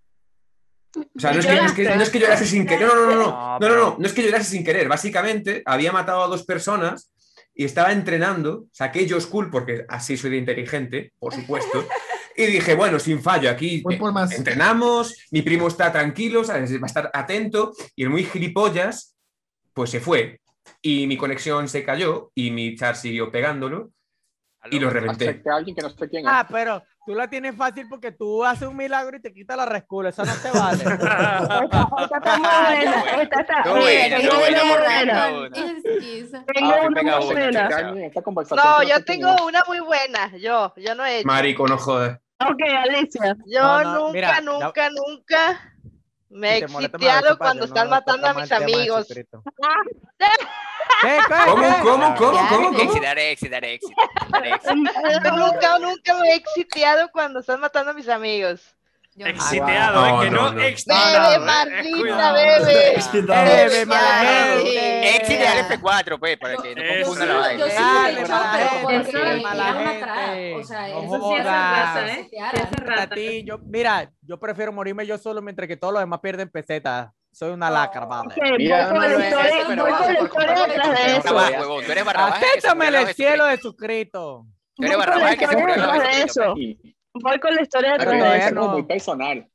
Speaker 12: O sea, no es, que, no, es que, no es que llorase sin querer. No, no, no, no. No, no, no. No es que llorase sin querer. Básicamente, había matado a dos personas y estaba entrenando. Saqué yo school porque así soy de inteligente, por supuesto. Y dije, bueno, sin fallo, aquí eh, entrenamos, mi primo está tranquilo, ¿sabes? va a estar atento. Y el muy gilipollas, pues se fue. Y mi conexión se cayó y mi char siguió pegándolo y lo reventé.
Speaker 19: Acepté a alguien que no sé quién es.
Speaker 4: Ah, pero tú la tienes fácil porque tú haces un milagro y te quita la rescula. Esa no
Speaker 7: [laughs]
Speaker 4: te
Speaker 2: [laughs]
Speaker 4: vale.
Speaker 2: Esta está.
Speaker 4: Tú
Speaker 2: Mira,
Speaker 4: buena, tú
Speaker 2: tengo
Speaker 4: buena,
Speaker 2: una
Speaker 4: por
Speaker 2: buena.
Speaker 4: cada
Speaker 2: Tengo
Speaker 4: una.
Speaker 12: Ah, que
Speaker 2: una
Speaker 12: pega
Speaker 2: muy
Speaker 12: una,
Speaker 2: buena.
Speaker 12: chica.
Speaker 9: No, yo tengo una muy buena. Yo, yo no he hecho.
Speaker 12: Marico, no jodas.
Speaker 2: Ok, Alicia.
Speaker 9: Yo
Speaker 12: No, no,
Speaker 9: nunca,
Speaker 12: mira,
Speaker 9: nunca, nunca me he
Speaker 12: Si te molesta, me
Speaker 9: exiteado
Speaker 12: disculpas,
Speaker 9: cuando
Speaker 12: yo no
Speaker 9: están
Speaker 12: lo
Speaker 9: matando a
Speaker 12: toco
Speaker 9: mis
Speaker 12: mal, te amo,
Speaker 9: amigos.
Speaker 12: Jesucristo.
Speaker 9: qué?
Speaker 12: cómo, cómo,
Speaker 9: Ya,
Speaker 12: cómo, cómo?
Speaker 20: Éxito, éxito, éxito.
Speaker 9: Yo nunca, nunca me he exiteado cuando están matando a mis amigos.
Speaker 13: Exiteado,
Speaker 12: No,
Speaker 13: ¿eh? que no,
Speaker 12: Ah, no, no.
Speaker 13: exitado,
Speaker 9: Bebe,
Speaker 13: ¿eh?
Speaker 9: Marlita,
Speaker 18: [laughs]
Speaker 4: [laughs]
Speaker 9: bebe.
Speaker 20: Bebe,
Speaker 9: Marlita.
Speaker 20: Éxito al F4, pues, para que no confunda la vaina.
Speaker 18: Yo sí
Speaker 20: Dale,
Speaker 18: lo he hecho, pero
Speaker 20: mala gente.
Speaker 18: porque
Speaker 4: gente,
Speaker 18: me
Speaker 4: mala
Speaker 18: iban a
Speaker 4: gente.
Speaker 18: atraer. O sea,
Speaker 4: No
Speaker 18: eso sí es
Speaker 4: jodas.
Speaker 18: rata, ¿eh? Sí hace rata.
Speaker 4: A ti, yo, mira, yo prefiero morirme yo solo mientras que todos los demás pierden pesetas. Soy una lacra, vale.
Speaker 2: Mira, voy con no la es historia- eso, pero voy con la vamos a historia compartir detrás de eso.
Speaker 20: Barrabás, huevón, tú eres Barrabás, que se este
Speaker 4: Acéptame
Speaker 20: murió
Speaker 4: el
Speaker 20: Jesucristo.
Speaker 4: cielo de Jesucristo.
Speaker 20: Tú eres Barrabás, que se murió
Speaker 2: detrás de
Speaker 20: Jesucristo.
Speaker 2: eso. Voy con la historia
Speaker 4: Pero
Speaker 2: detrás de
Speaker 4: todavía
Speaker 2: eso.
Speaker 4: no.
Speaker 19: Muy personal.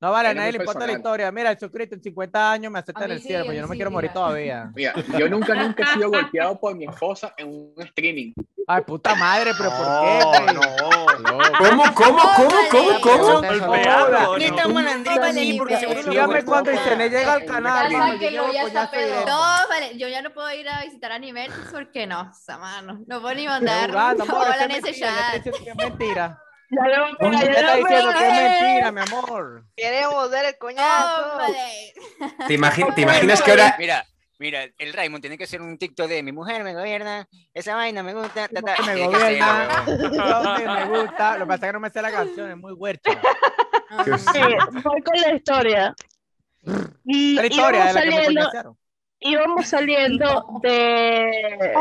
Speaker 4: No vale, a
Speaker 19: Eres
Speaker 4: nadie
Speaker 19: muy
Speaker 4: le importa la
Speaker 19: personal.
Speaker 4: historia. Mira, Jesucristo en 50 años me acepta
Speaker 19: A
Speaker 4: en
Speaker 19: mí
Speaker 4: el
Speaker 19: sí,
Speaker 4: cielo,
Speaker 19: a
Speaker 4: pero yo
Speaker 19: mí
Speaker 4: no me
Speaker 19: sí,
Speaker 4: quiero
Speaker 19: mira.
Speaker 4: morir todavía.
Speaker 19: Mira, yo nunca,
Speaker 1: [laughs]
Speaker 19: nunca he sido golpeado por mi esposa en un streaming.
Speaker 4: Ay, puta madre, pero ¿por qué?
Speaker 12: ¿Cómo, cómo, cómo, cómo, cómo?
Speaker 4: Golpeado,
Speaker 12: Ni tan malandrín,
Speaker 4: Dígame Dígame cuando Isené llega al canal. cuando
Speaker 11: que
Speaker 4: llegue
Speaker 11: lo
Speaker 4: el
Speaker 11: ya
Speaker 20: pues,
Speaker 11: está
Speaker 4: coñazo y
Speaker 11: pedo.
Speaker 4: eso.
Speaker 11: No, vale, yo ya no puedo ir a visitar a Nivertis porque no, Samano. No puedo ni mandar
Speaker 4: Estoy jugando, amor,
Speaker 11: hola
Speaker 4: eso
Speaker 11: en
Speaker 4: es
Speaker 11: ese
Speaker 4: mentira,
Speaker 11: chat.
Speaker 4: yo te estoy diciendo que es mentira.
Speaker 2: Ya lo
Speaker 4: Tú me estás diciendo que
Speaker 20: [laughs]
Speaker 4: es mentira, mi amor.
Speaker 9: Queremos ver el coñazo.
Speaker 12: ¿Te, imagi- te imaginas que ahora
Speaker 20: Mira, mira, el Raymond tiene que ser un TikTok de mi mujer me gobierna, esa vaina me gusta, ta, ta.
Speaker 4: Me
Speaker 20: Tiene que hacerlo,
Speaker 4: gobierna.
Speaker 20: huevón.
Speaker 4: Yo sí me gusta. Lo que pasa es que no me sé la canción, es muy huercha.
Speaker 2: Sí, voy con la historia. Y
Speaker 4: La historia
Speaker 2: íbamos
Speaker 4: de la que me
Speaker 2: saliendo-
Speaker 4: coñacearon.
Speaker 2: Íbamos saliendo de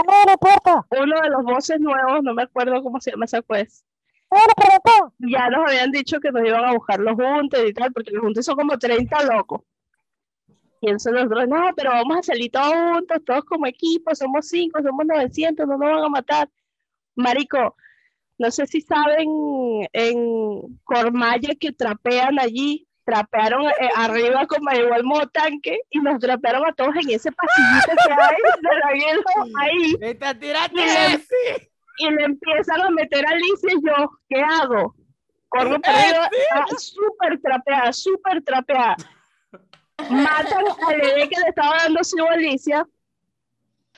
Speaker 2: uno de los voces nuevos, no me acuerdo cómo se llama esa quest. Ya nos habían dicho que nos iban a buscar los juntes y tal, porque los juntes son como 30 locos. Y entonces nosotros, no, pero vamos a salir todos juntos, todos como equipo, somos cinco, somos 900, no nos van a matar. Marico, no sé si saben en Cormaya que trapean allí, trapearon eh, arriba con igual modo tanque y nos trapearon a todos en ese pasillito que hay de la Guildo, ahí. Y le, y le empiezan a meter a Alicia y yo, ¿qué hago? Corro para arriba, ah, súper trapeada, súper trapeada. Matan al bebé que le estaba dando su a Alicia.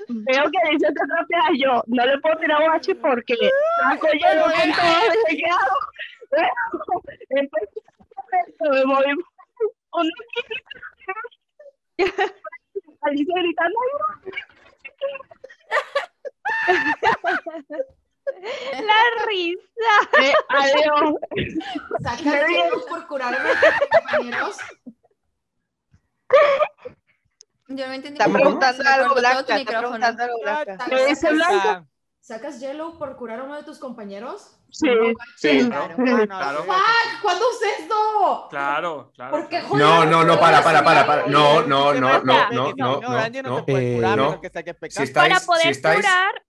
Speaker 2: Veo que Alicia está trapeada y yo, no le puedo tirar guachi porque saco hielo con todo, y ¿qué hago? Entonces, me moví unos kilómetros. Alicia gritando, "Ayuda".
Speaker 9: La risa.
Speaker 2: Eh, adiós. Ah,
Speaker 18: Sacar tiempo por curar
Speaker 2: [laughs]
Speaker 18: a los compañeros.
Speaker 11: Yo no entendí.
Speaker 9: Está
Speaker 11: cómo-
Speaker 9: preguntando
Speaker 11: se me
Speaker 9: algo
Speaker 11: cortó todo tu
Speaker 9: Blanca, está
Speaker 11: micrófono.
Speaker 9: preguntando algo Blanca.
Speaker 18: ¿Qué dice
Speaker 2: Blanca?
Speaker 18: ¿Sacas Yellow por curar a uno de tus compañeros?
Speaker 2: Sí.
Speaker 12: Sí.
Speaker 18: Claro.
Speaker 12: Claro.
Speaker 18: ¡Fuck! ¿Cuándo usé esto?
Speaker 13: Claro, claro.
Speaker 18: ¿Por qué joder?
Speaker 12: No, no, no, para, para, para, para. No, no, no, no, no, no, no, no. eh, no. Si
Speaker 13: Para
Speaker 12: estáis,
Speaker 13: poder
Speaker 12: si estáis.
Speaker 11: curar-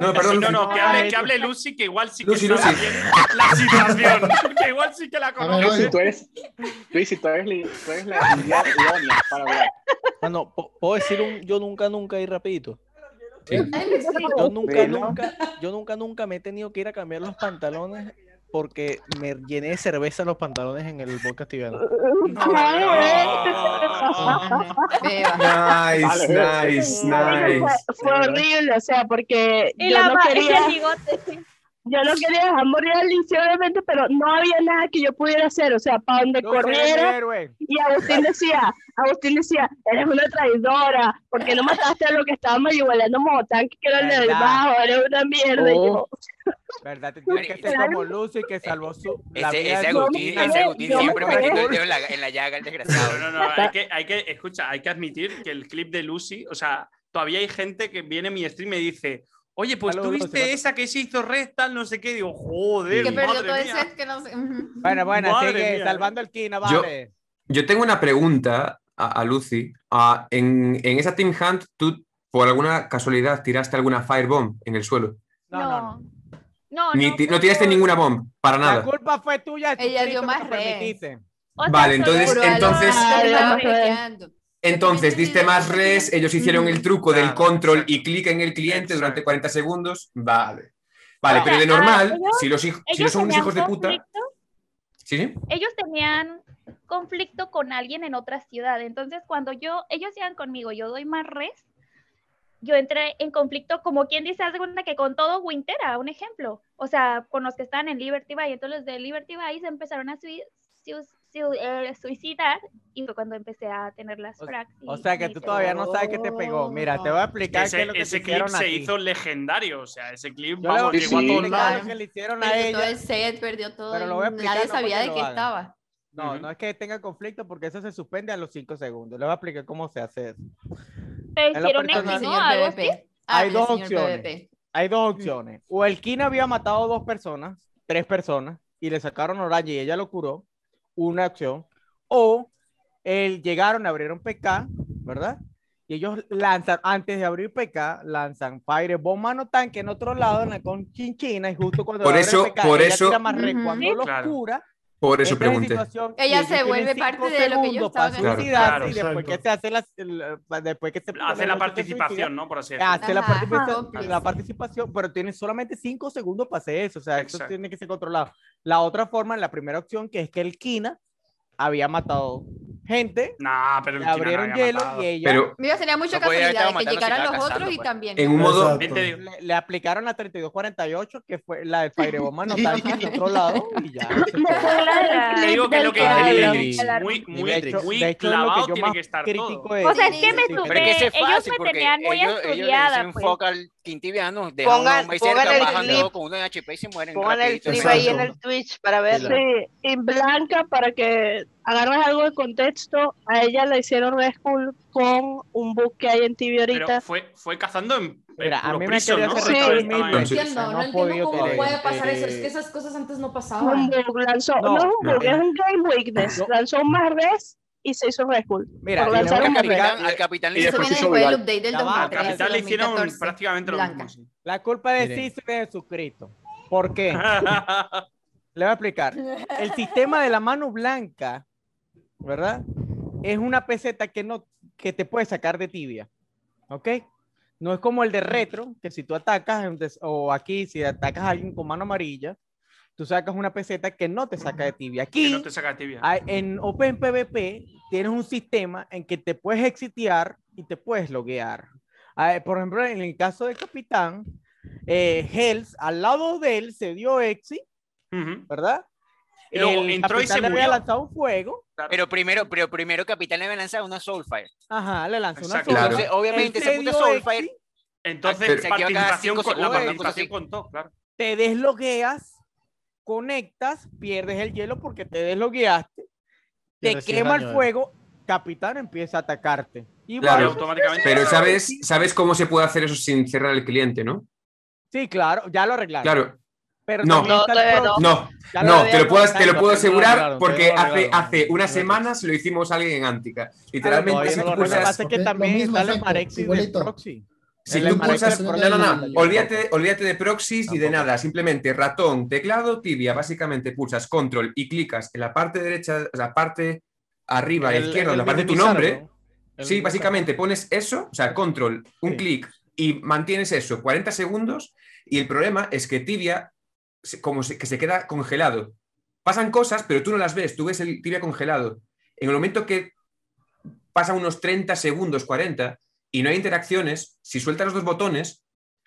Speaker 12: No, perdón.
Speaker 13: no, no, que hable, que hable Lucy, que igual sí que sabe bien la situación. [laughs] Que igual sí que la conoce.
Speaker 19: Luis, tú eres, Luis, tú eres, li- tú eres
Speaker 12: [laughs]
Speaker 19: la idea idónea para hablar.
Speaker 1: Mano, Ah, ¿po- ¿puedo decir un yo nunca, nunca y rapidito? Yo
Speaker 18: Yo
Speaker 1: nunca, nunca, yo nunca, nunca me he tenido que ir a cambiar los pantalones porque me llené de cerveza los pantalones en el podcast tibetano.
Speaker 12: Ah. Nice,
Speaker 1: Vale.
Speaker 12: nice,
Speaker 2: Marico,
Speaker 12: nice.
Speaker 2: fue- Fue horrible, o sea, porque
Speaker 9: Y
Speaker 2: yo
Speaker 9: la
Speaker 2: no
Speaker 9: ma-
Speaker 2: quería.
Speaker 9: el bigote.
Speaker 2: Yo no quería dejar morir a Alicia, obviamente, pero no había nada que yo pudiera hacer, o sea, para donde
Speaker 4: Yo soy mi
Speaker 2: corriera.
Speaker 4: héroe.
Speaker 2: Y Agustín decía, Agustín decía, eres una traidora, porque no mataste a lo que estaba mayugualando Motán, que era el del
Speaker 4: Verdad. Oh.
Speaker 2: bajo, eres una mierda. Y
Speaker 20: Oh.
Speaker 2: yo,
Speaker 4: ¿Verdad? Te tienes que ser como Lucy que salvó su. la
Speaker 20: Eh, Ese,
Speaker 4: vida
Speaker 20: ese
Speaker 4: de su
Speaker 20: Agustín,
Speaker 4: hija.
Speaker 20: ese Agustín siempre me quitó el
Speaker 4: Por
Speaker 20: dedo en la, en la llaga, el desgraciado.
Speaker 13: No, no, hay que, hay que, escucha, hay que admitir que el clip de Lucy, o sea, todavía hay gente que viene a mi stream y me dice, oye, pues
Speaker 4: Aló,
Speaker 13: tú
Speaker 4: aló, se
Speaker 13: viste
Speaker 4: va.
Speaker 13: esa que se hizo red, tal, no sé qué. Digo, joder,
Speaker 11: Que perdió
Speaker 13: madre
Speaker 11: todo el
Speaker 13: mía".
Speaker 11: set que no sé.
Speaker 4: Bueno, bueno,
Speaker 13: Madre
Speaker 4: sigue
Speaker 13: mía. ¿eh?
Speaker 4: salvando el Kina,
Speaker 13: Yo-
Speaker 4: vale.
Speaker 12: Yo tengo una pregunta a, a Lucy. Ah, en, en esa Team Hunt, ¿tú por alguna casualidad tiraste alguna Firebomb en el suelo?
Speaker 4: No, no, no.
Speaker 21: No,
Speaker 12: Ni ti- no tiraste ninguna bomb, para
Speaker 4: La
Speaker 12: nada.
Speaker 4: culpa fue tuya.
Speaker 11: Ella dio más
Speaker 4: red.
Speaker 12: Vale, entonces,
Speaker 11: Seguro,
Speaker 12: entonces,
Speaker 11: Alonso, le estaba
Speaker 4: Alonso.
Speaker 11: bloqueando.
Speaker 12: entonces diste más res, ellos hicieron el truco del control y clic en el cliente durante 40 segundos. Vale. Vale,
Speaker 21: O
Speaker 12: pero
Speaker 21: sea,
Speaker 12: de
Speaker 21: ah,
Speaker 12: normal,
Speaker 21: ellos-
Speaker 12: si los, hij- si
Speaker 21: ellos
Speaker 12: los son unos
Speaker 21: tenían
Speaker 12: hijos de puta.
Speaker 21: conflicto-
Speaker 12: ¿Sí? sí?
Speaker 21: Ellos tenían conflicto con alguien en otra ciudad. Entonces, cuando yo, ellos llegan conmigo, yo doy más res, yo entré en conflicto, como quien dice, haz de cuenta que con todo Wintera, un ejemplo. O sea, con los que estaban en Liberty Bay. Entonces, los de Liberty Bay se empezaron a sui- sui- sui- eh, suicidar y fue cuando empecé a tener las frags.
Speaker 4: O
Speaker 21: y-
Speaker 4: sea que
Speaker 21: y
Speaker 4: tú
Speaker 21: se-
Speaker 4: todavía no sabes que te pegó. Mira, te voy a explicar
Speaker 13: Ese,
Speaker 4: qué es lo que
Speaker 13: ese
Speaker 4: te
Speaker 13: clip
Speaker 4: hicieron a
Speaker 13: se
Speaker 4: ti.
Speaker 13: hizo legendario, o sea, ese clip
Speaker 4: Yo
Speaker 13: vamos,
Speaker 4: le-
Speaker 13: llegó a
Speaker 4: sí,
Speaker 13: todos
Speaker 4: sí,
Speaker 13: lados.
Speaker 4: claro que le hicieron a
Speaker 11: Perdió todo
Speaker 4: ella.
Speaker 11: el set, perdió todo.
Speaker 4: Pero lo voy a
Speaker 11: y
Speaker 4: explicar,
Speaker 11: Nadie
Speaker 4: no porque
Speaker 11: sabía de
Speaker 4: lo
Speaker 11: qué
Speaker 4: hagan.
Speaker 11: estaba.
Speaker 4: No, no es que tenga conflicto porque eso se suspende a los 5 segundos. Le voy a explicar cómo se hace eso.
Speaker 21: Te
Speaker 4: En lo
Speaker 21: hicieron
Speaker 4: personal-
Speaker 21: X, ¿no? Algo así.
Speaker 4: Hay
Speaker 11: Ah,
Speaker 4: dos
Speaker 11: el señor
Speaker 4: opciones.
Speaker 11: PvP.
Speaker 4: Hay dos opciones. O el Kina había matado dos personas, tres personas, y le sacaron Orange y ella lo curó. Una opción. O el, llegaron, abrieron PK, ¿verdad? Y ellos lanzan, antes de abrir PK, lanzan Firebomb mano tanque en otro lado, en la conchinchina, y justo cuando
Speaker 12: Por
Speaker 4: abren
Speaker 12: eso-
Speaker 4: PK,
Speaker 12: por
Speaker 4: ella
Speaker 12: eso-
Speaker 4: tira más red.
Speaker 12: Ujú.
Speaker 4: Cuando los
Speaker 12: Claro.
Speaker 4: cura,
Speaker 12: Por eso
Speaker 4: entra en
Speaker 12: pregunté.
Speaker 4: situación y
Speaker 11: Ella se
Speaker 4: tienen
Speaker 11: vuelve
Speaker 4: cinco
Speaker 11: parte de lo que yo
Speaker 4: segundos
Speaker 11: estaba
Speaker 4: para
Speaker 11: pensando.
Speaker 4: suicidarse
Speaker 13: Claro,
Speaker 4: y después que se hace las- el- la- después que se
Speaker 13: Hace la participación, ¿no? Por así decirlo.
Speaker 4: hace la
Speaker 13: Ajá,
Speaker 4: participación,
Speaker 13: cómplice.
Speaker 4: la participación, pero tiene solamente cinco segundos para hacer eso, o sea, eso tiene que ser controlado. La otra forma, la primera opción, que es que el Kina había matado gente,
Speaker 13: Nah, pero
Speaker 4: le
Speaker 13: el Kina no
Speaker 4: abrieron
Speaker 13: había
Speaker 4: hielo
Speaker 13: matado.
Speaker 4: y ella...
Speaker 12: Pero-
Speaker 11: Mira, sería mucha
Speaker 4: No podía haber
Speaker 11: casualidad de
Speaker 4: estado
Speaker 11: que
Speaker 4: matando si
Speaker 11: llegaran
Speaker 4: estaba
Speaker 11: los otros
Speaker 4: cazando,
Speaker 11: y
Speaker 4: pues.
Speaker 11: también.
Speaker 12: En un modo-
Speaker 4: Exacto. le, le aplicaron la 3248, que fue la de Firebomb
Speaker 11: [laughs]
Speaker 4: no tanque en otro lado,
Speaker 9: [laughs]
Speaker 4: y ya. eso fue.
Speaker 13: Te digo que lo que dice
Speaker 4: Claro.
Speaker 13: Librix, muy, muy,
Speaker 4: De hecho-
Speaker 13: muy
Speaker 4: de hecho, lo que
Speaker 13: clavado
Speaker 4: yo
Speaker 13: tiene
Speaker 4: más
Speaker 13: que estar todo.
Speaker 4: critico
Speaker 9: O sea, es que me
Speaker 13: Pero
Speaker 9: tuve- ese es ellos me fácil porque tenían muy ellos- ellos le estudiada, dicen pues. foca al quintiviano, dejan Pongan- uno muy pongan cerca, el bajan clip. luego con una HP y se mueren Pongan el rapidito. clip Exacto. ahí en el Twitch para verlo.
Speaker 2: Sí, y Blanca, para que agarres algo de contexto, a ella la hicieron rescue con un bug que hay en TV ahorita.
Speaker 13: Pero fue, fue cazando en.
Speaker 4: Mira, a mí me
Speaker 13: priso,
Speaker 4: quería
Speaker 13: ¿no?
Speaker 4: hacer
Speaker 13: Estaba-
Speaker 4: reír
Speaker 13: estaba
Speaker 4: mil
Speaker 13: en-
Speaker 4: veces.
Speaker 18: Entiendo, no,
Speaker 4: No ha
Speaker 18: entiendo
Speaker 4: podido
Speaker 18: cómo
Speaker 4: creer.
Speaker 18: puede pasar eso. Es
Speaker 4: Eh,
Speaker 18: que esas cosas antes no
Speaker 2: Un
Speaker 18: pasaban.
Speaker 2: bug lanzó,
Speaker 4: No,
Speaker 2: no, es un bug,
Speaker 4: no.
Speaker 2: es un game weakness. Lanzó más res y se hizo rescue.
Speaker 4: Mira,
Speaker 2: por
Speaker 4: y le
Speaker 2: lanzar
Speaker 4: voy a
Speaker 2: un
Speaker 4: explicar-
Speaker 2: red.
Speaker 9: Al capitán le
Speaker 13: Y
Speaker 9: hizo
Speaker 13: después
Speaker 9: Jesús
Speaker 13: hizo
Speaker 9: Vidal.
Speaker 11: el update del
Speaker 4: Ya va,
Speaker 11: 2013,
Speaker 13: Al capital le hicieron
Speaker 11: 2014.
Speaker 13: prácticamente lo
Speaker 11: Blanca.
Speaker 13: mismo. sí.
Speaker 4: La culpa de
Speaker 13: Miren.
Speaker 4: Ciso y de Jesucristo.
Speaker 11: [laughs]
Speaker 4: ¿Por qué? Le voy a explicar. El sistema de la mano blanca, ¿verdad? Es una peseta que, no, que te puede sacar de tibia. ¿Ok? No es como el de retro, que si tú atacas, entonces- o aquí, si atacas a alguien con mano amarilla, tú sacas una peseta que no te saca de tibia. Aquí,
Speaker 13: Que no te saca tibia.
Speaker 4: hay- en Open PvP tienes un sistema en que te puedes exitear y te puedes loguear. Ah, Por ejemplo, en el caso del capitán, eh, Hells, al lado de él se dio exit, ¿verdad?
Speaker 9: Y luego
Speaker 4: el
Speaker 9: entró y
Speaker 4: capitán
Speaker 9: se
Speaker 4: le había
Speaker 9: murió.
Speaker 4: lanzado un fuego,
Speaker 9: Pero primero, pero primero Capitán le había lanzado una Soulfire.
Speaker 4: ajá, le lanzó una
Speaker 9: Exacto.
Speaker 4: sola.
Speaker 9: Entonces, obviamente,
Speaker 4: Él
Speaker 9: ese
Speaker 4: se
Speaker 9: puto
Speaker 4: dio
Speaker 9: Soulfire-
Speaker 4: exit,
Speaker 13: Entonces,
Speaker 9: Pero- Se activa cada
Speaker 13: participación
Speaker 9: cinco
Speaker 13: con, la
Speaker 9: segundos, una cosa
Speaker 13: participación
Speaker 9: así.
Speaker 13: contó, claro.
Speaker 4: te deslogueas, conectas, pierdes el hielo porque te deslogueaste, te
Speaker 12: Pierdes cien
Speaker 4: quema el
Speaker 12: daño, eh.
Speaker 4: fuego, capitán empieza a atacarte. Y
Speaker 12: Claro.
Speaker 4: bueno,
Speaker 12: Pero sabes, sabes cómo se puede hacer eso sin cerrar el cliente, ¿no?
Speaker 4: Sí, claro, ya lo arreglaron.
Speaker 12: Claro.
Speaker 4: Pero
Speaker 12: No,
Speaker 4: también
Speaker 12: no,
Speaker 4: está el
Speaker 12: todavía
Speaker 4: pro-
Speaker 12: no,
Speaker 4: Ya lo
Speaker 12: no,
Speaker 4: había
Speaker 12: te lo puedo, te lo
Speaker 4: comentado,
Speaker 12: puedo
Speaker 4: todavía no lo
Speaker 12: asegurar
Speaker 4: arreglaron,
Speaker 12: porque
Speaker 4: todavía no lo
Speaker 12: hace,
Speaker 4: arreglaron.
Speaker 12: hace unas semanas lo hicimos a alguien en Antica. Literalmente,
Speaker 4: Todavía
Speaker 12: si
Speaker 4: no
Speaker 12: tú
Speaker 4: lo arreglaron. Lo que
Speaker 12: pulsas,
Speaker 4: pasa es que también está el Marexi de Proxy.
Speaker 12: Si
Speaker 4: El
Speaker 12: tú
Speaker 4: Emanuel
Speaker 12: pulsas,
Speaker 4: que
Speaker 12: no,
Speaker 4: le
Speaker 12: no, no,
Speaker 4: pone-
Speaker 12: olvídate, de- olvídate de proxies ni de nada, simplemente ratón, teclado, tibia, básicamente pulsas control y clicas en la parte derecha, o sea, parte arriba, a la
Speaker 10: El-
Speaker 12: izquierda,
Speaker 10: el
Speaker 12: la parte de tu
Speaker 10: minimizar,
Speaker 12: nombre.
Speaker 10: ¿no? El
Speaker 12: Sí,
Speaker 10: minimizar.
Speaker 12: básicamente pones eso, o sea, control, un clic y mantienes eso 40 segundos y el problema es que tibia se- como se- que se queda congelado. Pasan cosas, pero tú no las ves, tú ves el tibia congelado. En el momento que pasa unos 30 segundos, 40, y no hay interacciones, si sueltas los dos botones,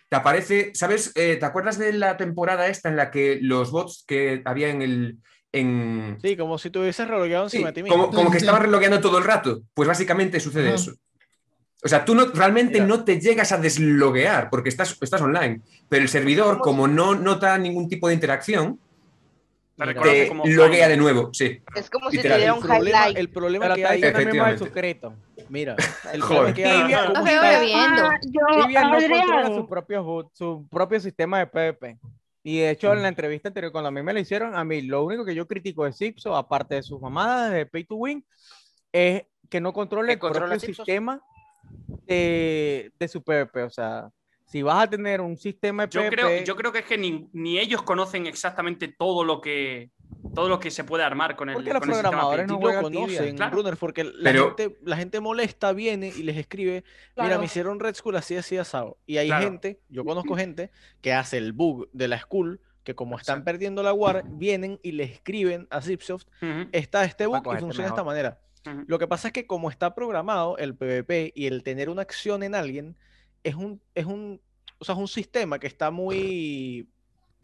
Speaker 12: te aparece, ¿sabes? Eh, ¿Te acuerdas de la temporada esta en la que los bots que había en el... En...
Speaker 1: Sí, como si tuvieses relogueado
Speaker 12: Sí,
Speaker 1: encima de ti mismo.
Speaker 12: como, como que estaban relogueando todo el rato. Pues básicamente sucede
Speaker 1: Ajá.
Speaker 12: eso. O sea, tú no, realmente no te llegas a desloguear porque estás, estás online, pero el servidor, como no nota ningún tipo de interacción, te loguea de nuevo, sí.
Speaker 17: Es como si te
Speaker 12: Literal.
Speaker 17: diera un
Speaker 1: El problema-
Speaker 17: highlight.
Speaker 1: el problema
Speaker 4: Pero
Speaker 1: que
Speaker 4: está
Speaker 1: hay-
Speaker 4: diciendo el mismo de
Speaker 1: Efectivamente.
Speaker 4: secreto.
Speaker 1: [laughs] Mira, el
Speaker 4: Joder.
Speaker 1: problema que hay.
Speaker 4: Tibia-
Speaker 1: como-
Speaker 4: Los veo bebiendo.
Speaker 2: Ah, yo,
Speaker 4: Tibia no controla
Speaker 2: Adrián.
Speaker 4: su propio, ju- su propio sistema de PvP. Y de hecho, en la entrevista anterior, cuando a mí me la hicieron, a mí lo único que yo critico de Sipso, aparte de sus mamadas de Pay to Win, es que no controle el propio sistema de, de su PvP. O sea, si vas a tener un sistema de
Speaker 13: Yo
Speaker 4: PvP.
Speaker 13: creo, yo creo que es que ni, ni ellos conocen exactamente todo lo que todo lo que se puede armar con el
Speaker 1: Porque los
Speaker 13: con el sistema
Speaker 1: programadores
Speaker 13: Pay.
Speaker 1: no
Speaker 13: Y lo
Speaker 1: conocen,
Speaker 13: Claro.
Speaker 1: Runner, porque la,
Speaker 13: Pero-
Speaker 1: gente, la gente molesta, viene y les escribe, mira,
Speaker 13: Claro. Mm.
Speaker 1: me hicieron Red School así, así, asado. Y hay
Speaker 13: Claro.
Speaker 1: gente, yo conozco gente, que hace el bug de la school, que como están perdiendo la war, vienen y le escriben a Zipsoft,
Speaker 13: Ujú.
Speaker 1: está este bug y
Speaker 13: cogerte
Speaker 1: funciona de esta
Speaker 13: mejor.
Speaker 1: manera.
Speaker 13: Ujú.
Speaker 1: Lo que pasa es que como está programado el PvP y el tener una acción en alguien, es un, es un, o sea, es un sistema que está muy...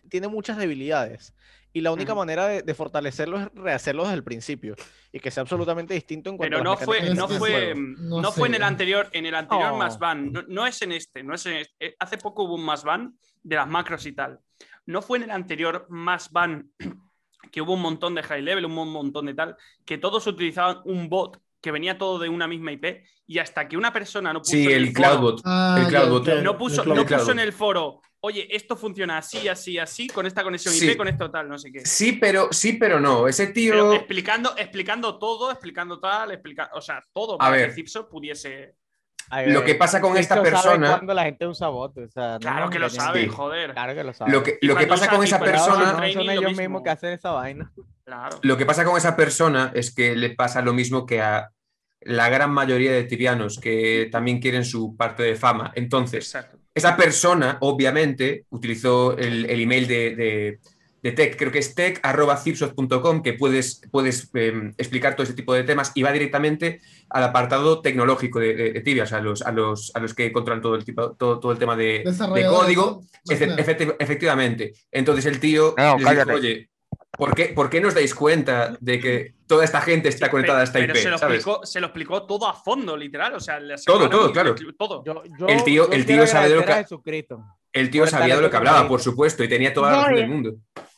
Speaker 1: tiene muchas debilidades. Y la única
Speaker 13: Ujú.
Speaker 1: manera de, de fortalecerlo es rehacerlo desde el principio. Y que sea absolutamente distinto en cuanto
Speaker 13: Pero
Speaker 1: a las
Speaker 13: no fue,
Speaker 1: mecánicas
Speaker 13: no
Speaker 1: del
Speaker 13: fue,
Speaker 1: juego.
Speaker 13: no, fue en
Speaker 12: eh.
Speaker 13: el anterior, en el anterior
Speaker 1: Oh.
Speaker 13: más van. No, no es en este, no es en este. Eh, Hace poco hubo un más van de las macros y tal. No fue en el anterior más van [clears throat] que hubo un montón de high level, un mon- montón de tal, que todos utilizaban un bot que venía todo de una misma IP y hasta que una persona no puso
Speaker 12: Sí,
Speaker 13: en
Speaker 12: el
Speaker 13: foro-
Speaker 12: Cloudbot. Ah, El Cloudbot. ya, ya,
Speaker 13: no puso,
Speaker 12: el Cloudbot.
Speaker 13: no
Speaker 12: El Cloudbot.
Speaker 13: puso en el foro. Oye, esto funciona así, así, así, con esta conexión
Speaker 12: Sí.
Speaker 13: IP, con esto tal, no sé qué.
Speaker 12: Sí, pero, sí, pero no. Ese
Speaker 13: Pero
Speaker 12: tío.
Speaker 13: explicando, explicando todo, explicando tal, explica, o sea, todo
Speaker 12: A
Speaker 13: para
Speaker 12: ver.
Speaker 13: que Zipso pudiese.
Speaker 12: Lo que pasa con esta persona-
Speaker 4: Cuando la gente usa bots, o sea, no
Speaker 13: Claro
Speaker 4: nos
Speaker 13: que lo
Speaker 4: engañemos.
Speaker 13: sabe,
Speaker 12: Sí.
Speaker 13: joder.
Speaker 4: Claro que lo sabe.
Speaker 12: Lo que, lo que pasa con esa persona.
Speaker 4: No son ellos mismos que hacen esa vaina.
Speaker 13: Claro.
Speaker 12: Lo que pasa con esa persona es que le pasa lo mismo que a la gran mayoría de tibianos que también quieren su parte de fama. Entonces, esa persona obviamente utilizó el, el email de, de- de Tech, creo que es tech.cipsos.com, que puedes, puedes eh, explicar todo ese tipo de temas y va directamente al apartado tecnológico de, de- de Tibia, o sea, a los, a los, a los que controlan todo el, tipo, todo, todo el tema de, de
Speaker 6: Desarrolladores,
Speaker 12: código.
Speaker 6: ¿no?
Speaker 12: Efe- efecti- Efectivamente. Entonces el tío les dijo,
Speaker 13: cállate.
Speaker 12: oye, ¿Por qué, por qué no os dais cuenta de que toda esta gente está conectada a esta
Speaker 13: Pero
Speaker 12: IP?
Speaker 13: se lo,
Speaker 12: ¿sabes?
Speaker 13: explicó, se lo explicó todo a fondo, literal. O sea, le
Speaker 12: Todo,
Speaker 13: sacaron
Speaker 12: todo,
Speaker 13: y-
Speaker 12: claro.
Speaker 13: Todo.
Speaker 12: El tío- yo el tío quiero sabe de lo agradecer que- a
Speaker 4: Jesucristo.
Speaker 12: El tío
Speaker 4: Por
Speaker 12: sabía de
Speaker 4: talento
Speaker 12: lo que
Speaker 4: que
Speaker 12: hablaba,
Speaker 4: parece.
Speaker 12: por supuesto, y tenía toda la
Speaker 4: No,
Speaker 12: razón
Speaker 18: eh,
Speaker 4: y-
Speaker 12: del mundo.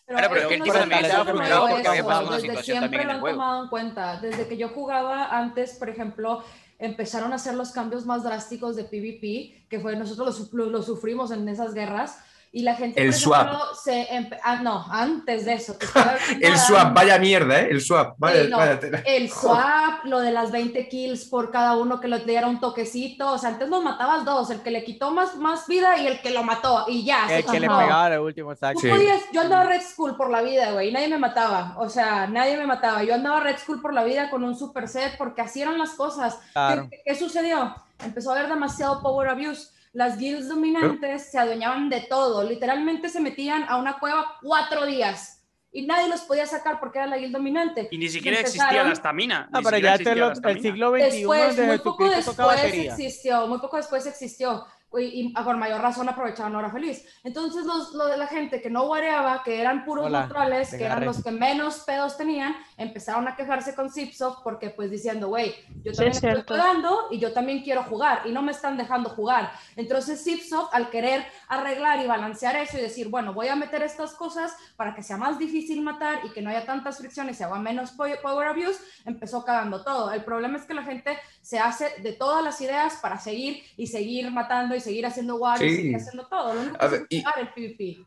Speaker 9: Claro, pero es que el tipo también estaba frustrado porque había pasado una situación también en el
Speaker 18: Lo han
Speaker 9: juego.
Speaker 18: tomado en cuenta. Desde que yo jugaba antes, por ejemplo, empezaron a hacer los cambios más drásticos de PvP, que fue nosotros lo, su- lo- lo sufrimos en esas guerras. Y la gente,
Speaker 12: El
Speaker 18: por
Speaker 12: swap.
Speaker 18: ejemplo, se empe- ah, no, antes de eso. te estoy hablando
Speaker 12: [laughs] El
Speaker 18: de-
Speaker 12: swap, vaya mierda, ¿eh? El swap, vaya,
Speaker 18: Sí, no, Eh,
Speaker 12: vaya tela. [laughs]
Speaker 18: el swap, lo de las 20 kills por cada uno que le diera un toquecito. O sea, antes los matabas dos, el que le quitó más, más vida y el que lo mató. Y ya. se
Speaker 4: El [laughs] que le
Speaker 18: acabó.
Speaker 4: pegaba el último
Speaker 18: Tú
Speaker 4: saco.
Speaker 18: podías- yo andaba Red School por la vida, güey, y nadie me mataba. O sea, nadie me mataba. Yo andaba Red School por la vida con un super set porque así eran las cosas.
Speaker 4: Claro.
Speaker 18: ¿Qué, qué sucedió? Empezó a haber demasiado power abuse. Las guilds dominantes se adueñaban de todo. Literalmente se metían a una cueva cuatro días y nadie los podía sacar porque era la guild dominante.
Speaker 13: Y ni siquiera existía
Speaker 18: Empezaron-
Speaker 13: la estamina.
Speaker 4: Ah,
Speaker 13: ni
Speaker 4: pero
Speaker 13: siquiera
Speaker 4: ya
Speaker 13: existía
Speaker 4: te lo-
Speaker 13: la estamina.
Speaker 4: el siglo XXI
Speaker 18: Después,
Speaker 4: desde
Speaker 18: muy
Speaker 4: su
Speaker 18: poco
Speaker 4: Cristo toca
Speaker 18: después
Speaker 4: batería.
Speaker 18: existió, muy poco después existió. Y, y por mayor razón aprovechaban Hora Feliz. Entonces, los, lo de la gente que no guareaba, que eran puros
Speaker 4: Hola,
Speaker 18: neutrales,
Speaker 4: te
Speaker 18: que eran
Speaker 4: agarré.
Speaker 18: los que menos pedos tenían, empezaron a quejarse con Zipsoft porque, pues, diciendo, güey, yo
Speaker 2: Sí,
Speaker 18: también
Speaker 2: es
Speaker 18: estoy
Speaker 2: cierto.
Speaker 18: jugando y yo también quiero jugar y no me están dejando jugar. Entonces, Zipsoft, al querer arreglar y balancear eso y decir, bueno, voy a meter estas cosas para que sea más difícil matar y que no haya tantas fricciones y haga menos po- power abuse, empezó cagando todo. El problema es que la gente se hace de todas las ideas para seguir y seguir matando y seguir haciendo war y
Speaker 12: Sí.
Speaker 18: seguir haciendo todo. Lo único que
Speaker 12: A
Speaker 18: hace
Speaker 12: ver,
Speaker 18: es
Speaker 12: y-
Speaker 18: jugar el PvP.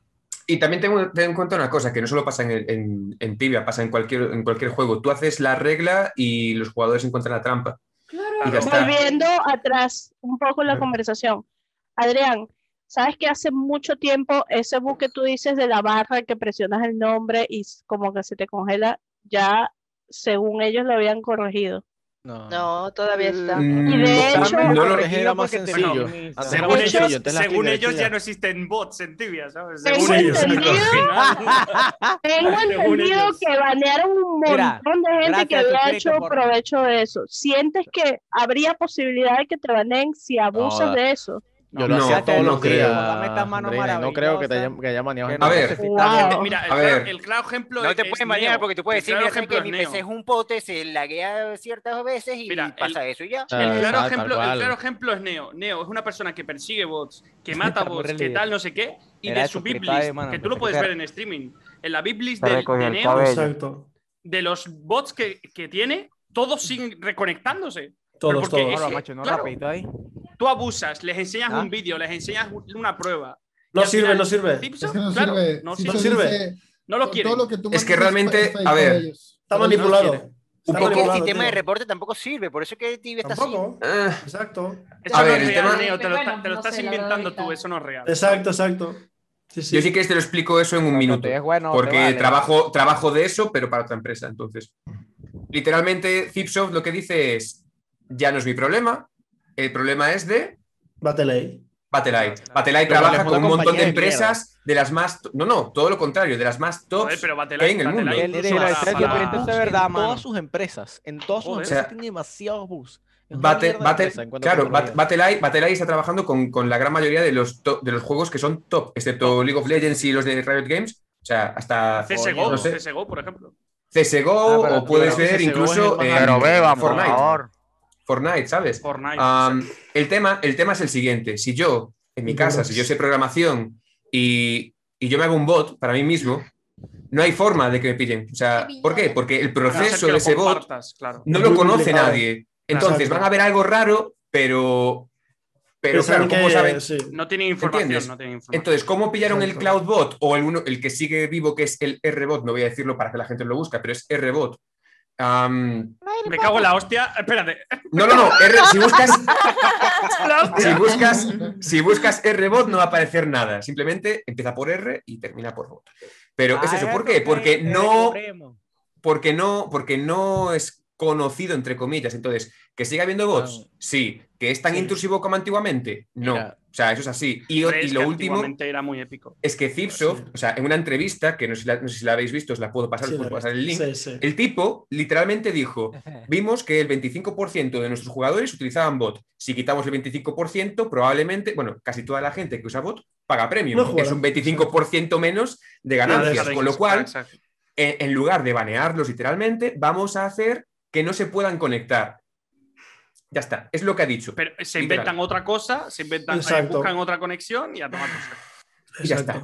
Speaker 12: Y también tengo, ten en cuenta una cosa, que no solo pasa en, el- en- en Tibia, pasa en cualquier, en cualquier juego. Tú haces la regla y los jugadores encuentran la trampa. Y ya está.
Speaker 2: Volviendo atrás un poco la conversación. Adrián, ¿sabes que hace mucho tiempo ese bug que tú dices de la barra que presionas el nombre y s- como que se te congela, ya según ellos lo habían corregido?
Speaker 1: No.
Speaker 17: No, todavía
Speaker 13: Mm,
Speaker 17: está.
Speaker 2: Y de hecho,
Speaker 1: no lo era más
Speaker 13: Bueno,
Speaker 1: sencillo. Antes era
Speaker 13: según
Speaker 1: más
Speaker 13: ellos,
Speaker 1: sencillo, entonces la
Speaker 13: según
Speaker 1: tibia,
Speaker 13: ellos
Speaker 1: tibia.
Speaker 13: ya no existen bots en tibia, ¿sabes?
Speaker 2: Tengo
Speaker 13: Según ellos.
Speaker 2: entendido- [laughs] Tengo
Speaker 13: Según
Speaker 2: entendido
Speaker 13: ellos.
Speaker 2: que banearon un montón
Speaker 13: Mira,
Speaker 2: de gente que
Speaker 13: gracias,
Speaker 2: había
Speaker 13: suscrito
Speaker 2: hecho
Speaker 13: por-
Speaker 2: provecho de eso. ¿Sientes que habría posibilidad de que te baneen si abusas
Speaker 12: No,
Speaker 2: de eso?
Speaker 1: Yo lo hacía todos los
Speaker 4: creo.
Speaker 1: días.
Speaker 4: Dame esta mano
Speaker 1: Andreina, y no creo que te haya, que haya maneado.
Speaker 12: A ver,
Speaker 13: Mira, el,
Speaker 12: a
Speaker 13: claro-
Speaker 12: ver.
Speaker 13: el claro ejemplo
Speaker 20: No
Speaker 13: es-
Speaker 20: te
Speaker 13: es
Speaker 20: puedes marear
Speaker 13: Neo.
Speaker 20: porque tú puedes
Speaker 13: El
Speaker 20: decir,
Speaker 13: claro
Speaker 20: mira, sé
Speaker 13: ejemplo
Speaker 20: que
Speaker 13: es
Speaker 20: mi
Speaker 13: Neo.
Speaker 20: PC es un pote, se laguea ciertas veces y
Speaker 13: Mira, el-
Speaker 20: pasa eso y ya.
Speaker 13: El claro,
Speaker 1: tal
Speaker 13: ejemplo,
Speaker 1: cual.
Speaker 13: el claro ejemplo es Neo. Neo es una persona que persigue bots, que mata
Speaker 1: Está muy
Speaker 13: bots, que
Speaker 1: religioso.
Speaker 13: tal, no sé qué, y
Speaker 1: Era
Speaker 13: de
Speaker 1: de
Speaker 13: su
Speaker 1: sus
Speaker 13: biblist,
Speaker 1: clipaes, mano,
Speaker 13: que tú
Speaker 1: para
Speaker 13: lo puedes
Speaker 1: sacar.
Speaker 13: ver en streaming. En la biblist
Speaker 1: Te
Speaker 13: del,
Speaker 1: recogió
Speaker 13: de
Speaker 1: el
Speaker 13: Neo,
Speaker 1: cabello.
Speaker 8: Exacto.
Speaker 13: de los bots que, que tiene, todos siguen reconectándose.
Speaker 4: Todos,
Speaker 13: Pero porque
Speaker 4: todos.
Speaker 13: es
Speaker 4: Ahora,
Speaker 13: que,
Speaker 4: macho, no,
Speaker 13: claro,
Speaker 4: rapidito ahí.
Speaker 13: Tú abusas, les enseñas
Speaker 4: ¿Ah?
Speaker 13: un vídeo, les enseñas una prueba.
Speaker 8: No
Speaker 13: Y al
Speaker 8: sirve,
Speaker 13: final,
Speaker 8: no sirve.
Speaker 13: Simpson,
Speaker 8: Es que no
Speaker 13: claro,
Speaker 8: sirve.
Speaker 13: no
Speaker 8: Simpson
Speaker 13: sirve.
Speaker 8: dice,
Speaker 13: No lo quieren.
Speaker 12: Es que realmente, a ver,
Speaker 8: Está
Speaker 13: Pero
Speaker 8: manipulado.
Speaker 13: no quiere.
Speaker 12: un
Speaker 20: Porque el
Speaker 12: poco...
Speaker 20: sistema de reporte tampoco sirve, por eso es que Tibia está
Speaker 8: Tampoco.
Speaker 12: Eh,
Speaker 8: Exacto.
Speaker 13: Eso
Speaker 12: A
Speaker 13: no
Speaker 12: ver,
Speaker 13: es
Speaker 12: el
Speaker 13: real,
Speaker 12: tema-
Speaker 13: Neo, te lo,
Speaker 18: Bueno,
Speaker 13: está- te lo
Speaker 18: no
Speaker 13: estás
Speaker 18: sé, la verdad
Speaker 13: inventando
Speaker 18: ahorita.
Speaker 13: tú, eso no es real.
Speaker 8: Exacto, exacto.
Speaker 12: Yo sí que te lo explico eso en un minuto.
Speaker 4: es bueno, te
Speaker 12: porque
Speaker 4: vale.
Speaker 12: trabajo, trabajo de eso, pero para otra empresa. Entonces, literalmente, Zipsoft lo que dice es: ya no es mi problema, el problema es de
Speaker 8: Bateley.
Speaker 12: Batelite. Batelite
Speaker 1: Pero
Speaker 12: trabaja
Speaker 1: es una
Speaker 12: con un montón
Speaker 1: compañía
Speaker 12: de
Speaker 1: de
Speaker 12: empresas de las más. to- No, no, todo lo contrario, de las más tops
Speaker 13: Joder, pero
Speaker 12: que
Speaker 13: Batelai-
Speaker 12: hay en el mundo.
Speaker 13: Batelai
Speaker 1: Él
Speaker 13: incluso
Speaker 1: era
Speaker 13: para-
Speaker 1: el
Speaker 13: para-
Speaker 1: Sergio
Speaker 13: para-
Speaker 1: Pérez
Speaker 4: es verdad,
Speaker 1: en
Speaker 4: mano.
Speaker 1: todas sus empresas, en todas sus
Speaker 13: Joder.
Speaker 1: empresas tiene demasiados bus. Es una
Speaker 12: Bate-
Speaker 1: mierda de
Speaker 12: Bate-
Speaker 1: empresa en cuanto a
Speaker 12: claro,
Speaker 1: tecnología.
Speaker 12: Bat- Battle Eye- Battle Eye está trabajando con, con la gran mayoría de los, to- de los juegos que son top, excepto League of Legends y los de Riot Games. O sea, hasta
Speaker 13: CSGO,
Speaker 12: no sé,
Speaker 13: CSGO, por ejemplo.
Speaker 12: CSGO
Speaker 13: Ah, pero-
Speaker 12: o puedes
Speaker 13: pero
Speaker 12: ver
Speaker 13: CSGO
Speaker 12: incluso
Speaker 13: es el
Speaker 12: en
Speaker 13: más- Pero beba, por
Speaker 12: Fortnite.
Speaker 13: favor.
Speaker 12: Fortnite, ¿sabes? Ah,
Speaker 13: Fortnite.
Speaker 12: Am, el, tema, el tema es el siguiente. Si yo, en mi casa, si yo sé programación y, y yo me hago un bot para mí mismo, no hay forma de que me pillen. O sea, ¿por qué? Porque el
Speaker 13: A no ser
Speaker 12: proceso
Speaker 13: que
Speaker 12: de
Speaker 13: lo
Speaker 12: ese bot
Speaker 13: compartas, claro.
Speaker 12: no lo conoce nadie.
Speaker 13: Claro.
Speaker 12: Entonces van a ver algo raro, pero. Pero
Speaker 8: Pensan
Speaker 12: claro, ¿cómo
Speaker 8: que-
Speaker 12: saben?
Speaker 8: sí.
Speaker 13: No tiene información,
Speaker 12: ¿Entiendes?
Speaker 13: no tiene información.
Speaker 12: Entonces, ¿cómo pillaron el Cloudbot o el, uno- el que sigue vivo, que es el R-Bot? No voy a decirlo para que la gente lo busque, pero es R-Bot. Am,
Speaker 13: Me cago en la hostia. Espérate.
Speaker 12: no, no, no. R- si, buscas,
Speaker 13: [laughs] La hostia.
Speaker 12: si, buscas, si buscas R-Bot no va a aparecer nada. Simplemente empieza por R y termina por bot. Pero es
Speaker 4: Ah,
Speaker 12: eso. ¿Por qué?
Speaker 4: entonces
Speaker 12: Porque
Speaker 4: te
Speaker 12: no,
Speaker 4: descubrimos.
Speaker 12: porque no, porque no es conocido, entre comillas. Entonces, ¿que siga habiendo bots? Sí. ¿Que es tan intrusivo como antiguamente? No.
Speaker 13: Mira.
Speaker 12: o sea, eso es así. Y,
Speaker 13: Ves
Speaker 12: y
Speaker 13: que
Speaker 12: lo último
Speaker 13: antiguamente era muy épico.
Speaker 12: es que Zipsoft, o sea, en una entrevista, que no sé, si la, no sé si la habéis visto, os la puedo pasar,
Speaker 8: Sí,
Speaker 12: os puedo
Speaker 8: la he
Speaker 12: pasar el link.
Speaker 8: visto. Sí, sí.
Speaker 12: El tipo literalmente
Speaker 13: [laughs]
Speaker 12: dijo: Vimos que el 25% de nuestros jugadores utilizaban bot. Si quitamos el 25%, probablemente, bueno, casi toda la gente que usa bot paga premium,
Speaker 8: No
Speaker 12: que es
Speaker 8: jugará.
Speaker 12: un 25% menos de ganancias. Con lo cual, en, en lugar de banearlos literalmente, vamos a hacer que no se puedan conectar. Ya está, es lo que ha dicho.
Speaker 13: Pero se
Speaker 12: Literal.
Speaker 13: inventan otra cosa, se inventan, eh,
Speaker 12: Exacto.
Speaker 13: buscan otra conexión y a tomar por saco.
Speaker 12: Y ya está.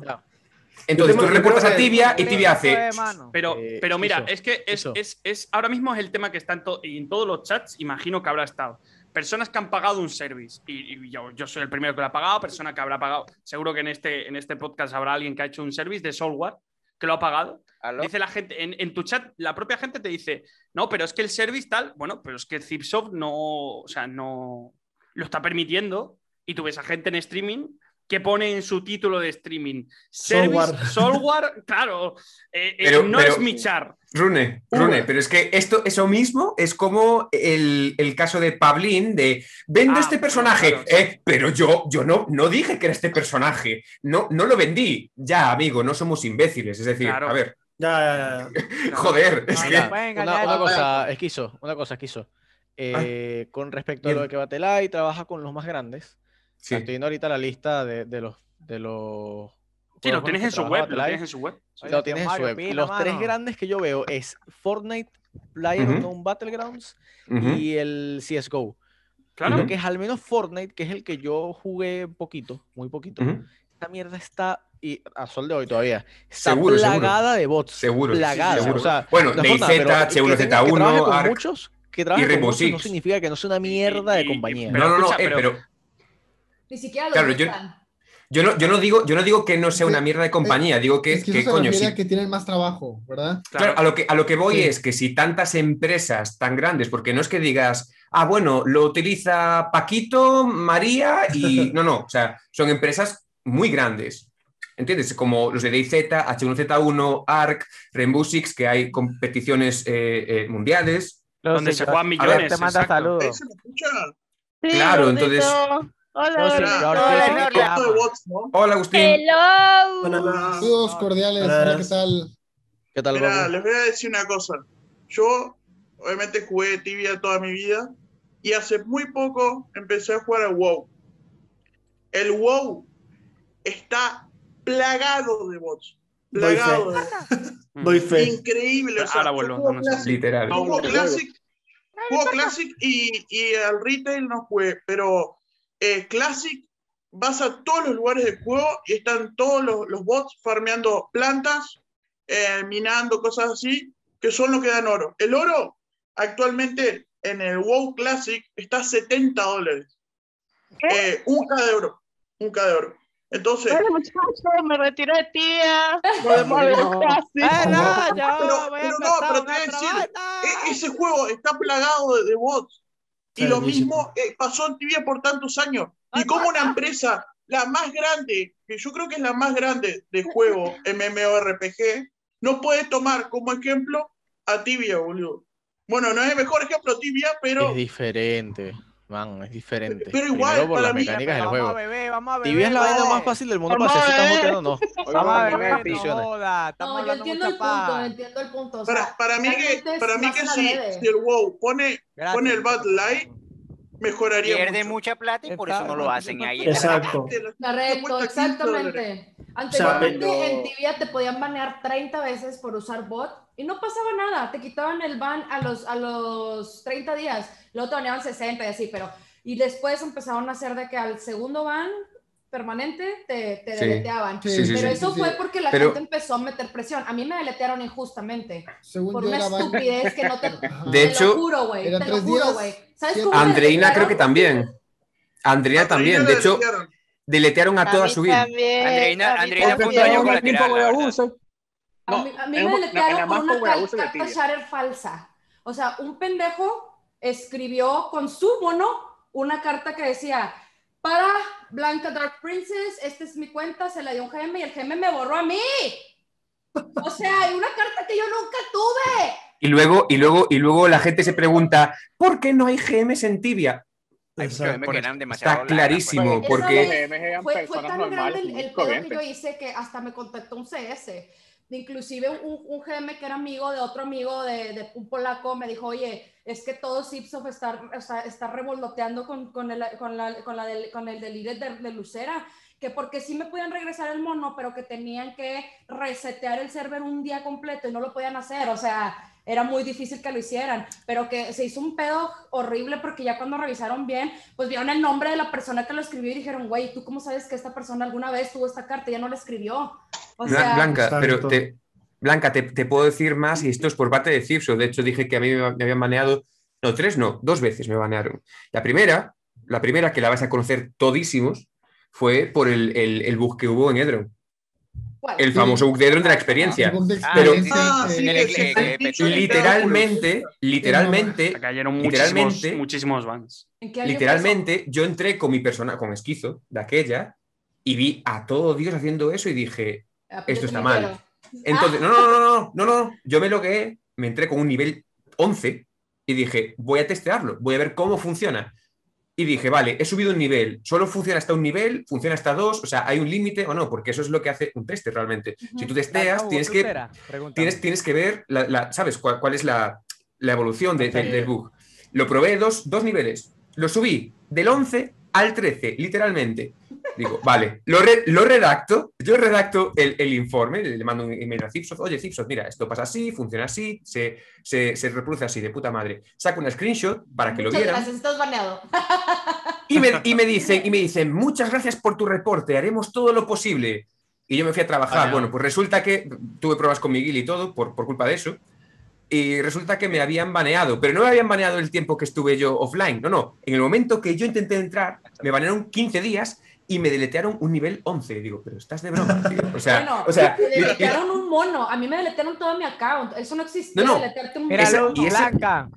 Speaker 12: Entonces
Speaker 13: Yo
Speaker 12: tú
Speaker 13: tengo-
Speaker 12: reportas
Speaker 13: yo
Speaker 12: a
Speaker 13: creo que- Eh,
Speaker 12: Tibia y Tibia hace.
Speaker 13: Pero, pero mira,
Speaker 12: eso,
Speaker 13: es que es, es- es- ahora mismo es el tema que está en, to- y en todos los chats, imagino que habrá estado. Personas que han pagado un service, y, y yo, yo soy el primero que lo ha pagado, persona que habrá pagado, seguro que en este, en este podcast habrá alguien que ha hecho un service de software que lo ha pagado. Dice la gente, en, en tu chat, la propia gente te dice, no, pero es que el service tal, bueno, pero es que Zipsoft no, o sea, no lo está permitiendo, y tú ves a gente en streaming que pone en su título de streaming, service,
Speaker 12: Software.
Speaker 13: software, [laughs] claro, eh, eh,
Speaker 12: Pero-
Speaker 13: no
Speaker 12: pero-
Speaker 13: es mi char.
Speaker 12: Rune, Rune, pero es que esto, eso mismo es como el, el caso de Pablín de vendo
Speaker 13: Ah,
Speaker 12: este personaje,
Speaker 13: bueno, claro,
Speaker 12: eh, pero yo, yo no, no dije que era este personaje, no, no lo vendí. Ya, amigo, no somos imbéciles, es decir,
Speaker 1: Claro.
Speaker 12: a ver,
Speaker 8: Ya, ya,
Speaker 12: [laughs]
Speaker 1: ya.
Speaker 12: joder, es que-
Speaker 1: Mira, una, una cosa, esquizo, una cosa, esquizo. Eh,
Speaker 12: Ah.
Speaker 1: con respecto a lo de que Batelay trabaja con los más grandes.
Speaker 12: Sí.
Speaker 1: Estoy viendo ahorita la lista de, de los de los
Speaker 13: Sí, lo
Speaker 1: juegos
Speaker 13: tienes
Speaker 1: que
Speaker 13: en su
Speaker 1: trabaja
Speaker 13: web, lo
Speaker 1: Batelay.
Speaker 13: tienes en su web.
Speaker 1: Lo tienes en su web. Y los tres grandes que yo veo es Fortnite, Player Battlegrounds
Speaker 13: Ujú.
Speaker 1: y el CSGO.
Speaker 13: Claro.
Speaker 1: Lo que es al menos Fortnite, que es el que yo jugué poquito, muy poquito.
Speaker 12: Ujú.
Speaker 1: Esta mierda está, y a sol de hoy todavía, está
Speaker 12: Seguro, seguro.
Speaker 1: plagada de bots.
Speaker 12: Seguro, sí,
Speaker 1: Plagada.
Speaker 12: seguro.
Speaker 1: O sea,
Speaker 12: Bueno,
Speaker 1: no es
Speaker 12: DayZ,
Speaker 1: por nada, pero
Speaker 12: Seguro
Speaker 1: que tenga- que
Speaker 12: Z1,
Speaker 1: trabaje con
Speaker 12: Ark
Speaker 1: muchos, que
Speaker 12: y
Speaker 1: trabaje con
Speaker 12: Rainbow
Speaker 1: muchos no
Speaker 12: Six.
Speaker 1: significa que no sea una mierda de compañía.
Speaker 12: No, no, no, eh, pero
Speaker 18: Ni siquiera lo
Speaker 12: Claro, yo-
Speaker 18: usan.
Speaker 12: yo no, yo no digo, yo no digo que no sea una mierda de compañía, digo que,
Speaker 6: Es que eso
Speaker 12: que,
Speaker 6: se
Speaker 12: coño,
Speaker 6: refiere
Speaker 12: sí.
Speaker 6: a que tienen más trabajo, ¿verdad?
Speaker 12: Claro, a lo que, a lo que voy
Speaker 6: Sí.
Speaker 12: es que si tantas empresas tan grandes, porque no es que digas, ah, bueno, lo utiliza Paquito, María y. No, no, o sea, son empresas muy grandes. ¿Entiendes? Como los de DayZ, H1Z1, ARC, Rainbow Six, que hay competiciones eh, eh, mundiales.
Speaker 4: Los Donde de se juegan
Speaker 12: A ver,
Speaker 4: millones, Te manda exacto. saludos.
Speaker 12: Eh,
Speaker 4: Eso
Speaker 12: Claro, entonces-
Speaker 6: No, sí,
Speaker 4: Hola.
Speaker 6: ahora
Speaker 4: Hola.
Speaker 6: sí.
Speaker 4: Hola.
Speaker 6: Hola.
Speaker 12: Hola, Agustín.
Speaker 6: Saludos cordiales. Hola, ¿qué tal?
Speaker 1: ¿Qué tal,
Speaker 17: Mira,
Speaker 1: Babu?
Speaker 17: les voy a decir una cosa. Yo, obviamente, jugué tibia toda mi vida y hace muy poco empecé a jugar a WoW. El WoW está plagado de bots. Plagado de
Speaker 13: Doy fe.
Speaker 17: Increíble. o sea,
Speaker 13: Ahora vuelvo.
Speaker 17: Juego
Speaker 13: no sé.
Speaker 17: Classic,
Speaker 12: Literal.
Speaker 17: Juego Classic, Juego Classic y, y al retail no fue, pero eh, Classic vas a todos los lugares de juego y están todos los, los bots farmeando plantas, eh, minando cosas así, que son los que dan oro. El oro actualmente en el WoW Classic está a 70 dólares. Eh, un K de oro. Un K de oro. Entonces,
Speaker 2: Bueno, muchachos, me retiro de
Speaker 17: [laughs]
Speaker 2: tía. Podemos ver
Speaker 17: No.
Speaker 2: casi.
Speaker 17: Ah, no, yo Pero- voy a pero no, empezar pero te voy a otra decir, e- ese juego está plagado de, de bots. Y lo mismo eh, pasó en Tibia por tantos años. Y como una empresa, la más grande, que yo creo que es la más grande de juego MMORPG, no puede tomar como ejemplo a Tibia, boludo. Bueno, no es el mejor ejemplo Tibia, pero
Speaker 1: Es diferente, man, es diferente.
Speaker 17: Pero igual,
Speaker 1: Primero por
Speaker 17: para
Speaker 1: las
Speaker 17: mí-
Speaker 1: mecánicas del
Speaker 4: Vamos a
Speaker 1: juego.
Speaker 4: beber, vamos a beber.
Speaker 1: Tibia es la vaina
Speaker 4: vamos.
Speaker 1: más fácil del mundo
Speaker 4: Vamos
Speaker 1: para hacer si
Speaker 4: a
Speaker 1: estás
Speaker 4: beber.
Speaker 1: boteando o no.
Speaker 4: Vamos a
Speaker 1: Vamos a
Speaker 4: beber,
Speaker 1: beber,
Speaker 4: no
Speaker 1: millones.
Speaker 4: joda. Estamos
Speaker 18: No, yo
Speaker 4: hablando
Speaker 18: entiendo
Speaker 4: mucha
Speaker 18: el punto,
Speaker 4: paja.
Speaker 18: entiendo el punto. o
Speaker 17: Para,
Speaker 18: sea,
Speaker 17: para mí que,
Speaker 18: realmente es
Speaker 17: para mí
Speaker 18: más
Speaker 17: que
Speaker 18: la
Speaker 17: si,
Speaker 18: breve.
Speaker 17: si el WoW pone,
Speaker 4: Gracias.
Speaker 17: pone el Bad Light, mejoraría
Speaker 20: Pierde
Speaker 17: mucho.
Speaker 20: mucha plata y por eso no lo hacen
Speaker 8: [laughs]
Speaker 20: ahí.
Speaker 8: Exacto.
Speaker 18: Correcto, exactamente. Anteriormente
Speaker 20: pero-
Speaker 18: en Tibia te podían banear 30 veces por usar bot y no pasaba nada, te quitaban el ban a los, a los 30 días, luego te baneaban 60 y así, pero... Y después empezaron a hacer de que al segundo ban permanente te, te
Speaker 12: Sí.
Speaker 18: deleteaban.
Speaker 12: Sí, sí,
Speaker 18: pero
Speaker 12: sí.
Speaker 18: eso
Speaker 12: Sí.
Speaker 18: fue porque la
Speaker 12: Pero-
Speaker 18: gente empezó a meter presión. A mí me deletearon injustamente.
Speaker 6: Según
Speaker 18: por
Speaker 6: yo
Speaker 18: una
Speaker 6: era ban-
Speaker 18: estupidez que no te...
Speaker 12: De
Speaker 18: te lo
Speaker 12: hecho,
Speaker 18: juro, güey.
Speaker 6: eran
Speaker 18: Te lo
Speaker 6: tres
Speaker 18: juro,
Speaker 6: días,
Speaker 18: güey. ¿Sabes
Speaker 6: siete-
Speaker 18: cómo me
Speaker 12: Andreina creo
Speaker 18: deletearon?
Speaker 12: que también. Andreina también. De hecho, deletearon a todas su vida.
Speaker 20: Andreina, Andreina fue un
Speaker 12: también.
Speaker 20: daño
Speaker 12: Era un equipo
Speaker 20: colateral. la verdad.
Speaker 18: A mí, a mí
Speaker 19: ah, en un-
Speaker 18: me
Speaker 19: en
Speaker 18: deletearon
Speaker 19: la
Speaker 18: por
Speaker 19: más
Speaker 18: una
Speaker 19: power user
Speaker 18: cal-
Speaker 19: de
Speaker 18: carta
Speaker 19: Tibia.
Speaker 18: Sharer falsa. O sea, un pendejo escribió con su mono una carta que decía, para Blanca Dark Princess, esta es mi cuenta, se la dio un GM y el GM me borró a mí. O sea, hay una carta que yo nunca tuve.
Speaker 12: Y luego, y luego, y luego la gente se pregunta, ¿por qué no hay GMs en tibia?
Speaker 20: Yo me quedan demasiado
Speaker 12: Está
Speaker 20: largas, pues.
Speaker 12: clarísimo,
Speaker 18: Esa
Speaker 12: porque
Speaker 18: vez
Speaker 19: GM eran
Speaker 18: fue, fue
Speaker 19: personas
Speaker 18: tan
Speaker 19: normales,
Speaker 18: grande el,
Speaker 19: comunes
Speaker 18: el
Speaker 19: y
Speaker 18: pedo que yo
Speaker 19: corrientes.
Speaker 18: hice que hasta me contactó un CS. Inclusive un, un GM que era amigo de otro amigo de, de un polaco me dijo, oye, es que todo Zipsoft está, o sea, está revoloteando con, con el, con, la, con, la del- con el delirio de, de Lucera, que porque sí me podían regresar el mono, pero que tenían que resetear el server un día completo y no lo podían hacer, o sea, era muy difícil que lo hicieran, pero que se hizo un pedo horrible porque ya cuando revisaron bien, pues vieron el nombre de la persona que lo escribió y dijeron, güey, ¿tú cómo sabes que esta persona alguna vez tuvo esta carta? Ya no la escribió. O
Speaker 12: Bla-
Speaker 18: sea,
Speaker 12: Blanca, pero te, Blanca, te, te puedo decir más, y esto es por parte de Cipso. De hecho, dije que a mí me, me habían baneado, no, tres, no, dos veces me banearon. La primera, la primera que la vais a conocer todísimos, fue por el, el- el bug que hubo en Edron.
Speaker 18: ¿Cuál?
Speaker 12: El famoso Ah, bug de Edron de la experiencia. Pero
Speaker 20: Ah,
Speaker 12: literalmente, literalmente,
Speaker 13: cayeron muchísimos,
Speaker 12: literalmente,
Speaker 13: muchísimos bans.
Speaker 18: ¿en qué año
Speaker 12: literalmente, yo entré con mi persona, con esquizo de aquella, y vi a todo Dios haciendo eso y dije,
Speaker 18: pasó? Ah, pues
Speaker 12: esto
Speaker 18: yo
Speaker 12: está
Speaker 18: también
Speaker 12: mal.
Speaker 18: quiero.
Speaker 12: Entonces, no, no, no, no, no, no, no, yo me logué, me entré con un nivel 11 y dije, voy a testearlo, voy a ver cómo funciona. Y dije, vale, he subido un nivel, solo funciona hasta un nivel, funciona hasta dos, o sea, hay un límite o no, porque eso es lo que hace un teste realmente. Si tú testeas,
Speaker 13: Ah,
Speaker 12: tienes que, tienes, tienes que ver, la, la- ¿sabes? Cuál, cuál es la, la evolución de- de- del bug. Lo probé dos, dos niveles. Lo subí del 11 al 13, literalmente. Digo, [laughs] vale, lo, re- lo redacto, yo redacto el, el informe, le mando un email a Zipsoft, oye Zipsoft, mira, esto pasa así, funciona así, se, se, se reproduce así, de puta madre. Saco una screenshot para que lo
Speaker 18: Muchas
Speaker 12: vieran
Speaker 18: gracias, estás baneado.
Speaker 12: y me, y me dicen, y me dicen, muchas gracias por tu reporte, haremos todo lo posible. Y yo me fui a trabajar.
Speaker 13: Vaya.
Speaker 12: Bueno, pues resulta que tuve pruebas con Miguel y todo por, por culpa de eso. Y resulta que me habían baneado, pero no me habían baneado el tiempo que estuve yo offline. No, no. En el momento que yo intenté entrar, me banearon 15 días y me deletearon un nivel 11. Y digo, pero estás de broma, tío. O sea,
Speaker 18: Bueno,
Speaker 12: o sea,
Speaker 18: me deletearon un mono. A mí me deletearon todo mi account. Eso no existía.
Speaker 12: No, no.
Speaker 18: deletearte un
Speaker 4: Era
Speaker 18: mono.
Speaker 4: lo- Blanca.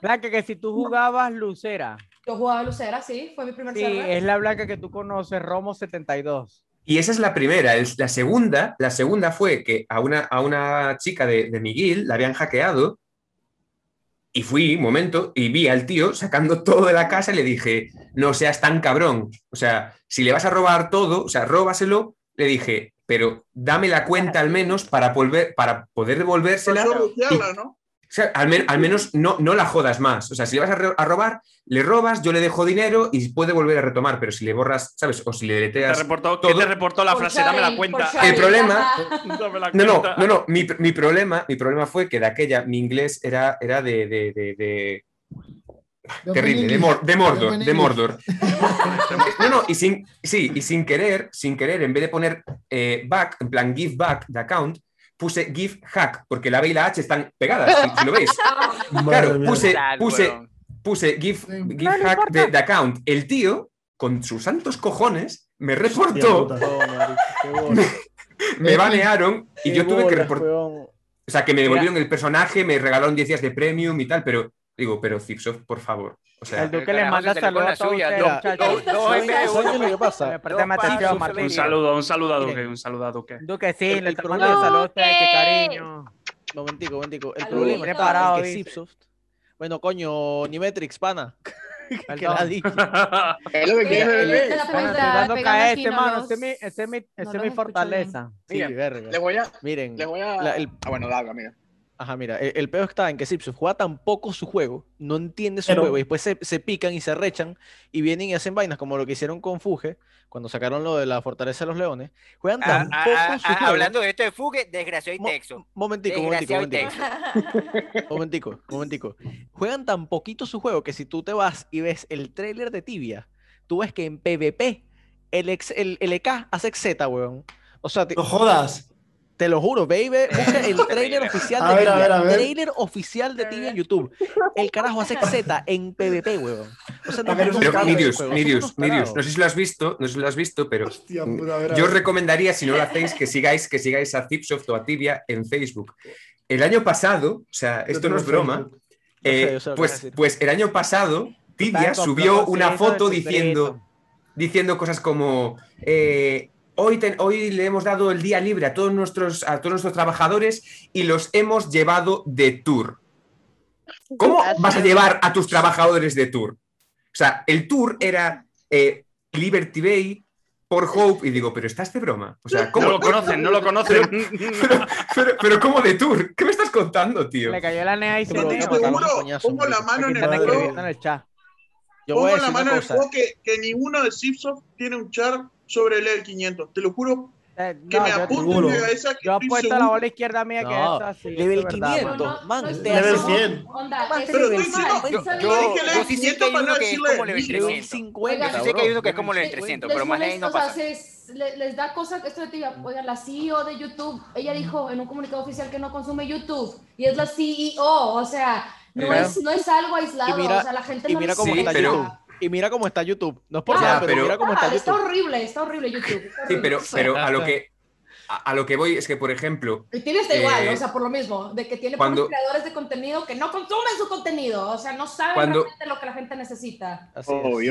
Speaker 4: Blanca, que si tú jugabas Lucera.
Speaker 18: Yo jugaba Lucera, sí. Fue mi primer
Speaker 4: Sí,
Speaker 18: server.
Speaker 4: es la Blanca que tú conoces, Romo 72.
Speaker 12: Y esa es la primera. El- la, segunda, la segunda fue que a una, a una chica de, de mi guild la habían hackeado y fui un momento y vi al tío sacando todo de la casa y le dije, no seas tan cabrón. O sea, si le vas a robar todo, o sea, róbaselo, le dije, pero dame la cuenta al menos para, volver, para poder devolvérsela.
Speaker 17: Pasó a
Speaker 12: y-
Speaker 17: bucearla, ¿no?
Speaker 12: sea, al, men- al menos no, no la jodas más. O sea, si le vas a, re- a robar, le robas, yo le dejo dinero y puede volver a retomar, pero si le borras, ¿sabes? O si le
Speaker 13: Te
Speaker 12: deleteas.
Speaker 13: reportó, ¿Quién te reportó la
Speaker 12: Por
Speaker 13: frase? Dame la
Speaker 12: Xavi,
Speaker 13: cuenta.
Speaker 12: por Xavi. El problema-
Speaker 13: [laughs] Dame la
Speaker 12: No, no,
Speaker 13: cuenta.
Speaker 12: no, no. Mi, mi problema, mi problema fue que de aquella mi inglés era, era de, de- de- de- Terrible, de, mor- de Mordor, de [laughs] Mordor. No, no, y sin, sí, y sin querer, sin querer, en vez de poner eh, back, en plan give back the account, puse give hack, porque la B y la H están pegadas, si, si
Speaker 2: [laughs]
Speaker 12: lo [laughs] veis. Claro,
Speaker 10: mía.
Speaker 12: puse,
Speaker 10: Sad,
Speaker 12: puse, eh,
Speaker 10: weón.
Speaker 12: puse give, give
Speaker 10: No le
Speaker 12: hack
Speaker 10: importa.
Speaker 12: de, de account. El tío, con sus santos cojones, me [laughs]
Speaker 1: Hostia
Speaker 12: reportó,
Speaker 1: puta. No, marico,
Speaker 12: [laughs]
Speaker 1: qué bolas.
Speaker 12: me banearon y
Speaker 1: Qué
Speaker 12: yo tuve que
Speaker 1: bolas,
Speaker 12: reportar.
Speaker 1: weón.
Speaker 12: O sea, que me devolvieron el personaje, me regalaron 10 días de premium y tal, pero digo, pero Zipsoft, por favor. O sea,
Speaker 4: El duque le manda saludos a todos ustedes,
Speaker 1: Mira,
Speaker 4: muchachos.
Speaker 1: ¿sabes- ¿sabes qué es lo que pasa?
Speaker 4: Préstame atención,
Speaker 13: Un
Speaker 4: Martín.
Speaker 13: saludo, un saludo a Duque, un saludo a Duque.
Speaker 4: Duque, sí, le
Speaker 1: El
Speaker 4: estamos mandando
Speaker 1: problema-
Speaker 4: saludos a ustedes, qué cariño.
Speaker 1: Momentico, momentico. El
Speaker 4: Saludos.
Speaker 1: problema está
Speaker 4: Preparado,
Speaker 1: en que
Speaker 4: dice.
Speaker 1: Zipsoft. Bueno, coño, Nimetrix,
Speaker 4: [laughs]
Speaker 1: pana. que
Speaker 4: Perdón.
Speaker 19: [laughs]
Speaker 1: la dije.
Speaker 4: Eh, Es lo que quiere Mira, beber. te das cuenta, Estoy dando pegando caer, este, aquí, no mano, los-
Speaker 1: Ese
Speaker 4: este es mi- ese es mi- no ese es los mi escucho fortaleza.
Speaker 1: Sí,
Speaker 4: bien.
Speaker 1: verga.
Speaker 19: Les voy a.
Speaker 1: Miren.
Speaker 19: Les voy a.
Speaker 1: la- el-
Speaker 19: Ah, bueno, Daga, mira.
Speaker 1: Ajá, mira, el, el peor está en que Zipsoft juega tan poco su juego, no entiende su
Speaker 19: Pero-
Speaker 1: juego, y después se, se pican y se rechan y vienen y hacen vainas como lo que hicieron con Fuge, cuando sacaron lo de la Fortaleza de los Leones. Juegan tan
Speaker 20: Ah,
Speaker 1: poco
Speaker 20: ah,
Speaker 1: su
Speaker 20: ah,
Speaker 1: juego.
Speaker 20: hablando de esto de Fugue, desgraciado y texo.
Speaker 1: Momentico, momentico, momentico. [laughs] Momentico, momentico. Juegan tan poquito su juego que si tú te vas y ves el tráiler de Tibia, tú ves que en PvP el, ex- el LK hace Z, weón. O sea, te,
Speaker 8: No jodas.
Speaker 1: Te lo juro, baby.
Speaker 12: [laughs]
Speaker 1: Busca el tráiler oficial de
Speaker 8: A ver, a
Speaker 1: Tibia.
Speaker 8: ver, a ver.
Speaker 1: Tráiler oficial de Tibia en YouTube. El carajo hace Z en PvP, weón. O sea, no
Speaker 12: Pero,
Speaker 1: no-
Speaker 12: Mirius,
Speaker 1: juego,
Speaker 12: Mirius,
Speaker 1: somos
Speaker 12: Mirius,
Speaker 1: unos tarados.
Speaker 12: no sé si lo has visto, no sé si lo has visto, pero
Speaker 8: puta, a ver, a
Speaker 12: yo os
Speaker 8: ver.
Speaker 12: recomendaría, si no lo hacéis, que sigáis, que sigáis a Zipsoft o a Tibia en Facebook. El año pasado, o sea, esto
Speaker 10: tengo
Speaker 12: no es broma,
Speaker 10: sé,
Speaker 12: eh,
Speaker 10: yo sé lo que vas a
Speaker 12: pues,
Speaker 10: decir.
Speaker 12: pues el año pasado Tibia
Speaker 10: Estás
Speaker 12: subió
Speaker 10: complotando
Speaker 12: una
Speaker 10: eso
Speaker 12: foto
Speaker 10: de tu
Speaker 12: diciendo, diciendo cosas como eh, hoy, ten- hoy le hemos dado el día libre a todos nuestros, a todos nuestros trabajadores y los hemos llevado de tour. ¿Cómo vas a llevar a tus trabajadores de tour? O sea, el tour era eh, Liberty Bay por Hope y digo, pero estás de broma. O sea, ¿cómo?
Speaker 13: No lo conocen, no lo conocen.
Speaker 12: Pero, pero ¿cómo de tour? ¿Qué me estás contando, tío?
Speaker 4: [laughs] Le cayó la nea y se
Speaker 12: Pero
Speaker 4: dio.
Speaker 12: yo te juro,
Speaker 17: pongo la mano en el
Speaker 4: Están
Speaker 17: fuego.
Speaker 4: escribiendo en el chat.
Speaker 17: Pongo la mano en el fuego que, que ninguno de Zipsoft tiene un char sobre el L500. Te lo juro que
Speaker 4: Eh, no,
Speaker 17: me
Speaker 4: yo te
Speaker 17: apunto en
Speaker 4: juro.
Speaker 17: la cabeza que
Speaker 4: Yo
Speaker 17: estoy
Speaker 4: apuesto a la
Speaker 17: seguro.
Speaker 4: bola izquierda mía que
Speaker 1: No,
Speaker 4: es así.
Speaker 1: level
Speaker 4: es verdad,
Speaker 1: 500,
Speaker 4: mano.
Speaker 1: man,
Speaker 4: No,
Speaker 1: te
Speaker 4: no,
Speaker 1: hace
Speaker 4: no,
Speaker 1: un-
Speaker 4: no,
Speaker 1: Onda,
Speaker 4: Más
Speaker 1: es
Speaker 4: level
Speaker 1: level
Speaker 4: cinco.
Speaker 1: cinco.
Speaker 4: Yo-
Speaker 1: Yo-
Speaker 4: yo-
Speaker 1: yo
Speaker 4: yo
Speaker 1: sí
Speaker 4: sé
Speaker 1: que hay uno que es como level
Speaker 4: Level
Speaker 1: 300.
Speaker 4: 50,
Speaker 1: Yo
Speaker 4: bro.
Speaker 1: sé que hay uno
Speaker 20: que es como level
Speaker 4: Sí,
Speaker 20: 300,
Speaker 18: Les
Speaker 20: pero más de ahí
Speaker 18: molesta,
Speaker 20: no
Speaker 18: o sea,
Speaker 20: pasa.
Speaker 18: se- le- les da cosas, esto de tibia, oigan, la CEO de YouTube, ella dijo en un comunicado oficial que no consume YouTube y es la CEO, o sea, no,
Speaker 1: Claro.
Speaker 18: es, no es algo
Speaker 1: Y
Speaker 18: aislado,
Speaker 1: mira,
Speaker 18: o sea, la gente
Speaker 1: y
Speaker 18: no
Speaker 1: mira
Speaker 18: lo
Speaker 1: cómo
Speaker 12: Sí,
Speaker 1: está
Speaker 12: pero-
Speaker 1: YouTube. Y mira cómo está YouTube. No es por
Speaker 12: Ya,
Speaker 1: nada, pero,
Speaker 12: pero-
Speaker 1: mira cómo está
Speaker 18: Ah, está
Speaker 1: YouTube.
Speaker 18: horrible, está horrible YouTube. está
Speaker 12: Sí,
Speaker 18: horrible.
Speaker 12: pero, pero a, lo que, a, a lo que voy es que, por ejemplo,
Speaker 18: Y tiene está igual,
Speaker 12: eh,
Speaker 18: o sea, por lo mismo, de que tiene
Speaker 12: cuando-
Speaker 18: puros creadores de contenido que no consumen su contenido, o sea, no saben
Speaker 12: Cuando-
Speaker 18: realmente lo que la gente necesita.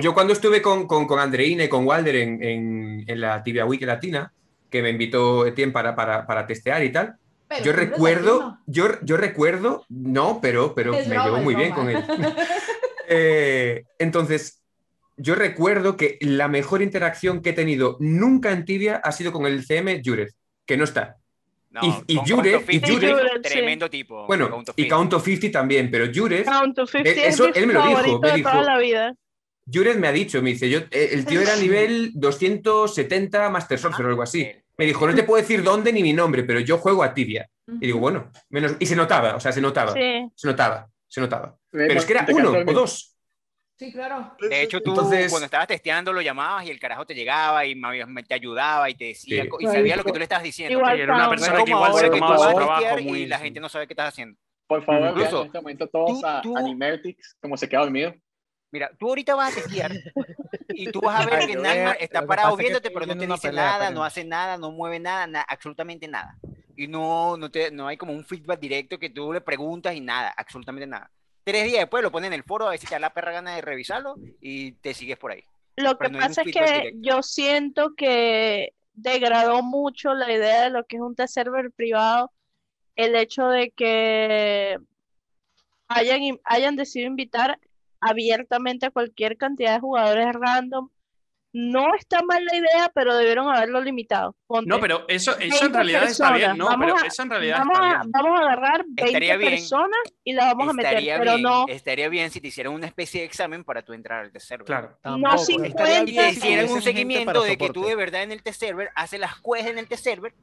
Speaker 12: Yo cuando estuve con, con, con Andreina y con Walder en, en- en la Tibia Week Latina, que me invitó Etienne para, para, para testear y tal,
Speaker 18: Pero
Speaker 12: yo
Speaker 18: tú eres
Speaker 12: recuerdo,
Speaker 18: latino.
Speaker 12: yo, yo recuerdo, no, pero, pero
Speaker 18: Es
Speaker 12: me
Speaker 18: broma,
Speaker 12: llevo
Speaker 18: es
Speaker 12: muy bien con
Speaker 18: broma.
Speaker 12: él. Eh, entonces, yo recuerdo que la mejor interacción que he tenido nunca en Tibia ha sido con el CM Jurez, que no está.
Speaker 20: No,
Speaker 12: y, y
Speaker 20: con
Speaker 12: Jurez-
Speaker 20: Count of
Speaker 12: y
Speaker 20: 50,
Speaker 12: Jurez-
Speaker 20: tremendo tipo.
Speaker 12: bueno,
Speaker 20: Count of
Speaker 12: y
Speaker 20: 50.
Speaker 12: Count of 50 también, pero Jurez,
Speaker 2: Count to 50
Speaker 12: Eh, eso
Speaker 2: es mi
Speaker 12: él me lo dijo,
Speaker 2: favorito
Speaker 12: me
Speaker 2: de
Speaker 12: dijo.
Speaker 2: toda la vida.
Speaker 12: Jurez me ha dicho, me dice, yo, eh, el tío era nivel 270 Master Sorcerer o algo así. Me dijo, no te puedo decir dónde ni mi nombre, pero yo juego a tibia. Y digo, bueno, menos. Y se notaba, o sea, se notaba.
Speaker 2: Sí.
Speaker 12: Se notaba, se notaba.
Speaker 19: Ve,
Speaker 12: Pero es que era
Speaker 19: te
Speaker 12: uno
Speaker 19: cantó el
Speaker 12: o
Speaker 19: mismo.
Speaker 12: dos.
Speaker 18: Sí, claro.
Speaker 20: De hecho, tú
Speaker 12: Entonces-
Speaker 20: cuando estabas testeando lo llamabas y el carajo te llegaba y ma- me- te ayudaba y te decía
Speaker 12: Sí.
Speaker 20: co- y sabía lo que tú le estabas diciendo.
Speaker 2: Igual
Speaker 20: Sí,
Speaker 13: era una persona
Speaker 20: como
Speaker 13: que igual se
Speaker 20: ahora que
Speaker 13: tomaba
Speaker 20: tú
Speaker 13: su
Speaker 20: vas a
Speaker 13: trabajo
Speaker 20: testear
Speaker 13: muy
Speaker 20: y la
Speaker 13: en
Speaker 20: gente no sabe qué estás haciendo.
Speaker 19: Por favor,
Speaker 20: Incluso,
Speaker 19: vean en este momento todos a Animertix, como se queda dormido.
Speaker 20: Mira, tú ahorita vas a testear y tú vas a ver
Speaker 19: Ay,
Speaker 20: que
Speaker 19: yo
Speaker 20: Nightmare
Speaker 19: veo-
Speaker 20: está
Speaker 19: lo que pasa
Speaker 20: parado
Speaker 19: es que
Speaker 20: viéndote,
Speaker 19: estoy
Speaker 20: pero no te
Speaker 19: viendo una
Speaker 20: dice
Speaker 19: pelea,
Speaker 20: nada,
Speaker 19: pero-
Speaker 20: no hace nada, no mueve nada, na- absolutamente nada. Y no, no, te, no hay como un feedback directo que tú le preguntas y nada, absolutamente nada. Tres días después lo ponen en el foro a ver si te da la perra gana de revisarlo y te sigues por ahí.
Speaker 2: Lo que
Speaker 20: Pero no hay un
Speaker 2: pasa es
Speaker 20: feedback
Speaker 2: que yo siento que degradó mucho la idea de lo que es un test server privado, el hecho de que hayan, in- hayan decidido invitar abiertamente a cualquier cantidad de jugadores random No está mal la idea, pero debieron haberlo limitado. Ponte.
Speaker 13: No, pero eso, eso
Speaker 2: 20
Speaker 13: en realidad está bien,
Speaker 2: personas.
Speaker 13: ¿no?
Speaker 2: Vamos
Speaker 13: Pero
Speaker 2: a-
Speaker 13: eso en realidad
Speaker 2: vamos
Speaker 13: está
Speaker 2: a,
Speaker 13: bien.
Speaker 2: Vamos a agarrar 20
Speaker 20: Estaría bien.
Speaker 2: personas y las vamos a meter,
Speaker 20: Estaría
Speaker 2: pero
Speaker 20: bien,
Speaker 2: no.
Speaker 20: estaría bien si te hicieran una especie de examen para tú entrar al test server.
Speaker 13: Claro.
Speaker 2: Tampoco,
Speaker 20: si
Speaker 2: 50.
Speaker 20: y te
Speaker 2: si
Speaker 20: hicieran
Speaker 2: hubiesen
Speaker 20: un
Speaker 2: gente
Speaker 20: seguimiento
Speaker 2: para
Speaker 20: de que tú
Speaker 2: soporte.
Speaker 20: de verdad en el test server haces las cues en el test server.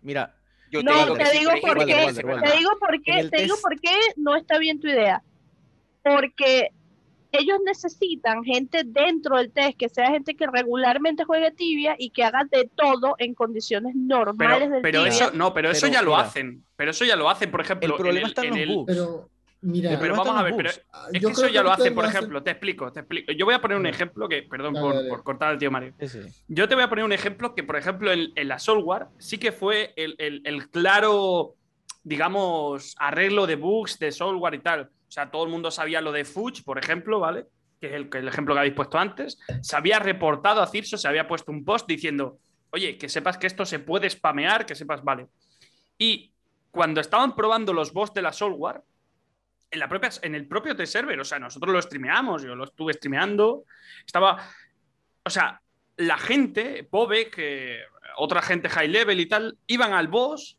Speaker 1: Mira,
Speaker 20: Yo
Speaker 2: no,
Speaker 20: digo que
Speaker 2: te
Speaker 20: sí,
Speaker 2: digo
Speaker 20: pero es
Speaker 2: por
Speaker 20: igual
Speaker 2: qué,
Speaker 20: de bueno.
Speaker 2: te digo por
Speaker 1: En
Speaker 2: qué,
Speaker 1: el
Speaker 2: te digo
Speaker 1: test-
Speaker 2: por qué no está bien tu idea. Porque ellos necesitan gente dentro del test, que sea gente que regularmente juegue tibia y que haga de todo en condiciones normales
Speaker 13: Pero,
Speaker 2: del
Speaker 13: pero
Speaker 2: tibia.
Speaker 13: eso, no, pero eso
Speaker 1: Pero,
Speaker 13: ya lo
Speaker 1: mira.
Speaker 13: hacen. Pero eso ya lo hacen, por ejemplo.
Speaker 1: El problema está en los bugs.
Speaker 6: Pero, mira,
Speaker 13: Pero, vamos a ver, pero
Speaker 6: Ah,
Speaker 13: es
Speaker 6: yo
Speaker 13: que eso
Speaker 6: creo que
Speaker 13: ya lo
Speaker 6: ahorita
Speaker 13: hacen, por
Speaker 6: lo hacen-
Speaker 13: ejemplo, te explico, te explico. Yo voy a poner un ejemplo que, perdón
Speaker 6: Dale,
Speaker 13: por,
Speaker 6: dale.
Speaker 13: por cortar al tío Mario.
Speaker 1: Sí, sí.
Speaker 13: Yo te voy a poner un ejemplo que, por ejemplo, en, en la Software sí que fue el, el- el claro, digamos, arreglo de bugs de Software y tal. O sea, todo el mundo sabía lo de Fuchs, por ejemplo, ¿vale? Que es el, el ejemplo que habéis puesto antes. Se había reportado a Cirso, se había puesto un post diciendo, oye, que sepas que esto se puede spamear, que sepas, vale. Y cuando estaban probando los bots de la Software, en, la propia, en el propio T-Server, o sea, nosotros lo streameamos, yo lo estuve streameando, estaba, o sea, la gente, Bobek, que otra gente high level y tal, iban al boss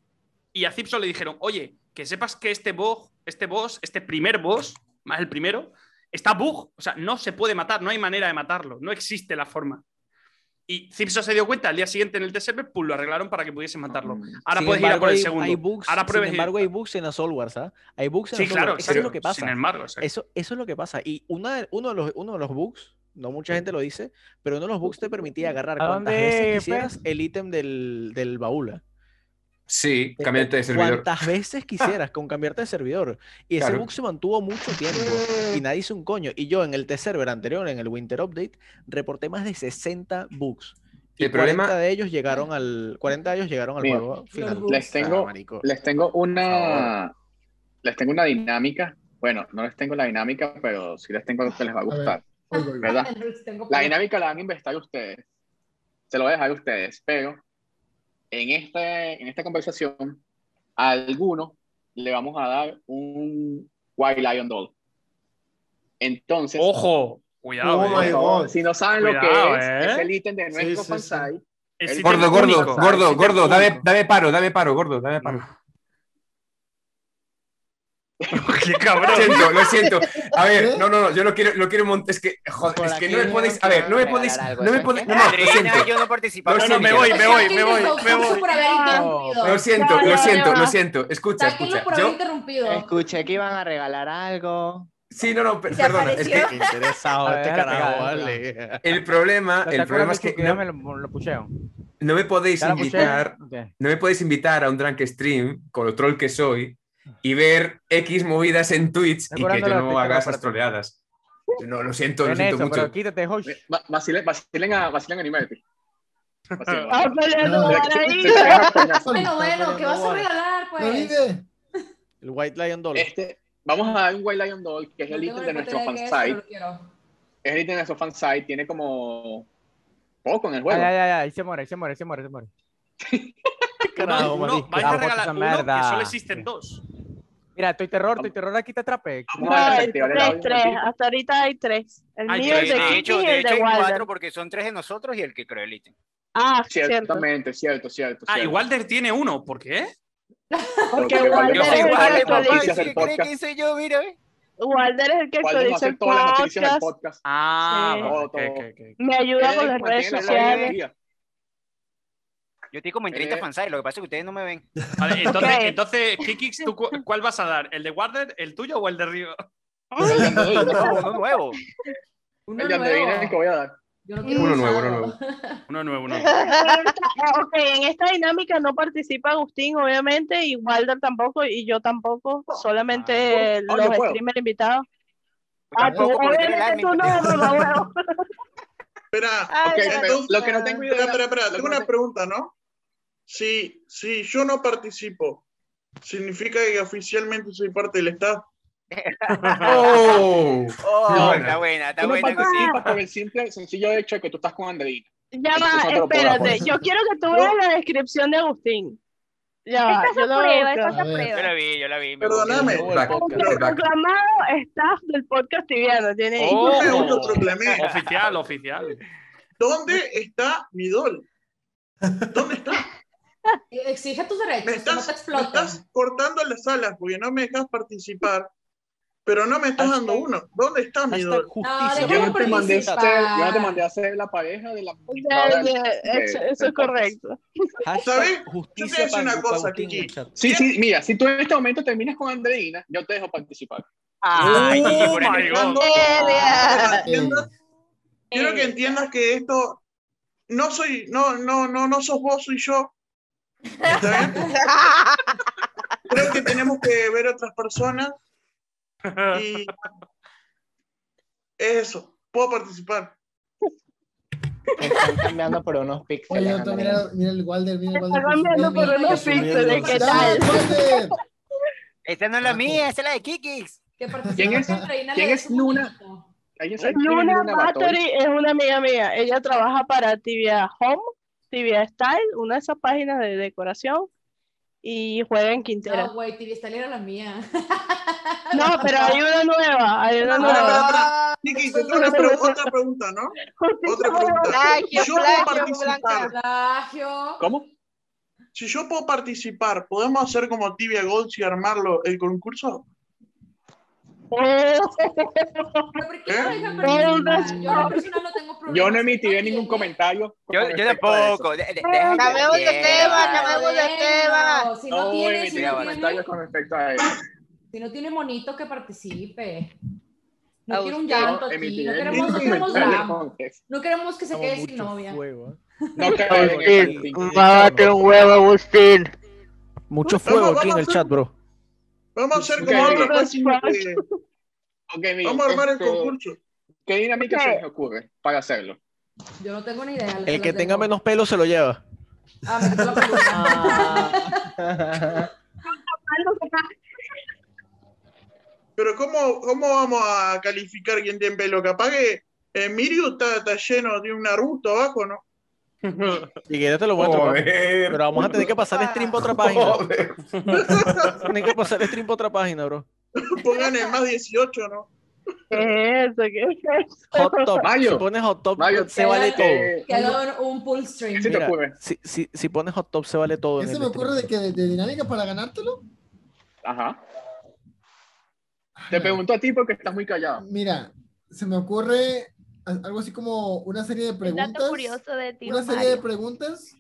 Speaker 13: y a Zipso le dijeron, oye, que sepas que este boss, este boss, este primer boss, más el primero, está bug, o sea, no se puede matar, no hay manera de matarlo, no existe la forma. Y Zipso se dio cuenta al día siguiente en el T-Server, pues lo arreglaron para que pudiesen matarlo. Ahora
Speaker 1: Ah, Sin
Speaker 13: puedes ir a
Speaker 1: embargo,
Speaker 13: por el
Speaker 1: hay-
Speaker 13: segundo.
Speaker 1: Hay bugs,
Speaker 13: Ahora
Speaker 1: sin
Speaker 13: pruebes y-
Speaker 1: embargo, hay bugs en las software, ¿sabes? Hay bugs en
Speaker 13: Sí,
Speaker 1: las
Speaker 13: claro,
Speaker 1: software. Eso es
Speaker 13: exacto.
Speaker 1: lo que pasa.
Speaker 13: Sin embargo, exacto.
Speaker 1: eso, eso es lo que pasa. Y una, de- uno, de los, uno de los bugs, no mucha gente lo dice, pero uno de los bugs te permitía agarrar
Speaker 4: ¿A
Speaker 1: cuantas
Speaker 4: dónde,
Speaker 1: veces
Speaker 4: Pe?
Speaker 1: quisieras el ítem del, del baúl. ¿eh?
Speaker 12: Sí, cambiante de servidor.
Speaker 1: Cuantas
Speaker 12: [laughs]
Speaker 1: veces quisieras con cambiarte de servidor. Y ese
Speaker 12: Claro.
Speaker 1: bug se mantuvo mucho tiempo y nadie hizo un coño. Y yo en el T-Server anterior, en el Winter Update, reporté más de 60 bugs. Y
Speaker 12: El problema-
Speaker 1: 40 de ellos llegaron al 40 de ellos llegaron al
Speaker 19: Mira,
Speaker 1: juego final.
Speaker 19: Les
Speaker 1: Ah,
Speaker 19: tengo,
Speaker 1: marico.
Speaker 19: les tengo una. Ah, Les tengo una dinámica. Bueno, no les tengo la dinámica, pero sí les tengo algo que les va a gustar. ¿Verdad? La dinámica la van a investigar ustedes. Se lo voy a dejar a ustedes. Pero en, este, en esta conversación, a alguno le vamos a dar un White Lion Doll. Entonces.
Speaker 13: ¡Ojo! Cuidado,
Speaker 19: por
Speaker 13: eh.
Speaker 19: favor, Si no saben lo
Speaker 13: Cuidado,
Speaker 19: que es,
Speaker 13: eh.
Speaker 19: es el ítem de nuestro
Speaker 13: sí, sí.
Speaker 19: fansite.
Speaker 13: El
Speaker 19: El-
Speaker 13: ítem
Speaker 12: Gordo, gordo,
Speaker 13: único.
Speaker 12: gordo,
Speaker 13: El
Speaker 12: gordo,
Speaker 13: ítem
Speaker 12: dame,
Speaker 13: único.
Speaker 12: dame paro, dame paro, gordo, dame paro. [laughs]
Speaker 13: ¡Qué cabrón!
Speaker 12: Lo siento, lo siento. A ver, no, no, no, yo lo quiero, lo quiero montar. Es que, joder, es que no me podéis. A ver, no me podéis. No me podéis. No, no, lo siento.
Speaker 20: ¿eh? yo no participaba.
Speaker 12: Lo
Speaker 20: No, no,
Speaker 12: siento. Lo siento, lo siento, lo siento. Escucha, escucha. Yo,
Speaker 18: interrumpido.
Speaker 5: Escuché que iban a regalar algo.
Speaker 12: sí, no, no, per-
Speaker 5: Se
Speaker 12: perdona. Es que
Speaker 5: apareció.
Speaker 1: Qué interesado este carajo, vale.
Speaker 12: el problema,
Speaker 4: ¿No te
Speaker 12: el problema
Speaker 4: acuerdas
Speaker 12: es que
Speaker 4: tú
Speaker 12: no,
Speaker 4: me lo, lo pucheo?
Speaker 12: no me podéis
Speaker 4: ¿Ya la
Speaker 1: pues,
Speaker 4: pucheo?
Speaker 12: invitar.
Speaker 4: Ok.
Speaker 12: No me podéis invitar a un drunk stream, con lo troll que soy, y ver X movidas en Twitch y que yo
Speaker 4: Acuérdalo,
Speaker 12: no
Speaker 4: te
Speaker 12: haga
Speaker 4: quiero
Speaker 12: esas
Speaker 4: para ti.
Speaker 12: troleadas. No, lo siento, lo
Speaker 4: Ven
Speaker 12: siento
Speaker 4: eso,
Speaker 12: mucho.
Speaker 4: pero quítate, Josh.
Speaker 19: Eh, Va- Vacilen, vacilen a, vacilen a Animality. Vacilen,
Speaker 2: Ah, pero no van a ir.
Speaker 18: Bueno, bueno, ¿qué vas a regalar, pues?
Speaker 1: El White Lion Doll.
Speaker 19: Este, vamos a dar un White Lion Doll, que es el
Speaker 18: Tengo
Speaker 19: ítem de
Speaker 18: la
Speaker 19: nuestro
Speaker 18: cartera de que es, pero
Speaker 19: fansite.
Speaker 18: lo quiero.
Speaker 19: Es el ítem de nuestro fansite, tiene como poco en el
Speaker 4: Ay,
Speaker 19: juego.
Speaker 4: ay, ay, ay, se muere, se muere, se muere, se [laughs] muere.
Speaker 13: Uno, uno,
Speaker 4: marico.
Speaker 13: vais a
Speaker 4: Ah,
Speaker 13: regalar
Speaker 4: esa
Speaker 13: uno
Speaker 4: merda.
Speaker 13: que solo existen dos.
Speaker 4: Mira, estoy terror, estoy terror, aquí te atrape.
Speaker 2: No, hay tres, tres. Hasta ahorita hay tres. El
Speaker 4: Hay
Speaker 2: mío, el
Speaker 4: tres.
Speaker 2: de
Speaker 4: Ah,
Speaker 2: Kiki
Speaker 20: De hecho,
Speaker 2: y
Speaker 20: de
Speaker 2: el
Speaker 20: hecho
Speaker 2: de
Speaker 20: hay
Speaker 2: Walder.
Speaker 20: cuatro porque son tres de nosotros y el que creó el ítem.
Speaker 2: Ah, cierto.
Speaker 19: Ciertamente, cierto, cierto.
Speaker 13: Ah,
Speaker 19: cierto.
Speaker 13: igual Walder tiene uno, ¿por qué?
Speaker 2: Porque
Speaker 19: Porque
Speaker 2: Walder
Speaker 19: Walder
Speaker 2: es el
Speaker 19: igual
Speaker 2: que
Speaker 19: es
Speaker 2: actualiza.
Speaker 19: noticias del podcast.
Speaker 20: soy yo? Mira, ve.
Speaker 2: Walder es el que
Speaker 19: Walder nos
Speaker 2: actualiza
Speaker 19: hace
Speaker 2: el
Speaker 19: todas las noticias del
Speaker 2: podcast.
Speaker 19: podcast.
Speaker 13: Ah,
Speaker 2: Sí.
Speaker 13: vale,
Speaker 19: Todo,
Speaker 13: que-
Speaker 19: todo.
Speaker 13: que- que-
Speaker 2: Me ayuda
Speaker 19: Él
Speaker 2: con las
Speaker 19: mantiene
Speaker 2: redes
Speaker 19: la línea de
Speaker 2: sociales.
Speaker 19: vida.
Speaker 20: Yo estoy como en 30
Speaker 19: Eh.
Speaker 20: fansites, lo que pasa es que ustedes no me ven.
Speaker 2: [laughs]
Speaker 13: Vale, entonces,
Speaker 2: Ok.
Speaker 13: entonces Kikix, ¿tú cu- cuál vas a dar? ¿El de Warder, el tuyo o el de Río?
Speaker 20: No, uno nuevo.
Speaker 18: Uno
Speaker 19: El de adivinen el que
Speaker 18: nuevo.
Speaker 19: voy a dar.
Speaker 18: Yo no quiero
Speaker 12: Uno nuevo, uno
Speaker 18: usarlo.
Speaker 12: nuevo.
Speaker 13: Uno nuevo, uno nuevo.
Speaker 21: [laughs]
Speaker 2: ok, en esta dinámica no participa Agustín, obviamente, y Walder tampoco, y yo tampoco, solamente
Speaker 19: Ah,
Speaker 2: los
Speaker 19: yo puedo.
Speaker 2: streamers invitados. Ah, tú,
Speaker 20: Tampoco, porque tú eres el
Speaker 2: obviamente tú no,
Speaker 20: admin.
Speaker 19: [laughs]
Speaker 2: mamahuevo.
Speaker 1: Ah,
Speaker 17: Espera,
Speaker 19: Ok,
Speaker 2: Ay,
Speaker 19: pero
Speaker 17: entonces-
Speaker 19: lo que no tengo idea.
Speaker 17: espera, espera, espera,
Speaker 19: lo que
Speaker 17: tengo
Speaker 19: no
Speaker 17: una pregunta, ¿no? Si, si yo no participo, ¿significa que oficialmente soy parte del staff?
Speaker 4: [laughs]
Speaker 12: ¡Oh!
Speaker 20: Oh,
Speaker 12: Muy buena.
Speaker 20: está buena, está
Speaker 19: Tú no
Speaker 20: buena.
Speaker 19: participas por el simple, sencillo hecho de que tú estás con Andreina.
Speaker 2: Ya
Speaker 19: Eso
Speaker 2: va,
Speaker 19: no te lo puedo dar,
Speaker 2: espérate,
Speaker 19: pues.
Speaker 2: yo quiero que tú veas la descripción de Agustín. Ya va,
Speaker 21: Estás
Speaker 2: yo
Speaker 21: a
Speaker 2: lo voy a
Speaker 21: prueba,
Speaker 2: buscar.
Speaker 21: estás a
Speaker 20: Yo
Speaker 21: prueba.
Speaker 20: la vi, yo la vi. me
Speaker 17: Perdóname.
Speaker 20: gustó.
Speaker 12: Back,
Speaker 17: Pero-
Speaker 12: back.
Speaker 2: Proclamado staff del podcast tibiano, tiene ahí.
Speaker 13: ¡Oh!
Speaker 17: me autoproclamé.
Speaker 13: Oficial, oficial.
Speaker 17: ¿Dónde está mi dólar? ¿Dónde está?
Speaker 18: Eh, Exige tus derechos,
Speaker 17: Me
Speaker 18: no te
Speaker 17: estás, me
Speaker 18: explotes.
Speaker 17: estás cortando las alas porque no me dejas participar, pero no me estás dando uno. ¿Dónde está mi dólar?
Speaker 19: yo, no te mandé a hacer, yo no te mandé a hacer la pareja de la.
Speaker 2: eso, eso es correcto.
Speaker 17: ¿Sabes?
Speaker 19: Yo
Speaker 17: te voy a decir una cosa, Kiki.
Speaker 19: Sí, sí, mira, si tú en este momento terminas con Andreina, yo te dejo participar.
Speaker 17: Ay,
Speaker 19: Kiki,
Speaker 17: oh
Speaker 19: por
Speaker 17: my
Speaker 19: el-
Speaker 17: God.
Speaker 19: Ah,
Speaker 17: Entiendas- Quiero que entiendas que esto no soy, no, no, no, no sos vos, soy yo. ¿Está
Speaker 5: [laughs]
Speaker 17: bien? Creo que tenemos que ver otras personas. Y es eso, puedo participar.
Speaker 5: Están cambiando por unos
Speaker 6: Oye,
Speaker 5: píxeles.
Speaker 6: otro, mira, mira el Walder, mira el Walder.
Speaker 2: Está cambiando por unos píxeles, ¿qué tal?
Speaker 20: [laughs] Esta no es la mía, esta es la de Kikis.
Speaker 19: ¿Quién es, ¿quién es Luna? ¿Alguien sabe quién es
Speaker 2: Luna
Speaker 19: Batory?
Speaker 2: Battery es una amiga mía. Ella trabaja para Tibia Home, Tibia Style, una de esas páginas de decoración, y juega en Quintera.
Speaker 18: No, güey, TV Style era la mía.
Speaker 2: No, pero hay una nueva, hay
Speaker 18: Ah,
Speaker 2: una
Speaker 17: Espera, espera,
Speaker 2: nueva.
Speaker 17: espera. Niki, te tengo una pre- otra pregunta, ¿no?
Speaker 18: [laughs]
Speaker 17: Otra pregunta.
Speaker 18: Plagio,
Speaker 17: Yo puedo
Speaker 18: plagio,
Speaker 17: participar.
Speaker 18: Plagio.
Speaker 19: ¿Cómo?
Speaker 17: Si yo puedo participar, ¿podemos hacer como Tibia Gold y armarlo el concurso?
Speaker 2: [laughs]
Speaker 18: Yo en lo personal no tengo problema.
Speaker 19: Yo no emitiré ningún comentario.
Speaker 20: Yo, yo tampoco. de- de- deja que
Speaker 18: Cambiemos de
Speaker 20: quiera.
Speaker 18: tema, cambiemos de tema. Si no
Speaker 19: voy a
Speaker 18: tienes, si
Speaker 19: emitir
Speaker 18: no
Speaker 19: comentarios con respecto a eso.
Speaker 18: Si no tiene monito, que participe. No
Speaker 19: A
Speaker 18: quiero un
Speaker 19: usted.
Speaker 18: llanto aquí.
Speaker 19: Emitiré
Speaker 18: No
Speaker 19: el
Speaker 18: queremos, no
Speaker 19: mismo
Speaker 18: queremos
Speaker 19: comentario
Speaker 18: drama.
Speaker 19: con eso.
Speaker 18: No queremos que se
Speaker 19: Como
Speaker 18: quede sin novia.
Speaker 17: ¿eh?
Speaker 19: No
Speaker 18: [laughs]
Speaker 19: cabe en el
Speaker 1: Agustín,
Speaker 19: casting.
Speaker 1: mágate un huevo, Agustín. Mucho fuego
Speaker 17: Vamos,
Speaker 1: aquí en
Speaker 17: vamos,
Speaker 1: el chat, bro.
Speaker 17: Vamos a hacer como
Speaker 19: Ok,
Speaker 17: otra
Speaker 19: mira.
Speaker 17: página que-
Speaker 19: Ok, mira,
Speaker 17: Vamos a armar el
Speaker 19: esto-
Speaker 2: [laughs]
Speaker 17: concurso.
Speaker 19: ¿Qué dinámica
Speaker 17: Ok.
Speaker 19: se les ocurre para hacerlo?
Speaker 18: Yo no tengo ni idea.
Speaker 1: El que tenga menos pelo se lo lleva.
Speaker 17: Pero ¿cómo, ¿cómo vamos a calificar quién tiene pelo? Capaz que eh, Miriu está, está lleno de un arbusto abajo, ¿no?
Speaker 1: Si quieres te lo muestro.
Speaker 12: Joder.
Speaker 1: bro. Pero vamos a tener que pasar
Speaker 17: [laughs]
Speaker 1: stream para otra página. Tienes que pasar stream para otra página, bro.
Speaker 17: Pongan el Pues más 18, ¿no?
Speaker 2: ¿Qué es eso? ¿Qué es eso? eh,
Speaker 1: Hot top. Si pones hot top, se vale
Speaker 18: Que
Speaker 1: todo.
Speaker 18: hagan un pull stream.
Speaker 1: Mira, si, si, si pones hot top, se vale todo.
Speaker 6: ¿Qué
Speaker 1: en
Speaker 6: se
Speaker 1: el
Speaker 6: me
Speaker 1: stream.
Speaker 6: ocurre de, que, de, de dinámica para ganártelo?
Speaker 19: Ajá. Te pregunto a ti porque estás muy callado.
Speaker 6: Mira, se me ocurre a- algo así como una serie de
Speaker 21: El dato
Speaker 6: preguntas.
Speaker 21: curioso de ti.
Speaker 6: Una serie de preguntas.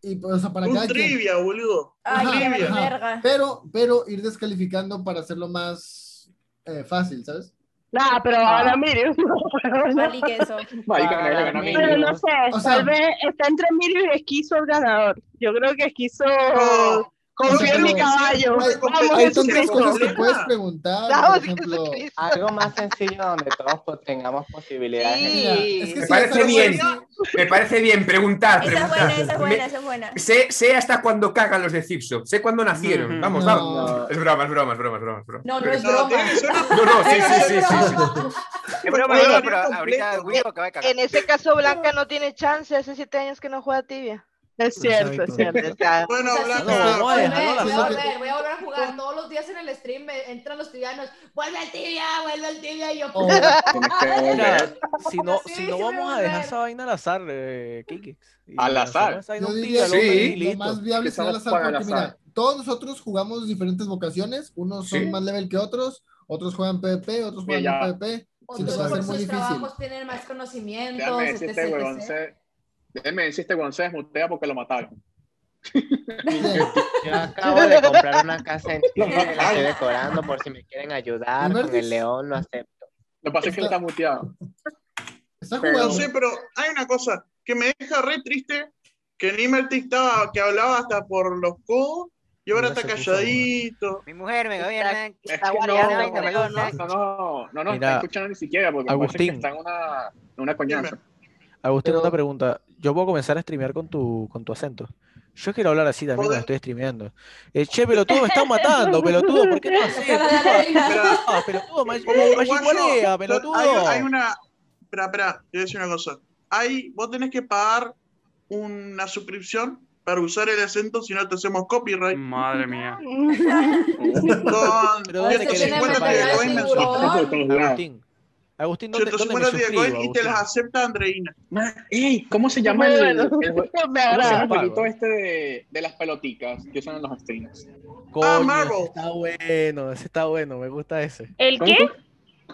Speaker 6: Y pues, o sea, para
Speaker 17: Un
Speaker 6: cada quien.
Speaker 17: trivia, boludo.
Speaker 6: Ajá,
Speaker 17: Un trivia.
Speaker 6: ajá. Pero, pero ir descalificando para hacerlo más eh, fácil, ¿sabes?
Speaker 2: Nah, pero
Speaker 6: Ah.
Speaker 2: ahora mire.
Speaker 19: Marica, no, no, no, no,
Speaker 2: Pero no sé,
Speaker 6: O sea-
Speaker 2: tal vez está entre Mirio y Esquizo el ganador. Yo creo que Esquizo
Speaker 17: No.
Speaker 2: confía en mi
Speaker 6: Pero-
Speaker 2: caballo.
Speaker 6: Hay,
Speaker 2: Vamos,
Speaker 6: hay tantas
Speaker 2: Jesucristo.
Speaker 6: cosas que puedes preguntar, por ejemplo.
Speaker 5: Algo más sencillo donde todos pues, tengamos posibilidades.
Speaker 6: Mira, es que
Speaker 12: Me
Speaker 6: sí,
Speaker 12: parece
Speaker 6: esa-
Speaker 12: bien, me parece bien preguntar.
Speaker 7: Esa es buena, esa
Speaker 12: preguntar.
Speaker 7: es buena, esa es buena.
Speaker 12: Me- sé, sé hasta cuándo cagan los de Cipso, sé cuándo nacieron. Vamos,
Speaker 6: No.
Speaker 12: vamos. Es broma, es broma, es broma, es broma. es broma.
Speaker 18: No, no es
Speaker 12: Pero-
Speaker 18: broma.
Speaker 12: No, no, sí, sí, sí, sí, sí.
Speaker 20: Es broma,
Speaker 22: Oye,
Speaker 20: no, pero ahorita
Speaker 22: completo.
Speaker 20: Guido acaba de cagar.
Speaker 22: En ese caso, Blanca no tiene chance. Hace siete años que no juega tibia.
Speaker 6: Pues
Speaker 2: Es cierto, es cierto.
Speaker 17: Bueno,
Speaker 1: No,
Speaker 17: Blanca.
Speaker 1: vamos a dejarlo a
Speaker 18: Voy
Speaker 1: la
Speaker 18: a
Speaker 1: suerte.
Speaker 18: volver, voy a volver a jugar. Todos los días en el stream me entran los tibianos. Vuelve al tibia, vuelve al tibia. Y yo,
Speaker 1: Oh. Mira, si no,
Speaker 18: Sí,
Speaker 1: si no
Speaker 18: sí,
Speaker 1: vamos
Speaker 18: voy a
Speaker 1: a dejar
Speaker 18: volver.
Speaker 1: esa vaina al azar, eh, Kiki. Y
Speaker 19: Al azar.
Speaker 1: lanzamos esa vaina
Speaker 6: Yo
Speaker 1: un
Speaker 6: diría
Speaker 1: tiro al hombre y
Speaker 6: que lo
Speaker 1: listo.
Speaker 6: más viable sería al azar, porque mira, todos nosotros jugamos diferentes vocaciones, unos son
Speaker 19: Sí.
Speaker 6: más level que otros, otros juegan PvP, otros juegan
Speaker 19: Mira,
Speaker 6: no PvP, sí,
Speaker 18: Otros
Speaker 6: nos va a
Speaker 18: por
Speaker 6: ser muy
Speaker 18: sus
Speaker 6: difícil.
Speaker 18: trabajos tienen más conocimientos.
Speaker 19: Déjame decir este
Speaker 18: etc,
Speaker 19: huevón
Speaker 18: etc.
Speaker 19: se- Déjame decir este huevón se desmutea porque lo mataron.
Speaker 5: [laughs] Yo acabo de comprar una
Speaker 19: [laughs]
Speaker 5: casa en Chile, la estoy decorando por si me quieren ayudar. Con el león lo acepto.
Speaker 19: Lo que pasa es que él está muteado.
Speaker 17: No sé, pero hay una cosa que me deja re triste, que Nimerty estaba, que hablaba hasta por los codos y ahora
Speaker 1: Mira,
Speaker 17: está
Speaker 1: se puso mal.
Speaker 17: calladito.
Speaker 20: Mi mujer me gobierna.
Speaker 19: Es que no,
Speaker 20: guareando,
Speaker 19: no,
Speaker 20: me gusta.
Speaker 19: no, no,
Speaker 1: [laughs]
Speaker 19: no, no está
Speaker 1: Mira,
Speaker 19: escuchando ni siquiera porque parece que
Speaker 1: Agustín.
Speaker 19: está en una, en una coñaza.
Speaker 1: Agustín, una pregunta. Yo puedo comenzar a streamear con tu, con tu acento. Yo quiero hablar así también cuando estoy streameando. Eh, che, pelotudo, me están
Speaker 17: [laughs]
Speaker 1: matando, pelotudo, ¿por qué no haces? Ah, pelotudo, Magic
Speaker 17: Como uruguayo,
Speaker 1: Volea,
Speaker 17: Hay,
Speaker 1: pelotudo.
Speaker 17: hay una. Espera, espera, te voy a decir una cosa. Hay, vos tenés que pagar una suscripción para usar el acento si no te hacemos copyright.
Speaker 13: Madre mía.
Speaker 17: Son
Speaker 1: Pero ¿dónde querés que
Speaker 17: 150
Speaker 1: pague?
Speaker 17: que lo ven mensual.
Speaker 1: Agustín, Agustín, ¿dónde, dónde me
Speaker 17: 150
Speaker 1: suscribo?
Speaker 17: Diacoin y te
Speaker 1: Agustín?
Speaker 17: las acepta Andreina.
Speaker 19: ¡Ey! ¿Cómo se llama el, el,
Speaker 17: Bueno,
Speaker 19: el jue-
Speaker 17: me
Speaker 19: ¿cómo se llama
Speaker 17: agrada.
Speaker 19: el jueguito este de, de las peloticas que usan en los streams?
Speaker 17: Ah,
Speaker 1: Coño, ese está bueno, ese está bueno, me gusta ese.
Speaker 21: ¿El qué?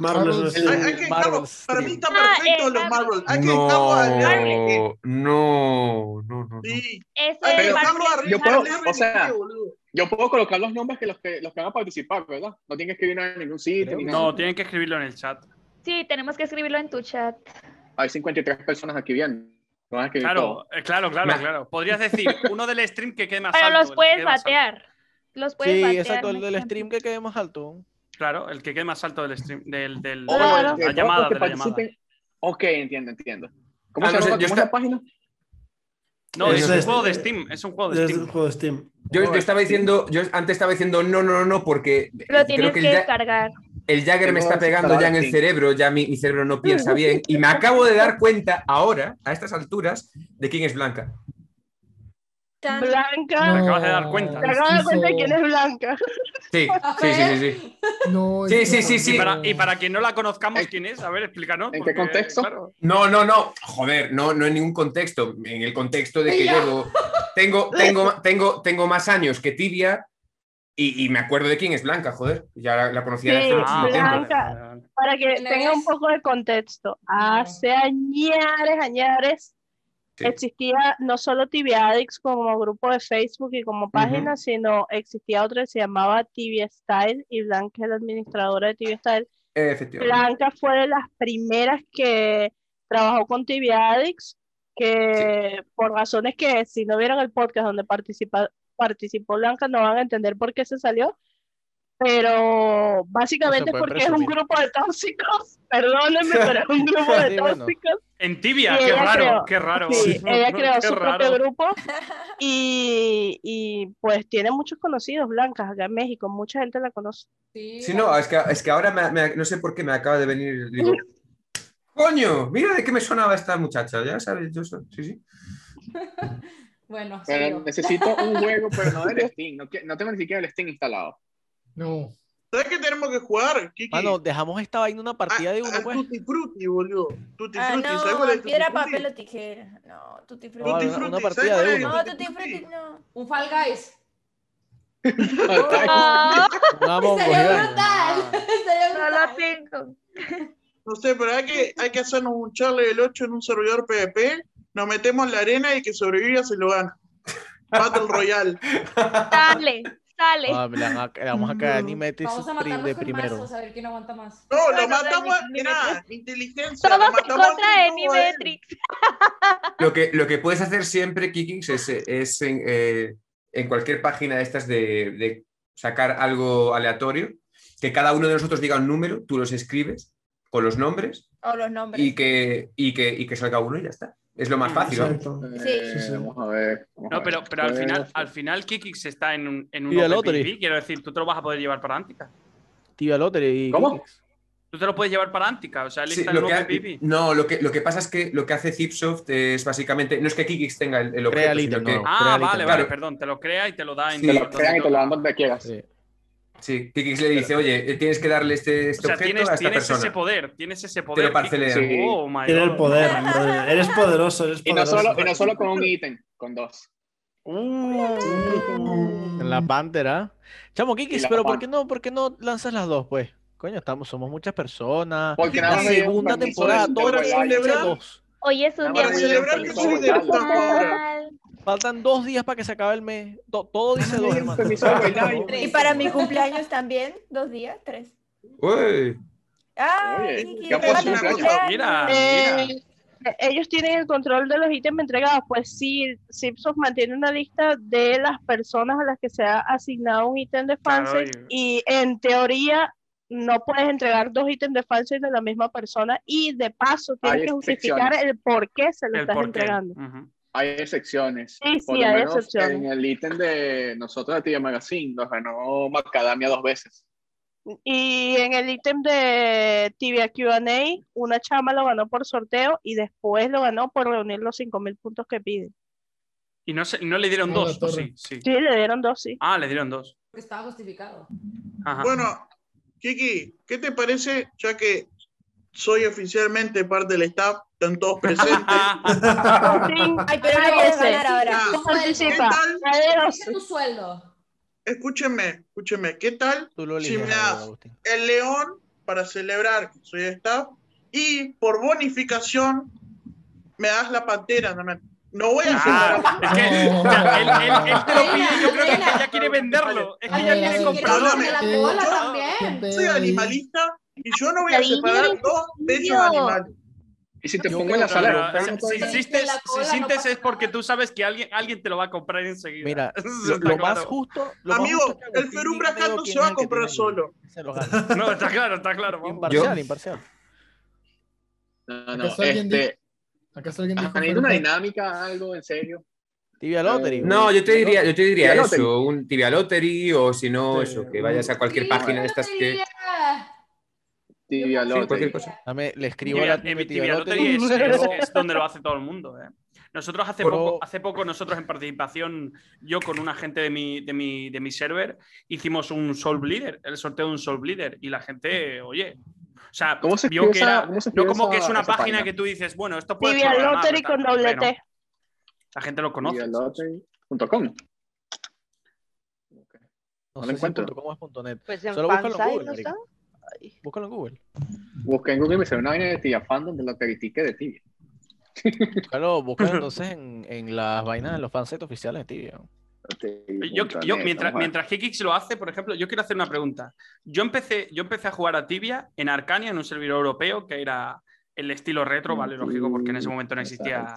Speaker 17: Marbles.
Speaker 1: El
Speaker 17: Hay- hay que-
Speaker 1: Marbles
Speaker 17: Para mí
Speaker 1: Stream.
Speaker 17: está perfecto los Marvel. Hay que dejarlo arriba.
Speaker 12: No, no, no, no.
Speaker 17: Sí.
Speaker 21: Eso
Speaker 17: Hay que
Speaker 19: Pero-
Speaker 17: dejarlo arriba.
Speaker 19: Yo puedo,
Speaker 17: Déjame
Speaker 19: o sea,
Speaker 17: vivir, boludo.
Speaker 19: yo puedo colocar los nombres que los que, los que van a participar, ¿verdad? No tienen que escribir en ningún sitio. ni nada.
Speaker 13: No, tienen que escribirlo en el chat.
Speaker 21: Sí, tenemos que escribirlo en tu chat.
Speaker 19: Hay 53 personas aquí viendo. No van a escribir todo.
Speaker 13: Claro, eh, claro, claro, claro. Podrías decir uno del stream que quede más
Speaker 21: Pero
Speaker 13: alto.
Speaker 21: los
Speaker 13: el que
Speaker 21: puedes
Speaker 13: quede más alto.
Speaker 21: batear. Los puedes
Speaker 13: Sí,
Speaker 21: batear.
Speaker 13: exacto, el
Speaker 21: un
Speaker 13: del
Speaker 21: ejemplo.
Speaker 1: stream que quede más alto.
Speaker 13: Claro, el que quede más alto del stream, del, del,
Speaker 19: O de
Speaker 13: la
Speaker 19: todos
Speaker 13: llamada,
Speaker 19: los que
Speaker 13: de la llamada.
Speaker 19: participen. Ok, entiendo, entiendo. ¿Cómo
Speaker 12: Ah,
Speaker 19: se
Speaker 12: no sé,
Speaker 19: llama?
Speaker 12: yo
Speaker 19: ¿Cómo es la
Speaker 12: esta-
Speaker 19: página?
Speaker 13: No, es,
Speaker 12: Eso
Speaker 13: un
Speaker 12: es.
Speaker 13: juego de Steam, es un juego
Speaker 12: Eh,
Speaker 13: de
Speaker 12: Es
Speaker 13: Steam.
Speaker 12: un
Speaker 17: juego de Steam.
Speaker 12: Yo, yo estaba diciendo, yo antes estaba diciendo no, no, no, no, porque
Speaker 21: Lo
Speaker 12: creo
Speaker 21: tienes
Speaker 12: que
Speaker 21: que,
Speaker 12: el, Ja-
Speaker 21: descargar.
Speaker 12: el Jagger me está
Speaker 19: Tengo
Speaker 12: pegando ya en el
Speaker 19: sí.
Speaker 12: cerebro, ya mi, mi cerebro no piensa bien. Y me acabo de dar cuenta ahora, a estas alturas, de quién es Blanca.
Speaker 2: Blanca.
Speaker 12: Me acabas de dar cuenta.
Speaker 2: Te acabas de dar cuenta de quién es Blanca.
Speaker 12: Sí, sí, sí, sí. sí. Sí, sí, sí, sí.
Speaker 13: Y para, y para quien no la conozcamos, ¿quién es? A ver, explícanos. ¿En qué contexto?
Speaker 12: No, no, no. Joder, no, no en ningún contexto. En el contexto de que
Speaker 13: Ya.
Speaker 12: llevo.
Speaker 2: [laughs]
Speaker 12: Tengo, tengo, tengo, tengo más años que Tibia y, y me acuerdo de quién es Blanca, joder. Ya la, la
Speaker 2: Sí,
Speaker 12: conocía desde hace muchísimo tiempo.
Speaker 2: Blanca. Para que tenga un poco de contexto. Hace añares, añares,
Speaker 12: Sí.
Speaker 2: existía no solo Tibiadix como grupo de Facebook y como página, sino existía otra que se llamaba Tibia Style y Blanca es la administradora de Tibia Style.
Speaker 12: Efectivamente.
Speaker 2: Blanca fue de las primeras que trabajó con Tibiadix, que por razones que si no vieron el podcast donde participa, participó Blanca no van a entender por qué se salió, pero básicamente
Speaker 13: puede
Speaker 2: porque es un
Speaker 13: presumir.
Speaker 2: grupo de tóxicos, [laughs] perdónenme, pero [laughs] es un grupo de
Speaker 13: Sí, bueno.
Speaker 2: tóxicos.
Speaker 13: En tibia,
Speaker 2: Y
Speaker 13: qué
Speaker 2: ella
Speaker 13: raro,
Speaker 2: creó-
Speaker 13: qué raro.
Speaker 2: Sí, ella creó
Speaker 13: Qué
Speaker 2: su propio
Speaker 13: raro. [laughs]
Speaker 2: grupo y, y, pues tiene muchos conocidos blancas acá en México, mucha gente la conoce.
Speaker 12: Sí, no, es que, es que ahora me- me- no sé por qué me acaba de venir.
Speaker 2: [laughs]
Speaker 12: Digo, coño, mira de qué me sonaba esta muchacha, ya sabes, yo soy. Sí, sí.
Speaker 18: Bueno,
Speaker 19: Pero
Speaker 18: sigo.
Speaker 19: necesito
Speaker 18: [laughs]
Speaker 19: un juego, pero no del Steam. No, que- no tengo ni siquiera el Steam instalado.
Speaker 6: No.
Speaker 17: ¿Sabes qué tenemos que jugar, Kiki?
Speaker 1: Ah, no, dejamos esta vaina una partida de uno,
Speaker 17: Al
Speaker 1: pues.
Speaker 17: Ah, Tutti Frutti, boludo. Tutti
Speaker 7: Ah,
Speaker 17: Frutti, ¿sabes
Speaker 7: no,
Speaker 17: cuál es
Speaker 7: piedra,
Speaker 17: Tutti Frutti?
Speaker 7: papel o tijera. No, tutti frutti.
Speaker 1: No, una, una partida de uno.
Speaker 7: No, tutti frutti no.
Speaker 18: Un Fall Guys.
Speaker 1: Vamos,
Speaker 18: No
Speaker 21: lo tengo.
Speaker 17: No sé, pero hay que, hay que hacernos un charle del 8 en un servidor PvP, nos metemos en la arena y el que sobreviva se lo gana. Battle
Speaker 1: [laughs]
Speaker 17: Royale.
Speaker 21: Sale, sale.
Speaker 1: Ah, le van a- le vamos a caer ni metes
Speaker 18: Vamos a
Speaker 1: stream
Speaker 18: matarnos
Speaker 1: de
Speaker 18: con
Speaker 1: primero.
Speaker 18: mazos, a ver quién aguanta más.
Speaker 17: No,
Speaker 18: Bueno,
Speaker 17: lo matamos,
Speaker 18: Dani,
Speaker 17: mirá, inteligencia.
Speaker 21: Todos
Speaker 17: lo
Speaker 21: en
Speaker 17: matamos
Speaker 21: contra de
Speaker 17: antes tú a él.
Speaker 21: Nimetrix.
Speaker 12: Lo que, lo que puedes hacer siempre, Kikix, es, es en, eh, en cualquier página de estas de, de sacar algo aleatorio, que cada uno de nosotros diga un número, tú los escribes con los nombres
Speaker 7: O los nombres.
Speaker 12: y que, y que, y que salga uno y ya está. Es lo más fácil. ¿no?
Speaker 7: Sí.
Speaker 19: Eh, Vamos a ver. vamos a ver. Eh,
Speaker 13: No, pero, pero al final, al final Kikix está en un, en un
Speaker 1: Y el
Speaker 13: Open
Speaker 1: otro.
Speaker 13: PvP, quiero decir, tú te lo vas a poder llevar para Antica.
Speaker 1: Tibia Lottery.
Speaker 12: ¿Cómo?
Speaker 13: Tú te lo puedes llevar para Antica, o sea, él
Speaker 12: Sí,
Speaker 13: está en
Speaker 12: lo
Speaker 13: un
Speaker 12: que
Speaker 13: Open
Speaker 12: ha-
Speaker 13: PvP.
Speaker 12: no, lo que, lo que pasa es que lo que hace Zipsoft es básicamente, no es que Kikix tenga el, el objeto,
Speaker 1: Crea el ítem
Speaker 12: sino Pues que-
Speaker 1: nuevo,
Speaker 13: Ah, vale, vale,
Speaker 12: Claro,
Speaker 13: perdón, te lo crea y te lo da en
Speaker 12: Sí, te lo
Speaker 13: donde
Speaker 19: Crean y te
Speaker 13: toca.
Speaker 19: lo dan donde quieras.
Speaker 12: sí, Kikix le dice, oye, eh, tienes que darle este,
Speaker 13: O
Speaker 12: este
Speaker 13: sea,
Speaker 12: objeto
Speaker 13: tienes,
Speaker 12: a esta
Speaker 13: tienes ese
Speaker 12: persona.
Speaker 13: poder, tienes ese poder. Kikix.
Speaker 12: parcelean. Sí.
Speaker 13: Oh, my
Speaker 23: Tiene
Speaker 13: God.
Speaker 23: el poder, brother. Eres poderoso, eres
Speaker 19: Y no,
Speaker 23: poderoso.
Speaker 19: solo, y no solo con un ítem, con dos.
Speaker 23: Uh.
Speaker 1: En la Pantera. Chamo, Kikis,
Speaker 19: la
Speaker 1: pero
Speaker 19: pan-
Speaker 1: ¿por qué no, por qué no lanzas las dos, pues? Coño, estamos, somos muchas personas.
Speaker 19: Porque nada
Speaker 1: la
Speaker 19: más me dieron
Speaker 1: segunda
Speaker 19: permiso
Speaker 1: temporada,
Speaker 19: de- de
Speaker 1: todo el mundo
Speaker 19: bailar.
Speaker 1: echa dos.
Speaker 21: Hoy es un
Speaker 1: Ah,
Speaker 19: Nada
Speaker 21: día
Speaker 19: más
Speaker 21: muy
Speaker 19: celebrar que soy de puta
Speaker 21: especial.
Speaker 1: Faltan dos días para que se acabe el mes. To- todo dice dos, hermano.
Speaker 7: Y para mi cumpleaños también, dos días, tres.
Speaker 12: Uy.
Speaker 7: Ah,
Speaker 19: Eh,
Speaker 12: Oye,
Speaker 7: Kiki,
Speaker 12: ¿qué ha puesto
Speaker 7: feliz
Speaker 12: una cosa?
Speaker 7: cumpleaños.
Speaker 13: Mira,
Speaker 2: Eh,
Speaker 13: mira.
Speaker 2: ellos tienen el control de los ítems entregados. Pues sí, Zipsoft mantiene una lista de las personas a las que se ha asignado un ítem de
Speaker 13: Claro,
Speaker 2: fansite y en teoría no puedes entregar dos ítems de fansite de la misma persona y de paso tienes
Speaker 19: Hay
Speaker 2: que justificar
Speaker 19: excepciones.
Speaker 2: el por qué se lo
Speaker 19: El
Speaker 2: estás
Speaker 19: por qué.
Speaker 2: entregando.
Speaker 19: Hay excepciones.
Speaker 2: Sí, sí,
Speaker 19: Por lo
Speaker 2: hay
Speaker 19: menos
Speaker 2: excepciones.
Speaker 19: En el ítem de nosotros de Tibia Magazine nos ganó Macadamia dos veces.
Speaker 2: Y en el ítem de Tibia QA, una chama lo ganó por sorteo y después lo ganó por reunir los 5.000 puntos que piden.
Speaker 13: Y no, se- no le dieron
Speaker 2: No, la
Speaker 13: dos, ¿o sí, sí.
Speaker 2: Sí, le dieron
Speaker 24: [laughs]
Speaker 2: dos, sí.
Speaker 13: Ah, le dieron dos.
Speaker 18: Porque estaba justificado.
Speaker 13: Ajá.
Speaker 17: Bueno, Kiki, ¿qué te parece, ya que soy oficialmente parte del staff, están
Speaker 1: [laughs]
Speaker 17: todos presentes.
Speaker 21: Ay, pero no puedes hablar ahora.
Speaker 17: Ah,
Speaker 24: Participa.
Speaker 17: Adiós.
Speaker 24: tu sueldo.
Speaker 17: Escúcheme, escúcheme, ¿qué tal
Speaker 1: lo
Speaker 17: si me
Speaker 1: lideras,
Speaker 17: das el león para celebrar que soy staff y por bonificación me das la pantera también? No voy a
Speaker 13: Ah, es que ya, él, él- él te lo pide y yo creo que es que ya quiere venderlo. Es que ya quiere comprarlo.
Speaker 17: Yo soy animalista y yo no voy a
Speaker 13: Cariño,
Speaker 17: separar dos pechos animales.
Speaker 3: Y si te
Speaker 17: Yo
Speaker 3: pongo
Speaker 17: creo
Speaker 3: la
Speaker 17: que
Speaker 3: sala,
Speaker 17: no,
Speaker 3: romper
Speaker 17: no,
Speaker 3: un
Speaker 17: sí,
Speaker 13: Si
Speaker 17: sí,
Speaker 13: insistes,
Speaker 17: la
Speaker 13: si
Speaker 17: cola,
Speaker 13: insistes es porque tú sabes que alguien, alguien te lo va a comprar enseguida. [laughs]
Speaker 1: Mira,
Speaker 13: Eso
Speaker 1: lo-
Speaker 13: está
Speaker 1: lo más justo- lo más
Speaker 17: Amigo,
Speaker 1: justo
Speaker 17: el Ferumbra Cato se va a comprar solo.
Speaker 13: No, está claro, está claro. vamos.
Speaker 1: Imparcial, imparcial.
Speaker 3: No, no,
Speaker 1: ¿Acaso alguien
Speaker 3: este.
Speaker 6: ¿Acaso alguien
Speaker 1: dijo
Speaker 3: ¿Necesito una
Speaker 1: Ferpa?
Speaker 3: dinámica, algo en serio?
Speaker 1: Tibia Lottery.
Speaker 12: No, yo te diría, yo te diría
Speaker 3: Tibia
Speaker 12: eso, un tibia lottery o si no, eso, que vayas a cualquier
Speaker 3: Tibia
Speaker 12: página de estas que.
Speaker 25: Ah.
Speaker 3: Tibia
Speaker 12: Sí,
Speaker 3: lottery.
Speaker 12: cualquier cosa.
Speaker 1: Dame, le escribo
Speaker 13: Tibia,
Speaker 1: a la
Speaker 13: eh,
Speaker 1: Tibia
Speaker 13: Tibia Lottery
Speaker 1: Lottery.
Speaker 13: es, es- es donde lo hace todo el mundo. eh. Nosotros hace
Speaker 1: Por-
Speaker 13: poco, hace poco, nosotros en participación, yo con una gente de mi, de mi, de mi server, hicimos un Soul Bleeder, el sorteo de un Soul Bleeder, y la gente, oye. O sea,
Speaker 3: ¿Cómo se
Speaker 13: vio
Speaker 3: escribe
Speaker 13: que
Speaker 3: esa-
Speaker 13: era.
Speaker 3: cómo
Speaker 13: no
Speaker 3: se escribe
Speaker 13: como que
Speaker 3: esa-
Speaker 13: es una
Speaker 3: esa
Speaker 13: página,
Speaker 3: página?
Speaker 13: que tú dices, bueno, esto puede
Speaker 2: Tibia
Speaker 13: programarlo,
Speaker 2: Lottery
Speaker 13: tal,
Speaker 2: con doble
Speaker 13: pero
Speaker 2: T.
Speaker 13: [laughs] La gente lo conoce.
Speaker 3: Tibialottery.com. No lo encuentro.
Speaker 1: ¿Cómo es punto net?
Speaker 25: Pues en
Speaker 1: Solo búscalo en
Speaker 25: fansite,
Speaker 1: Google,
Speaker 25: ¿no
Speaker 1: marica.
Speaker 25: está?
Speaker 1: Búscalo en Google.
Speaker 3: Busqué en Google y me salió una vaina de Tibia Fandom de Lottery Ticket de Tibia.
Speaker 13: [laughs]
Speaker 1: Búscalo, búscalo entonces en, en las vainas de los fansites oficiales de Tibia.
Speaker 13: Yo, yo, mientras, mientras Kikix lo hace, por ejemplo, yo quiero hacer una pregunta. Yo empecé, yo empecé a jugar a Tibia en Arcania, en un servidor europeo, que era el estilo retro,
Speaker 3: Mm,
Speaker 13: ¿vale? Lógico, porque en ese momento no existía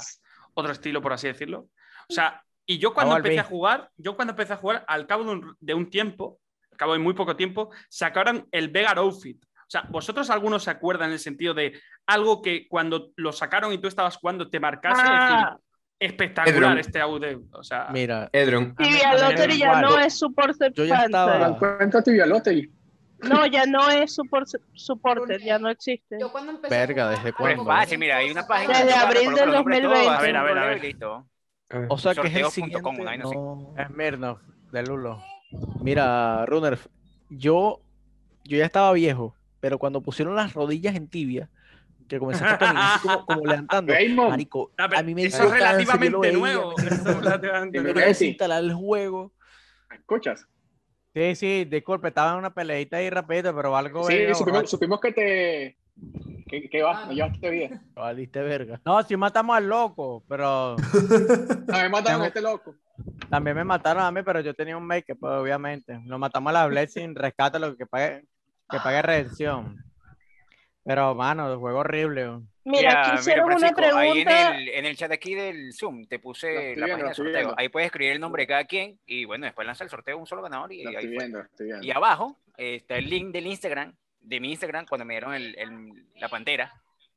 Speaker 13: otro estilo, por así decirlo. O sea, y yo cuando
Speaker 1: Vamos al
Speaker 13: empecé a
Speaker 1: B.
Speaker 13: jugar, yo cuando empecé a jugar, al cabo de un, de un tiempo, al cabo de muy poco tiempo, sacaron el Vegar Outfit. O sea, ¿vosotros algunos se acuerdan en el sentido de algo que cuando lo sacaron y tú estabas jugando te marcase?
Speaker 2: Ah.
Speaker 13: Es decir, espectacular
Speaker 12: Pedro.
Speaker 13: este audio. O sea,
Speaker 1: Mira.
Speaker 12: Edron.
Speaker 2: Tibia Lottery ya no es supporter
Speaker 1: Yo ya estaba.
Speaker 2: fantasy.
Speaker 3: Cuenta Tibia Lottery.
Speaker 2: No, ya no es support, supporter, ya no existe.
Speaker 24: Yo cuando empecé
Speaker 1: Verga, ¿desde
Speaker 20: Pues
Speaker 1: cuándo?
Speaker 20: fácil, mira, hay una página.
Speaker 2: Desde
Speaker 20: que tú
Speaker 2: abril
Speaker 20: colocas
Speaker 2: del
Speaker 20: los nombres todos,
Speaker 2: 2020.
Speaker 20: A ver, a ver, a
Speaker 2: Correo
Speaker 20: ver.
Speaker 2: y
Speaker 20: Listo.
Speaker 1: O sea que es el siguiente.
Speaker 20: Sorteo.com, una vaina así.
Speaker 1: no. de Lulo. Mira, Runner, yo, yo ya estaba viejo, pero cuando pusieron las rodillas en tibia,
Speaker 13: [laughs]
Speaker 1: que comenzaste a caminar así [laughs] como, como levantando, marico,
Speaker 13: Ah, pero
Speaker 1: a mí me
Speaker 13: eso es
Speaker 1: dio cáncer, yo
Speaker 13: relativamente
Speaker 1: lo veía,
Speaker 13: nuevo. Eso es relativamente
Speaker 1: me
Speaker 13: nuevo.
Speaker 1: tuve que instalar el juego.
Speaker 3: ¿Escuchas?
Speaker 4: Sí, sí, disculpe, estaba en una peleita ahí rapidito, pero algo
Speaker 3: Sí,
Speaker 4: era
Speaker 3: supimos,
Speaker 4: borracho.
Speaker 3: supimos que te. que, que vas, me llevaste vida.
Speaker 1: Valiste verga.
Speaker 4: No, sí matamos al loco,
Speaker 1: [laughs]
Speaker 4: pero
Speaker 3: A ver, mataron a este loco.
Speaker 4: también me mataron a mí, pero yo tenía un make pues, obviamente. Lo matamos a la Blessing, rescata lo que pague, que pague redención. Pero, mano, el juego horrible. bro.
Speaker 20: Mira, mira, Francisco, Ahí en el, en el chat aquí del Zoom te puse la
Speaker 3: viendo,
Speaker 20: página
Speaker 3: la
Speaker 20: de
Speaker 3: estoy
Speaker 20: sorteo.
Speaker 3: viendo.
Speaker 20: Ahí puedes escribir el nombre de cada quien y bueno, después lanza el sorteo un solo ganador y
Speaker 3: Lo
Speaker 20: ahí
Speaker 3: estoy
Speaker 20: fue.
Speaker 3: viendo, lo estoy viendo.
Speaker 20: Y abajo eh, está el link del Instagram, de mi Instagram, cuando me dieron el- el- la pantera,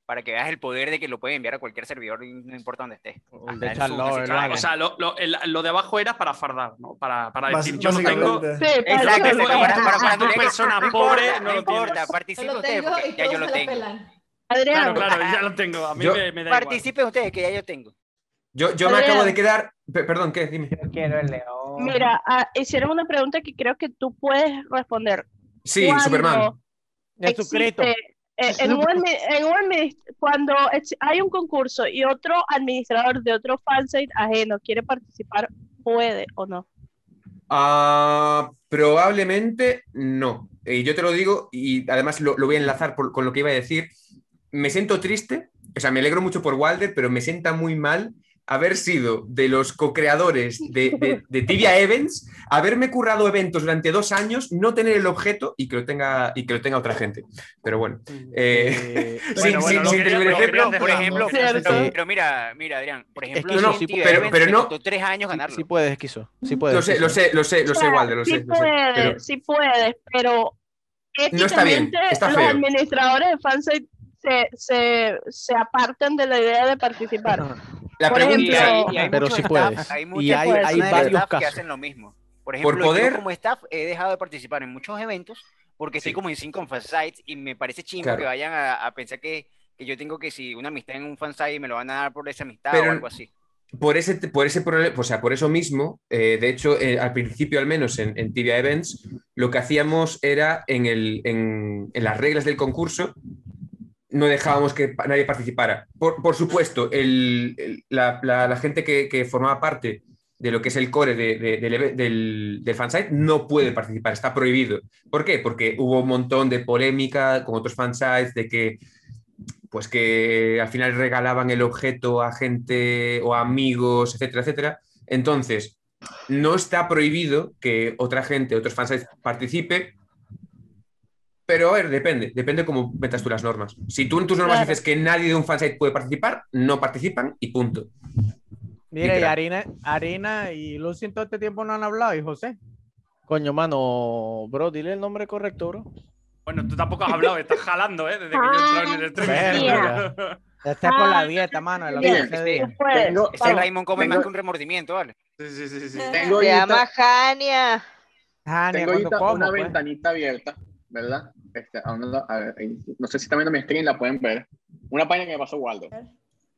Speaker 20: para que veas el poder de que lo pueden enviar a cualquier servidor, y no importa dónde esté. Hasta en Zoom, así, claro.
Speaker 13: O sea, lo, lo- el- lo de abajo era para fardar, ¿no? Para, para
Speaker 20: Bas-
Speaker 13: decir, yo no tengo.
Speaker 20: básicamente.
Speaker 13: Yo
Speaker 20: Sí, para
Speaker 13: no tengo-
Speaker 20: para- para- para-
Speaker 13: soy una
Speaker 20: para-
Speaker 13: persona
Speaker 20: no importa,
Speaker 13: pobre,
Speaker 20: no
Speaker 13: no lo
Speaker 20: importa,
Speaker 13: tienes.
Speaker 20: participen ustedes, porque ya yo lo tengo. Ah.
Speaker 13: Claro, claro, ya lo tengo. A mí
Speaker 12: Yo-
Speaker 13: me, me da igual.
Speaker 20: Participen ustedes, que ya yo tengo.
Speaker 12: Yo, yo me
Speaker 2: Adrián.
Speaker 12: acabo de quedar. pe- perdón, ¿qué? Dime.
Speaker 4: quiero el león.
Speaker 2: Mira, ah, hicieron una pregunta que creo que tú puedes responder.
Speaker 12: Sí,
Speaker 2: ¿Cuándo
Speaker 12: Superman.
Speaker 2: existe, eh, en un admi- en un admi- cuando ex- hay un concurso y otro administrador de otro fansite ajeno quiere participar, puede o no.
Speaker 12: Ah, probablemente no. Y yo te lo digo, y además lo, lo voy a enlazar por- con lo que iba a decir. Me siento triste, o sea, me alegro mucho por Walder, pero me sienta muy mal haber sido de los co-creadores de, de- de Tibia Events, haberme currado eventos durante dos años, no tener el objeto y que lo tenga, y que lo tenga otra gente. Pero bueno, [laughs] eh, sin-
Speaker 20: Mm, Bueno,
Speaker 12: sin-
Speaker 20: bueno, lo
Speaker 12: sin
Speaker 20: quería-
Speaker 12: terrible
Speaker 20: lo quería
Speaker 12: ejemplo,
Speaker 20: hacer, por ejemplo,
Speaker 1: Cierto.
Speaker 20: pero, pero mira, mira, Adrián, por ejemplo,
Speaker 1: que
Speaker 20: yo
Speaker 1: no,
Speaker 20: en
Speaker 1: sí,
Speaker 20: Tibia
Speaker 1: pero-
Speaker 20: Events
Speaker 1: pero
Speaker 20: me
Speaker 1: no-
Speaker 20: costó tres años ganarlo.
Speaker 1: Sí puedes, quiso. Sí puedes.
Speaker 12: Lo sé,
Speaker 1: quiso.
Speaker 12: lo sé, lo sé, lo sé,
Speaker 2: O sea,
Speaker 12: Walder, lo
Speaker 2: sí
Speaker 12: sé. lo sé,
Speaker 2: puedes,
Speaker 12: pero-
Speaker 2: sí puedes, pero
Speaker 12: No está bien,
Speaker 2: éticamente
Speaker 12: está
Speaker 2: los
Speaker 12: feo.
Speaker 2: administradores de fansite se, se, se apartan de la idea de participar.
Speaker 12: La
Speaker 2: Por
Speaker 12: pregunta
Speaker 2: ejemplo-
Speaker 12: es-
Speaker 20: Y hay
Speaker 1: Pero
Speaker 20: muchos
Speaker 1: sí
Speaker 20: staff-
Speaker 1: puedes.
Speaker 20: Hay
Speaker 1: Y
Speaker 20: muchos
Speaker 1: hay-
Speaker 20: personas
Speaker 1: hay
Speaker 20: del
Speaker 1: varios
Speaker 20: staff que
Speaker 1: casos.
Speaker 20: hacen lo mismo. Por
Speaker 12: Por
Speaker 20: ejemplo,
Speaker 12: poder-
Speaker 20: yo como staff he dejado de participar en muchos eventos porque estoy como en cinco fansites y me parece chimbo
Speaker 12: Claro.
Speaker 20: que vayan a, a pensar que, que yo tengo que si una amistad en un fansite me lo van a dar por esa amistad
Speaker 12: Pero-
Speaker 20: o algo así.
Speaker 12: Por ese, por ese problema, o sea, por eso mismo, eh, de hecho, eh, al principio al menos en, en Tibia Events, lo que hacíamos era en, el, en, en las reglas del concurso, no dejábamos que pa- nadie participara. Por, por supuesto, el- el- la, la- la gente que, que formaba parte de lo que es el core de- de- del, eve- del, del fansite no puede participar, está prohibido. ¿Por qué? Porque hubo un montón de polémica con otros fansites de que pues que al final regalaban el objeto a gente o a amigos, etcétera, etcétera. Entonces, no está prohibido que otra gente, otros fansites participe, pero a ver, depende, depende cómo metas tú las normas. Si tú en tus normas
Speaker 4: Claro.
Speaker 12: dices que nadie de un fansite puede participar, no participan y punto.
Speaker 4: Mira, y
Speaker 12: Literal.
Speaker 4: Harina, Harina y Lucy en todo este tiempo no han hablado, y José.
Speaker 1: Coño, mano, bro, dile el nombre correcto, bro.
Speaker 13: Bueno, tú tampoco has hablado, estás jalando, ¿eh? Desde que yo he
Speaker 20: Ah,
Speaker 13: entrado en el streaming.
Speaker 4: Verga. Ya está con
Speaker 26: Ah,
Speaker 4: la dieta, mano. de los
Speaker 20: Mira,
Speaker 4: 15
Speaker 20: este-
Speaker 4: días.
Speaker 26: pues,
Speaker 20: Tengo- Ese Raymond come más que un remordimiento, ¿vale?
Speaker 13: Sí, sí, sí.
Speaker 4: Eh,
Speaker 3: Tengo
Speaker 26: Se
Speaker 3: ahorita-
Speaker 26: llama Jania.
Speaker 3: Tengo
Speaker 26: cuando
Speaker 3: ahorita
Speaker 26: como,
Speaker 3: una
Speaker 26: pues.
Speaker 3: ventanita abierta, ¿verdad? Este, a un lado- a ver, ahí, no sé si también mi stream la pueden ver. Una página que me pasó Waldo.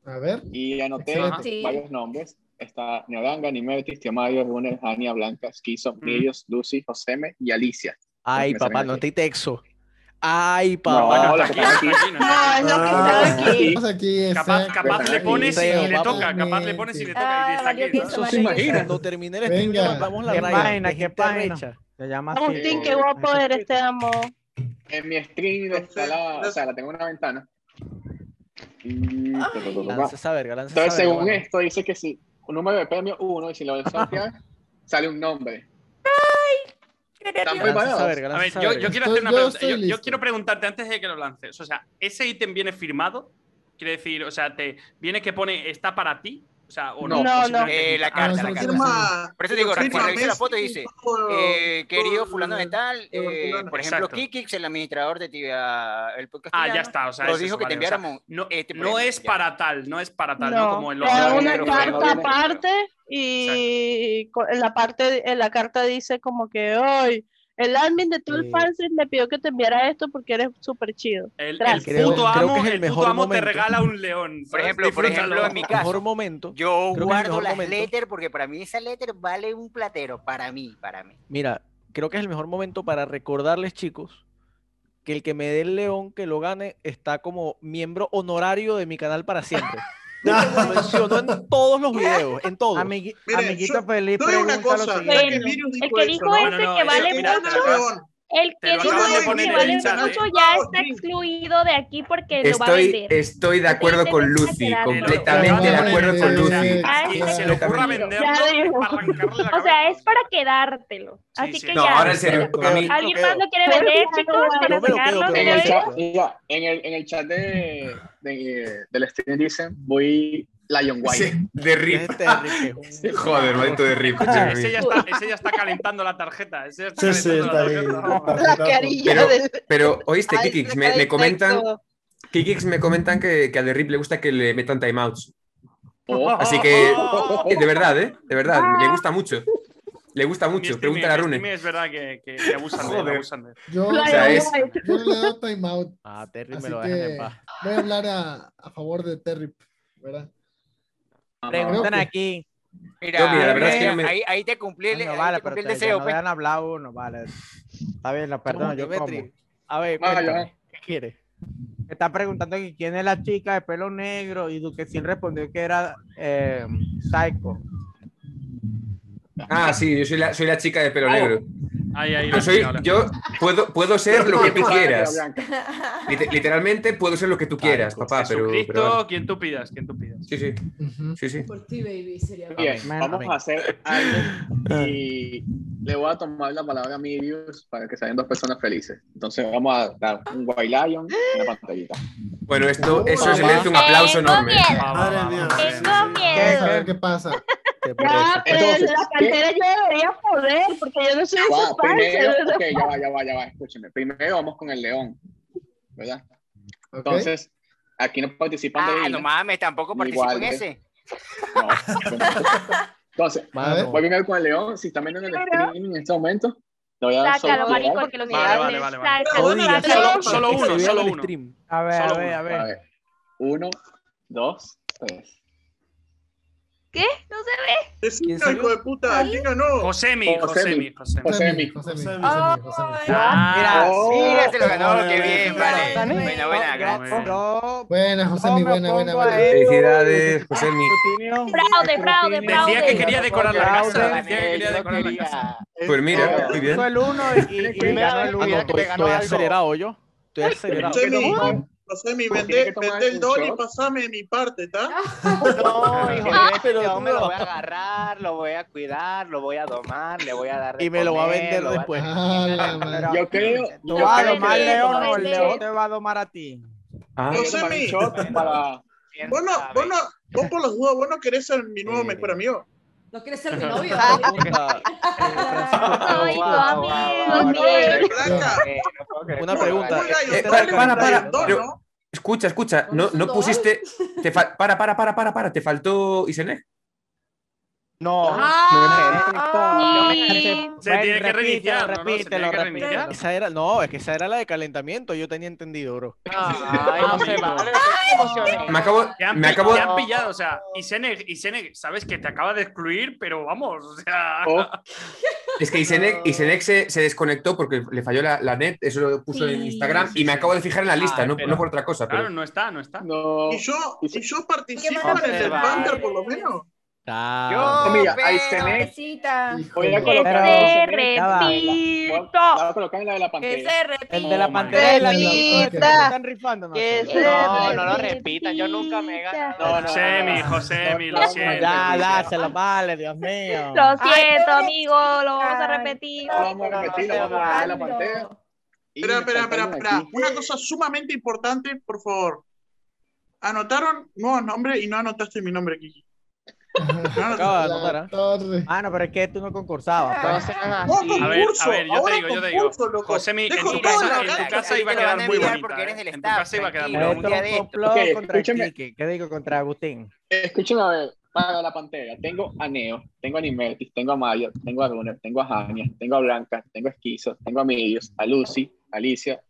Speaker 6: A ver.
Speaker 3: Y anoté este,
Speaker 6: Excelente. Sí.
Speaker 3: varios nombres. Está Neoranga, Nimertis, Tío Mario, Runner, Ania, Blanca, Esquizo, Millos, Lucy, Joseme y Alicia.
Speaker 1: Ay,
Speaker 3: Me salen
Speaker 1: papá, no
Speaker 3: aquí.
Speaker 1: te texo. Ay,
Speaker 3: No,
Speaker 1: papá.
Speaker 3: lo que pasa [laughs] aquí-
Speaker 1: Ah, es lo que está aquí.
Speaker 6: Pasa aquí,
Speaker 3: eh,
Speaker 1: Capaz-
Speaker 6: exacto.
Speaker 1: capaz le pones y le
Speaker 13: toca, capaz le pones y le
Speaker 1: Ah,
Speaker 13: toca y está
Speaker 1: valió
Speaker 13: aquí.
Speaker 1: queso, Eso se valió imagina. queso. Cuando termine el stream, le mandamos la
Speaker 4: qué
Speaker 1: raya,
Speaker 4: página,
Speaker 1: de
Speaker 4: qué
Speaker 1: gente
Speaker 4: página.
Speaker 1: arrecha.
Speaker 4: Se llama
Speaker 2: Agustín, qué guapo eres, te amo.
Speaker 3: En mi stream está la, o sea, la tengo en una ventana. Y-
Speaker 1: Lanza esa verga, lanza
Speaker 3: Entonces,
Speaker 1: esa verga,
Speaker 3: según
Speaker 1: mano.
Speaker 3: esto, dice que si un número de premio uno y si lo desafías, sale un nombre. ¿Están preparados?
Speaker 13: A ver, yo, yo quiero hacer una pregunta. Yo, yo quiero preguntarte antes de que lo lances. O sea, ¿ese ítem viene firmado? Quiere decir, o sea, te viene que pone está para ti. O sea, o no.
Speaker 20: No, no.
Speaker 13: O simplemente-
Speaker 20: Eh, la carta, la carta. Por eso digo, cuando revisa la foto y dice, eh, querido fulano de tal, eh,
Speaker 13: fulano.
Speaker 20: por ejemplo,
Speaker 13: Exacto.
Speaker 20: Kikix, el administrador de Tibia, el podcast.
Speaker 13: Ah,
Speaker 20: Tibia,
Speaker 13: ya está. O sea,
Speaker 20: nos
Speaker 13: es
Speaker 20: dijo
Speaker 13: eso,
Speaker 20: que te
Speaker 13: vale, o sea,
Speaker 20: enviáramos.
Speaker 13: no,
Speaker 20: este
Speaker 13: no
Speaker 20: premio,
Speaker 13: es
Speaker 20: ya.
Speaker 13: para tal, no es para tal,
Speaker 20: No,
Speaker 13: no como en los
Speaker 20: te da
Speaker 13: otros
Speaker 20: una
Speaker 13: trofeos.
Speaker 2: carta aparte y co- en la parte en la carta dice como que hoy el admin de todo el fanset me pidió que te enviara esto porque eres súper chido.
Speaker 13: El, el
Speaker 2: Gracias.
Speaker 13: puto
Speaker 1: creo que
Speaker 13: amo,
Speaker 1: es el
Speaker 13: el
Speaker 1: mejor
Speaker 13: puto amo te
Speaker 1: momento.
Speaker 13: regala un león.
Speaker 20: Por
Speaker 13: ¿sabes?
Speaker 20: ejemplo, por
Speaker 13: Disfrútalo.
Speaker 20: ejemplo, en mi caso,
Speaker 1: Mejor momento.
Speaker 20: yo
Speaker 1: Creo que es el
Speaker 20: guardo
Speaker 1: mejor
Speaker 20: las
Speaker 1: momento.
Speaker 20: letters porque para mí esa letter vale un platero, para mí, para mí.
Speaker 1: Mira, creo que es el mejor momento para recordarles, chicos, que el que me dé el león que lo gane está como miembro honorario de mi canal para siempre. lo menciono en todos los videos, en todos.
Speaker 4: amiguito feliz,
Speaker 1: doy una
Speaker 4: pregunta lo
Speaker 1: cosa,
Speaker 4: siguiente.
Speaker 1: ya que Virus
Speaker 21: El que dijo ese que vale mucho, el
Speaker 13: te
Speaker 21: que
Speaker 13: lo
Speaker 21: dijo
Speaker 13: acaban de
Speaker 21: ese
Speaker 13: poner
Speaker 21: que
Speaker 13: en
Speaker 21: vale
Speaker 13: el chat,
Speaker 21: mucho
Speaker 13: ¿eh?
Speaker 21: ya está excluido de aquí porque lo va a
Speaker 12: Estoy,
Speaker 21: vender.
Speaker 12: estoy de acuerdo con Lucy, completamente de acuerdo con Lucy.
Speaker 21: Ah,
Speaker 12: Completamente.
Speaker 21: Ya dijo. [laughs] O sea, es para quedártelo. Así que
Speaker 12: No,
Speaker 21: ya.
Speaker 12: ahora en serio, a mí-
Speaker 21: ¿Alguien más lo quiere vender, chicos? Para sacarlo
Speaker 3: en,
Speaker 21: de
Speaker 3: el
Speaker 21: una
Speaker 3: chat,
Speaker 21: vez.
Speaker 3: mira, en, el, en el chat de, de- eh, del stream dicen, voy Lion White.
Speaker 12: de RIP. [laughs] Joder, maldito de RIP. de
Speaker 13: [laughs] Ese ya,
Speaker 12: RIP.
Speaker 13: está, ese ya está calentando la tarjeta. Ese ya está
Speaker 12: Sí, sí,
Speaker 13: calentando
Speaker 12: está
Speaker 13: la tarjeta.
Speaker 26: La carilla
Speaker 12: Pero,
Speaker 26: del.
Speaker 12: pero, oíste,
Speaker 26: Ay,
Speaker 12: Kikix,
Speaker 26: me
Speaker 12: me,
Speaker 26: cae
Speaker 12: me comentan,
Speaker 26: perfecto.
Speaker 12: Kikix me comentan que, que a The Rip le gusta que le metan timeouts.
Speaker 3: Oh.
Speaker 12: Así que,
Speaker 13: Oh.
Speaker 12: eh, de verdad, ¿eh? De verdad,
Speaker 21: Ah.
Speaker 12: le gusta mucho. Le gusta mucho. Pregúntale a
Speaker 13: Mi
Speaker 12: Rune.
Speaker 13: streamer Es verdad que, que, que abusan de él,
Speaker 12: Joder.
Speaker 13: abusan de él.
Speaker 6: Yo,
Speaker 12: O sea, es-
Speaker 6: yo no le he dado timeout.
Speaker 1: [laughs] Ah, Terry
Speaker 6: Así
Speaker 1: me lo dejan en
Speaker 6: que
Speaker 1: paz.
Speaker 6: voy a hablar a, a favor de Terry, ¿verdad?
Speaker 12: Ah,
Speaker 4: Preguntan aquí.
Speaker 20: Mira, eh,
Speaker 4: Yo, mira, la verdad es que
Speaker 20: ahí,
Speaker 4: yo me-
Speaker 20: ahí, ahí te cumplí el,
Speaker 4: Ah, No
Speaker 20: ahí
Speaker 4: vale,
Speaker 20: te cumplí
Speaker 4: pero
Speaker 20: el
Speaker 4: te,
Speaker 20: deseo.
Speaker 4: ya no
Speaker 20: pues. [laughs]
Speaker 4: dejan hablar uno, vale. Está bien, la perdón, yo como.
Speaker 1: Dimitri, A ver,
Speaker 4: Vaya.
Speaker 1: cuéntame, ¿qué quieres?
Speaker 4: Está preguntando que quién es la chica de pelo negro y Duque sin respondió que era eh, Psycho.
Speaker 12: Ah, sí, yo soy la, soy la chica de pelo
Speaker 4: Oh.
Speaker 12: negro.
Speaker 13: Ahí, ahí,
Speaker 12: Yo,
Speaker 13: la
Speaker 12: soy-
Speaker 13: tiene ahora.
Speaker 12: yo puedo, puedo ser lo que tú quieras.
Speaker 13: Jesucristo,
Speaker 12: Lite- literalmente puedo ser lo que tú quieras,
Speaker 26: pues
Speaker 12: papá, pero. pero vale.
Speaker 13: quien tú pidas, quien tú pidas.
Speaker 12: Sí, sí. Sí, sí.
Speaker 27: Por ti, baby, sería
Speaker 3: Bien,
Speaker 27: bueno.
Speaker 3: vamos a hacer algo y le voy a tomar la palabra a mi viewers para que sean dos personas felices. Entonces vamos a dar un White Lion en la pantallita.
Speaker 12: Bueno, esto, eso se merece un
Speaker 21: Eh,
Speaker 12: aplauso
Speaker 3: Tengo
Speaker 12: enorme.
Speaker 3: miedo.
Speaker 12: Madre mía.
Speaker 21: Tengo
Speaker 6: Vamos a
Speaker 21: miedo.
Speaker 6: ver qué pasa.
Speaker 2: Ya, pero
Speaker 3: Entonces,
Speaker 2: la cantera yo debería poder porque yo no soy de
Speaker 3: Va,
Speaker 2: esos
Speaker 3: primero,
Speaker 2: fans.
Speaker 3: ok, ya va, ya va, ya va, escúcheme. Primero vamos con el león, ¿verdad? Entonces, aquí no participan de
Speaker 20: Ah,
Speaker 3: Dina,
Speaker 20: no mames, tampoco
Speaker 3: ni
Speaker 20: participo en
Speaker 3: Walter.
Speaker 27: eh.
Speaker 20: ese.
Speaker 27: [laughs]
Speaker 3: Entonces, voy primero con el león. Si están viendo en el streaming en este momento, le voy a dar
Speaker 21: Sácalo,
Speaker 3: solo-
Speaker 21: marico, porque lo
Speaker 3: Vale,
Speaker 21: vale,
Speaker 3: vale,
Speaker 21: vale,
Speaker 3: vale, vale.
Speaker 21: Sácalo,
Speaker 3: Odia,
Speaker 21: sácalo.
Speaker 3: solo- solo uno,
Speaker 1: Que se vea
Speaker 3: solo
Speaker 1: en el
Speaker 3: uno.
Speaker 1: stream.
Speaker 4: A ver,
Speaker 3: Solo
Speaker 4: a ver,
Speaker 3: uno.
Speaker 4: a ver.
Speaker 3: Uno, dos, tres.
Speaker 21: ¿Qué? No se ve.
Speaker 17: Es un hijo de puta, ¿quién ganó?
Speaker 13: Josemi, Josemi, Josemi. Ah. Josemi,
Speaker 20: Mira,
Speaker 17: Oh.
Speaker 20: mira, se lo ganó, qué
Speaker 17: Bueno,
Speaker 20: bien, vale. Buena, buena, gracias.
Speaker 6: Buena, José, mi buena, buena, buena.
Speaker 12: Felicidades, José Mi.
Speaker 21: Fraude, fraude, fraude.
Speaker 13: Decía que quería decorar la casa.
Speaker 20: Fraude.
Speaker 13: Decía Ah, que quería decorar la casa.
Speaker 12: Pues mira, muy bien.
Speaker 4: Hizo el uno y, y- y
Speaker 1: Primera
Speaker 4: ganó
Speaker 1: vez
Speaker 4: el
Speaker 1: en
Speaker 4: uno.
Speaker 1: mi vida que me ganó algo.
Speaker 4: yo.
Speaker 1: Estoy acelerado.
Speaker 17: Josemi,
Speaker 1: Pero-
Speaker 17: Josemi,
Speaker 1: Tiene
Speaker 17: vende,
Speaker 1: que tomar
Speaker 17: vende el
Speaker 1: un
Speaker 17: dólar y
Speaker 1: shot.
Speaker 17: pasame mi parte, ¿está?
Speaker 20: No, hijo,
Speaker 1: [laughs]
Speaker 17: este
Speaker 20: yo,
Speaker 1: pero
Speaker 20: yo
Speaker 1: tú
Speaker 20: me
Speaker 1: no.
Speaker 20: lo voy a agarrar, lo voy a cuidar, lo voy a domar, le voy a dar de
Speaker 1: Y me lo va a
Speaker 20: comer,
Speaker 1: vender
Speaker 20: lo va a-
Speaker 1: después.
Speaker 6: Ah,
Speaker 19: Yo creo.
Speaker 4: Tú
Speaker 19: yo
Speaker 4: vas a
Speaker 19: creo
Speaker 4: domar
Speaker 19: que-
Speaker 4: al león o el león te va a domar a ti.
Speaker 1: Ah.
Speaker 17: No sé, mi. Vos no, vos no- vos por las dudas, vos no querés ser mi nuevo mejor amigo.
Speaker 18: ¿No quieres ser
Speaker 17: [laughs]
Speaker 18: mi novio?
Speaker 17: Ah,
Speaker 21: Ay, mami.
Speaker 1: Una pregunta.
Speaker 12: Eh, para, para, para. Yo- escucha, escucha. No, no pusiste. te fal- para, para, para, para, para. Te faltó Isenek.
Speaker 4: No.
Speaker 1: Se tiene que
Speaker 4: reiniciar, ¿no? Se tiene que reiniciar.
Speaker 1: Esa era, no, es que esa era la de calentamiento, yo tenía entendido, bro.
Speaker 13: Ay, no se vale.
Speaker 12: Me acabo-
Speaker 13: Te han,
Speaker 1: me
Speaker 13: pi-
Speaker 1: acabo-
Speaker 13: te han pillado, o sea, Iseneg, Iseneg, sabes que te acaba de excluir, pero vamos, o sea.
Speaker 12: Es que Isenek, Isenek se, se desconectó porque le falló la, la net. Eso lo puso en
Speaker 13: Sí.
Speaker 12: Instagram.
Speaker 13: Sí,
Speaker 12: y me
Speaker 13: sí,
Speaker 12: acabo de
Speaker 13: sí.
Speaker 12: fijar en la lista,
Speaker 13: Ah,
Speaker 12: no,
Speaker 13: espera.
Speaker 12: no por otra cosa. Pero...
Speaker 13: Claro, no está, no está.
Speaker 17: Y yo, y yo participo
Speaker 7: Qué mala
Speaker 17: en el
Speaker 7: persona.
Speaker 17: Panther, por lo menos.
Speaker 13: Ah.
Speaker 19: Yo, mira, ahí tenés.
Speaker 7: Pobrecita.
Speaker 19: Voy a
Speaker 7: Que
Speaker 19: colocar a
Speaker 7: se
Speaker 19: José Miguel Cava.
Speaker 21: repita.
Speaker 19: Voy a colocar en la de la
Speaker 7: Que
Speaker 19: pantalla.
Speaker 7: se repita.
Speaker 4: El de la pantera de la están rifando.
Speaker 20: No, no lo repitan, yo nunca me he ganado. No, no,
Speaker 13: Josemi, Josemi, lo siento.
Speaker 4: Ya, dáselo, vale, Dios mío.
Speaker 21: Lo siento, amigo, lo vamos a repetir.
Speaker 19: Vamos a repetir, lo vamos a poner en la pantalla.
Speaker 17: Espera, espera, espera, espera. Una cosa sumamente importante, por favor. Anotaron nuevos nombres y no anotaste mi nombre, Kiki.
Speaker 4: Acaba de anotar, ¿eh? Ah, no, pero es que tú no concursabas. pues.
Speaker 13: A ver, a ver, yo te digo, yo te digo. Josemi, en
Speaker 4: Dejo
Speaker 13: tu
Speaker 4: toda
Speaker 13: casa,
Speaker 4: la
Speaker 13: en
Speaker 4: gana
Speaker 13: tu
Speaker 4: que
Speaker 13: casa
Speaker 4: ahí
Speaker 13: iba a
Speaker 4: te lo van
Speaker 13: quedar
Speaker 4: a
Speaker 13: muy
Speaker 4: enviar
Speaker 13: bonita. ¿eh? En tu casa iba a quedar muy
Speaker 4: Esto
Speaker 13: bonita.
Speaker 4: es un complot
Speaker 19: Ok,
Speaker 4: contra
Speaker 19: escúchame.
Speaker 4: Kike. ¿Qué digo contra Agustín?
Speaker 19: Escúchame a ver, para la pantalla. Tengo a Neo, tengo a Nimertis, tengo a Mayo, tengo a Gunnar, tengo a Jania, tengo a Blanca, tengo a Esquizo, tengo a Milius, a Lucy, a Alicia,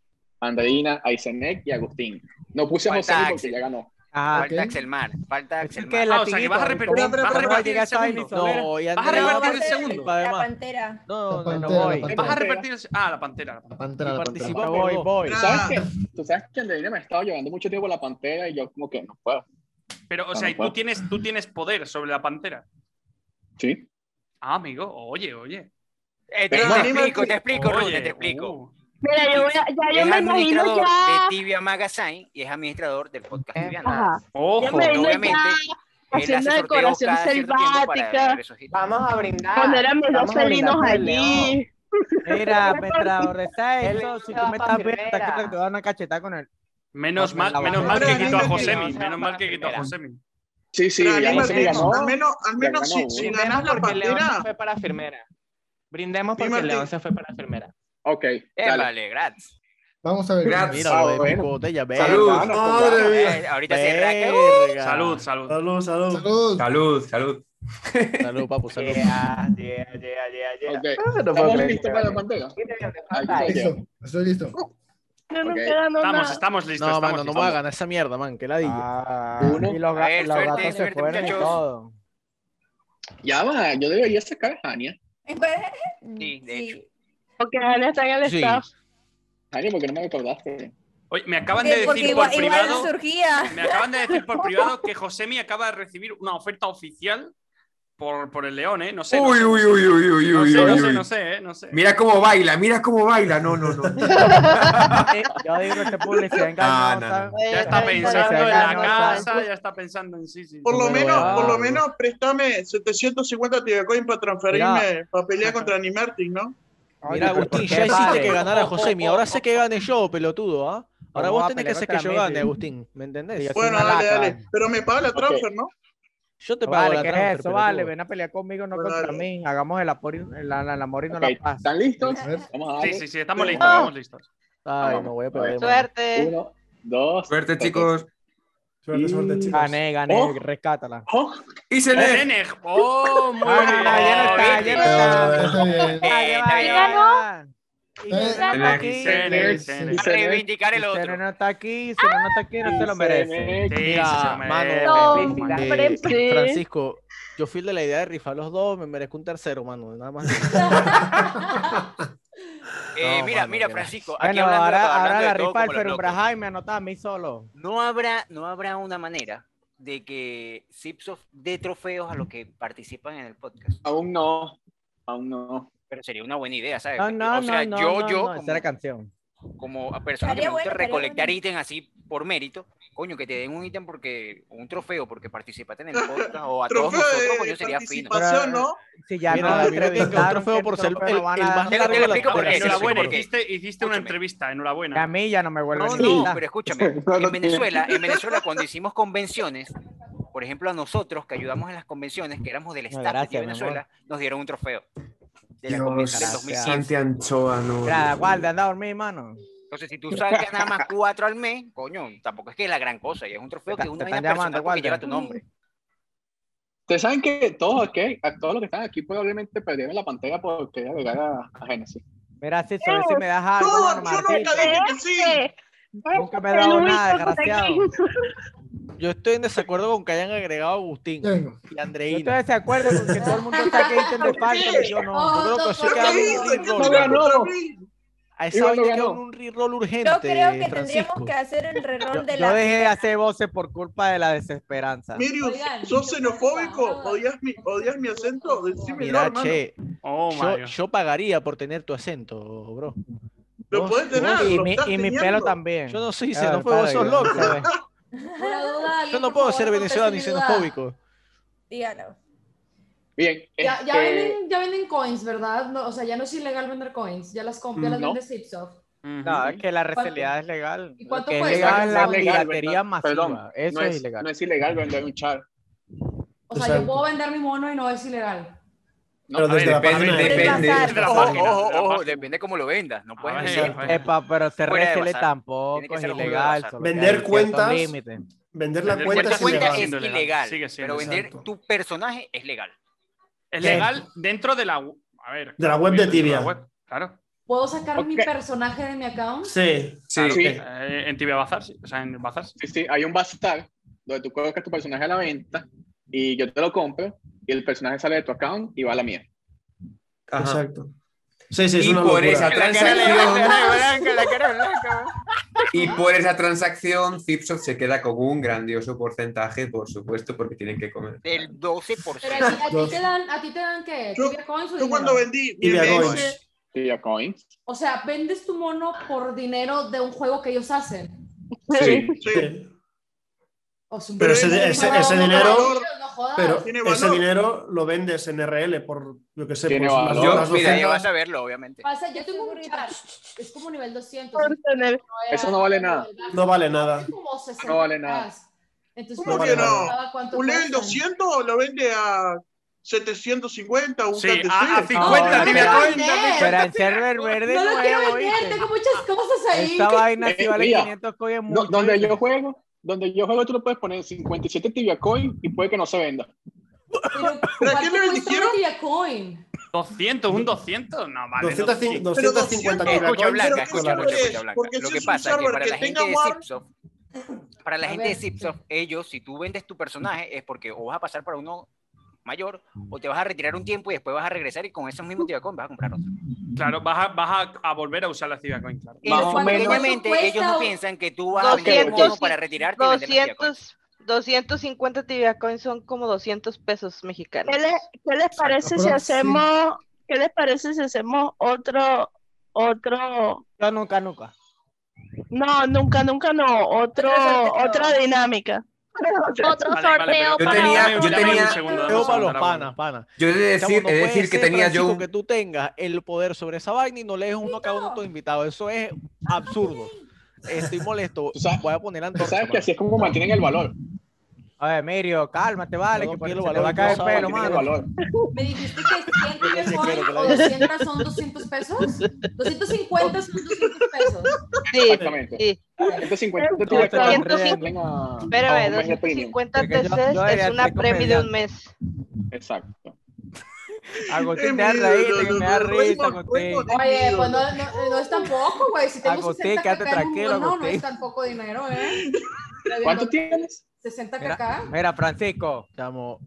Speaker 19: a Andreina, a Isenek y a Agustín. No puse a José
Speaker 20: Falta
Speaker 19: porque
Speaker 20: Axel.
Speaker 19: ya ganó.
Speaker 20: Falta Axel Mar, falta Axel
Speaker 4: que
Speaker 20: Mar.
Speaker 4: el Ah, o sea, que vas a latiguito, repetir- vas a
Speaker 20: Pero, pero,
Speaker 4: repetir
Speaker 20: pero,
Speaker 4: el segundo.
Speaker 1: No, y
Speaker 13: Vas a
Speaker 1: Andrea va
Speaker 13: repartir el
Speaker 1: participar,
Speaker 13: segundo.
Speaker 7: La
Speaker 1: además.
Speaker 7: pantera.
Speaker 1: No, no, no,
Speaker 4: pantera,
Speaker 1: voy.
Speaker 4: la
Speaker 13: Vas a repetir. el- Ah, la pantera. la pantera.
Speaker 6: Pantera,
Speaker 1: Y
Speaker 6: la
Speaker 1: participó
Speaker 6: pantera.
Speaker 1: por dos.
Speaker 19: ¿Tú sabes, que, tú sabes que Andreina me estaba llevando mucho tiempo la pantalla y yo como que no puedo.
Speaker 13: Pero, o sea, y tú tienes, tú tienes poder sobre la pantera.
Speaker 19: Sí.
Speaker 13: Ah, amigo, oye, oye.
Speaker 20: Eh, te, te explico, te explico,
Speaker 13: Oye,
Speaker 20: Rune, te explico.
Speaker 2: Mira, yo voy a, ya yo
Speaker 20: es
Speaker 2: me imagino
Speaker 20: administrador
Speaker 2: ya.
Speaker 20: de Tibia Magazine y es administrador del podcast Tibia
Speaker 2: Ajá.
Speaker 20: Nada.
Speaker 2: Yo me imagino
Speaker 20: obviamente,
Speaker 2: ya
Speaker 20: él hace
Speaker 2: haciendo
Speaker 20: sorteos
Speaker 2: decoración
Speaker 20: cada cierto tiempo para
Speaker 2: selvática.
Speaker 20: ver esos hits.
Speaker 5: Vamos a brindar.
Speaker 2: Poner a mis dos
Speaker 5: Vamos a brindar
Speaker 2: felinos
Speaker 5: por el león.
Speaker 2: allí.
Speaker 4: Mira, mientras está
Speaker 5: Él
Speaker 4: eso, si tú
Speaker 5: va
Speaker 4: me
Speaker 5: pa'
Speaker 4: estás viendo,
Speaker 5: primera.
Speaker 4: está aquí te voy a dar una cachetada con él.
Speaker 13: Menos mal,
Speaker 4: la
Speaker 13: menos mal
Speaker 4: banda.
Speaker 13: que quitó a
Speaker 4: Pero
Speaker 13: Josemi.
Speaker 4: anímate,
Speaker 13: Menos mal que quitó a Josemi.
Speaker 19: Sí, sí,
Speaker 13: Pero
Speaker 19: ya
Speaker 13: anima
Speaker 19: José
Speaker 13: el
Speaker 19: Miguel
Speaker 13: ritmo,
Speaker 19: ganó.
Speaker 13: al
Speaker 17: menos- al
Speaker 19: Ya
Speaker 17: menos
Speaker 19: ganó
Speaker 17: si- si
Speaker 19: uno.
Speaker 17: ganás la
Speaker 5: porque el león
Speaker 17: pantera.
Speaker 5: se fue para enfermera. Brindemos porque el
Speaker 17: Martín.
Speaker 5: león se fue para enfermera.
Speaker 19: Ok,
Speaker 20: Eh,
Speaker 19: dale.
Speaker 20: vale, gratis.
Speaker 6: Vamos a ver.
Speaker 19: Gracias.
Speaker 6: Mira,
Speaker 19: Ah,
Speaker 6: lo de
Speaker 19: bueno.
Speaker 6: mi botella, ve.
Speaker 12: Salud.
Speaker 6: Madre mía.
Speaker 20: Eh, ahorita se raca.
Speaker 6: Verga.
Speaker 13: Salud, salud.
Speaker 23: Salud, salud.
Speaker 6: Salud.
Speaker 12: Salud, salud.
Speaker 1: Salud, papu, salud.
Speaker 5: [laughs] Yeah, yeah, yeah, yeah, yeah.
Speaker 19: Ok.
Speaker 5: Ah, no puedo
Speaker 19: ¿Estamos
Speaker 5: creer.
Speaker 19: listos para la Ah, pantalla? Ahí está.
Speaker 6: Listo, estoy
Speaker 19: [laughs]
Speaker 6: listo.
Speaker 2: Yo no
Speaker 19: Ok.
Speaker 2: quedo
Speaker 13: Estamos,
Speaker 2: nada.
Speaker 13: estamos listos.
Speaker 1: No,
Speaker 13: estamos
Speaker 1: mano, no me
Speaker 13: listos.
Speaker 1: voy a ganar esa mierda, man, que la digo.
Speaker 19: Uno.
Speaker 4: Y los,
Speaker 20: A ver,
Speaker 4: ga- los
Speaker 20: suerte,
Speaker 4: gatos se
Speaker 20: suerte,
Speaker 4: fueron y
Speaker 20: muchachos.
Speaker 4: todo.
Speaker 19: Ya va, yo debería sacar a Jania.
Speaker 20: Sí, de hecho.
Speaker 2: Porque Ana está en el
Speaker 19: Sí.
Speaker 2: staff.
Speaker 19: Jania, ¿por qué no me recordaste?
Speaker 13: Oye, me acaban de
Speaker 7: Porque,
Speaker 13: decir
Speaker 7: porque
Speaker 13: por
Speaker 7: igual, igual
Speaker 13: privado.
Speaker 7: surgía.
Speaker 13: Me acaban de decir
Speaker 7: [laughs]
Speaker 13: por privado que Josemi acaba de recibir una oferta oficial por, por el León, ¿eh? No sé. no
Speaker 12: Uy,
Speaker 13: sé.
Speaker 12: uy, uy, uy, uy,
Speaker 13: No
Speaker 12: uy,
Speaker 13: sé,
Speaker 12: uy,
Speaker 13: no
Speaker 12: uy.
Speaker 13: sé, no sé, ¿eh? No sé.
Speaker 12: Mira cómo
Speaker 4: [laughs]
Speaker 12: baila, mira cómo baila. No, no, no.
Speaker 4: Yo digo, este publicidad engañosa.
Speaker 12: Ah, no, no.
Speaker 13: [laughs] Ya está pensando en la casa, ya está pensando en sí, sí.
Speaker 17: Por lo
Speaker 13: Número
Speaker 17: menos,
Speaker 13: de-
Speaker 17: por lo menos, préstame 750 tibiacoin para transferirme para pelear contra Nimertin, ¿no?
Speaker 1: Mira, Agustín, ya hiciste que ganara Josemi. Ahora sé que gane yo, pelotudo, ¿ah? Ahora
Speaker 4: Vamos
Speaker 1: vos
Speaker 4: a
Speaker 1: tenés que
Speaker 4: pelear
Speaker 1: hacer que
Speaker 4: contra
Speaker 1: yo
Speaker 4: Messi.
Speaker 1: gane, Agustín. ¿Me entendés?
Speaker 17: Bueno, dale, dale. Pero me paga la
Speaker 19: Ok.
Speaker 17: transfer, ¿no?
Speaker 1: Yo te pago
Speaker 4: Vale,
Speaker 1: la
Speaker 4: ¿qué
Speaker 1: transfer,
Speaker 4: es eso? Vale,
Speaker 1: pelotudo.
Speaker 4: ven a pelear conmigo, no
Speaker 17: Pues
Speaker 4: contra
Speaker 17: dale.
Speaker 4: mí. Hagamos el amor y, la, la- el amor y no
Speaker 19: Ok,
Speaker 4: la paz.
Speaker 19: ¿Están listos? Vamos a
Speaker 13: Sí,
Speaker 19: darle.
Speaker 13: sí, sí, estamos listos,
Speaker 19: Ah.
Speaker 13: estamos listos.
Speaker 1: Ay,
Speaker 19: Vamos,
Speaker 1: me voy a
Speaker 19: a
Speaker 1: perder.
Speaker 19: ver.
Speaker 1: man.
Speaker 22: Suerte.
Speaker 19: Uno, dos.
Speaker 12: Suerte,
Speaker 19: tres.
Speaker 12: chicos.
Speaker 23: Suerte, suerte, chicos.
Speaker 4: Gané, gané,
Speaker 19: Oh.
Speaker 4: rescátala.
Speaker 19: Oh,
Speaker 12: Y se le.
Speaker 13: Enej, ¡Oh, muy
Speaker 4: Ah, ya no está,
Speaker 20: oh,
Speaker 13: bien!
Speaker 4: ya no está.
Speaker 6: Está bien.
Speaker 20: Eh, está bien.
Speaker 4: ganó?
Speaker 2: Serena
Speaker 4: aquí. Serena está aquí, Serena está aquí, no se lo merece.
Speaker 1: Mira, mano,
Speaker 4: mano,
Speaker 1: eh, Francisco, yo fui de la idea de rifar los dos, me merezco un tercero, mano,
Speaker 13: [laughs]
Speaker 1: nada más.
Speaker 20: Eh, mira,
Speaker 1: No, mano,
Speaker 20: mira,
Speaker 1: mira.
Speaker 20: Francisco. aquí
Speaker 4: Bueno,
Speaker 20: hablando-
Speaker 4: ahora,
Speaker 20: hablando
Speaker 4: ahora
Speaker 20: de
Speaker 4: la
Speaker 20: todo
Speaker 4: rifa del
Speaker 20: como los locos.
Speaker 4: Ferumbra me anota a mí solo.
Speaker 20: No habrá, no habrá una manera de que Zipsoft dé trofeos a los que participan en el podcast.
Speaker 19: Aún no, aún no.
Speaker 20: Pero sería una buena idea, ¿sabes?
Speaker 4: No, no,
Speaker 20: o sea,
Speaker 4: no, no,
Speaker 20: yo,
Speaker 4: no,
Speaker 20: yo,
Speaker 4: no,
Speaker 20: como,
Speaker 4: esa era canción.
Speaker 20: como a persona que me gusta
Speaker 4: Estaría bueno, estaría
Speaker 20: recolectar
Speaker 4: bueno.
Speaker 20: ítems así por mérito, coño, que te den un ítem porque, o un trofeo porque
Speaker 17: [laughs]
Speaker 20: participaste en el podcast, o a
Speaker 17: Trofeo
Speaker 20: todos
Speaker 17: de
Speaker 20: nosotros, coño, sería fino.
Speaker 17: participación, ¿no?
Speaker 4: Si eh, ya
Speaker 20: Mira,
Speaker 4: no
Speaker 20: a mí me
Speaker 4: entrevistaron,
Speaker 20: tengo un trofeo
Speaker 4: ¿qué
Speaker 20: por ser
Speaker 4: trofeo
Speaker 20: el-
Speaker 4: lo van a
Speaker 20: el
Speaker 4: dar?
Speaker 20: más Te lo- largo te lo de la explico porque- te lo
Speaker 13: Enhorabuena,
Speaker 20: explico porque-
Speaker 13: hiciste, hiciste una entrevista, enhorabuena.
Speaker 4: A mí ya no me vuelven
Speaker 20: No,
Speaker 4: a
Speaker 20: no,
Speaker 4: invitar.
Speaker 17: [laughs]
Speaker 20: pero
Speaker 4: [laughs]
Speaker 20: escúchame, en Venezuela, en Venezuela cuando hicimos convenciones, por ejemplo a nosotros que ayudamos en las convenciones, que éramos del
Speaker 12: No,
Speaker 20: staff de
Speaker 12: gracias, mi
Speaker 20: Venezuela, nos dieron un trofeo de la
Speaker 12: Dios,
Speaker 20: convención del 2015.
Speaker 12: Santi Anchoa, no.
Speaker 4: Mira, guarda, anda a dormir, mano.
Speaker 20: Entonces, si tú sacas nada más cuatro al mes, coño, tampoco es que es la gran cosa, y es un trofeo que
Speaker 4: Te
Speaker 20: una
Speaker 4: están
Speaker 20: vaina
Speaker 4: llamando,
Speaker 20: personal porque
Speaker 4: Walter.
Speaker 20: lleva tu nombre.
Speaker 19: Ustedes saben que todos, aquí- a todos los que están aquí probablemente perdieron la pantalla por querer agregar a, a Genesis.
Speaker 4: Mira, si solo si me das algo.
Speaker 17: No,
Speaker 4: normal,
Speaker 17: yo nunca
Speaker 4: sí.
Speaker 17: dije que sí.
Speaker 2: Este,
Speaker 4: Nunca me he dado nada, desgraciado.
Speaker 1: Yo estoy en desacuerdo con que hayan agregado a Agustín y Andreina.
Speaker 4: Yo estoy de acuerdo con que todo el mundo saque
Speaker 1: [laughs]
Speaker 4: este ítem de falta, pero yo no.
Speaker 1: Yo creo que
Speaker 22: Oh,
Speaker 1: eso queda un
Speaker 4: Yo creo que
Speaker 1: reroll.
Speaker 4: no ganó.
Speaker 1: A esa
Speaker 4: Igual
Speaker 1: vaina
Speaker 4: no
Speaker 1: queda
Speaker 4: ganó.
Speaker 1: un reroll urgente,
Speaker 7: Yo creo que
Speaker 1: Francisco.
Speaker 7: tendríamos que hacer el
Speaker 4: Yo,
Speaker 7: reroll de
Speaker 4: yo
Speaker 7: la.
Speaker 4: dejé de hacer voces por culpa de la desesperanza.
Speaker 17: Mirius, ¿sos xenofóbico? ¿Odias mi, odias mi acento? Decime,
Speaker 1: Mira,
Speaker 17: hermano.
Speaker 1: che, yo,
Speaker 17: Mario.
Speaker 1: yo pagaría por tener tu acento, bro.
Speaker 17: Lo
Speaker 1: Vos-
Speaker 17: puedes tener,
Speaker 1: vos-
Speaker 17: lo estás teniendo.
Speaker 1: Yo no soy
Speaker 4: A ver,
Speaker 1: xenófobo,
Speaker 4: para,
Speaker 1: sos
Speaker 4: yo-
Speaker 1: loco.
Speaker 7: Una duda,
Speaker 1: Yo
Speaker 7: alguien,
Speaker 1: no
Speaker 7: por
Speaker 1: puedo
Speaker 7: favor,
Speaker 1: ser venezolano ni
Speaker 7: conteste mi duda.
Speaker 1: xenofóbico.
Speaker 7: Dígalo.
Speaker 19: Bien,
Speaker 18: Ya, ya,
Speaker 19: este,
Speaker 18: venden, ya venden coins, ¿verdad? No, o sea, ya no es ilegal vender coins. Ya las, comp- ya las
Speaker 4: No.
Speaker 18: vende Zipsoft.
Speaker 4: No, es que la recelidad es legal.
Speaker 18: ¿Y
Speaker 4: Lo
Speaker 18: cuánto
Speaker 4: que es
Speaker 18: cuesta?
Speaker 4: legal es la
Speaker 18: No es legal,
Speaker 4: piratería
Speaker 18: ¿verdad?
Speaker 4: masiva.
Speaker 19: perdón,
Speaker 4: Eso
Speaker 19: no
Speaker 4: es,
Speaker 19: es,
Speaker 4: ilegal.
Speaker 19: no es ilegal vender un char.
Speaker 18: O sea, yo puedo vender mi mono y no es ilegal.
Speaker 19: No, a ver, depende,
Speaker 20: depende.
Speaker 19: depende.
Speaker 20: Ojo, ojo, ojo, depende cómo lo vendas. No puedes decir.
Speaker 19: eh,
Speaker 4: Epa, pero ser
Speaker 20: Fuera de bazar. Tiene
Speaker 4: recele
Speaker 20: que
Speaker 4: tampoco es
Speaker 20: ser algo fuera de
Speaker 4: ilegal.
Speaker 20: bazar.
Speaker 4: solo que hay
Speaker 8: Vender
Speaker 4: ciertos
Speaker 8: cuentas.
Speaker 4: límites.
Speaker 8: Vender la
Speaker 4: Vender
Speaker 8: cuenta,
Speaker 20: La
Speaker 8: es
Speaker 20: cuenta
Speaker 8: ilegal.
Speaker 20: es ilegal,
Speaker 13: Sigue siendo
Speaker 20: pero vender
Speaker 13: exacto.
Speaker 20: tu personaje es legal.
Speaker 13: Es legal dentro de la. A ver.
Speaker 8: De la web de
Speaker 13: dentro
Speaker 8: Tibia.
Speaker 13: la web, Claro.
Speaker 18: ¿Puedo sacar mi personaje de mi account?
Speaker 8: Sí,
Speaker 13: Claro
Speaker 19: Sí.
Speaker 13: que, eh, en Tibia Bazar, sí. O sea, en Bazar.
Speaker 19: Sí, sí, hay un bazar donde tú colocas tu personaje a la venta y yo te lo compro y el personaje sale de tu account y va a la mía.
Speaker 8: Exacto. Sí, sí, es
Speaker 12: y
Speaker 8: una
Speaker 12: por
Speaker 8: locura.
Speaker 12: esa
Speaker 8: La cara de-
Speaker 12: transacción.
Speaker 20: la cara blanca.
Speaker 12: Y por esa transacción, Zipsoft se queda con un grandioso porcentaje, por supuesto, porque tienen que comer.
Speaker 20: Del 12%.
Speaker 18: Pero a ti, a ti te dan, a ti te dan qué? ¿Tibia coins o
Speaker 17: Yo cuando
Speaker 18: dinero?
Speaker 17: vendí mi
Speaker 19: Tibia
Speaker 17: MS,
Speaker 19: Coins. Tibia Coins.
Speaker 18: O sea, vendes tu mono por dinero de un juego que ellos hacen.
Speaker 19: Sí.
Speaker 18: O sea,
Speaker 8: Pero ese,
Speaker 18: un-
Speaker 8: ese-
Speaker 18: no,
Speaker 8: ese
Speaker 18: no,
Speaker 8: dinero,
Speaker 18: no jodas.
Speaker 8: pero
Speaker 18: Tiene
Speaker 8: ese
Speaker 18: valor.
Speaker 8: dinero lo vendes en RL por, yo que sé,
Speaker 19: Tiene
Speaker 8: por
Speaker 19: valor.
Speaker 8: unas- unas
Speaker 20: Yo, mira, ya
Speaker 8: 200.
Speaker 20: vas a verlo, obviamente.
Speaker 18: O sea, yo tengo un chat. Es como nivel 200.
Speaker 19: Eso no vale nada.
Speaker 8: No vale nada.
Speaker 18: Como 60
Speaker 19: No vale nada.
Speaker 18: cas. Entonces,
Speaker 17: ¿Cómo
Speaker 18: no
Speaker 17: que
Speaker 18: vale
Speaker 17: no?
Speaker 18: nada. Ah, ¿Cuánto
Speaker 17: ¿Un level
Speaker 18: cuesta?
Speaker 17: 200 lo vende a 750? Un
Speaker 13: Sí,
Speaker 17: Cat
Speaker 13: a- a
Speaker 17: Steer?
Speaker 13: 50,
Speaker 17: No,
Speaker 13: tibia
Speaker 17: no,
Speaker 13: coin,
Speaker 17: no,
Speaker 13: dame.
Speaker 4: Pero en server verde
Speaker 18: No lo quiero
Speaker 4: nuevo,
Speaker 18: vender,
Speaker 4: ¿oíste?
Speaker 18: tengo muchas cosas ahí.
Speaker 4: Esta vaina sí
Speaker 19: Eh,
Speaker 4: vale
Speaker 19: mira,
Speaker 4: 500 coins
Speaker 19: do-
Speaker 4: mucho.
Speaker 19: donde yo juego, donde yo juego tú lo puedes poner 57 Tibia Coin y puede que no se venda.
Speaker 4: [laughs]
Speaker 17: ¿Para qué le dijeron?
Speaker 18: coin?
Speaker 13: 200, un 200. No, vale.
Speaker 8: 250,
Speaker 13: 250
Speaker 8: Pero
Speaker 13: tibia
Speaker 20: Escucha,
Speaker 13: coin.
Speaker 20: Blanca,
Speaker 13: Pero
Speaker 20: escucha,
Speaker 13: ¿qué
Speaker 20: escucha,
Speaker 13: es?
Speaker 20: escucha, Blanca.
Speaker 13: Porque
Speaker 20: Lo
Speaker 13: si
Speaker 20: que
Speaker 13: es un
Speaker 20: pasa es que
Speaker 13: server
Speaker 20: para
Speaker 13: que
Speaker 20: la gente
Speaker 13: tenga
Speaker 20: de
Speaker 13: guard-
Speaker 20: Zipsoft, para la
Speaker 13: A
Speaker 20: gente de
Speaker 13: ver,
Speaker 20: Zipsoft, ellos, si tú vendes tu personaje, es porque o vas a pasar para uno mayor
Speaker 12: Mm.
Speaker 20: o te vas a retirar un tiempo y después vas a regresar y con esos mismos Tibia Coin vas a comprar otro.
Speaker 13: Claro, vas a, vas a, a volver a usar la Tibia Coin. Claro.
Speaker 20: Ellos,
Speaker 22: Más o menos.
Speaker 20: pequeñamente,
Speaker 22: ¿Cuánto
Speaker 20: ellos
Speaker 22: cuesta
Speaker 20: no
Speaker 22: un-
Speaker 20: piensan que tú vas a vender un
Speaker 22: 200,
Speaker 20: mono para retirarte y vender la Tibia Coin.
Speaker 22: 200, 250 tibia coins son como 200 pesos mexicanos.
Speaker 2: ¿Qué, le- qué les parece si
Speaker 22: Pero sí.
Speaker 2: hacemos, qué les parece si hacemos otro, otro?
Speaker 4: Yo nunca, nunca.
Speaker 2: No, nunca, nunca no, otro, otra dinámica.
Speaker 21: Otro sorteo
Speaker 1: Yo
Speaker 21: para
Speaker 1: tenía-
Speaker 21: otro
Speaker 1: yo tenía-
Speaker 21: momento.
Speaker 1: segundo, dame un
Speaker 21: Yo
Speaker 1: segundo,
Speaker 21: para los
Speaker 1: dame un
Speaker 21: panas,
Speaker 1: segundo. pana.
Speaker 12: Yo he de
Speaker 1: Chamo,
Speaker 12: decir,
Speaker 1: no
Speaker 12: he de
Speaker 1: puede
Speaker 12: decir que
Speaker 1: ser,
Speaker 12: tenía yo
Speaker 1: Francisco,
Speaker 12: un-
Speaker 1: que tú tengas el poder sobre esa vaina y no le des uno a cada uno a tus invitados. Eso es absurdo. Estoy molesto. Voy a poner la antorcha.
Speaker 19: Sabes que
Speaker 1: mano.
Speaker 19: así es como mantienen el valor.
Speaker 4: A ver, Mirio, cálmate, vale,
Speaker 1: Yo
Speaker 4: que
Speaker 1: no
Speaker 4: por
Speaker 1: quiero
Speaker 4: se te va a
Speaker 1: valor, yo
Speaker 4: caer el
Speaker 1: no
Speaker 4: pelo,
Speaker 1: quiero
Speaker 4: mano.
Speaker 19: valor.
Speaker 18: Me dijiste que 100 tibia
Speaker 1: Sí, quiero que
Speaker 18: coin
Speaker 1: la
Speaker 18: o
Speaker 1: digas.
Speaker 18: 200 son 200 pesos. 250 son 200 pesos.
Speaker 19: Exactamente.
Speaker 22: sí.
Speaker 19: 150
Speaker 22: Pero
Speaker 19: Tibia Coin
Speaker 22: 250
Speaker 19: venden a- a
Speaker 22: Espérame,
Speaker 2: eh,
Speaker 19: un mes de premium.
Speaker 22: 250
Speaker 19: Porque yo-
Speaker 22: TCs
Speaker 19: yo
Speaker 22: es
Speaker 19: ya
Speaker 22: una
Speaker 19: estoy
Speaker 22: premio de
Speaker 19: comediante.
Speaker 4: [laughs]
Speaker 22: un mes.
Speaker 19: Exacto.
Speaker 4: Agustín, te da raíz, que me da risa, Agustín.
Speaker 18: Oye, pues no, no, no es tampoco, güey. Si tengo
Speaker 4: Agustín,
Speaker 18: 60
Speaker 4: quédate
Speaker 18: caca en un
Speaker 4: tranquilo,
Speaker 18: bol, no, no
Speaker 4: Agustín.
Speaker 18: es tampoco dinero, ¿eh?
Speaker 1: ¿Cuánto
Speaker 18: tienes? 60
Speaker 1: Mira,
Speaker 18: caca.
Speaker 1: mira, Francisco. Chamo,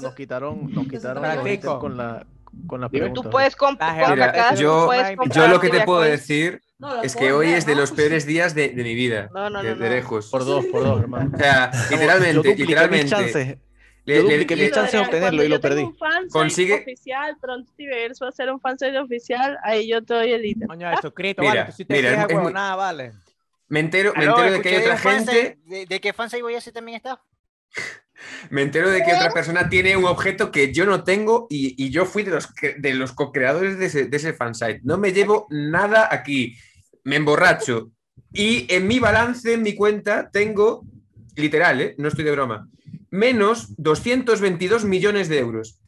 Speaker 18: se-
Speaker 1: nos quitaron, nos quitaron
Speaker 18: se-
Speaker 1: los
Speaker 18: Francisco.
Speaker 1: lentes con la, con la
Speaker 18: Dime.
Speaker 1: pregunta.
Speaker 22: Tú puedes comp-
Speaker 1: Mira,
Speaker 22: comprar casa,
Speaker 12: yo,
Speaker 22: tú puedes
Speaker 12: yo
Speaker 22: comprar
Speaker 12: lo que te
Speaker 22: videojuegos.
Speaker 12: puedo decir
Speaker 22: No, lo
Speaker 12: es
Speaker 22: puedo
Speaker 12: que hoy
Speaker 22: ver,
Speaker 12: es de
Speaker 22: ¿no?
Speaker 12: los peores días de, de mi vida.
Speaker 22: No, no, no,
Speaker 12: de, de
Speaker 22: no.
Speaker 12: lejos.
Speaker 1: Por dos, por dos, hermano.
Speaker 12: O sea,
Speaker 1: Yo
Speaker 12: literalmente,
Speaker 1: dupliqué mis
Speaker 12: literalmente.
Speaker 1: chances. Yo dupliqué mis chances de obtenerlo y lo perdí.
Speaker 2: Un fansite
Speaker 12: Consigue-
Speaker 2: oficial, pronto Tibeverse va a ser un fansite oficial, ahí yo te doy el ítem.
Speaker 4: Coño, el suscrito,
Speaker 12: Mira,
Speaker 4: vale, tú sí te
Speaker 12: mira,
Speaker 4: quejas,
Speaker 12: es muy-
Speaker 4: huevonada, vale.
Speaker 12: Me entero, me
Speaker 4: Aló,
Speaker 12: entero de que hay
Speaker 4: escuché
Speaker 12: otra
Speaker 4: de un fansite.
Speaker 12: gente
Speaker 20: ¿De, de qué fansite voy a hacer también está?
Speaker 12: Me entero de que otra persona tiene un objeto que yo no tengo y, y yo fui de los, cre- de los co-creadores de ese, de ese fansite. No me llevo nada aquí. Me emborracho. Y en mi balance, en mi cuenta, tengo, literal, ¿eh? no estoy de broma, menos 222 millones de euros.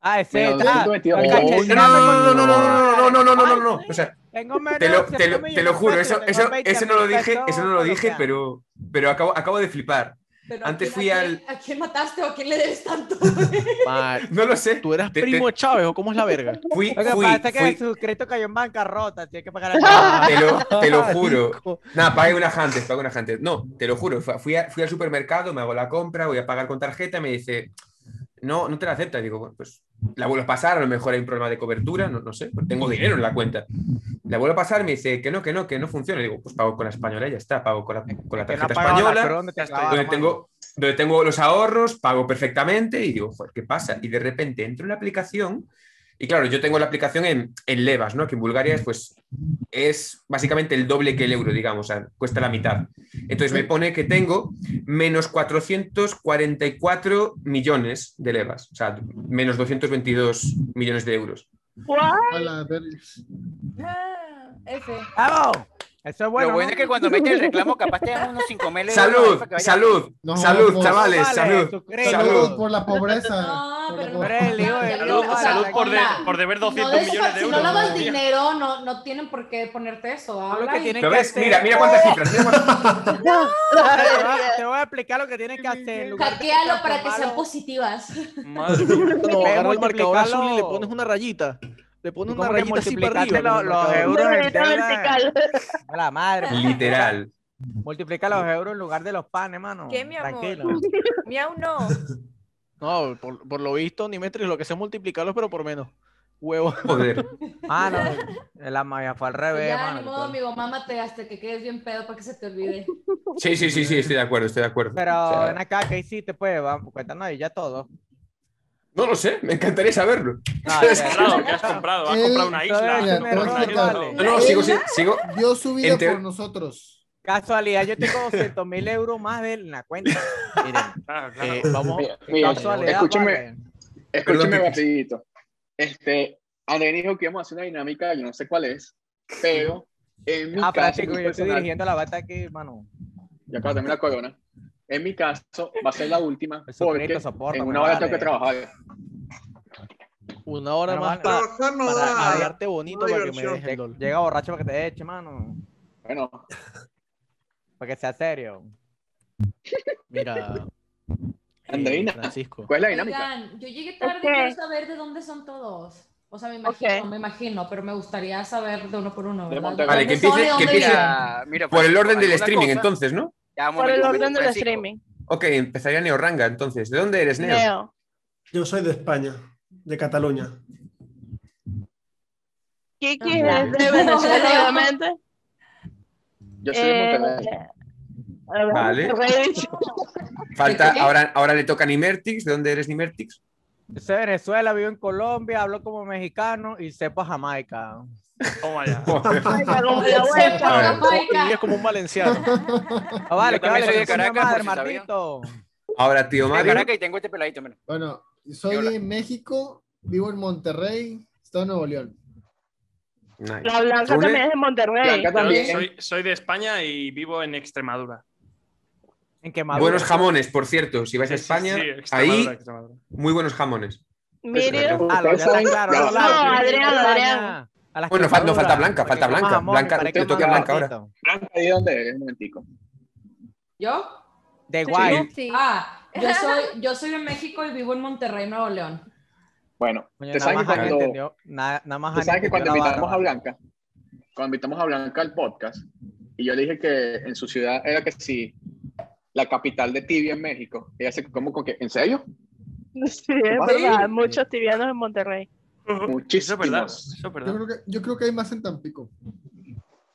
Speaker 4: Ah, ese
Speaker 12: Menos
Speaker 4: está.
Speaker 12: 222.
Speaker 4: está
Speaker 12: este No, no, no, no, no, no, no, no, no, no, no, no, no. O sea,
Speaker 4: Tengo
Speaker 12: te
Speaker 4: menos
Speaker 12: lo,
Speaker 4: de
Speaker 12: te lo-
Speaker 4: 5
Speaker 12: te lo juro,
Speaker 4: millones de
Speaker 12: eso,
Speaker 4: pesos,
Speaker 12: eso,
Speaker 4: tengo 20
Speaker 12: eso no lo
Speaker 4: mil
Speaker 12: dije,
Speaker 4: pesos
Speaker 12: eso no lo dije,
Speaker 4: colombianos.
Speaker 12: pero, pero acabo, acabo de flipar.
Speaker 18: Pero ¿a
Speaker 12: Antes
Speaker 18: quién-
Speaker 12: fui
Speaker 18: a
Speaker 12: al,
Speaker 18: quién- ¿A quién mataste o a quién le debes tanto?
Speaker 12: No lo sé.
Speaker 1: ¿Tú eras
Speaker 12: Te-
Speaker 1: primo de Chávez o cómo es la verga?
Speaker 12: Fui-
Speaker 4: Lo que
Speaker 12: fui-
Speaker 4: pasa es que
Speaker 12: fui-
Speaker 4: el suscrito cayó en bancarrota, tiene que pagar la
Speaker 12: Te lo,
Speaker 4: [laughs]
Speaker 12: te lo juro. Nada, pagué unas antes, pagué unas antes. No, te lo juro. Fu- Fui, a- fui al supermercado, me hago la compra, voy a pagar con tarjeta, me dice, no, no te la acepta. Digo, bueno, pues la vuelvo a pasar, a lo mejor hay un problema de cobertura, no, no sé, pues tengo dinero en la cuenta. La vuelvo a pasar, me dice que no, que no, que no funciona. Digo, pues pago con la española, y ya está, pago con la, con la
Speaker 4: Que no
Speaker 12: tarjeta
Speaker 4: pagaba la
Speaker 12: española,
Speaker 4: Chrome, te clavaba,
Speaker 12: donde
Speaker 4: mano.
Speaker 12: tengo, donde tengo los ahorros, pago perfectamente y digo, joder, ¿qué pasa? Y de repente entro en la aplicación y claro, yo tengo la aplicación en, en levas, ¿no? Que en Bulgaria es, pues, es básicamente el doble que el euro, digamos, o sea, cuesta la mitad. Entonces me pone que tengo menos 444 millones de levas, o sea, menos 222 millones de euros.
Speaker 7: Ah, F.
Speaker 4: ¡Vamos! Eso es bueno.
Speaker 20: Lo bueno es que cuando metes el reclamo, capaz te
Speaker 12: [laughs]
Speaker 20: dan unos 5 mil euros.
Speaker 12: Salud,
Speaker 20: para que vaya-
Speaker 12: salud,
Speaker 6: No,
Speaker 12: salud,
Speaker 6: no.
Speaker 12: chavales,
Speaker 6: Vale,
Speaker 12: salud.
Speaker 6: suscrito. Saludos por la pobreza. No, eh,
Speaker 13: Salud, salud por, de- por deber
Speaker 18: No
Speaker 13: 200
Speaker 18: des-
Speaker 13: millones de
Speaker 18: si
Speaker 13: euros.
Speaker 18: no lavas dinero, no, no tienen por qué ponerte eso. Habla y- [laughs]
Speaker 12: ¿Lo ves? Mira, mira cuántas cifras. mira cuántas-
Speaker 4: Te voy a- te voy a explicar lo que tienes que hacer. en lugar de
Speaker 18: Hackealo
Speaker 4: tanto
Speaker 18: para que
Speaker 4: malo.
Speaker 18: sean positivas.
Speaker 4: [laughs]
Speaker 1: No, agarra el marcador azul y le
Speaker 4: multiplicarlo.
Speaker 1: pones una rayita. Le pones una
Speaker 4: ¿Cómo que
Speaker 1: rayita así para
Speaker 4: multiplicaste
Speaker 1: arriba. con el
Speaker 4: los- los
Speaker 1: marcador.
Speaker 4: euros en Manera deuda? vertical. A la madre.
Speaker 12: Literal.
Speaker 4: Multiplica los euros en lugar de los panes, mano.
Speaker 1: ¿Qué, mi amor?
Speaker 4: Tranquilo.
Speaker 1: Miau no. No, por, por lo visto, ni Metris lo que sea es multiplicarlos, pero por menos. Huevo.
Speaker 12: Joder.
Speaker 4: Mano, la maya fue al revés,
Speaker 18: Ya, ni
Speaker 4: mano.
Speaker 18: modo, amigo, mámate hasta que quedes bien pedo para que se te olvide.
Speaker 12: Sí, sí, sí, sí, estoy de acuerdo, estoy de acuerdo.
Speaker 4: Pero
Speaker 12: O sea,
Speaker 4: ven acá, ¿qué hiciste? Pues vamos, cuéntanos y ya todo.
Speaker 12: no lo sé, me encantaría saberlo.
Speaker 4: Ah, ya.
Speaker 13: Claro, ¿qué has comprado? ¿Has
Speaker 6: Él-
Speaker 13: comprado una isla?
Speaker 6: Mira,
Speaker 13: ¿Has
Speaker 6: te voy a
Speaker 13: comprado una isla?
Speaker 6: explicar.
Speaker 13: No.
Speaker 12: No, no, sigo, sigo, sigo.
Speaker 6: Dio su vida
Speaker 12: En teo-
Speaker 6: por nosotros.
Speaker 4: Casualidad, yo tengo 200 mil euros más de él en la cuenta. Miren,
Speaker 13: eh,
Speaker 4: vamos.
Speaker 19: Ah, Mira, mira,
Speaker 4: casualidad,
Speaker 19: escúchame,
Speaker 4: vale.
Speaker 19: escúchame
Speaker 4: Perdón,
Speaker 19: rapidito. Este, Andrés dijo que íbamos a hacer una dinámica, yo no sé cuál es, pero en mi caso,
Speaker 4: Ah, práctico,
Speaker 19: muy
Speaker 4: yo estoy
Speaker 19: personal,
Speaker 4: dirigiendo la bata aquí, mano.
Speaker 19: ya acabo de terminar la corona. En mi caso, va a ser la última,
Speaker 4: crédito
Speaker 19: porque
Speaker 4: soporta,
Speaker 19: en
Speaker 4: me
Speaker 19: una hora
Speaker 4: vale.
Speaker 19: tengo que trabajar.
Speaker 1: Una hora
Speaker 4: No
Speaker 1: más
Speaker 4: vale.
Speaker 1: para,
Speaker 4: Trabajar no
Speaker 1: para,
Speaker 4: da.
Speaker 1: para darte bonito
Speaker 4: Una
Speaker 1: para que me
Speaker 4: diversión.
Speaker 1: dejes el dólar.
Speaker 4: Llega borracho para que te eche, mano.
Speaker 19: Bueno.
Speaker 4: Para que sea serio.
Speaker 1: Mira.
Speaker 19: Andreina,
Speaker 1: Francisco.
Speaker 19: ¿cuál es la dinámica?
Speaker 18: Oigan, yo llegué tarde
Speaker 2: Ok.
Speaker 18: y quiero saber de dónde son todos. O sea, me imagino, me imagino, pero me gustaría saber de uno por uno.
Speaker 19: De
Speaker 18: ¿verdad?
Speaker 19: Montevideo.
Speaker 12: Vale, que
Speaker 18: ¿Dónde son y
Speaker 12: empiece, que
Speaker 18: dónde
Speaker 12: empiece
Speaker 18: viven?
Speaker 12: por el
Speaker 20: Francisco,
Speaker 12: orden del
Speaker 20: ¿alguna
Speaker 12: streaming,
Speaker 20: pues, cosa?
Speaker 12: entonces, ¿no?
Speaker 20: Ya, un
Speaker 2: Por el
Speaker 20: momento,
Speaker 2: orden del
Speaker 20: Francisco.
Speaker 2: streaming.
Speaker 12: Ok, empezaría Neo Ranga, entonces. ¿De dónde eres, Neo?
Speaker 2: Neo.
Speaker 8: Yo soy de España, de Cataluña.
Speaker 2: Kiki
Speaker 8: Ah,
Speaker 2: es de
Speaker 8: bueno.
Speaker 2: Venezuela, obviamente.
Speaker 19: Yo soy de
Speaker 2: Eh,
Speaker 19: Monterrey.
Speaker 12: Vale. Falta, ahora, ahora le toca a Nimertix. ¿De dónde eres, Nimertix?
Speaker 4: Soy de Venezuela, vivo en Colombia, hablo como mexicano y sepa Jamaica.
Speaker 12: [laughs]
Speaker 13: Toma ya.
Speaker 1: Vives como un valenciano.
Speaker 4: Ah, vale,
Speaker 20: Yo
Speaker 4: que
Speaker 20: también
Speaker 4: vale,
Speaker 20: soy de
Speaker 4: que una
Speaker 20: Caracas,
Speaker 4: madre,
Speaker 20: por si sabía.
Speaker 4: Martito.
Speaker 12: Ahora, tío
Speaker 20: De
Speaker 12: Mario.
Speaker 20: Caracas y tengo este peladito, mira.
Speaker 6: Bueno, soy de México, vivo en Monterrey, Estado de Nuevo León.
Speaker 12: Nice.
Speaker 2: La Blanca
Speaker 12: ¿Tú,
Speaker 2: también
Speaker 12: Ne?
Speaker 2: es de Monterrey.
Speaker 13: Yo Soy, soy de España y vivo en Extremadura.
Speaker 4: En que
Speaker 12: Buenos jamones, por cierto. Si vais a
Speaker 13: Sí, sí,
Speaker 12: España,
Speaker 13: sí, Extremadura,
Speaker 12: ahí,
Speaker 13: Extremadura.
Speaker 12: muy buenos jamones.
Speaker 2: Miriam.
Speaker 4: Ah, lo- ya está claro.
Speaker 2: No,
Speaker 4: claro,
Speaker 2: Adrián,
Speaker 4: España,
Speaker 2: Adrián.
Speaker 4: a las
Speaker 12: Bueno, fal- no, falta
Speaker 4: quemaduras,
Speaker 12: Blanca,
Speaker 4: porque
Speaker 12: falta
Speaker 4: quema
Speaker 12: Blanca.
Speaker 4: jamón y
Speaker 12: Blanca,
Speaker 4: para
Speaker 12: le toca a
Speaker 4: quemar
Speaker 12: Blanca ahora.
Speaker 4: Martito.
Speaker 19: Blanca, ¿de dónde eres? Un momentico.
Speaker 18: ¿Yo?
Speaker 4: De guay.
Speaker 18: Ah, yo soy, yo soy de México y vivo en Monterrey, Nuevo León.
Speaker 19: Bueno,
Speaker 4: Coño,
Speaker 19: te
Speaker 4: nada
Speaker 19: saben que
Speaker 4: más Ana
Speaker 19: cuando,
Speaker 4: entendió- nada- nada más
Speaker 19: ¿Tú
Speaker 4: Ana
Speaker 19: sabes que cuando
Speaker 4: entendió la
Speaker 19: invitamos a
Speaker 4: barra.
Speaker 19: Blanca, cuando invitamos a Blanca al podcast, y yo le dije que en su ciudad era que sí, la capital de tibia en México, ella se como con que, ¿en serio?
Speaker 2: Sí, es
Speaker 19: pasa?
Speaker 2: verdad, muchos tibianos en Monterrey.
Speaker 19: Muchísimo. Ah.
Speaker 6: Yo creo, que, yo creo que hay más en Tampico.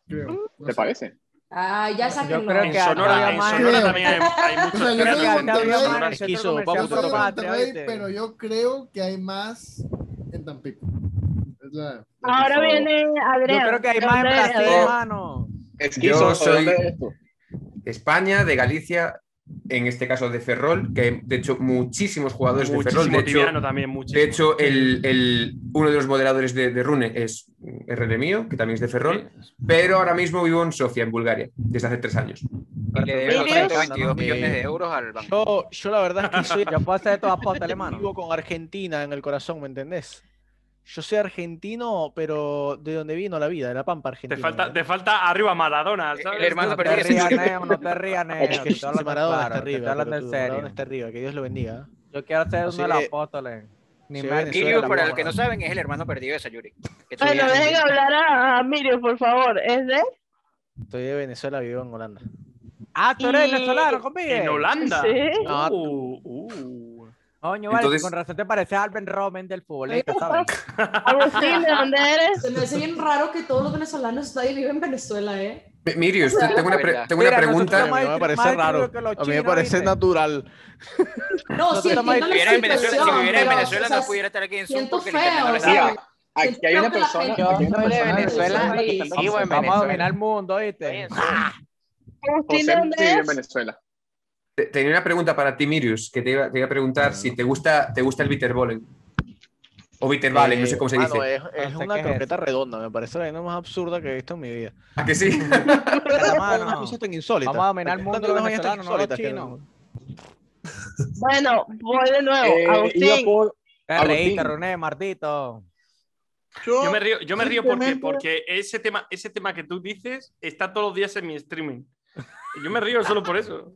Speaker 6: Creo.
Speaker 19: ¿Te parece?
Speaker 18: Ah, ya sáquenlo.
Speaker 6: creo que En acá Sonora- había Ah, en más. Sonora también hay- [laughs] hay muchos
Speaker 18: O sea, yo creo que
Speaker 6: grandes
Speaker 18: acá había
Speaker 6: montañas.
Speaker 18: más.
Speaker 6: Yo soy de Monterrey, pero yo creo que hay más en Tampico. Es la- la
Speaker 2: Ahora
Speaker 6: razón.
Speaker 2: viene Adrián.
Speaker 4: Yo creo que hay
Speaker 2: ¿De
Speaker 4: más en
Speaker 2: dónde eres,
Speaker 4: Brasil,
Speaker 2: Adrián?
Speaker 4: hermano.
Speaker 12: Yo soy
Speaker 19: de
Speaker 12: España, de Galicia, en este caso de Ferrol, que de hecho muchísimos jugadores
Speaker 13: Muchísimo
Speaker 12: de Ferrol. De
Speaker 13: tibiano
Speaker 12: hecho,
Speaker 13: también,
Speaker 12: de hecho el, el- uno de los moderadores de, de Rune es RD mío, que también es de Ferrol, pero ahora mismo vivo en Sofía, en Bulgaria, desde hace tres años.
Speaker 20: Le debemos 122
Speaker 12: Sí.
Speaker 20: millones de euros al banco.
Speaker 1: Yo, [laughs] yo la verdad es que soy.
Speaker 4: Yo puedo hacer todas postas, hermano.
Speaker 1: Vivo con Argentina en el corazón, ¿me entendés? Yo soy argentino, pero de donde vino la vida, de la pampa argentina.
Speaker 13: Te falta, te falta arriba
Speaker 20: Eh,
Speaker 13: Maradona, ¿sabes?
Speaker 4: no te
Speaker 20: [laughs]
Speaker 4: rías, Neo, no te rías, Neo.
Speaker 1: Es que
Speaker 4: Te estoy hablando
Speaker 1: Maradona
Speaker 4: claro,
Speaker 1: está
Speaker 4: te estoy
Speaker 1: arriba,
Speaker 4: hablando en
Speaker 1: pelotudo,
Speaker 4: serio.
Speaker 1: Maradona está arriba, que Dios lo bendiga. ¿eh?
Speaker 4: Yo quiero ser
Speaker 1: Así
Speaker 4: uno de los
Speaker 1: que-
Speaker 4: apóstoles. Ni
Speaker 1: Sí,
Speaker 4: más
Speaker 1: Venezuela,
Speaker 4: ni menos.
Speaker 20: Mirio, para los que no saben, es el hermano perdido de Sayuri. que
Speaker 2: Bueno,
Speaker 20: todavía-
Speaker 2: dejen hablar a, a Mirio, por favor. ¿Es de?
Speaker 1: Estoy de Venezuela, vivo en Holanda.
Speaker 4: Ah, tú eres
Speaker 2: Y-
Speaker 4: venezolano, conmigo.
Speaker 2: ¿En Holanda? Sí.
Speaker 4: No, tú- Coño, vale,
Speaker 12: Entonces-
Speaker 4: con razón te pareces a Alben Roman del futbolista, ¿sabes?
Speaker 2: Agustín, ¿de dónde eres?
Speaker 18: Se me hace bien raro que todos los venezolanos nadie vive en Venezuela, ¿eh?
Speaker 12: Mi- Mirius, te- tengo una, pre-
Speaker 18: Verdad.
Speaker 12: tengo una
Speaker 18: Mira, nosotros
Speaker 12: pregunta.
Speaker 18: somos A mí me parece más raro. que los
Speaker 1: A mí me
Speaker 18: chinos,
Speaker 1: parece
Speaker 18: ¿viste?
Speaker 1: natural.
Speaker 18: No, sí,
Speaker 1: Nosotros
Speaker 18: entiendo
Speaker 1: más- Si
Speaker 18: la
Speaker 1: viviera en
Speaker 18: situación,
Speaker 1: Venezuela- si viviera en
Speaker 18: pero,
Speaker 1: Venezuela,
Speaker 18: o sea,
Speaker 1: no pudiera estar aquí en Zoom
Speaker 18: siento
Speaker 1: porque el
Speaker 18: feo,
Speaker 1: internet no le
Speaker 18: o sea,
Speaker 1: da.
Speaker 19: Aquí hay una
Speaker 18: creo que la
Speaker 19: persona. aquí
Speaker 18: gente-
Speaker 19: hay una
Speaker 4: Yo soy de
Speaker 19: persona-
Speaker 4: Venezuela,
Speaker 19: Venezuela.
Speaker 4: y vivo en Vamos a dominar el mundo, ¿viste?
Speaker 19: José
Speaker 2: ¿de dónde
Speaker 19: vive en
Speaker 2: es?
Speaker 19: Venezuela.
Speaker 12: Te- Tenía una pregunta para ti, Mirius, que te iba, te iba a preguntar si te gusta, te gusta el Bitterballen. O Bitterballen, no sé cómo se
Speaker 1: Eh, Mano,
Speaker 12: dice.
Speaker 1: Ah, es es una croqueta redonda, me parece la vaina más absurda que he visto en mi vida.
Speaker 12: [laughs] ¿A que sí?
Speaker 1: Unas cosas tan insólitas.
Speaker 4: Vamos a dominar el mundo
Speaker 1: Tantas vainas tan
Speaker 4: venezolano, no los
Speaker 1: insólitas que-
Speaker 4: chinos.
Speaker 2: Bueno, voy de nuevo.
Speaker 4: Eh,
Speaker 2: Agustín.
Speaker 4: iba por- Te
Speaker 13: Agustín.
Speaker 4: reíste, René, Martito.
Speaker 13: Yo me río, yo me río porque,
Speaker 4: simplemente-
Speaker 13: porque ese, tema, ese tema que tú dices está todos los días en mi streaming. Yo me río solo por eso.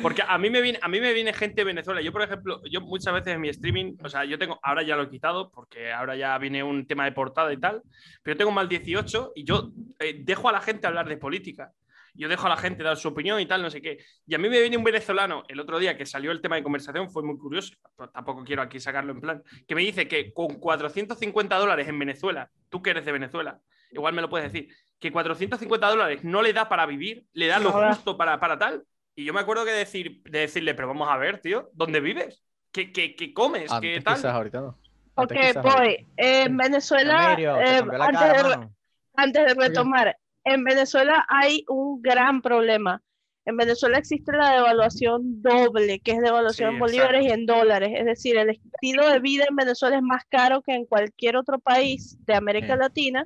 Speaker 13: Porque a mí me viene, a mí me viene gente de Venezuela. Yo, por ejemplo, yo muchas veces en mi streaming, o sea, yo tengo, ahora ya lo he quitado porque ahora ya viene un tema de portada y tal, pero yo tengo mal 18 y yo eh, dejo a la gente hablar de política. Yo dejo a la gente dar su opinión y tal, no sé qué. Y a mí me viene un venezolano el otro día que salió el tema de conversación, fue muy curioso, pero tampoco quiero aquí sacarlo en plan, que me dice que con 450 dólares en Venezuela, tú que eres de Venezuela, igual me lo puedes decir, que 450 dólares no le da para vivir, le da lo
Speaker 2: Ahora-
Speaker 13: justo para, para tal. Y yo me acuerdo que decir, de decirle, pero vamos a ver, tío, ¿dónde vives? ¿Qué, qué, qué comes? ¿Qué
Speaker 1: Antes
Speaker 13: tal?
Speaker 1: Ah, quizás, ahorita no.
Speaker 2: Ok,
Speaker 1: Antes quizás, ahorita.
Speaker 2: voy. En Venezuela,
Speaker 1: Emilio, te
Speaker 2: eh,
Speaker 1: cambió la
Speaker 2: antes,
Speaker 1: cara,
Speaker 2: de, re-
Speaker 1: mano.
Speaker 2: antes de retomar, en Venezuela hay un gran problema. En Venezuela existe la devaluación doble, que es devaluación
Speaker 22: Sí,
Speaker 2: en bolívares
Speaker 22: exacto.
Speaker 2: y en dólares. Es decir, el estilo de vida en Venezuela es más caro que en cualquier otro país de América
Speaker 4: Sí.
Speaker 2: Latina.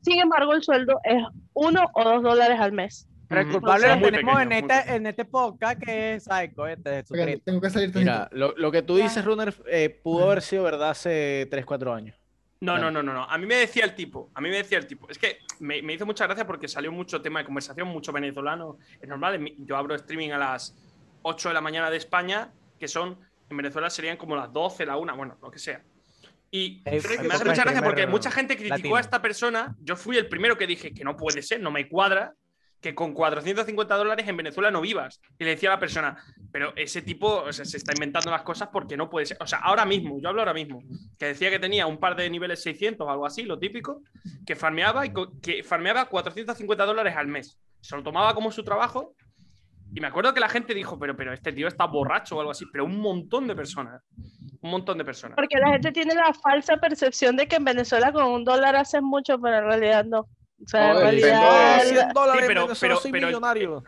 Speaker 2: Sin embargo, el sueldo es uno o dos dólares al mes.
Speaker 4: Pero el culpable lo
Speaker 2: Entonces-
Speaker 4: tenemos en este, en este podcast que es Psycho, este de Jesucristo.
Speaker 6: Tengo que salir
Speaker 1: Mira, lo, lo que tú dices, Runner, eh, pudo haber sido verdad hace 3-4 años.
Speaker 13: No, no, no, no, no. A mí me decía el tipo, a mí me decía el tipo. Es que me, me hizo mucha gracia porque salió mucho tema de conversación, mucho venezolano. Es normal, en mi- yo abro streaming a las 8 de la mañana de España, que son, en Venezuela serían como las 12, la 1, bueno, lo que sea. Y
Speaker 4: Eh,
Speaker 13: creo que
Speaker 4: el
Speaker 13: me hace
Speaker 4: primer-
Speaker 13: mucha gracia porque
Speaker 4: primer
Speaker 13: mucha gente criticó
Speaker 4: latino.
Speaker 13: a esta persona. Yo fui el primero que dije que no puede ser, no me cuadra, que con 450 dólares en Venezuela no vivas. Y le decía a la persona, pero ese tipo o sea, se está inventando las cosas porque no puede ser. O sea, ahora mismo, yo hablo ahora mismo, que decía que tenía un par de niveles 600 o algo así, lo típico, que farmeaba, y co- que farmeaba 450 dólares al mes. Se lo tomaba como su trabajo. Y me acuerdo que la gente dijo, pero, pero este tío está borracho o algo así, pero un montón de personas. Un montón de personas.
Speaker 2: Porque la gente tiene la falsa percepción de que en Venezuela con un dólar hacen mucho, pero en realidad no. O sea, en
Speaker 13: Joder,
Speaker 2: realidad.
Speaker 13: depende de-
Speaker 2: la-
Speaker 13: dólares en Venezuela soy millonario.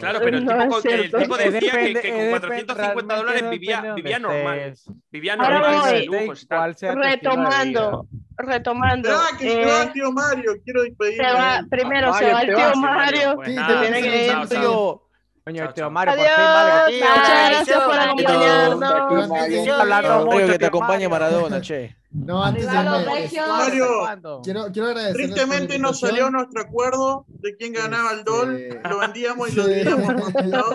Speaker 13: Claro, pero el
Speaker 2: No
Speaker 13: tipo,
Speaker 2: es
Speaker 13: con- el
Speaker 2: cierto.
Speaker 13: tipo decía que-
Speaker 4: Depende-
Speaker 13: que,
Speaker 4: eh,
Speaker 13: con 450 dólares
Speaker 4: realmente
Speaker 13: vivía,
Speaker 4: depende
Speaker 13: vivía
Speaker 4: dónde
Speaker 13: normal.
Speaker 4: estés.
Speaker 13: Vivía
Speaker 2: Ahora
Speaker 13: normal, sin
Speaker 2: voy.
Speaker 13: lujos y tal.
Speaker 2: retomando, retomando.
Speaker 17: Ah, que se
Speaker 2: eh,
Speaker 17: va el tío Mario, quiero despedirme.
Speaker 2: se va- primero se va el tío Mario.
Speaker 17: Pues
Speaker 2: que
Speaker 17: nada,
Speaker 2: tiene que ir, tío.
Speaker 4: Coño, el tío Mario, por
Speaker 2: Adiós,
Speaker 4: fin vale.
Speaker 2: Nacho, gracias por acompañarnos.
Speaker 1: Hablando
Speaker 4: mucho,
Speaker 1: mucho, que te
Speaker 4: tío
Speaker 1: acompañe
Speaker 6: [laughs]
Speaker 1: Maradona, che.
Speaker 6: No, antes de
Speaker 17: Arriba los
Speaker 6: irme,
Speaker 17: regios.
Speaker 6: este,
Speaker 17: Mario,
Speaker 6: quiero, quiero agradecer.
Speaker 17: Tristemente no salió nuestro acuerdo de quién ganaba el dólar, lo vendíamos y lo vendíamos. ¿no?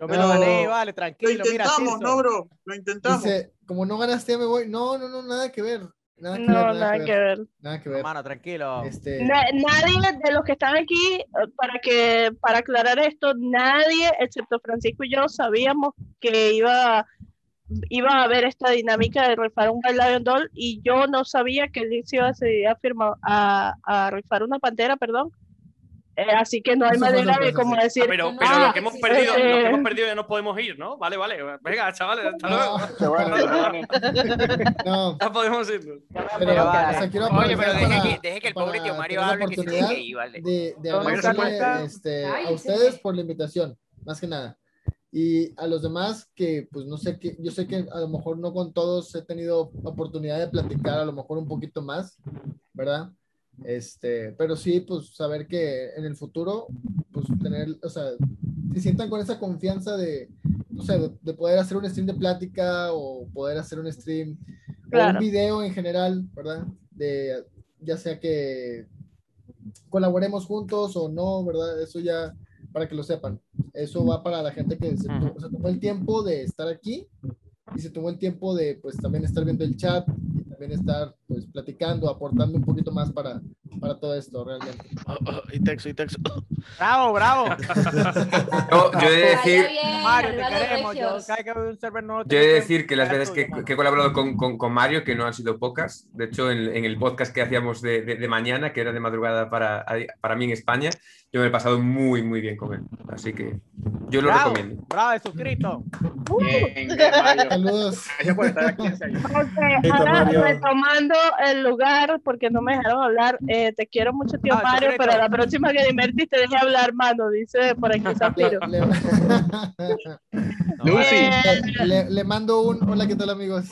Speaker 4: Yo me lo gané, vale, tranquilo.
Speaker 6: Lo
Speaker 4: mira, Tirso.
Speaker 6: intentamos, no,
Speaker 17: bro. Lo intentamos.
Speaker 6: Dice, como no ganaste, ya me voy. No, no, no, nada que ver. Nada que
Speaker 2: No,
Speaker 6: ver,
Speaker 2: nada que ver.
Speaker 6: Nada que ver.
Speaker 4: Hermano, tranquilo.
Speaker 6: Este,
Speaker 2: Na- nadie de los que están aquí, eh, para, que, para aclarar esto, nadie, excepto Francisco y yo, sabíamos que iba, iba a haber esta dinámica de rifar un Red Lion Doll y yo no sabía que Liz iba a decidir a, firma- a, a rifar una pantera, perdón. Eh, así que no hay
Speaker 13: Eso fue
Speaker 2: manera de
Speaker 13: sorpresa,
Speaker 2: como
Speaker 13: sí. Ah,
Speaker 2: decir.
Speaker 13: pero pero
Speaker 2: "Ah,
Speaker 13: lo que hemos perdido,
Speaker 2: este,
Speaker 13: lo que hemos perdido ya no podemos ir, ¿no? Vale, vale. Venga, chavales, hasta luego.
Speaker 6: [laughs] No.
Speaker 13: Ya podemos irnos.
Speaker 6: pero, o sea, quiero
Speaker 13: Oye, pero
Speaker 6: aprovechar
Speaker 13: deje
Speaker 6: para-
Speaker 13: que- deje que el
Speaker 6: para
Speaker 13: pobre tío Mario
Speaker 6: tener la
Speaker 13: hable, que se tiene
Speaker 6: oportunidad
Speaker 13: que ir,
Speaker 6: [laughs]
Speaker 13: vale.
Speaker 6: De, de
Speaker 13: Todo se cuenta.
Speaker 6: agradecerle este,
Speaker 13: Ay,
Speaker 6: a
Speaker 13: sí,
Speaker 6: ustedes por la invitación, más que nada. Y a los demás que, pues no sé, que yo sé que a lo mejor no con todos he tenido oportunidad de platicar a lo mejor un poquito más, ¿verdad? Este, pero sí, pues saber que en el futuro, pues tener, o sea, se sientan con esa confianza de, no sé, de, de poder hacer un stream de plática o poder hacer un stream o
Speaker 2: Claro.
Speaker 6: un video en general, ¿verdad? De, ya sea que colaboremos juntos o no, ¿verdad? Eso ya, para que lo sepan, eso va para la gente que se, to- se tomó el tiempo de estar aquí y se tomó el tiempo de, pues, también estar viendo el chat y también estar, pues, platicando, aportando un poquito más para, para todo esto, realmente.
Speaker 1: [laughs] Y texto, y texto.
Speaker 4: Bravo, bravo.
Speaker 1: [laughs]
Speaker 12: No, yo he de decir,
Speaker 4: Mario, te
Speaker 18: arriba los
Speaker 4: queremos. Yo,
Speaker 18: regios.
Speaker 4: cada que veo un server nuevo, te
Speaker 12: yo he de
Speaker 4: meto en-
Speaker 12: decir que las veces que, que he colaborado con, con- con Mario, que no han sido pocas, de hecho en, en el podcast que hacíamos de, de- de mañana, que era de madrugada para, para mí en España, yo me lo he pasado muy, muy bien con él. Así que yo lo
Speaker 4: Bravo.
Speaker 12: recomiendo.
Speaker 4: Bravo, de suscrito.
Speaker 2: Uh. eh,
Speaker 6: Saludos.
Speaker 19: Gracias por estar aquí. en serio.
Speaker 2: Ok,
Speaker 19: Listo,
Speaker 2: ahora
Speaker 19: Mario.
Speaker 2: retomando el lugar, porque no me dejaron hablar, eh, te quiero mucho, tío
Speaker 6: Ah,
Speaker 2: Mario,
Speaker 6: secreto.
Speaker 2: pero la próxima que divertís te deje hablar, mano, dice [laughs] por aquí Zafiro.
Speaker 13: [laughs]
Speaker 2: Lucy.
Speaker 6: Le, le- le mando un hola, ¿qué tal, amigos?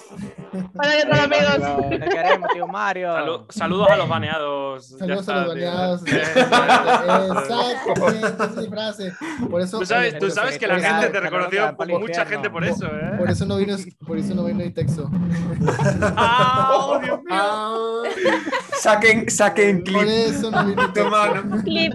Speaker 2: Hola, ¿qué tal, amigos?
Speaker 4: Te queremos, tío Mario.
Speaker 13: Salu- saludos a los baneados. Ya
Speaker 6: Saludos
Speaker 13: está,
Speaker 6: a los
Speaker 13: tío. [laughs]
Speaker 6: baneados.
Speaker 13: Eh,
Speaker 6: Exactamente, esa es mi frase. Por eso,
Speaker 13: Tú sabes, tú sabes que la
Speaker 6: por eso-
Speaker 13: gente te reconoció, mucha gente por eso, ¿eh?
Speaker 6: Por eso no vino, por eso no vino Itexo.
Speaker 13: Ah,
Speaker 12: Ah. Saquen, saquen clip.
Speaker 6: Este,
Speaker 4: Mano, y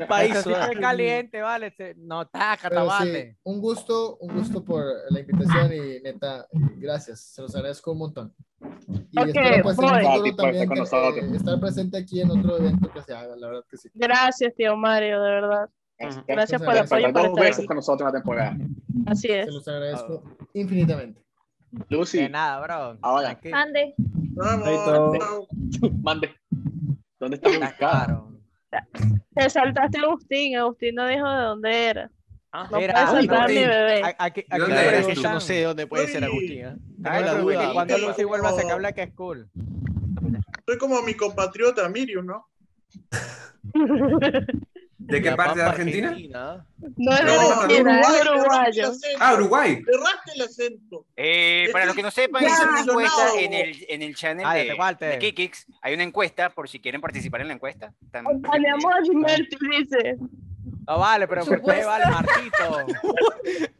Speaker 6: país,
Speaker 4: país
Speaker 6: ¿verdad?
Speaker 4: caliente, vale. se- No, taca,
Speaker 6: Pero sí,
Speaker 4: vale.
Speaker 6: un gusto, un gusto por la invitación y neta, gracias, se los agradezco un montón. Y
Speaker 2: Ok,
Speaker 6: espero pues en un
Speaker 2: voy.
Speaker 6: futuro
Speaker 2: Gratis por
Speaker 6: también
Speaker 2: estar con
Speaker 6: eh,
Speaker 2: nosotros.
Speaker 6: estar presente aquí en otro evento que se haga, la verdad que sí.
Speaker 2: Gracias, tío Mario, de verdad. Gracias por el
Speaker 19: Gracias
Speaker 2: apoyo y por
Speaker 19: Dos
Speaker 2: estar
Speaker 19: veces
Speaker 2: aquí.
Speaker 19: con nosotros en la temporada.
Speaker 2: Así es.
Speaker 6: Se los agradezco infinitamente.
Speaker 19: Lucy.
Speaker 4: De nada, bro.
Speaker 19: Ahora.
Speaker 21: Mande.
Speaker 19: Mande. Mande. ¿Dónde está ubicado?
Speaker 2: Te saltaste a Agustín, Agustín no dijo de dónde Ah, era. no
Speaker 4: Mira,
Speaker 2: puedes
Speaker 4: Agustín,
Speaker 2: saltar a mi bebé.
Speaker 4: Aquí, aquí
Speaker 1: ¿Dónde
Speaker 4: le
Speaker 1: eres
Speaker 4: preguntan-
Speaker 1: tú? Yo no sé dónde puede ser Agustín, ¿eh?
Speaker 4: Aquí le
Speaker 1: Tengo la
Speaker 4: preguntan
Speaker 1: duda.
Speaker 4: ¿Cuándo Lucy vuelve a sacar Black School?
Speaker 17: Soy como mi compatriota Miriam, ¿no?
Speaker 12: ¿De qué parte de Argentina?
Speaker 2: No es
Speaker 12: No,
Speaker 2: Argentina, es uruguayo.
Speaker 12: Ah, Uruguay.
Speaker 17: Cerraste el acento.
Speaker 20: Eh, para los que no sepan,
Speaker 17: Ya,
Speaker 20: hice una
Speaker 17: sonado.
Speaker 20: encuesta en el, en el channel
Speaker 4: Ah,
Speaker 17: Cállate,
Speaker 20: de,
Speaker 17: Walter.
Speaker 20: de Kikix. Hay una encuesta por si quieren participar en la encuesta. Tan-
Speaker 2: Acompañamos
Speaker 19: Eh,
Speaker 2: a Gilberto, dice. Ah,
Speaker 4: No vale, pero que usted vale, Martito.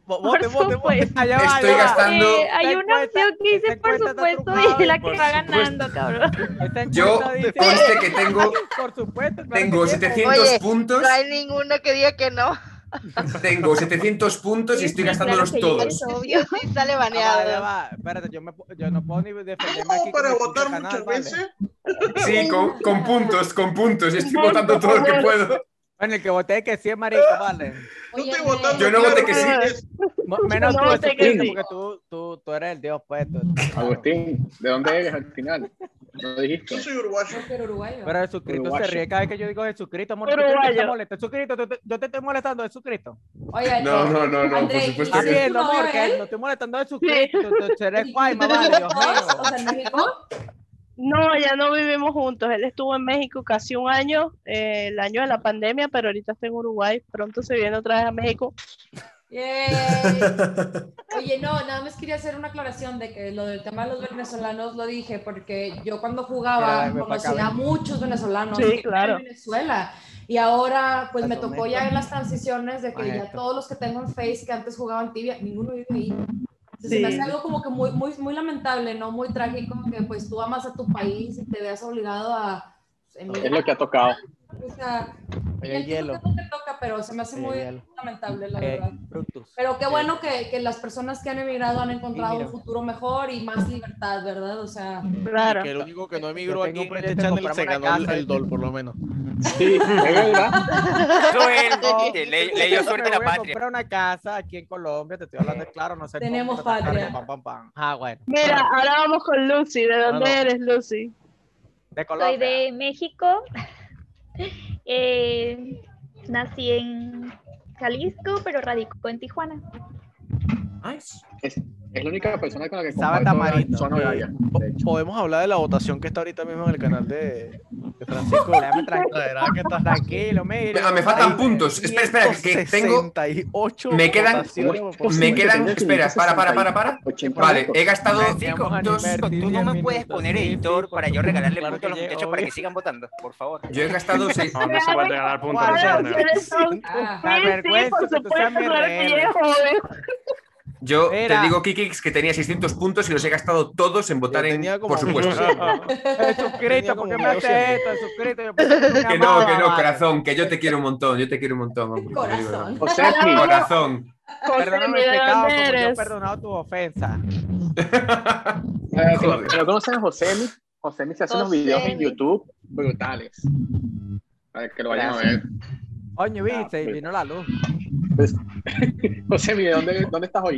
Speaker 4: Vo- Vote, vote, vote. [laughs] Allá va,
Speaker 12: Estoy
Speaker 4: allá va.
Speaker 12: gastando-
Speaker 21: Eh, hay una opción que dice por supuesto y es la que va
Speaker 4: Pues,
Speaker 21: ganando, cabrón.
Speaker 4: [laughs]
Speaker 12: Yo, conste que tengo,
Speaker 4: Por supuesto.
Speaker 12: tengo 700
Speaker 22: Oye,
Speaker 12: puntos.
Speaker 22: No hay ninguno que diga que no.
Speaker 12: Tengo 700 puntos y estoy gastándolos todos.
Speaker 22: Obvio, [laughs] sí, sale
Speaker 4: Ya va, ya
Speaker 22: baneado.
Speaker 4: Ah, va. Espérate, yo, me, yo no puedo ni defenderme aquí.
Speaker 17: para
Speaker 4: con el
Speaker 17: votar
Speaker 4: canal,
Speaker 17: muchas
Speaker 4: vale.
Speaker 17: veces.
Speaker 12: [laughs] Sí, con, con puntos, con puntos. Estoy votando todo lo que puedo.
Speaker 4: Bueno, el que voté que sí es marico, vale. eh,
Speaker 12: Yo no voté que sí.
Speaker 4: Mo- Menos
Speaker 19: No
Speaker 4: tú,
Speaker 19: voté que
Speaker 4: Agustín,
Speaker 19: sí.
Speaker 4: porque tú, tú, tú eres el dios, pues. tú-
Speaker 19: Agustín, ¿de dónde eres al final? No dijiste.
Speaker 17: uruguayo.
Speaker 4: Pero Jesucristo
Speaker 19: Uruguayo.
Speaker 4: se ríe cada vez que yo digo Jesucristo, amor. tú te- Tú
Speaker 19: Uruguayo.
Speaker 4: te molestas, Jesucristo, tú te- yo te estoy molestando, Jesucristo.
Speaker 18: Oye,
Speaker 12: No, no, no, no, por
Speaker 18: Andrés,
Speaker 12: supuesto
Speaker 4: Está
Speaker 12: que
Speaker 4: bien,
Speaker 18: no.
Speaker 4: amor, que no estoy molestando a Jesucristo, tú, tú eres guay, mamá, Dios mío.
Speaker 18: O sea, en México.
Speaker 2: No, ya no vivimos juntos. Él estuvo en México casi un año, eh, el año de la pandemia, pero ahorita está en Uruguay. Pronto se viene otra vez a México.
Speaker 18: Yay. Oye, no, nada más quería hacer una aclaración de que lo del tema de los venezolanos lo dije porque yo cuando jugaba
Speaker 22: Mira, ven pa' acá,
Speaker 18: conocía a
Speaker 22: ven.
Speaker 18: muchos venezolanos
Speaker 22: Sí,
Speaker 18: que viven
Speaker 22: claro.
Speaker 18: en Venezuela y ahora pues me
Speaker 22: Paso
Speaker 18: tocó
Speaker 22: esto.
Speaker 18: ya en las transiciones de que
Speaker 22: Pon
Speaker 18: ya
Speaker 22: esto.
Speaker 18: todos los que tengo en Face que antes jugaban tibia, ninguno vive ahí. Entonces, Se
Speaker 22: Sí.
Speaker 18: me hace algo como que muy, muy, muy lamentable, ¿no? Muy trágico que pues tú amas a tu país y te veas obligado a...
Speaker 19: Es lo que ha tocado.
Speaker 18: O sea,
Speaker 4: Oye, hielo.
Speaker 18: no te toca, pero se me hace muy
Speaker 4: Cereal.
Speaker 18: lamentable, la
Speaker 4: Eh,
Speaker 18: verdad.
Speaker 4: Brutus.
Speaker 18: Pero qué bueno que, que las personas que han emigrado han encontrado
Speaker 4: mira.
Speaker 18: un futuro mejor y más libertad, ¿verdad? O sea,
Speaker 1: Y que el único que no emigró aquí en este
Speaker 4: de
Speaker 1: channel se
Speaker 4: comprarme una
Speaker 1: ganó el,
Speaker 4: casa.
Speaker 1: el dol, por lo menos.
Speaker 3: Sí,
Speaker 1: [laughs]
Speaker 20: le, le dio suerte a
Speaker 4: Me
Speaker 20: la
Speaker 4: voy a
Speaker 20: patria.
Speaker 4: comprar una casa aquí en Colombia, te estoy hablando claro, no sé. cómo,
Speaker 2: Tenemos
Speaker 4: ta, ta, ta,
Speaker 2: patria.
Speaker 4: pam, pam, pam. Ah, bueno.
Speaker 2: Mira, ahora vamos con Lucy. ¿De dónde
Speaker 4: no.
Speaker 2: eres, Lucy?
Speaker 21: Soy
Speaker 4: De Colombia.
Speaker 21: de México. [laughs] Eh, nací en Jalisco, pero radico en Tijuana.
Speaker 3: Es, es la única persona con la que
Speaker 1: Estaba
Speaker 3: comparto
Speaker 1: Tamarindo.
Speaker 3: zona horaria.
Speaker 1: Podemos hablar de la votación que está ahorita mismo en el canal de, de Francisco.
Speaker 4: Ah,
Speaker 1: Traerá que está tranquilo, mire.
Speaker 12: Ah, me faltan puntos. Espera, espera, que tengo.
Speaker 1: 68
Speaker 12: Me quedan.
Speaker 1: votaciones por
Speaker 12: Me quedan.
Speaker 1: ciento.
Speaker 12: Espera, para, para, para, para. Vale, he gastado.
Speaker 20: Francisco, tú no me puedes poner editor para yo regalarle puntos a los muchachos para que sigan votando, por favor.
Speaker 12: Yo he gastado seis.
Speaker 28: No, no se puede regalar puntos. no se puede regalar.
Speaker 2: Ah,
Speaker 4: La vergüenza que tú seas mi rehén.
Speaker 12: Yo
Speaker 4: Espera.
Speaker 12: te digo, Kikix, que tenía 600 puntos y los he gastado todos en votar en. Por supuesto. [laughs]
Speaker 4: [laughs] Eh, Suscrito, ¿por qué me haces esto? Suscrito, yo
Speaker 12: Que no, que no, corazón, que yo te quiero un montón, yo te quiero un montón. hombre.
Speaker 4: Corazón.
Speaker 12: Te digo,
Speaker 4: José,
Speaker 12: Corazón.
Speaker 4: Perdóname mis
Speaker 18: ¿de dónde
Speaker 4: pecados como yo he
Speaker 18: eres?
Speaker 4: perdonado tu ofensa.
Speaker 3: Eh, si no- si no conocen a Josemi, Josemi se hace unos videos en
Speaker 4: Josemi.
Speaker 3: YouTube brutales. A ver, que lo vayan a ver. [laughs]
Speaker 4: Oño, viste, vino la luz.
Speaker 3: Josemi, ¿de dónde, dónde estás hoy?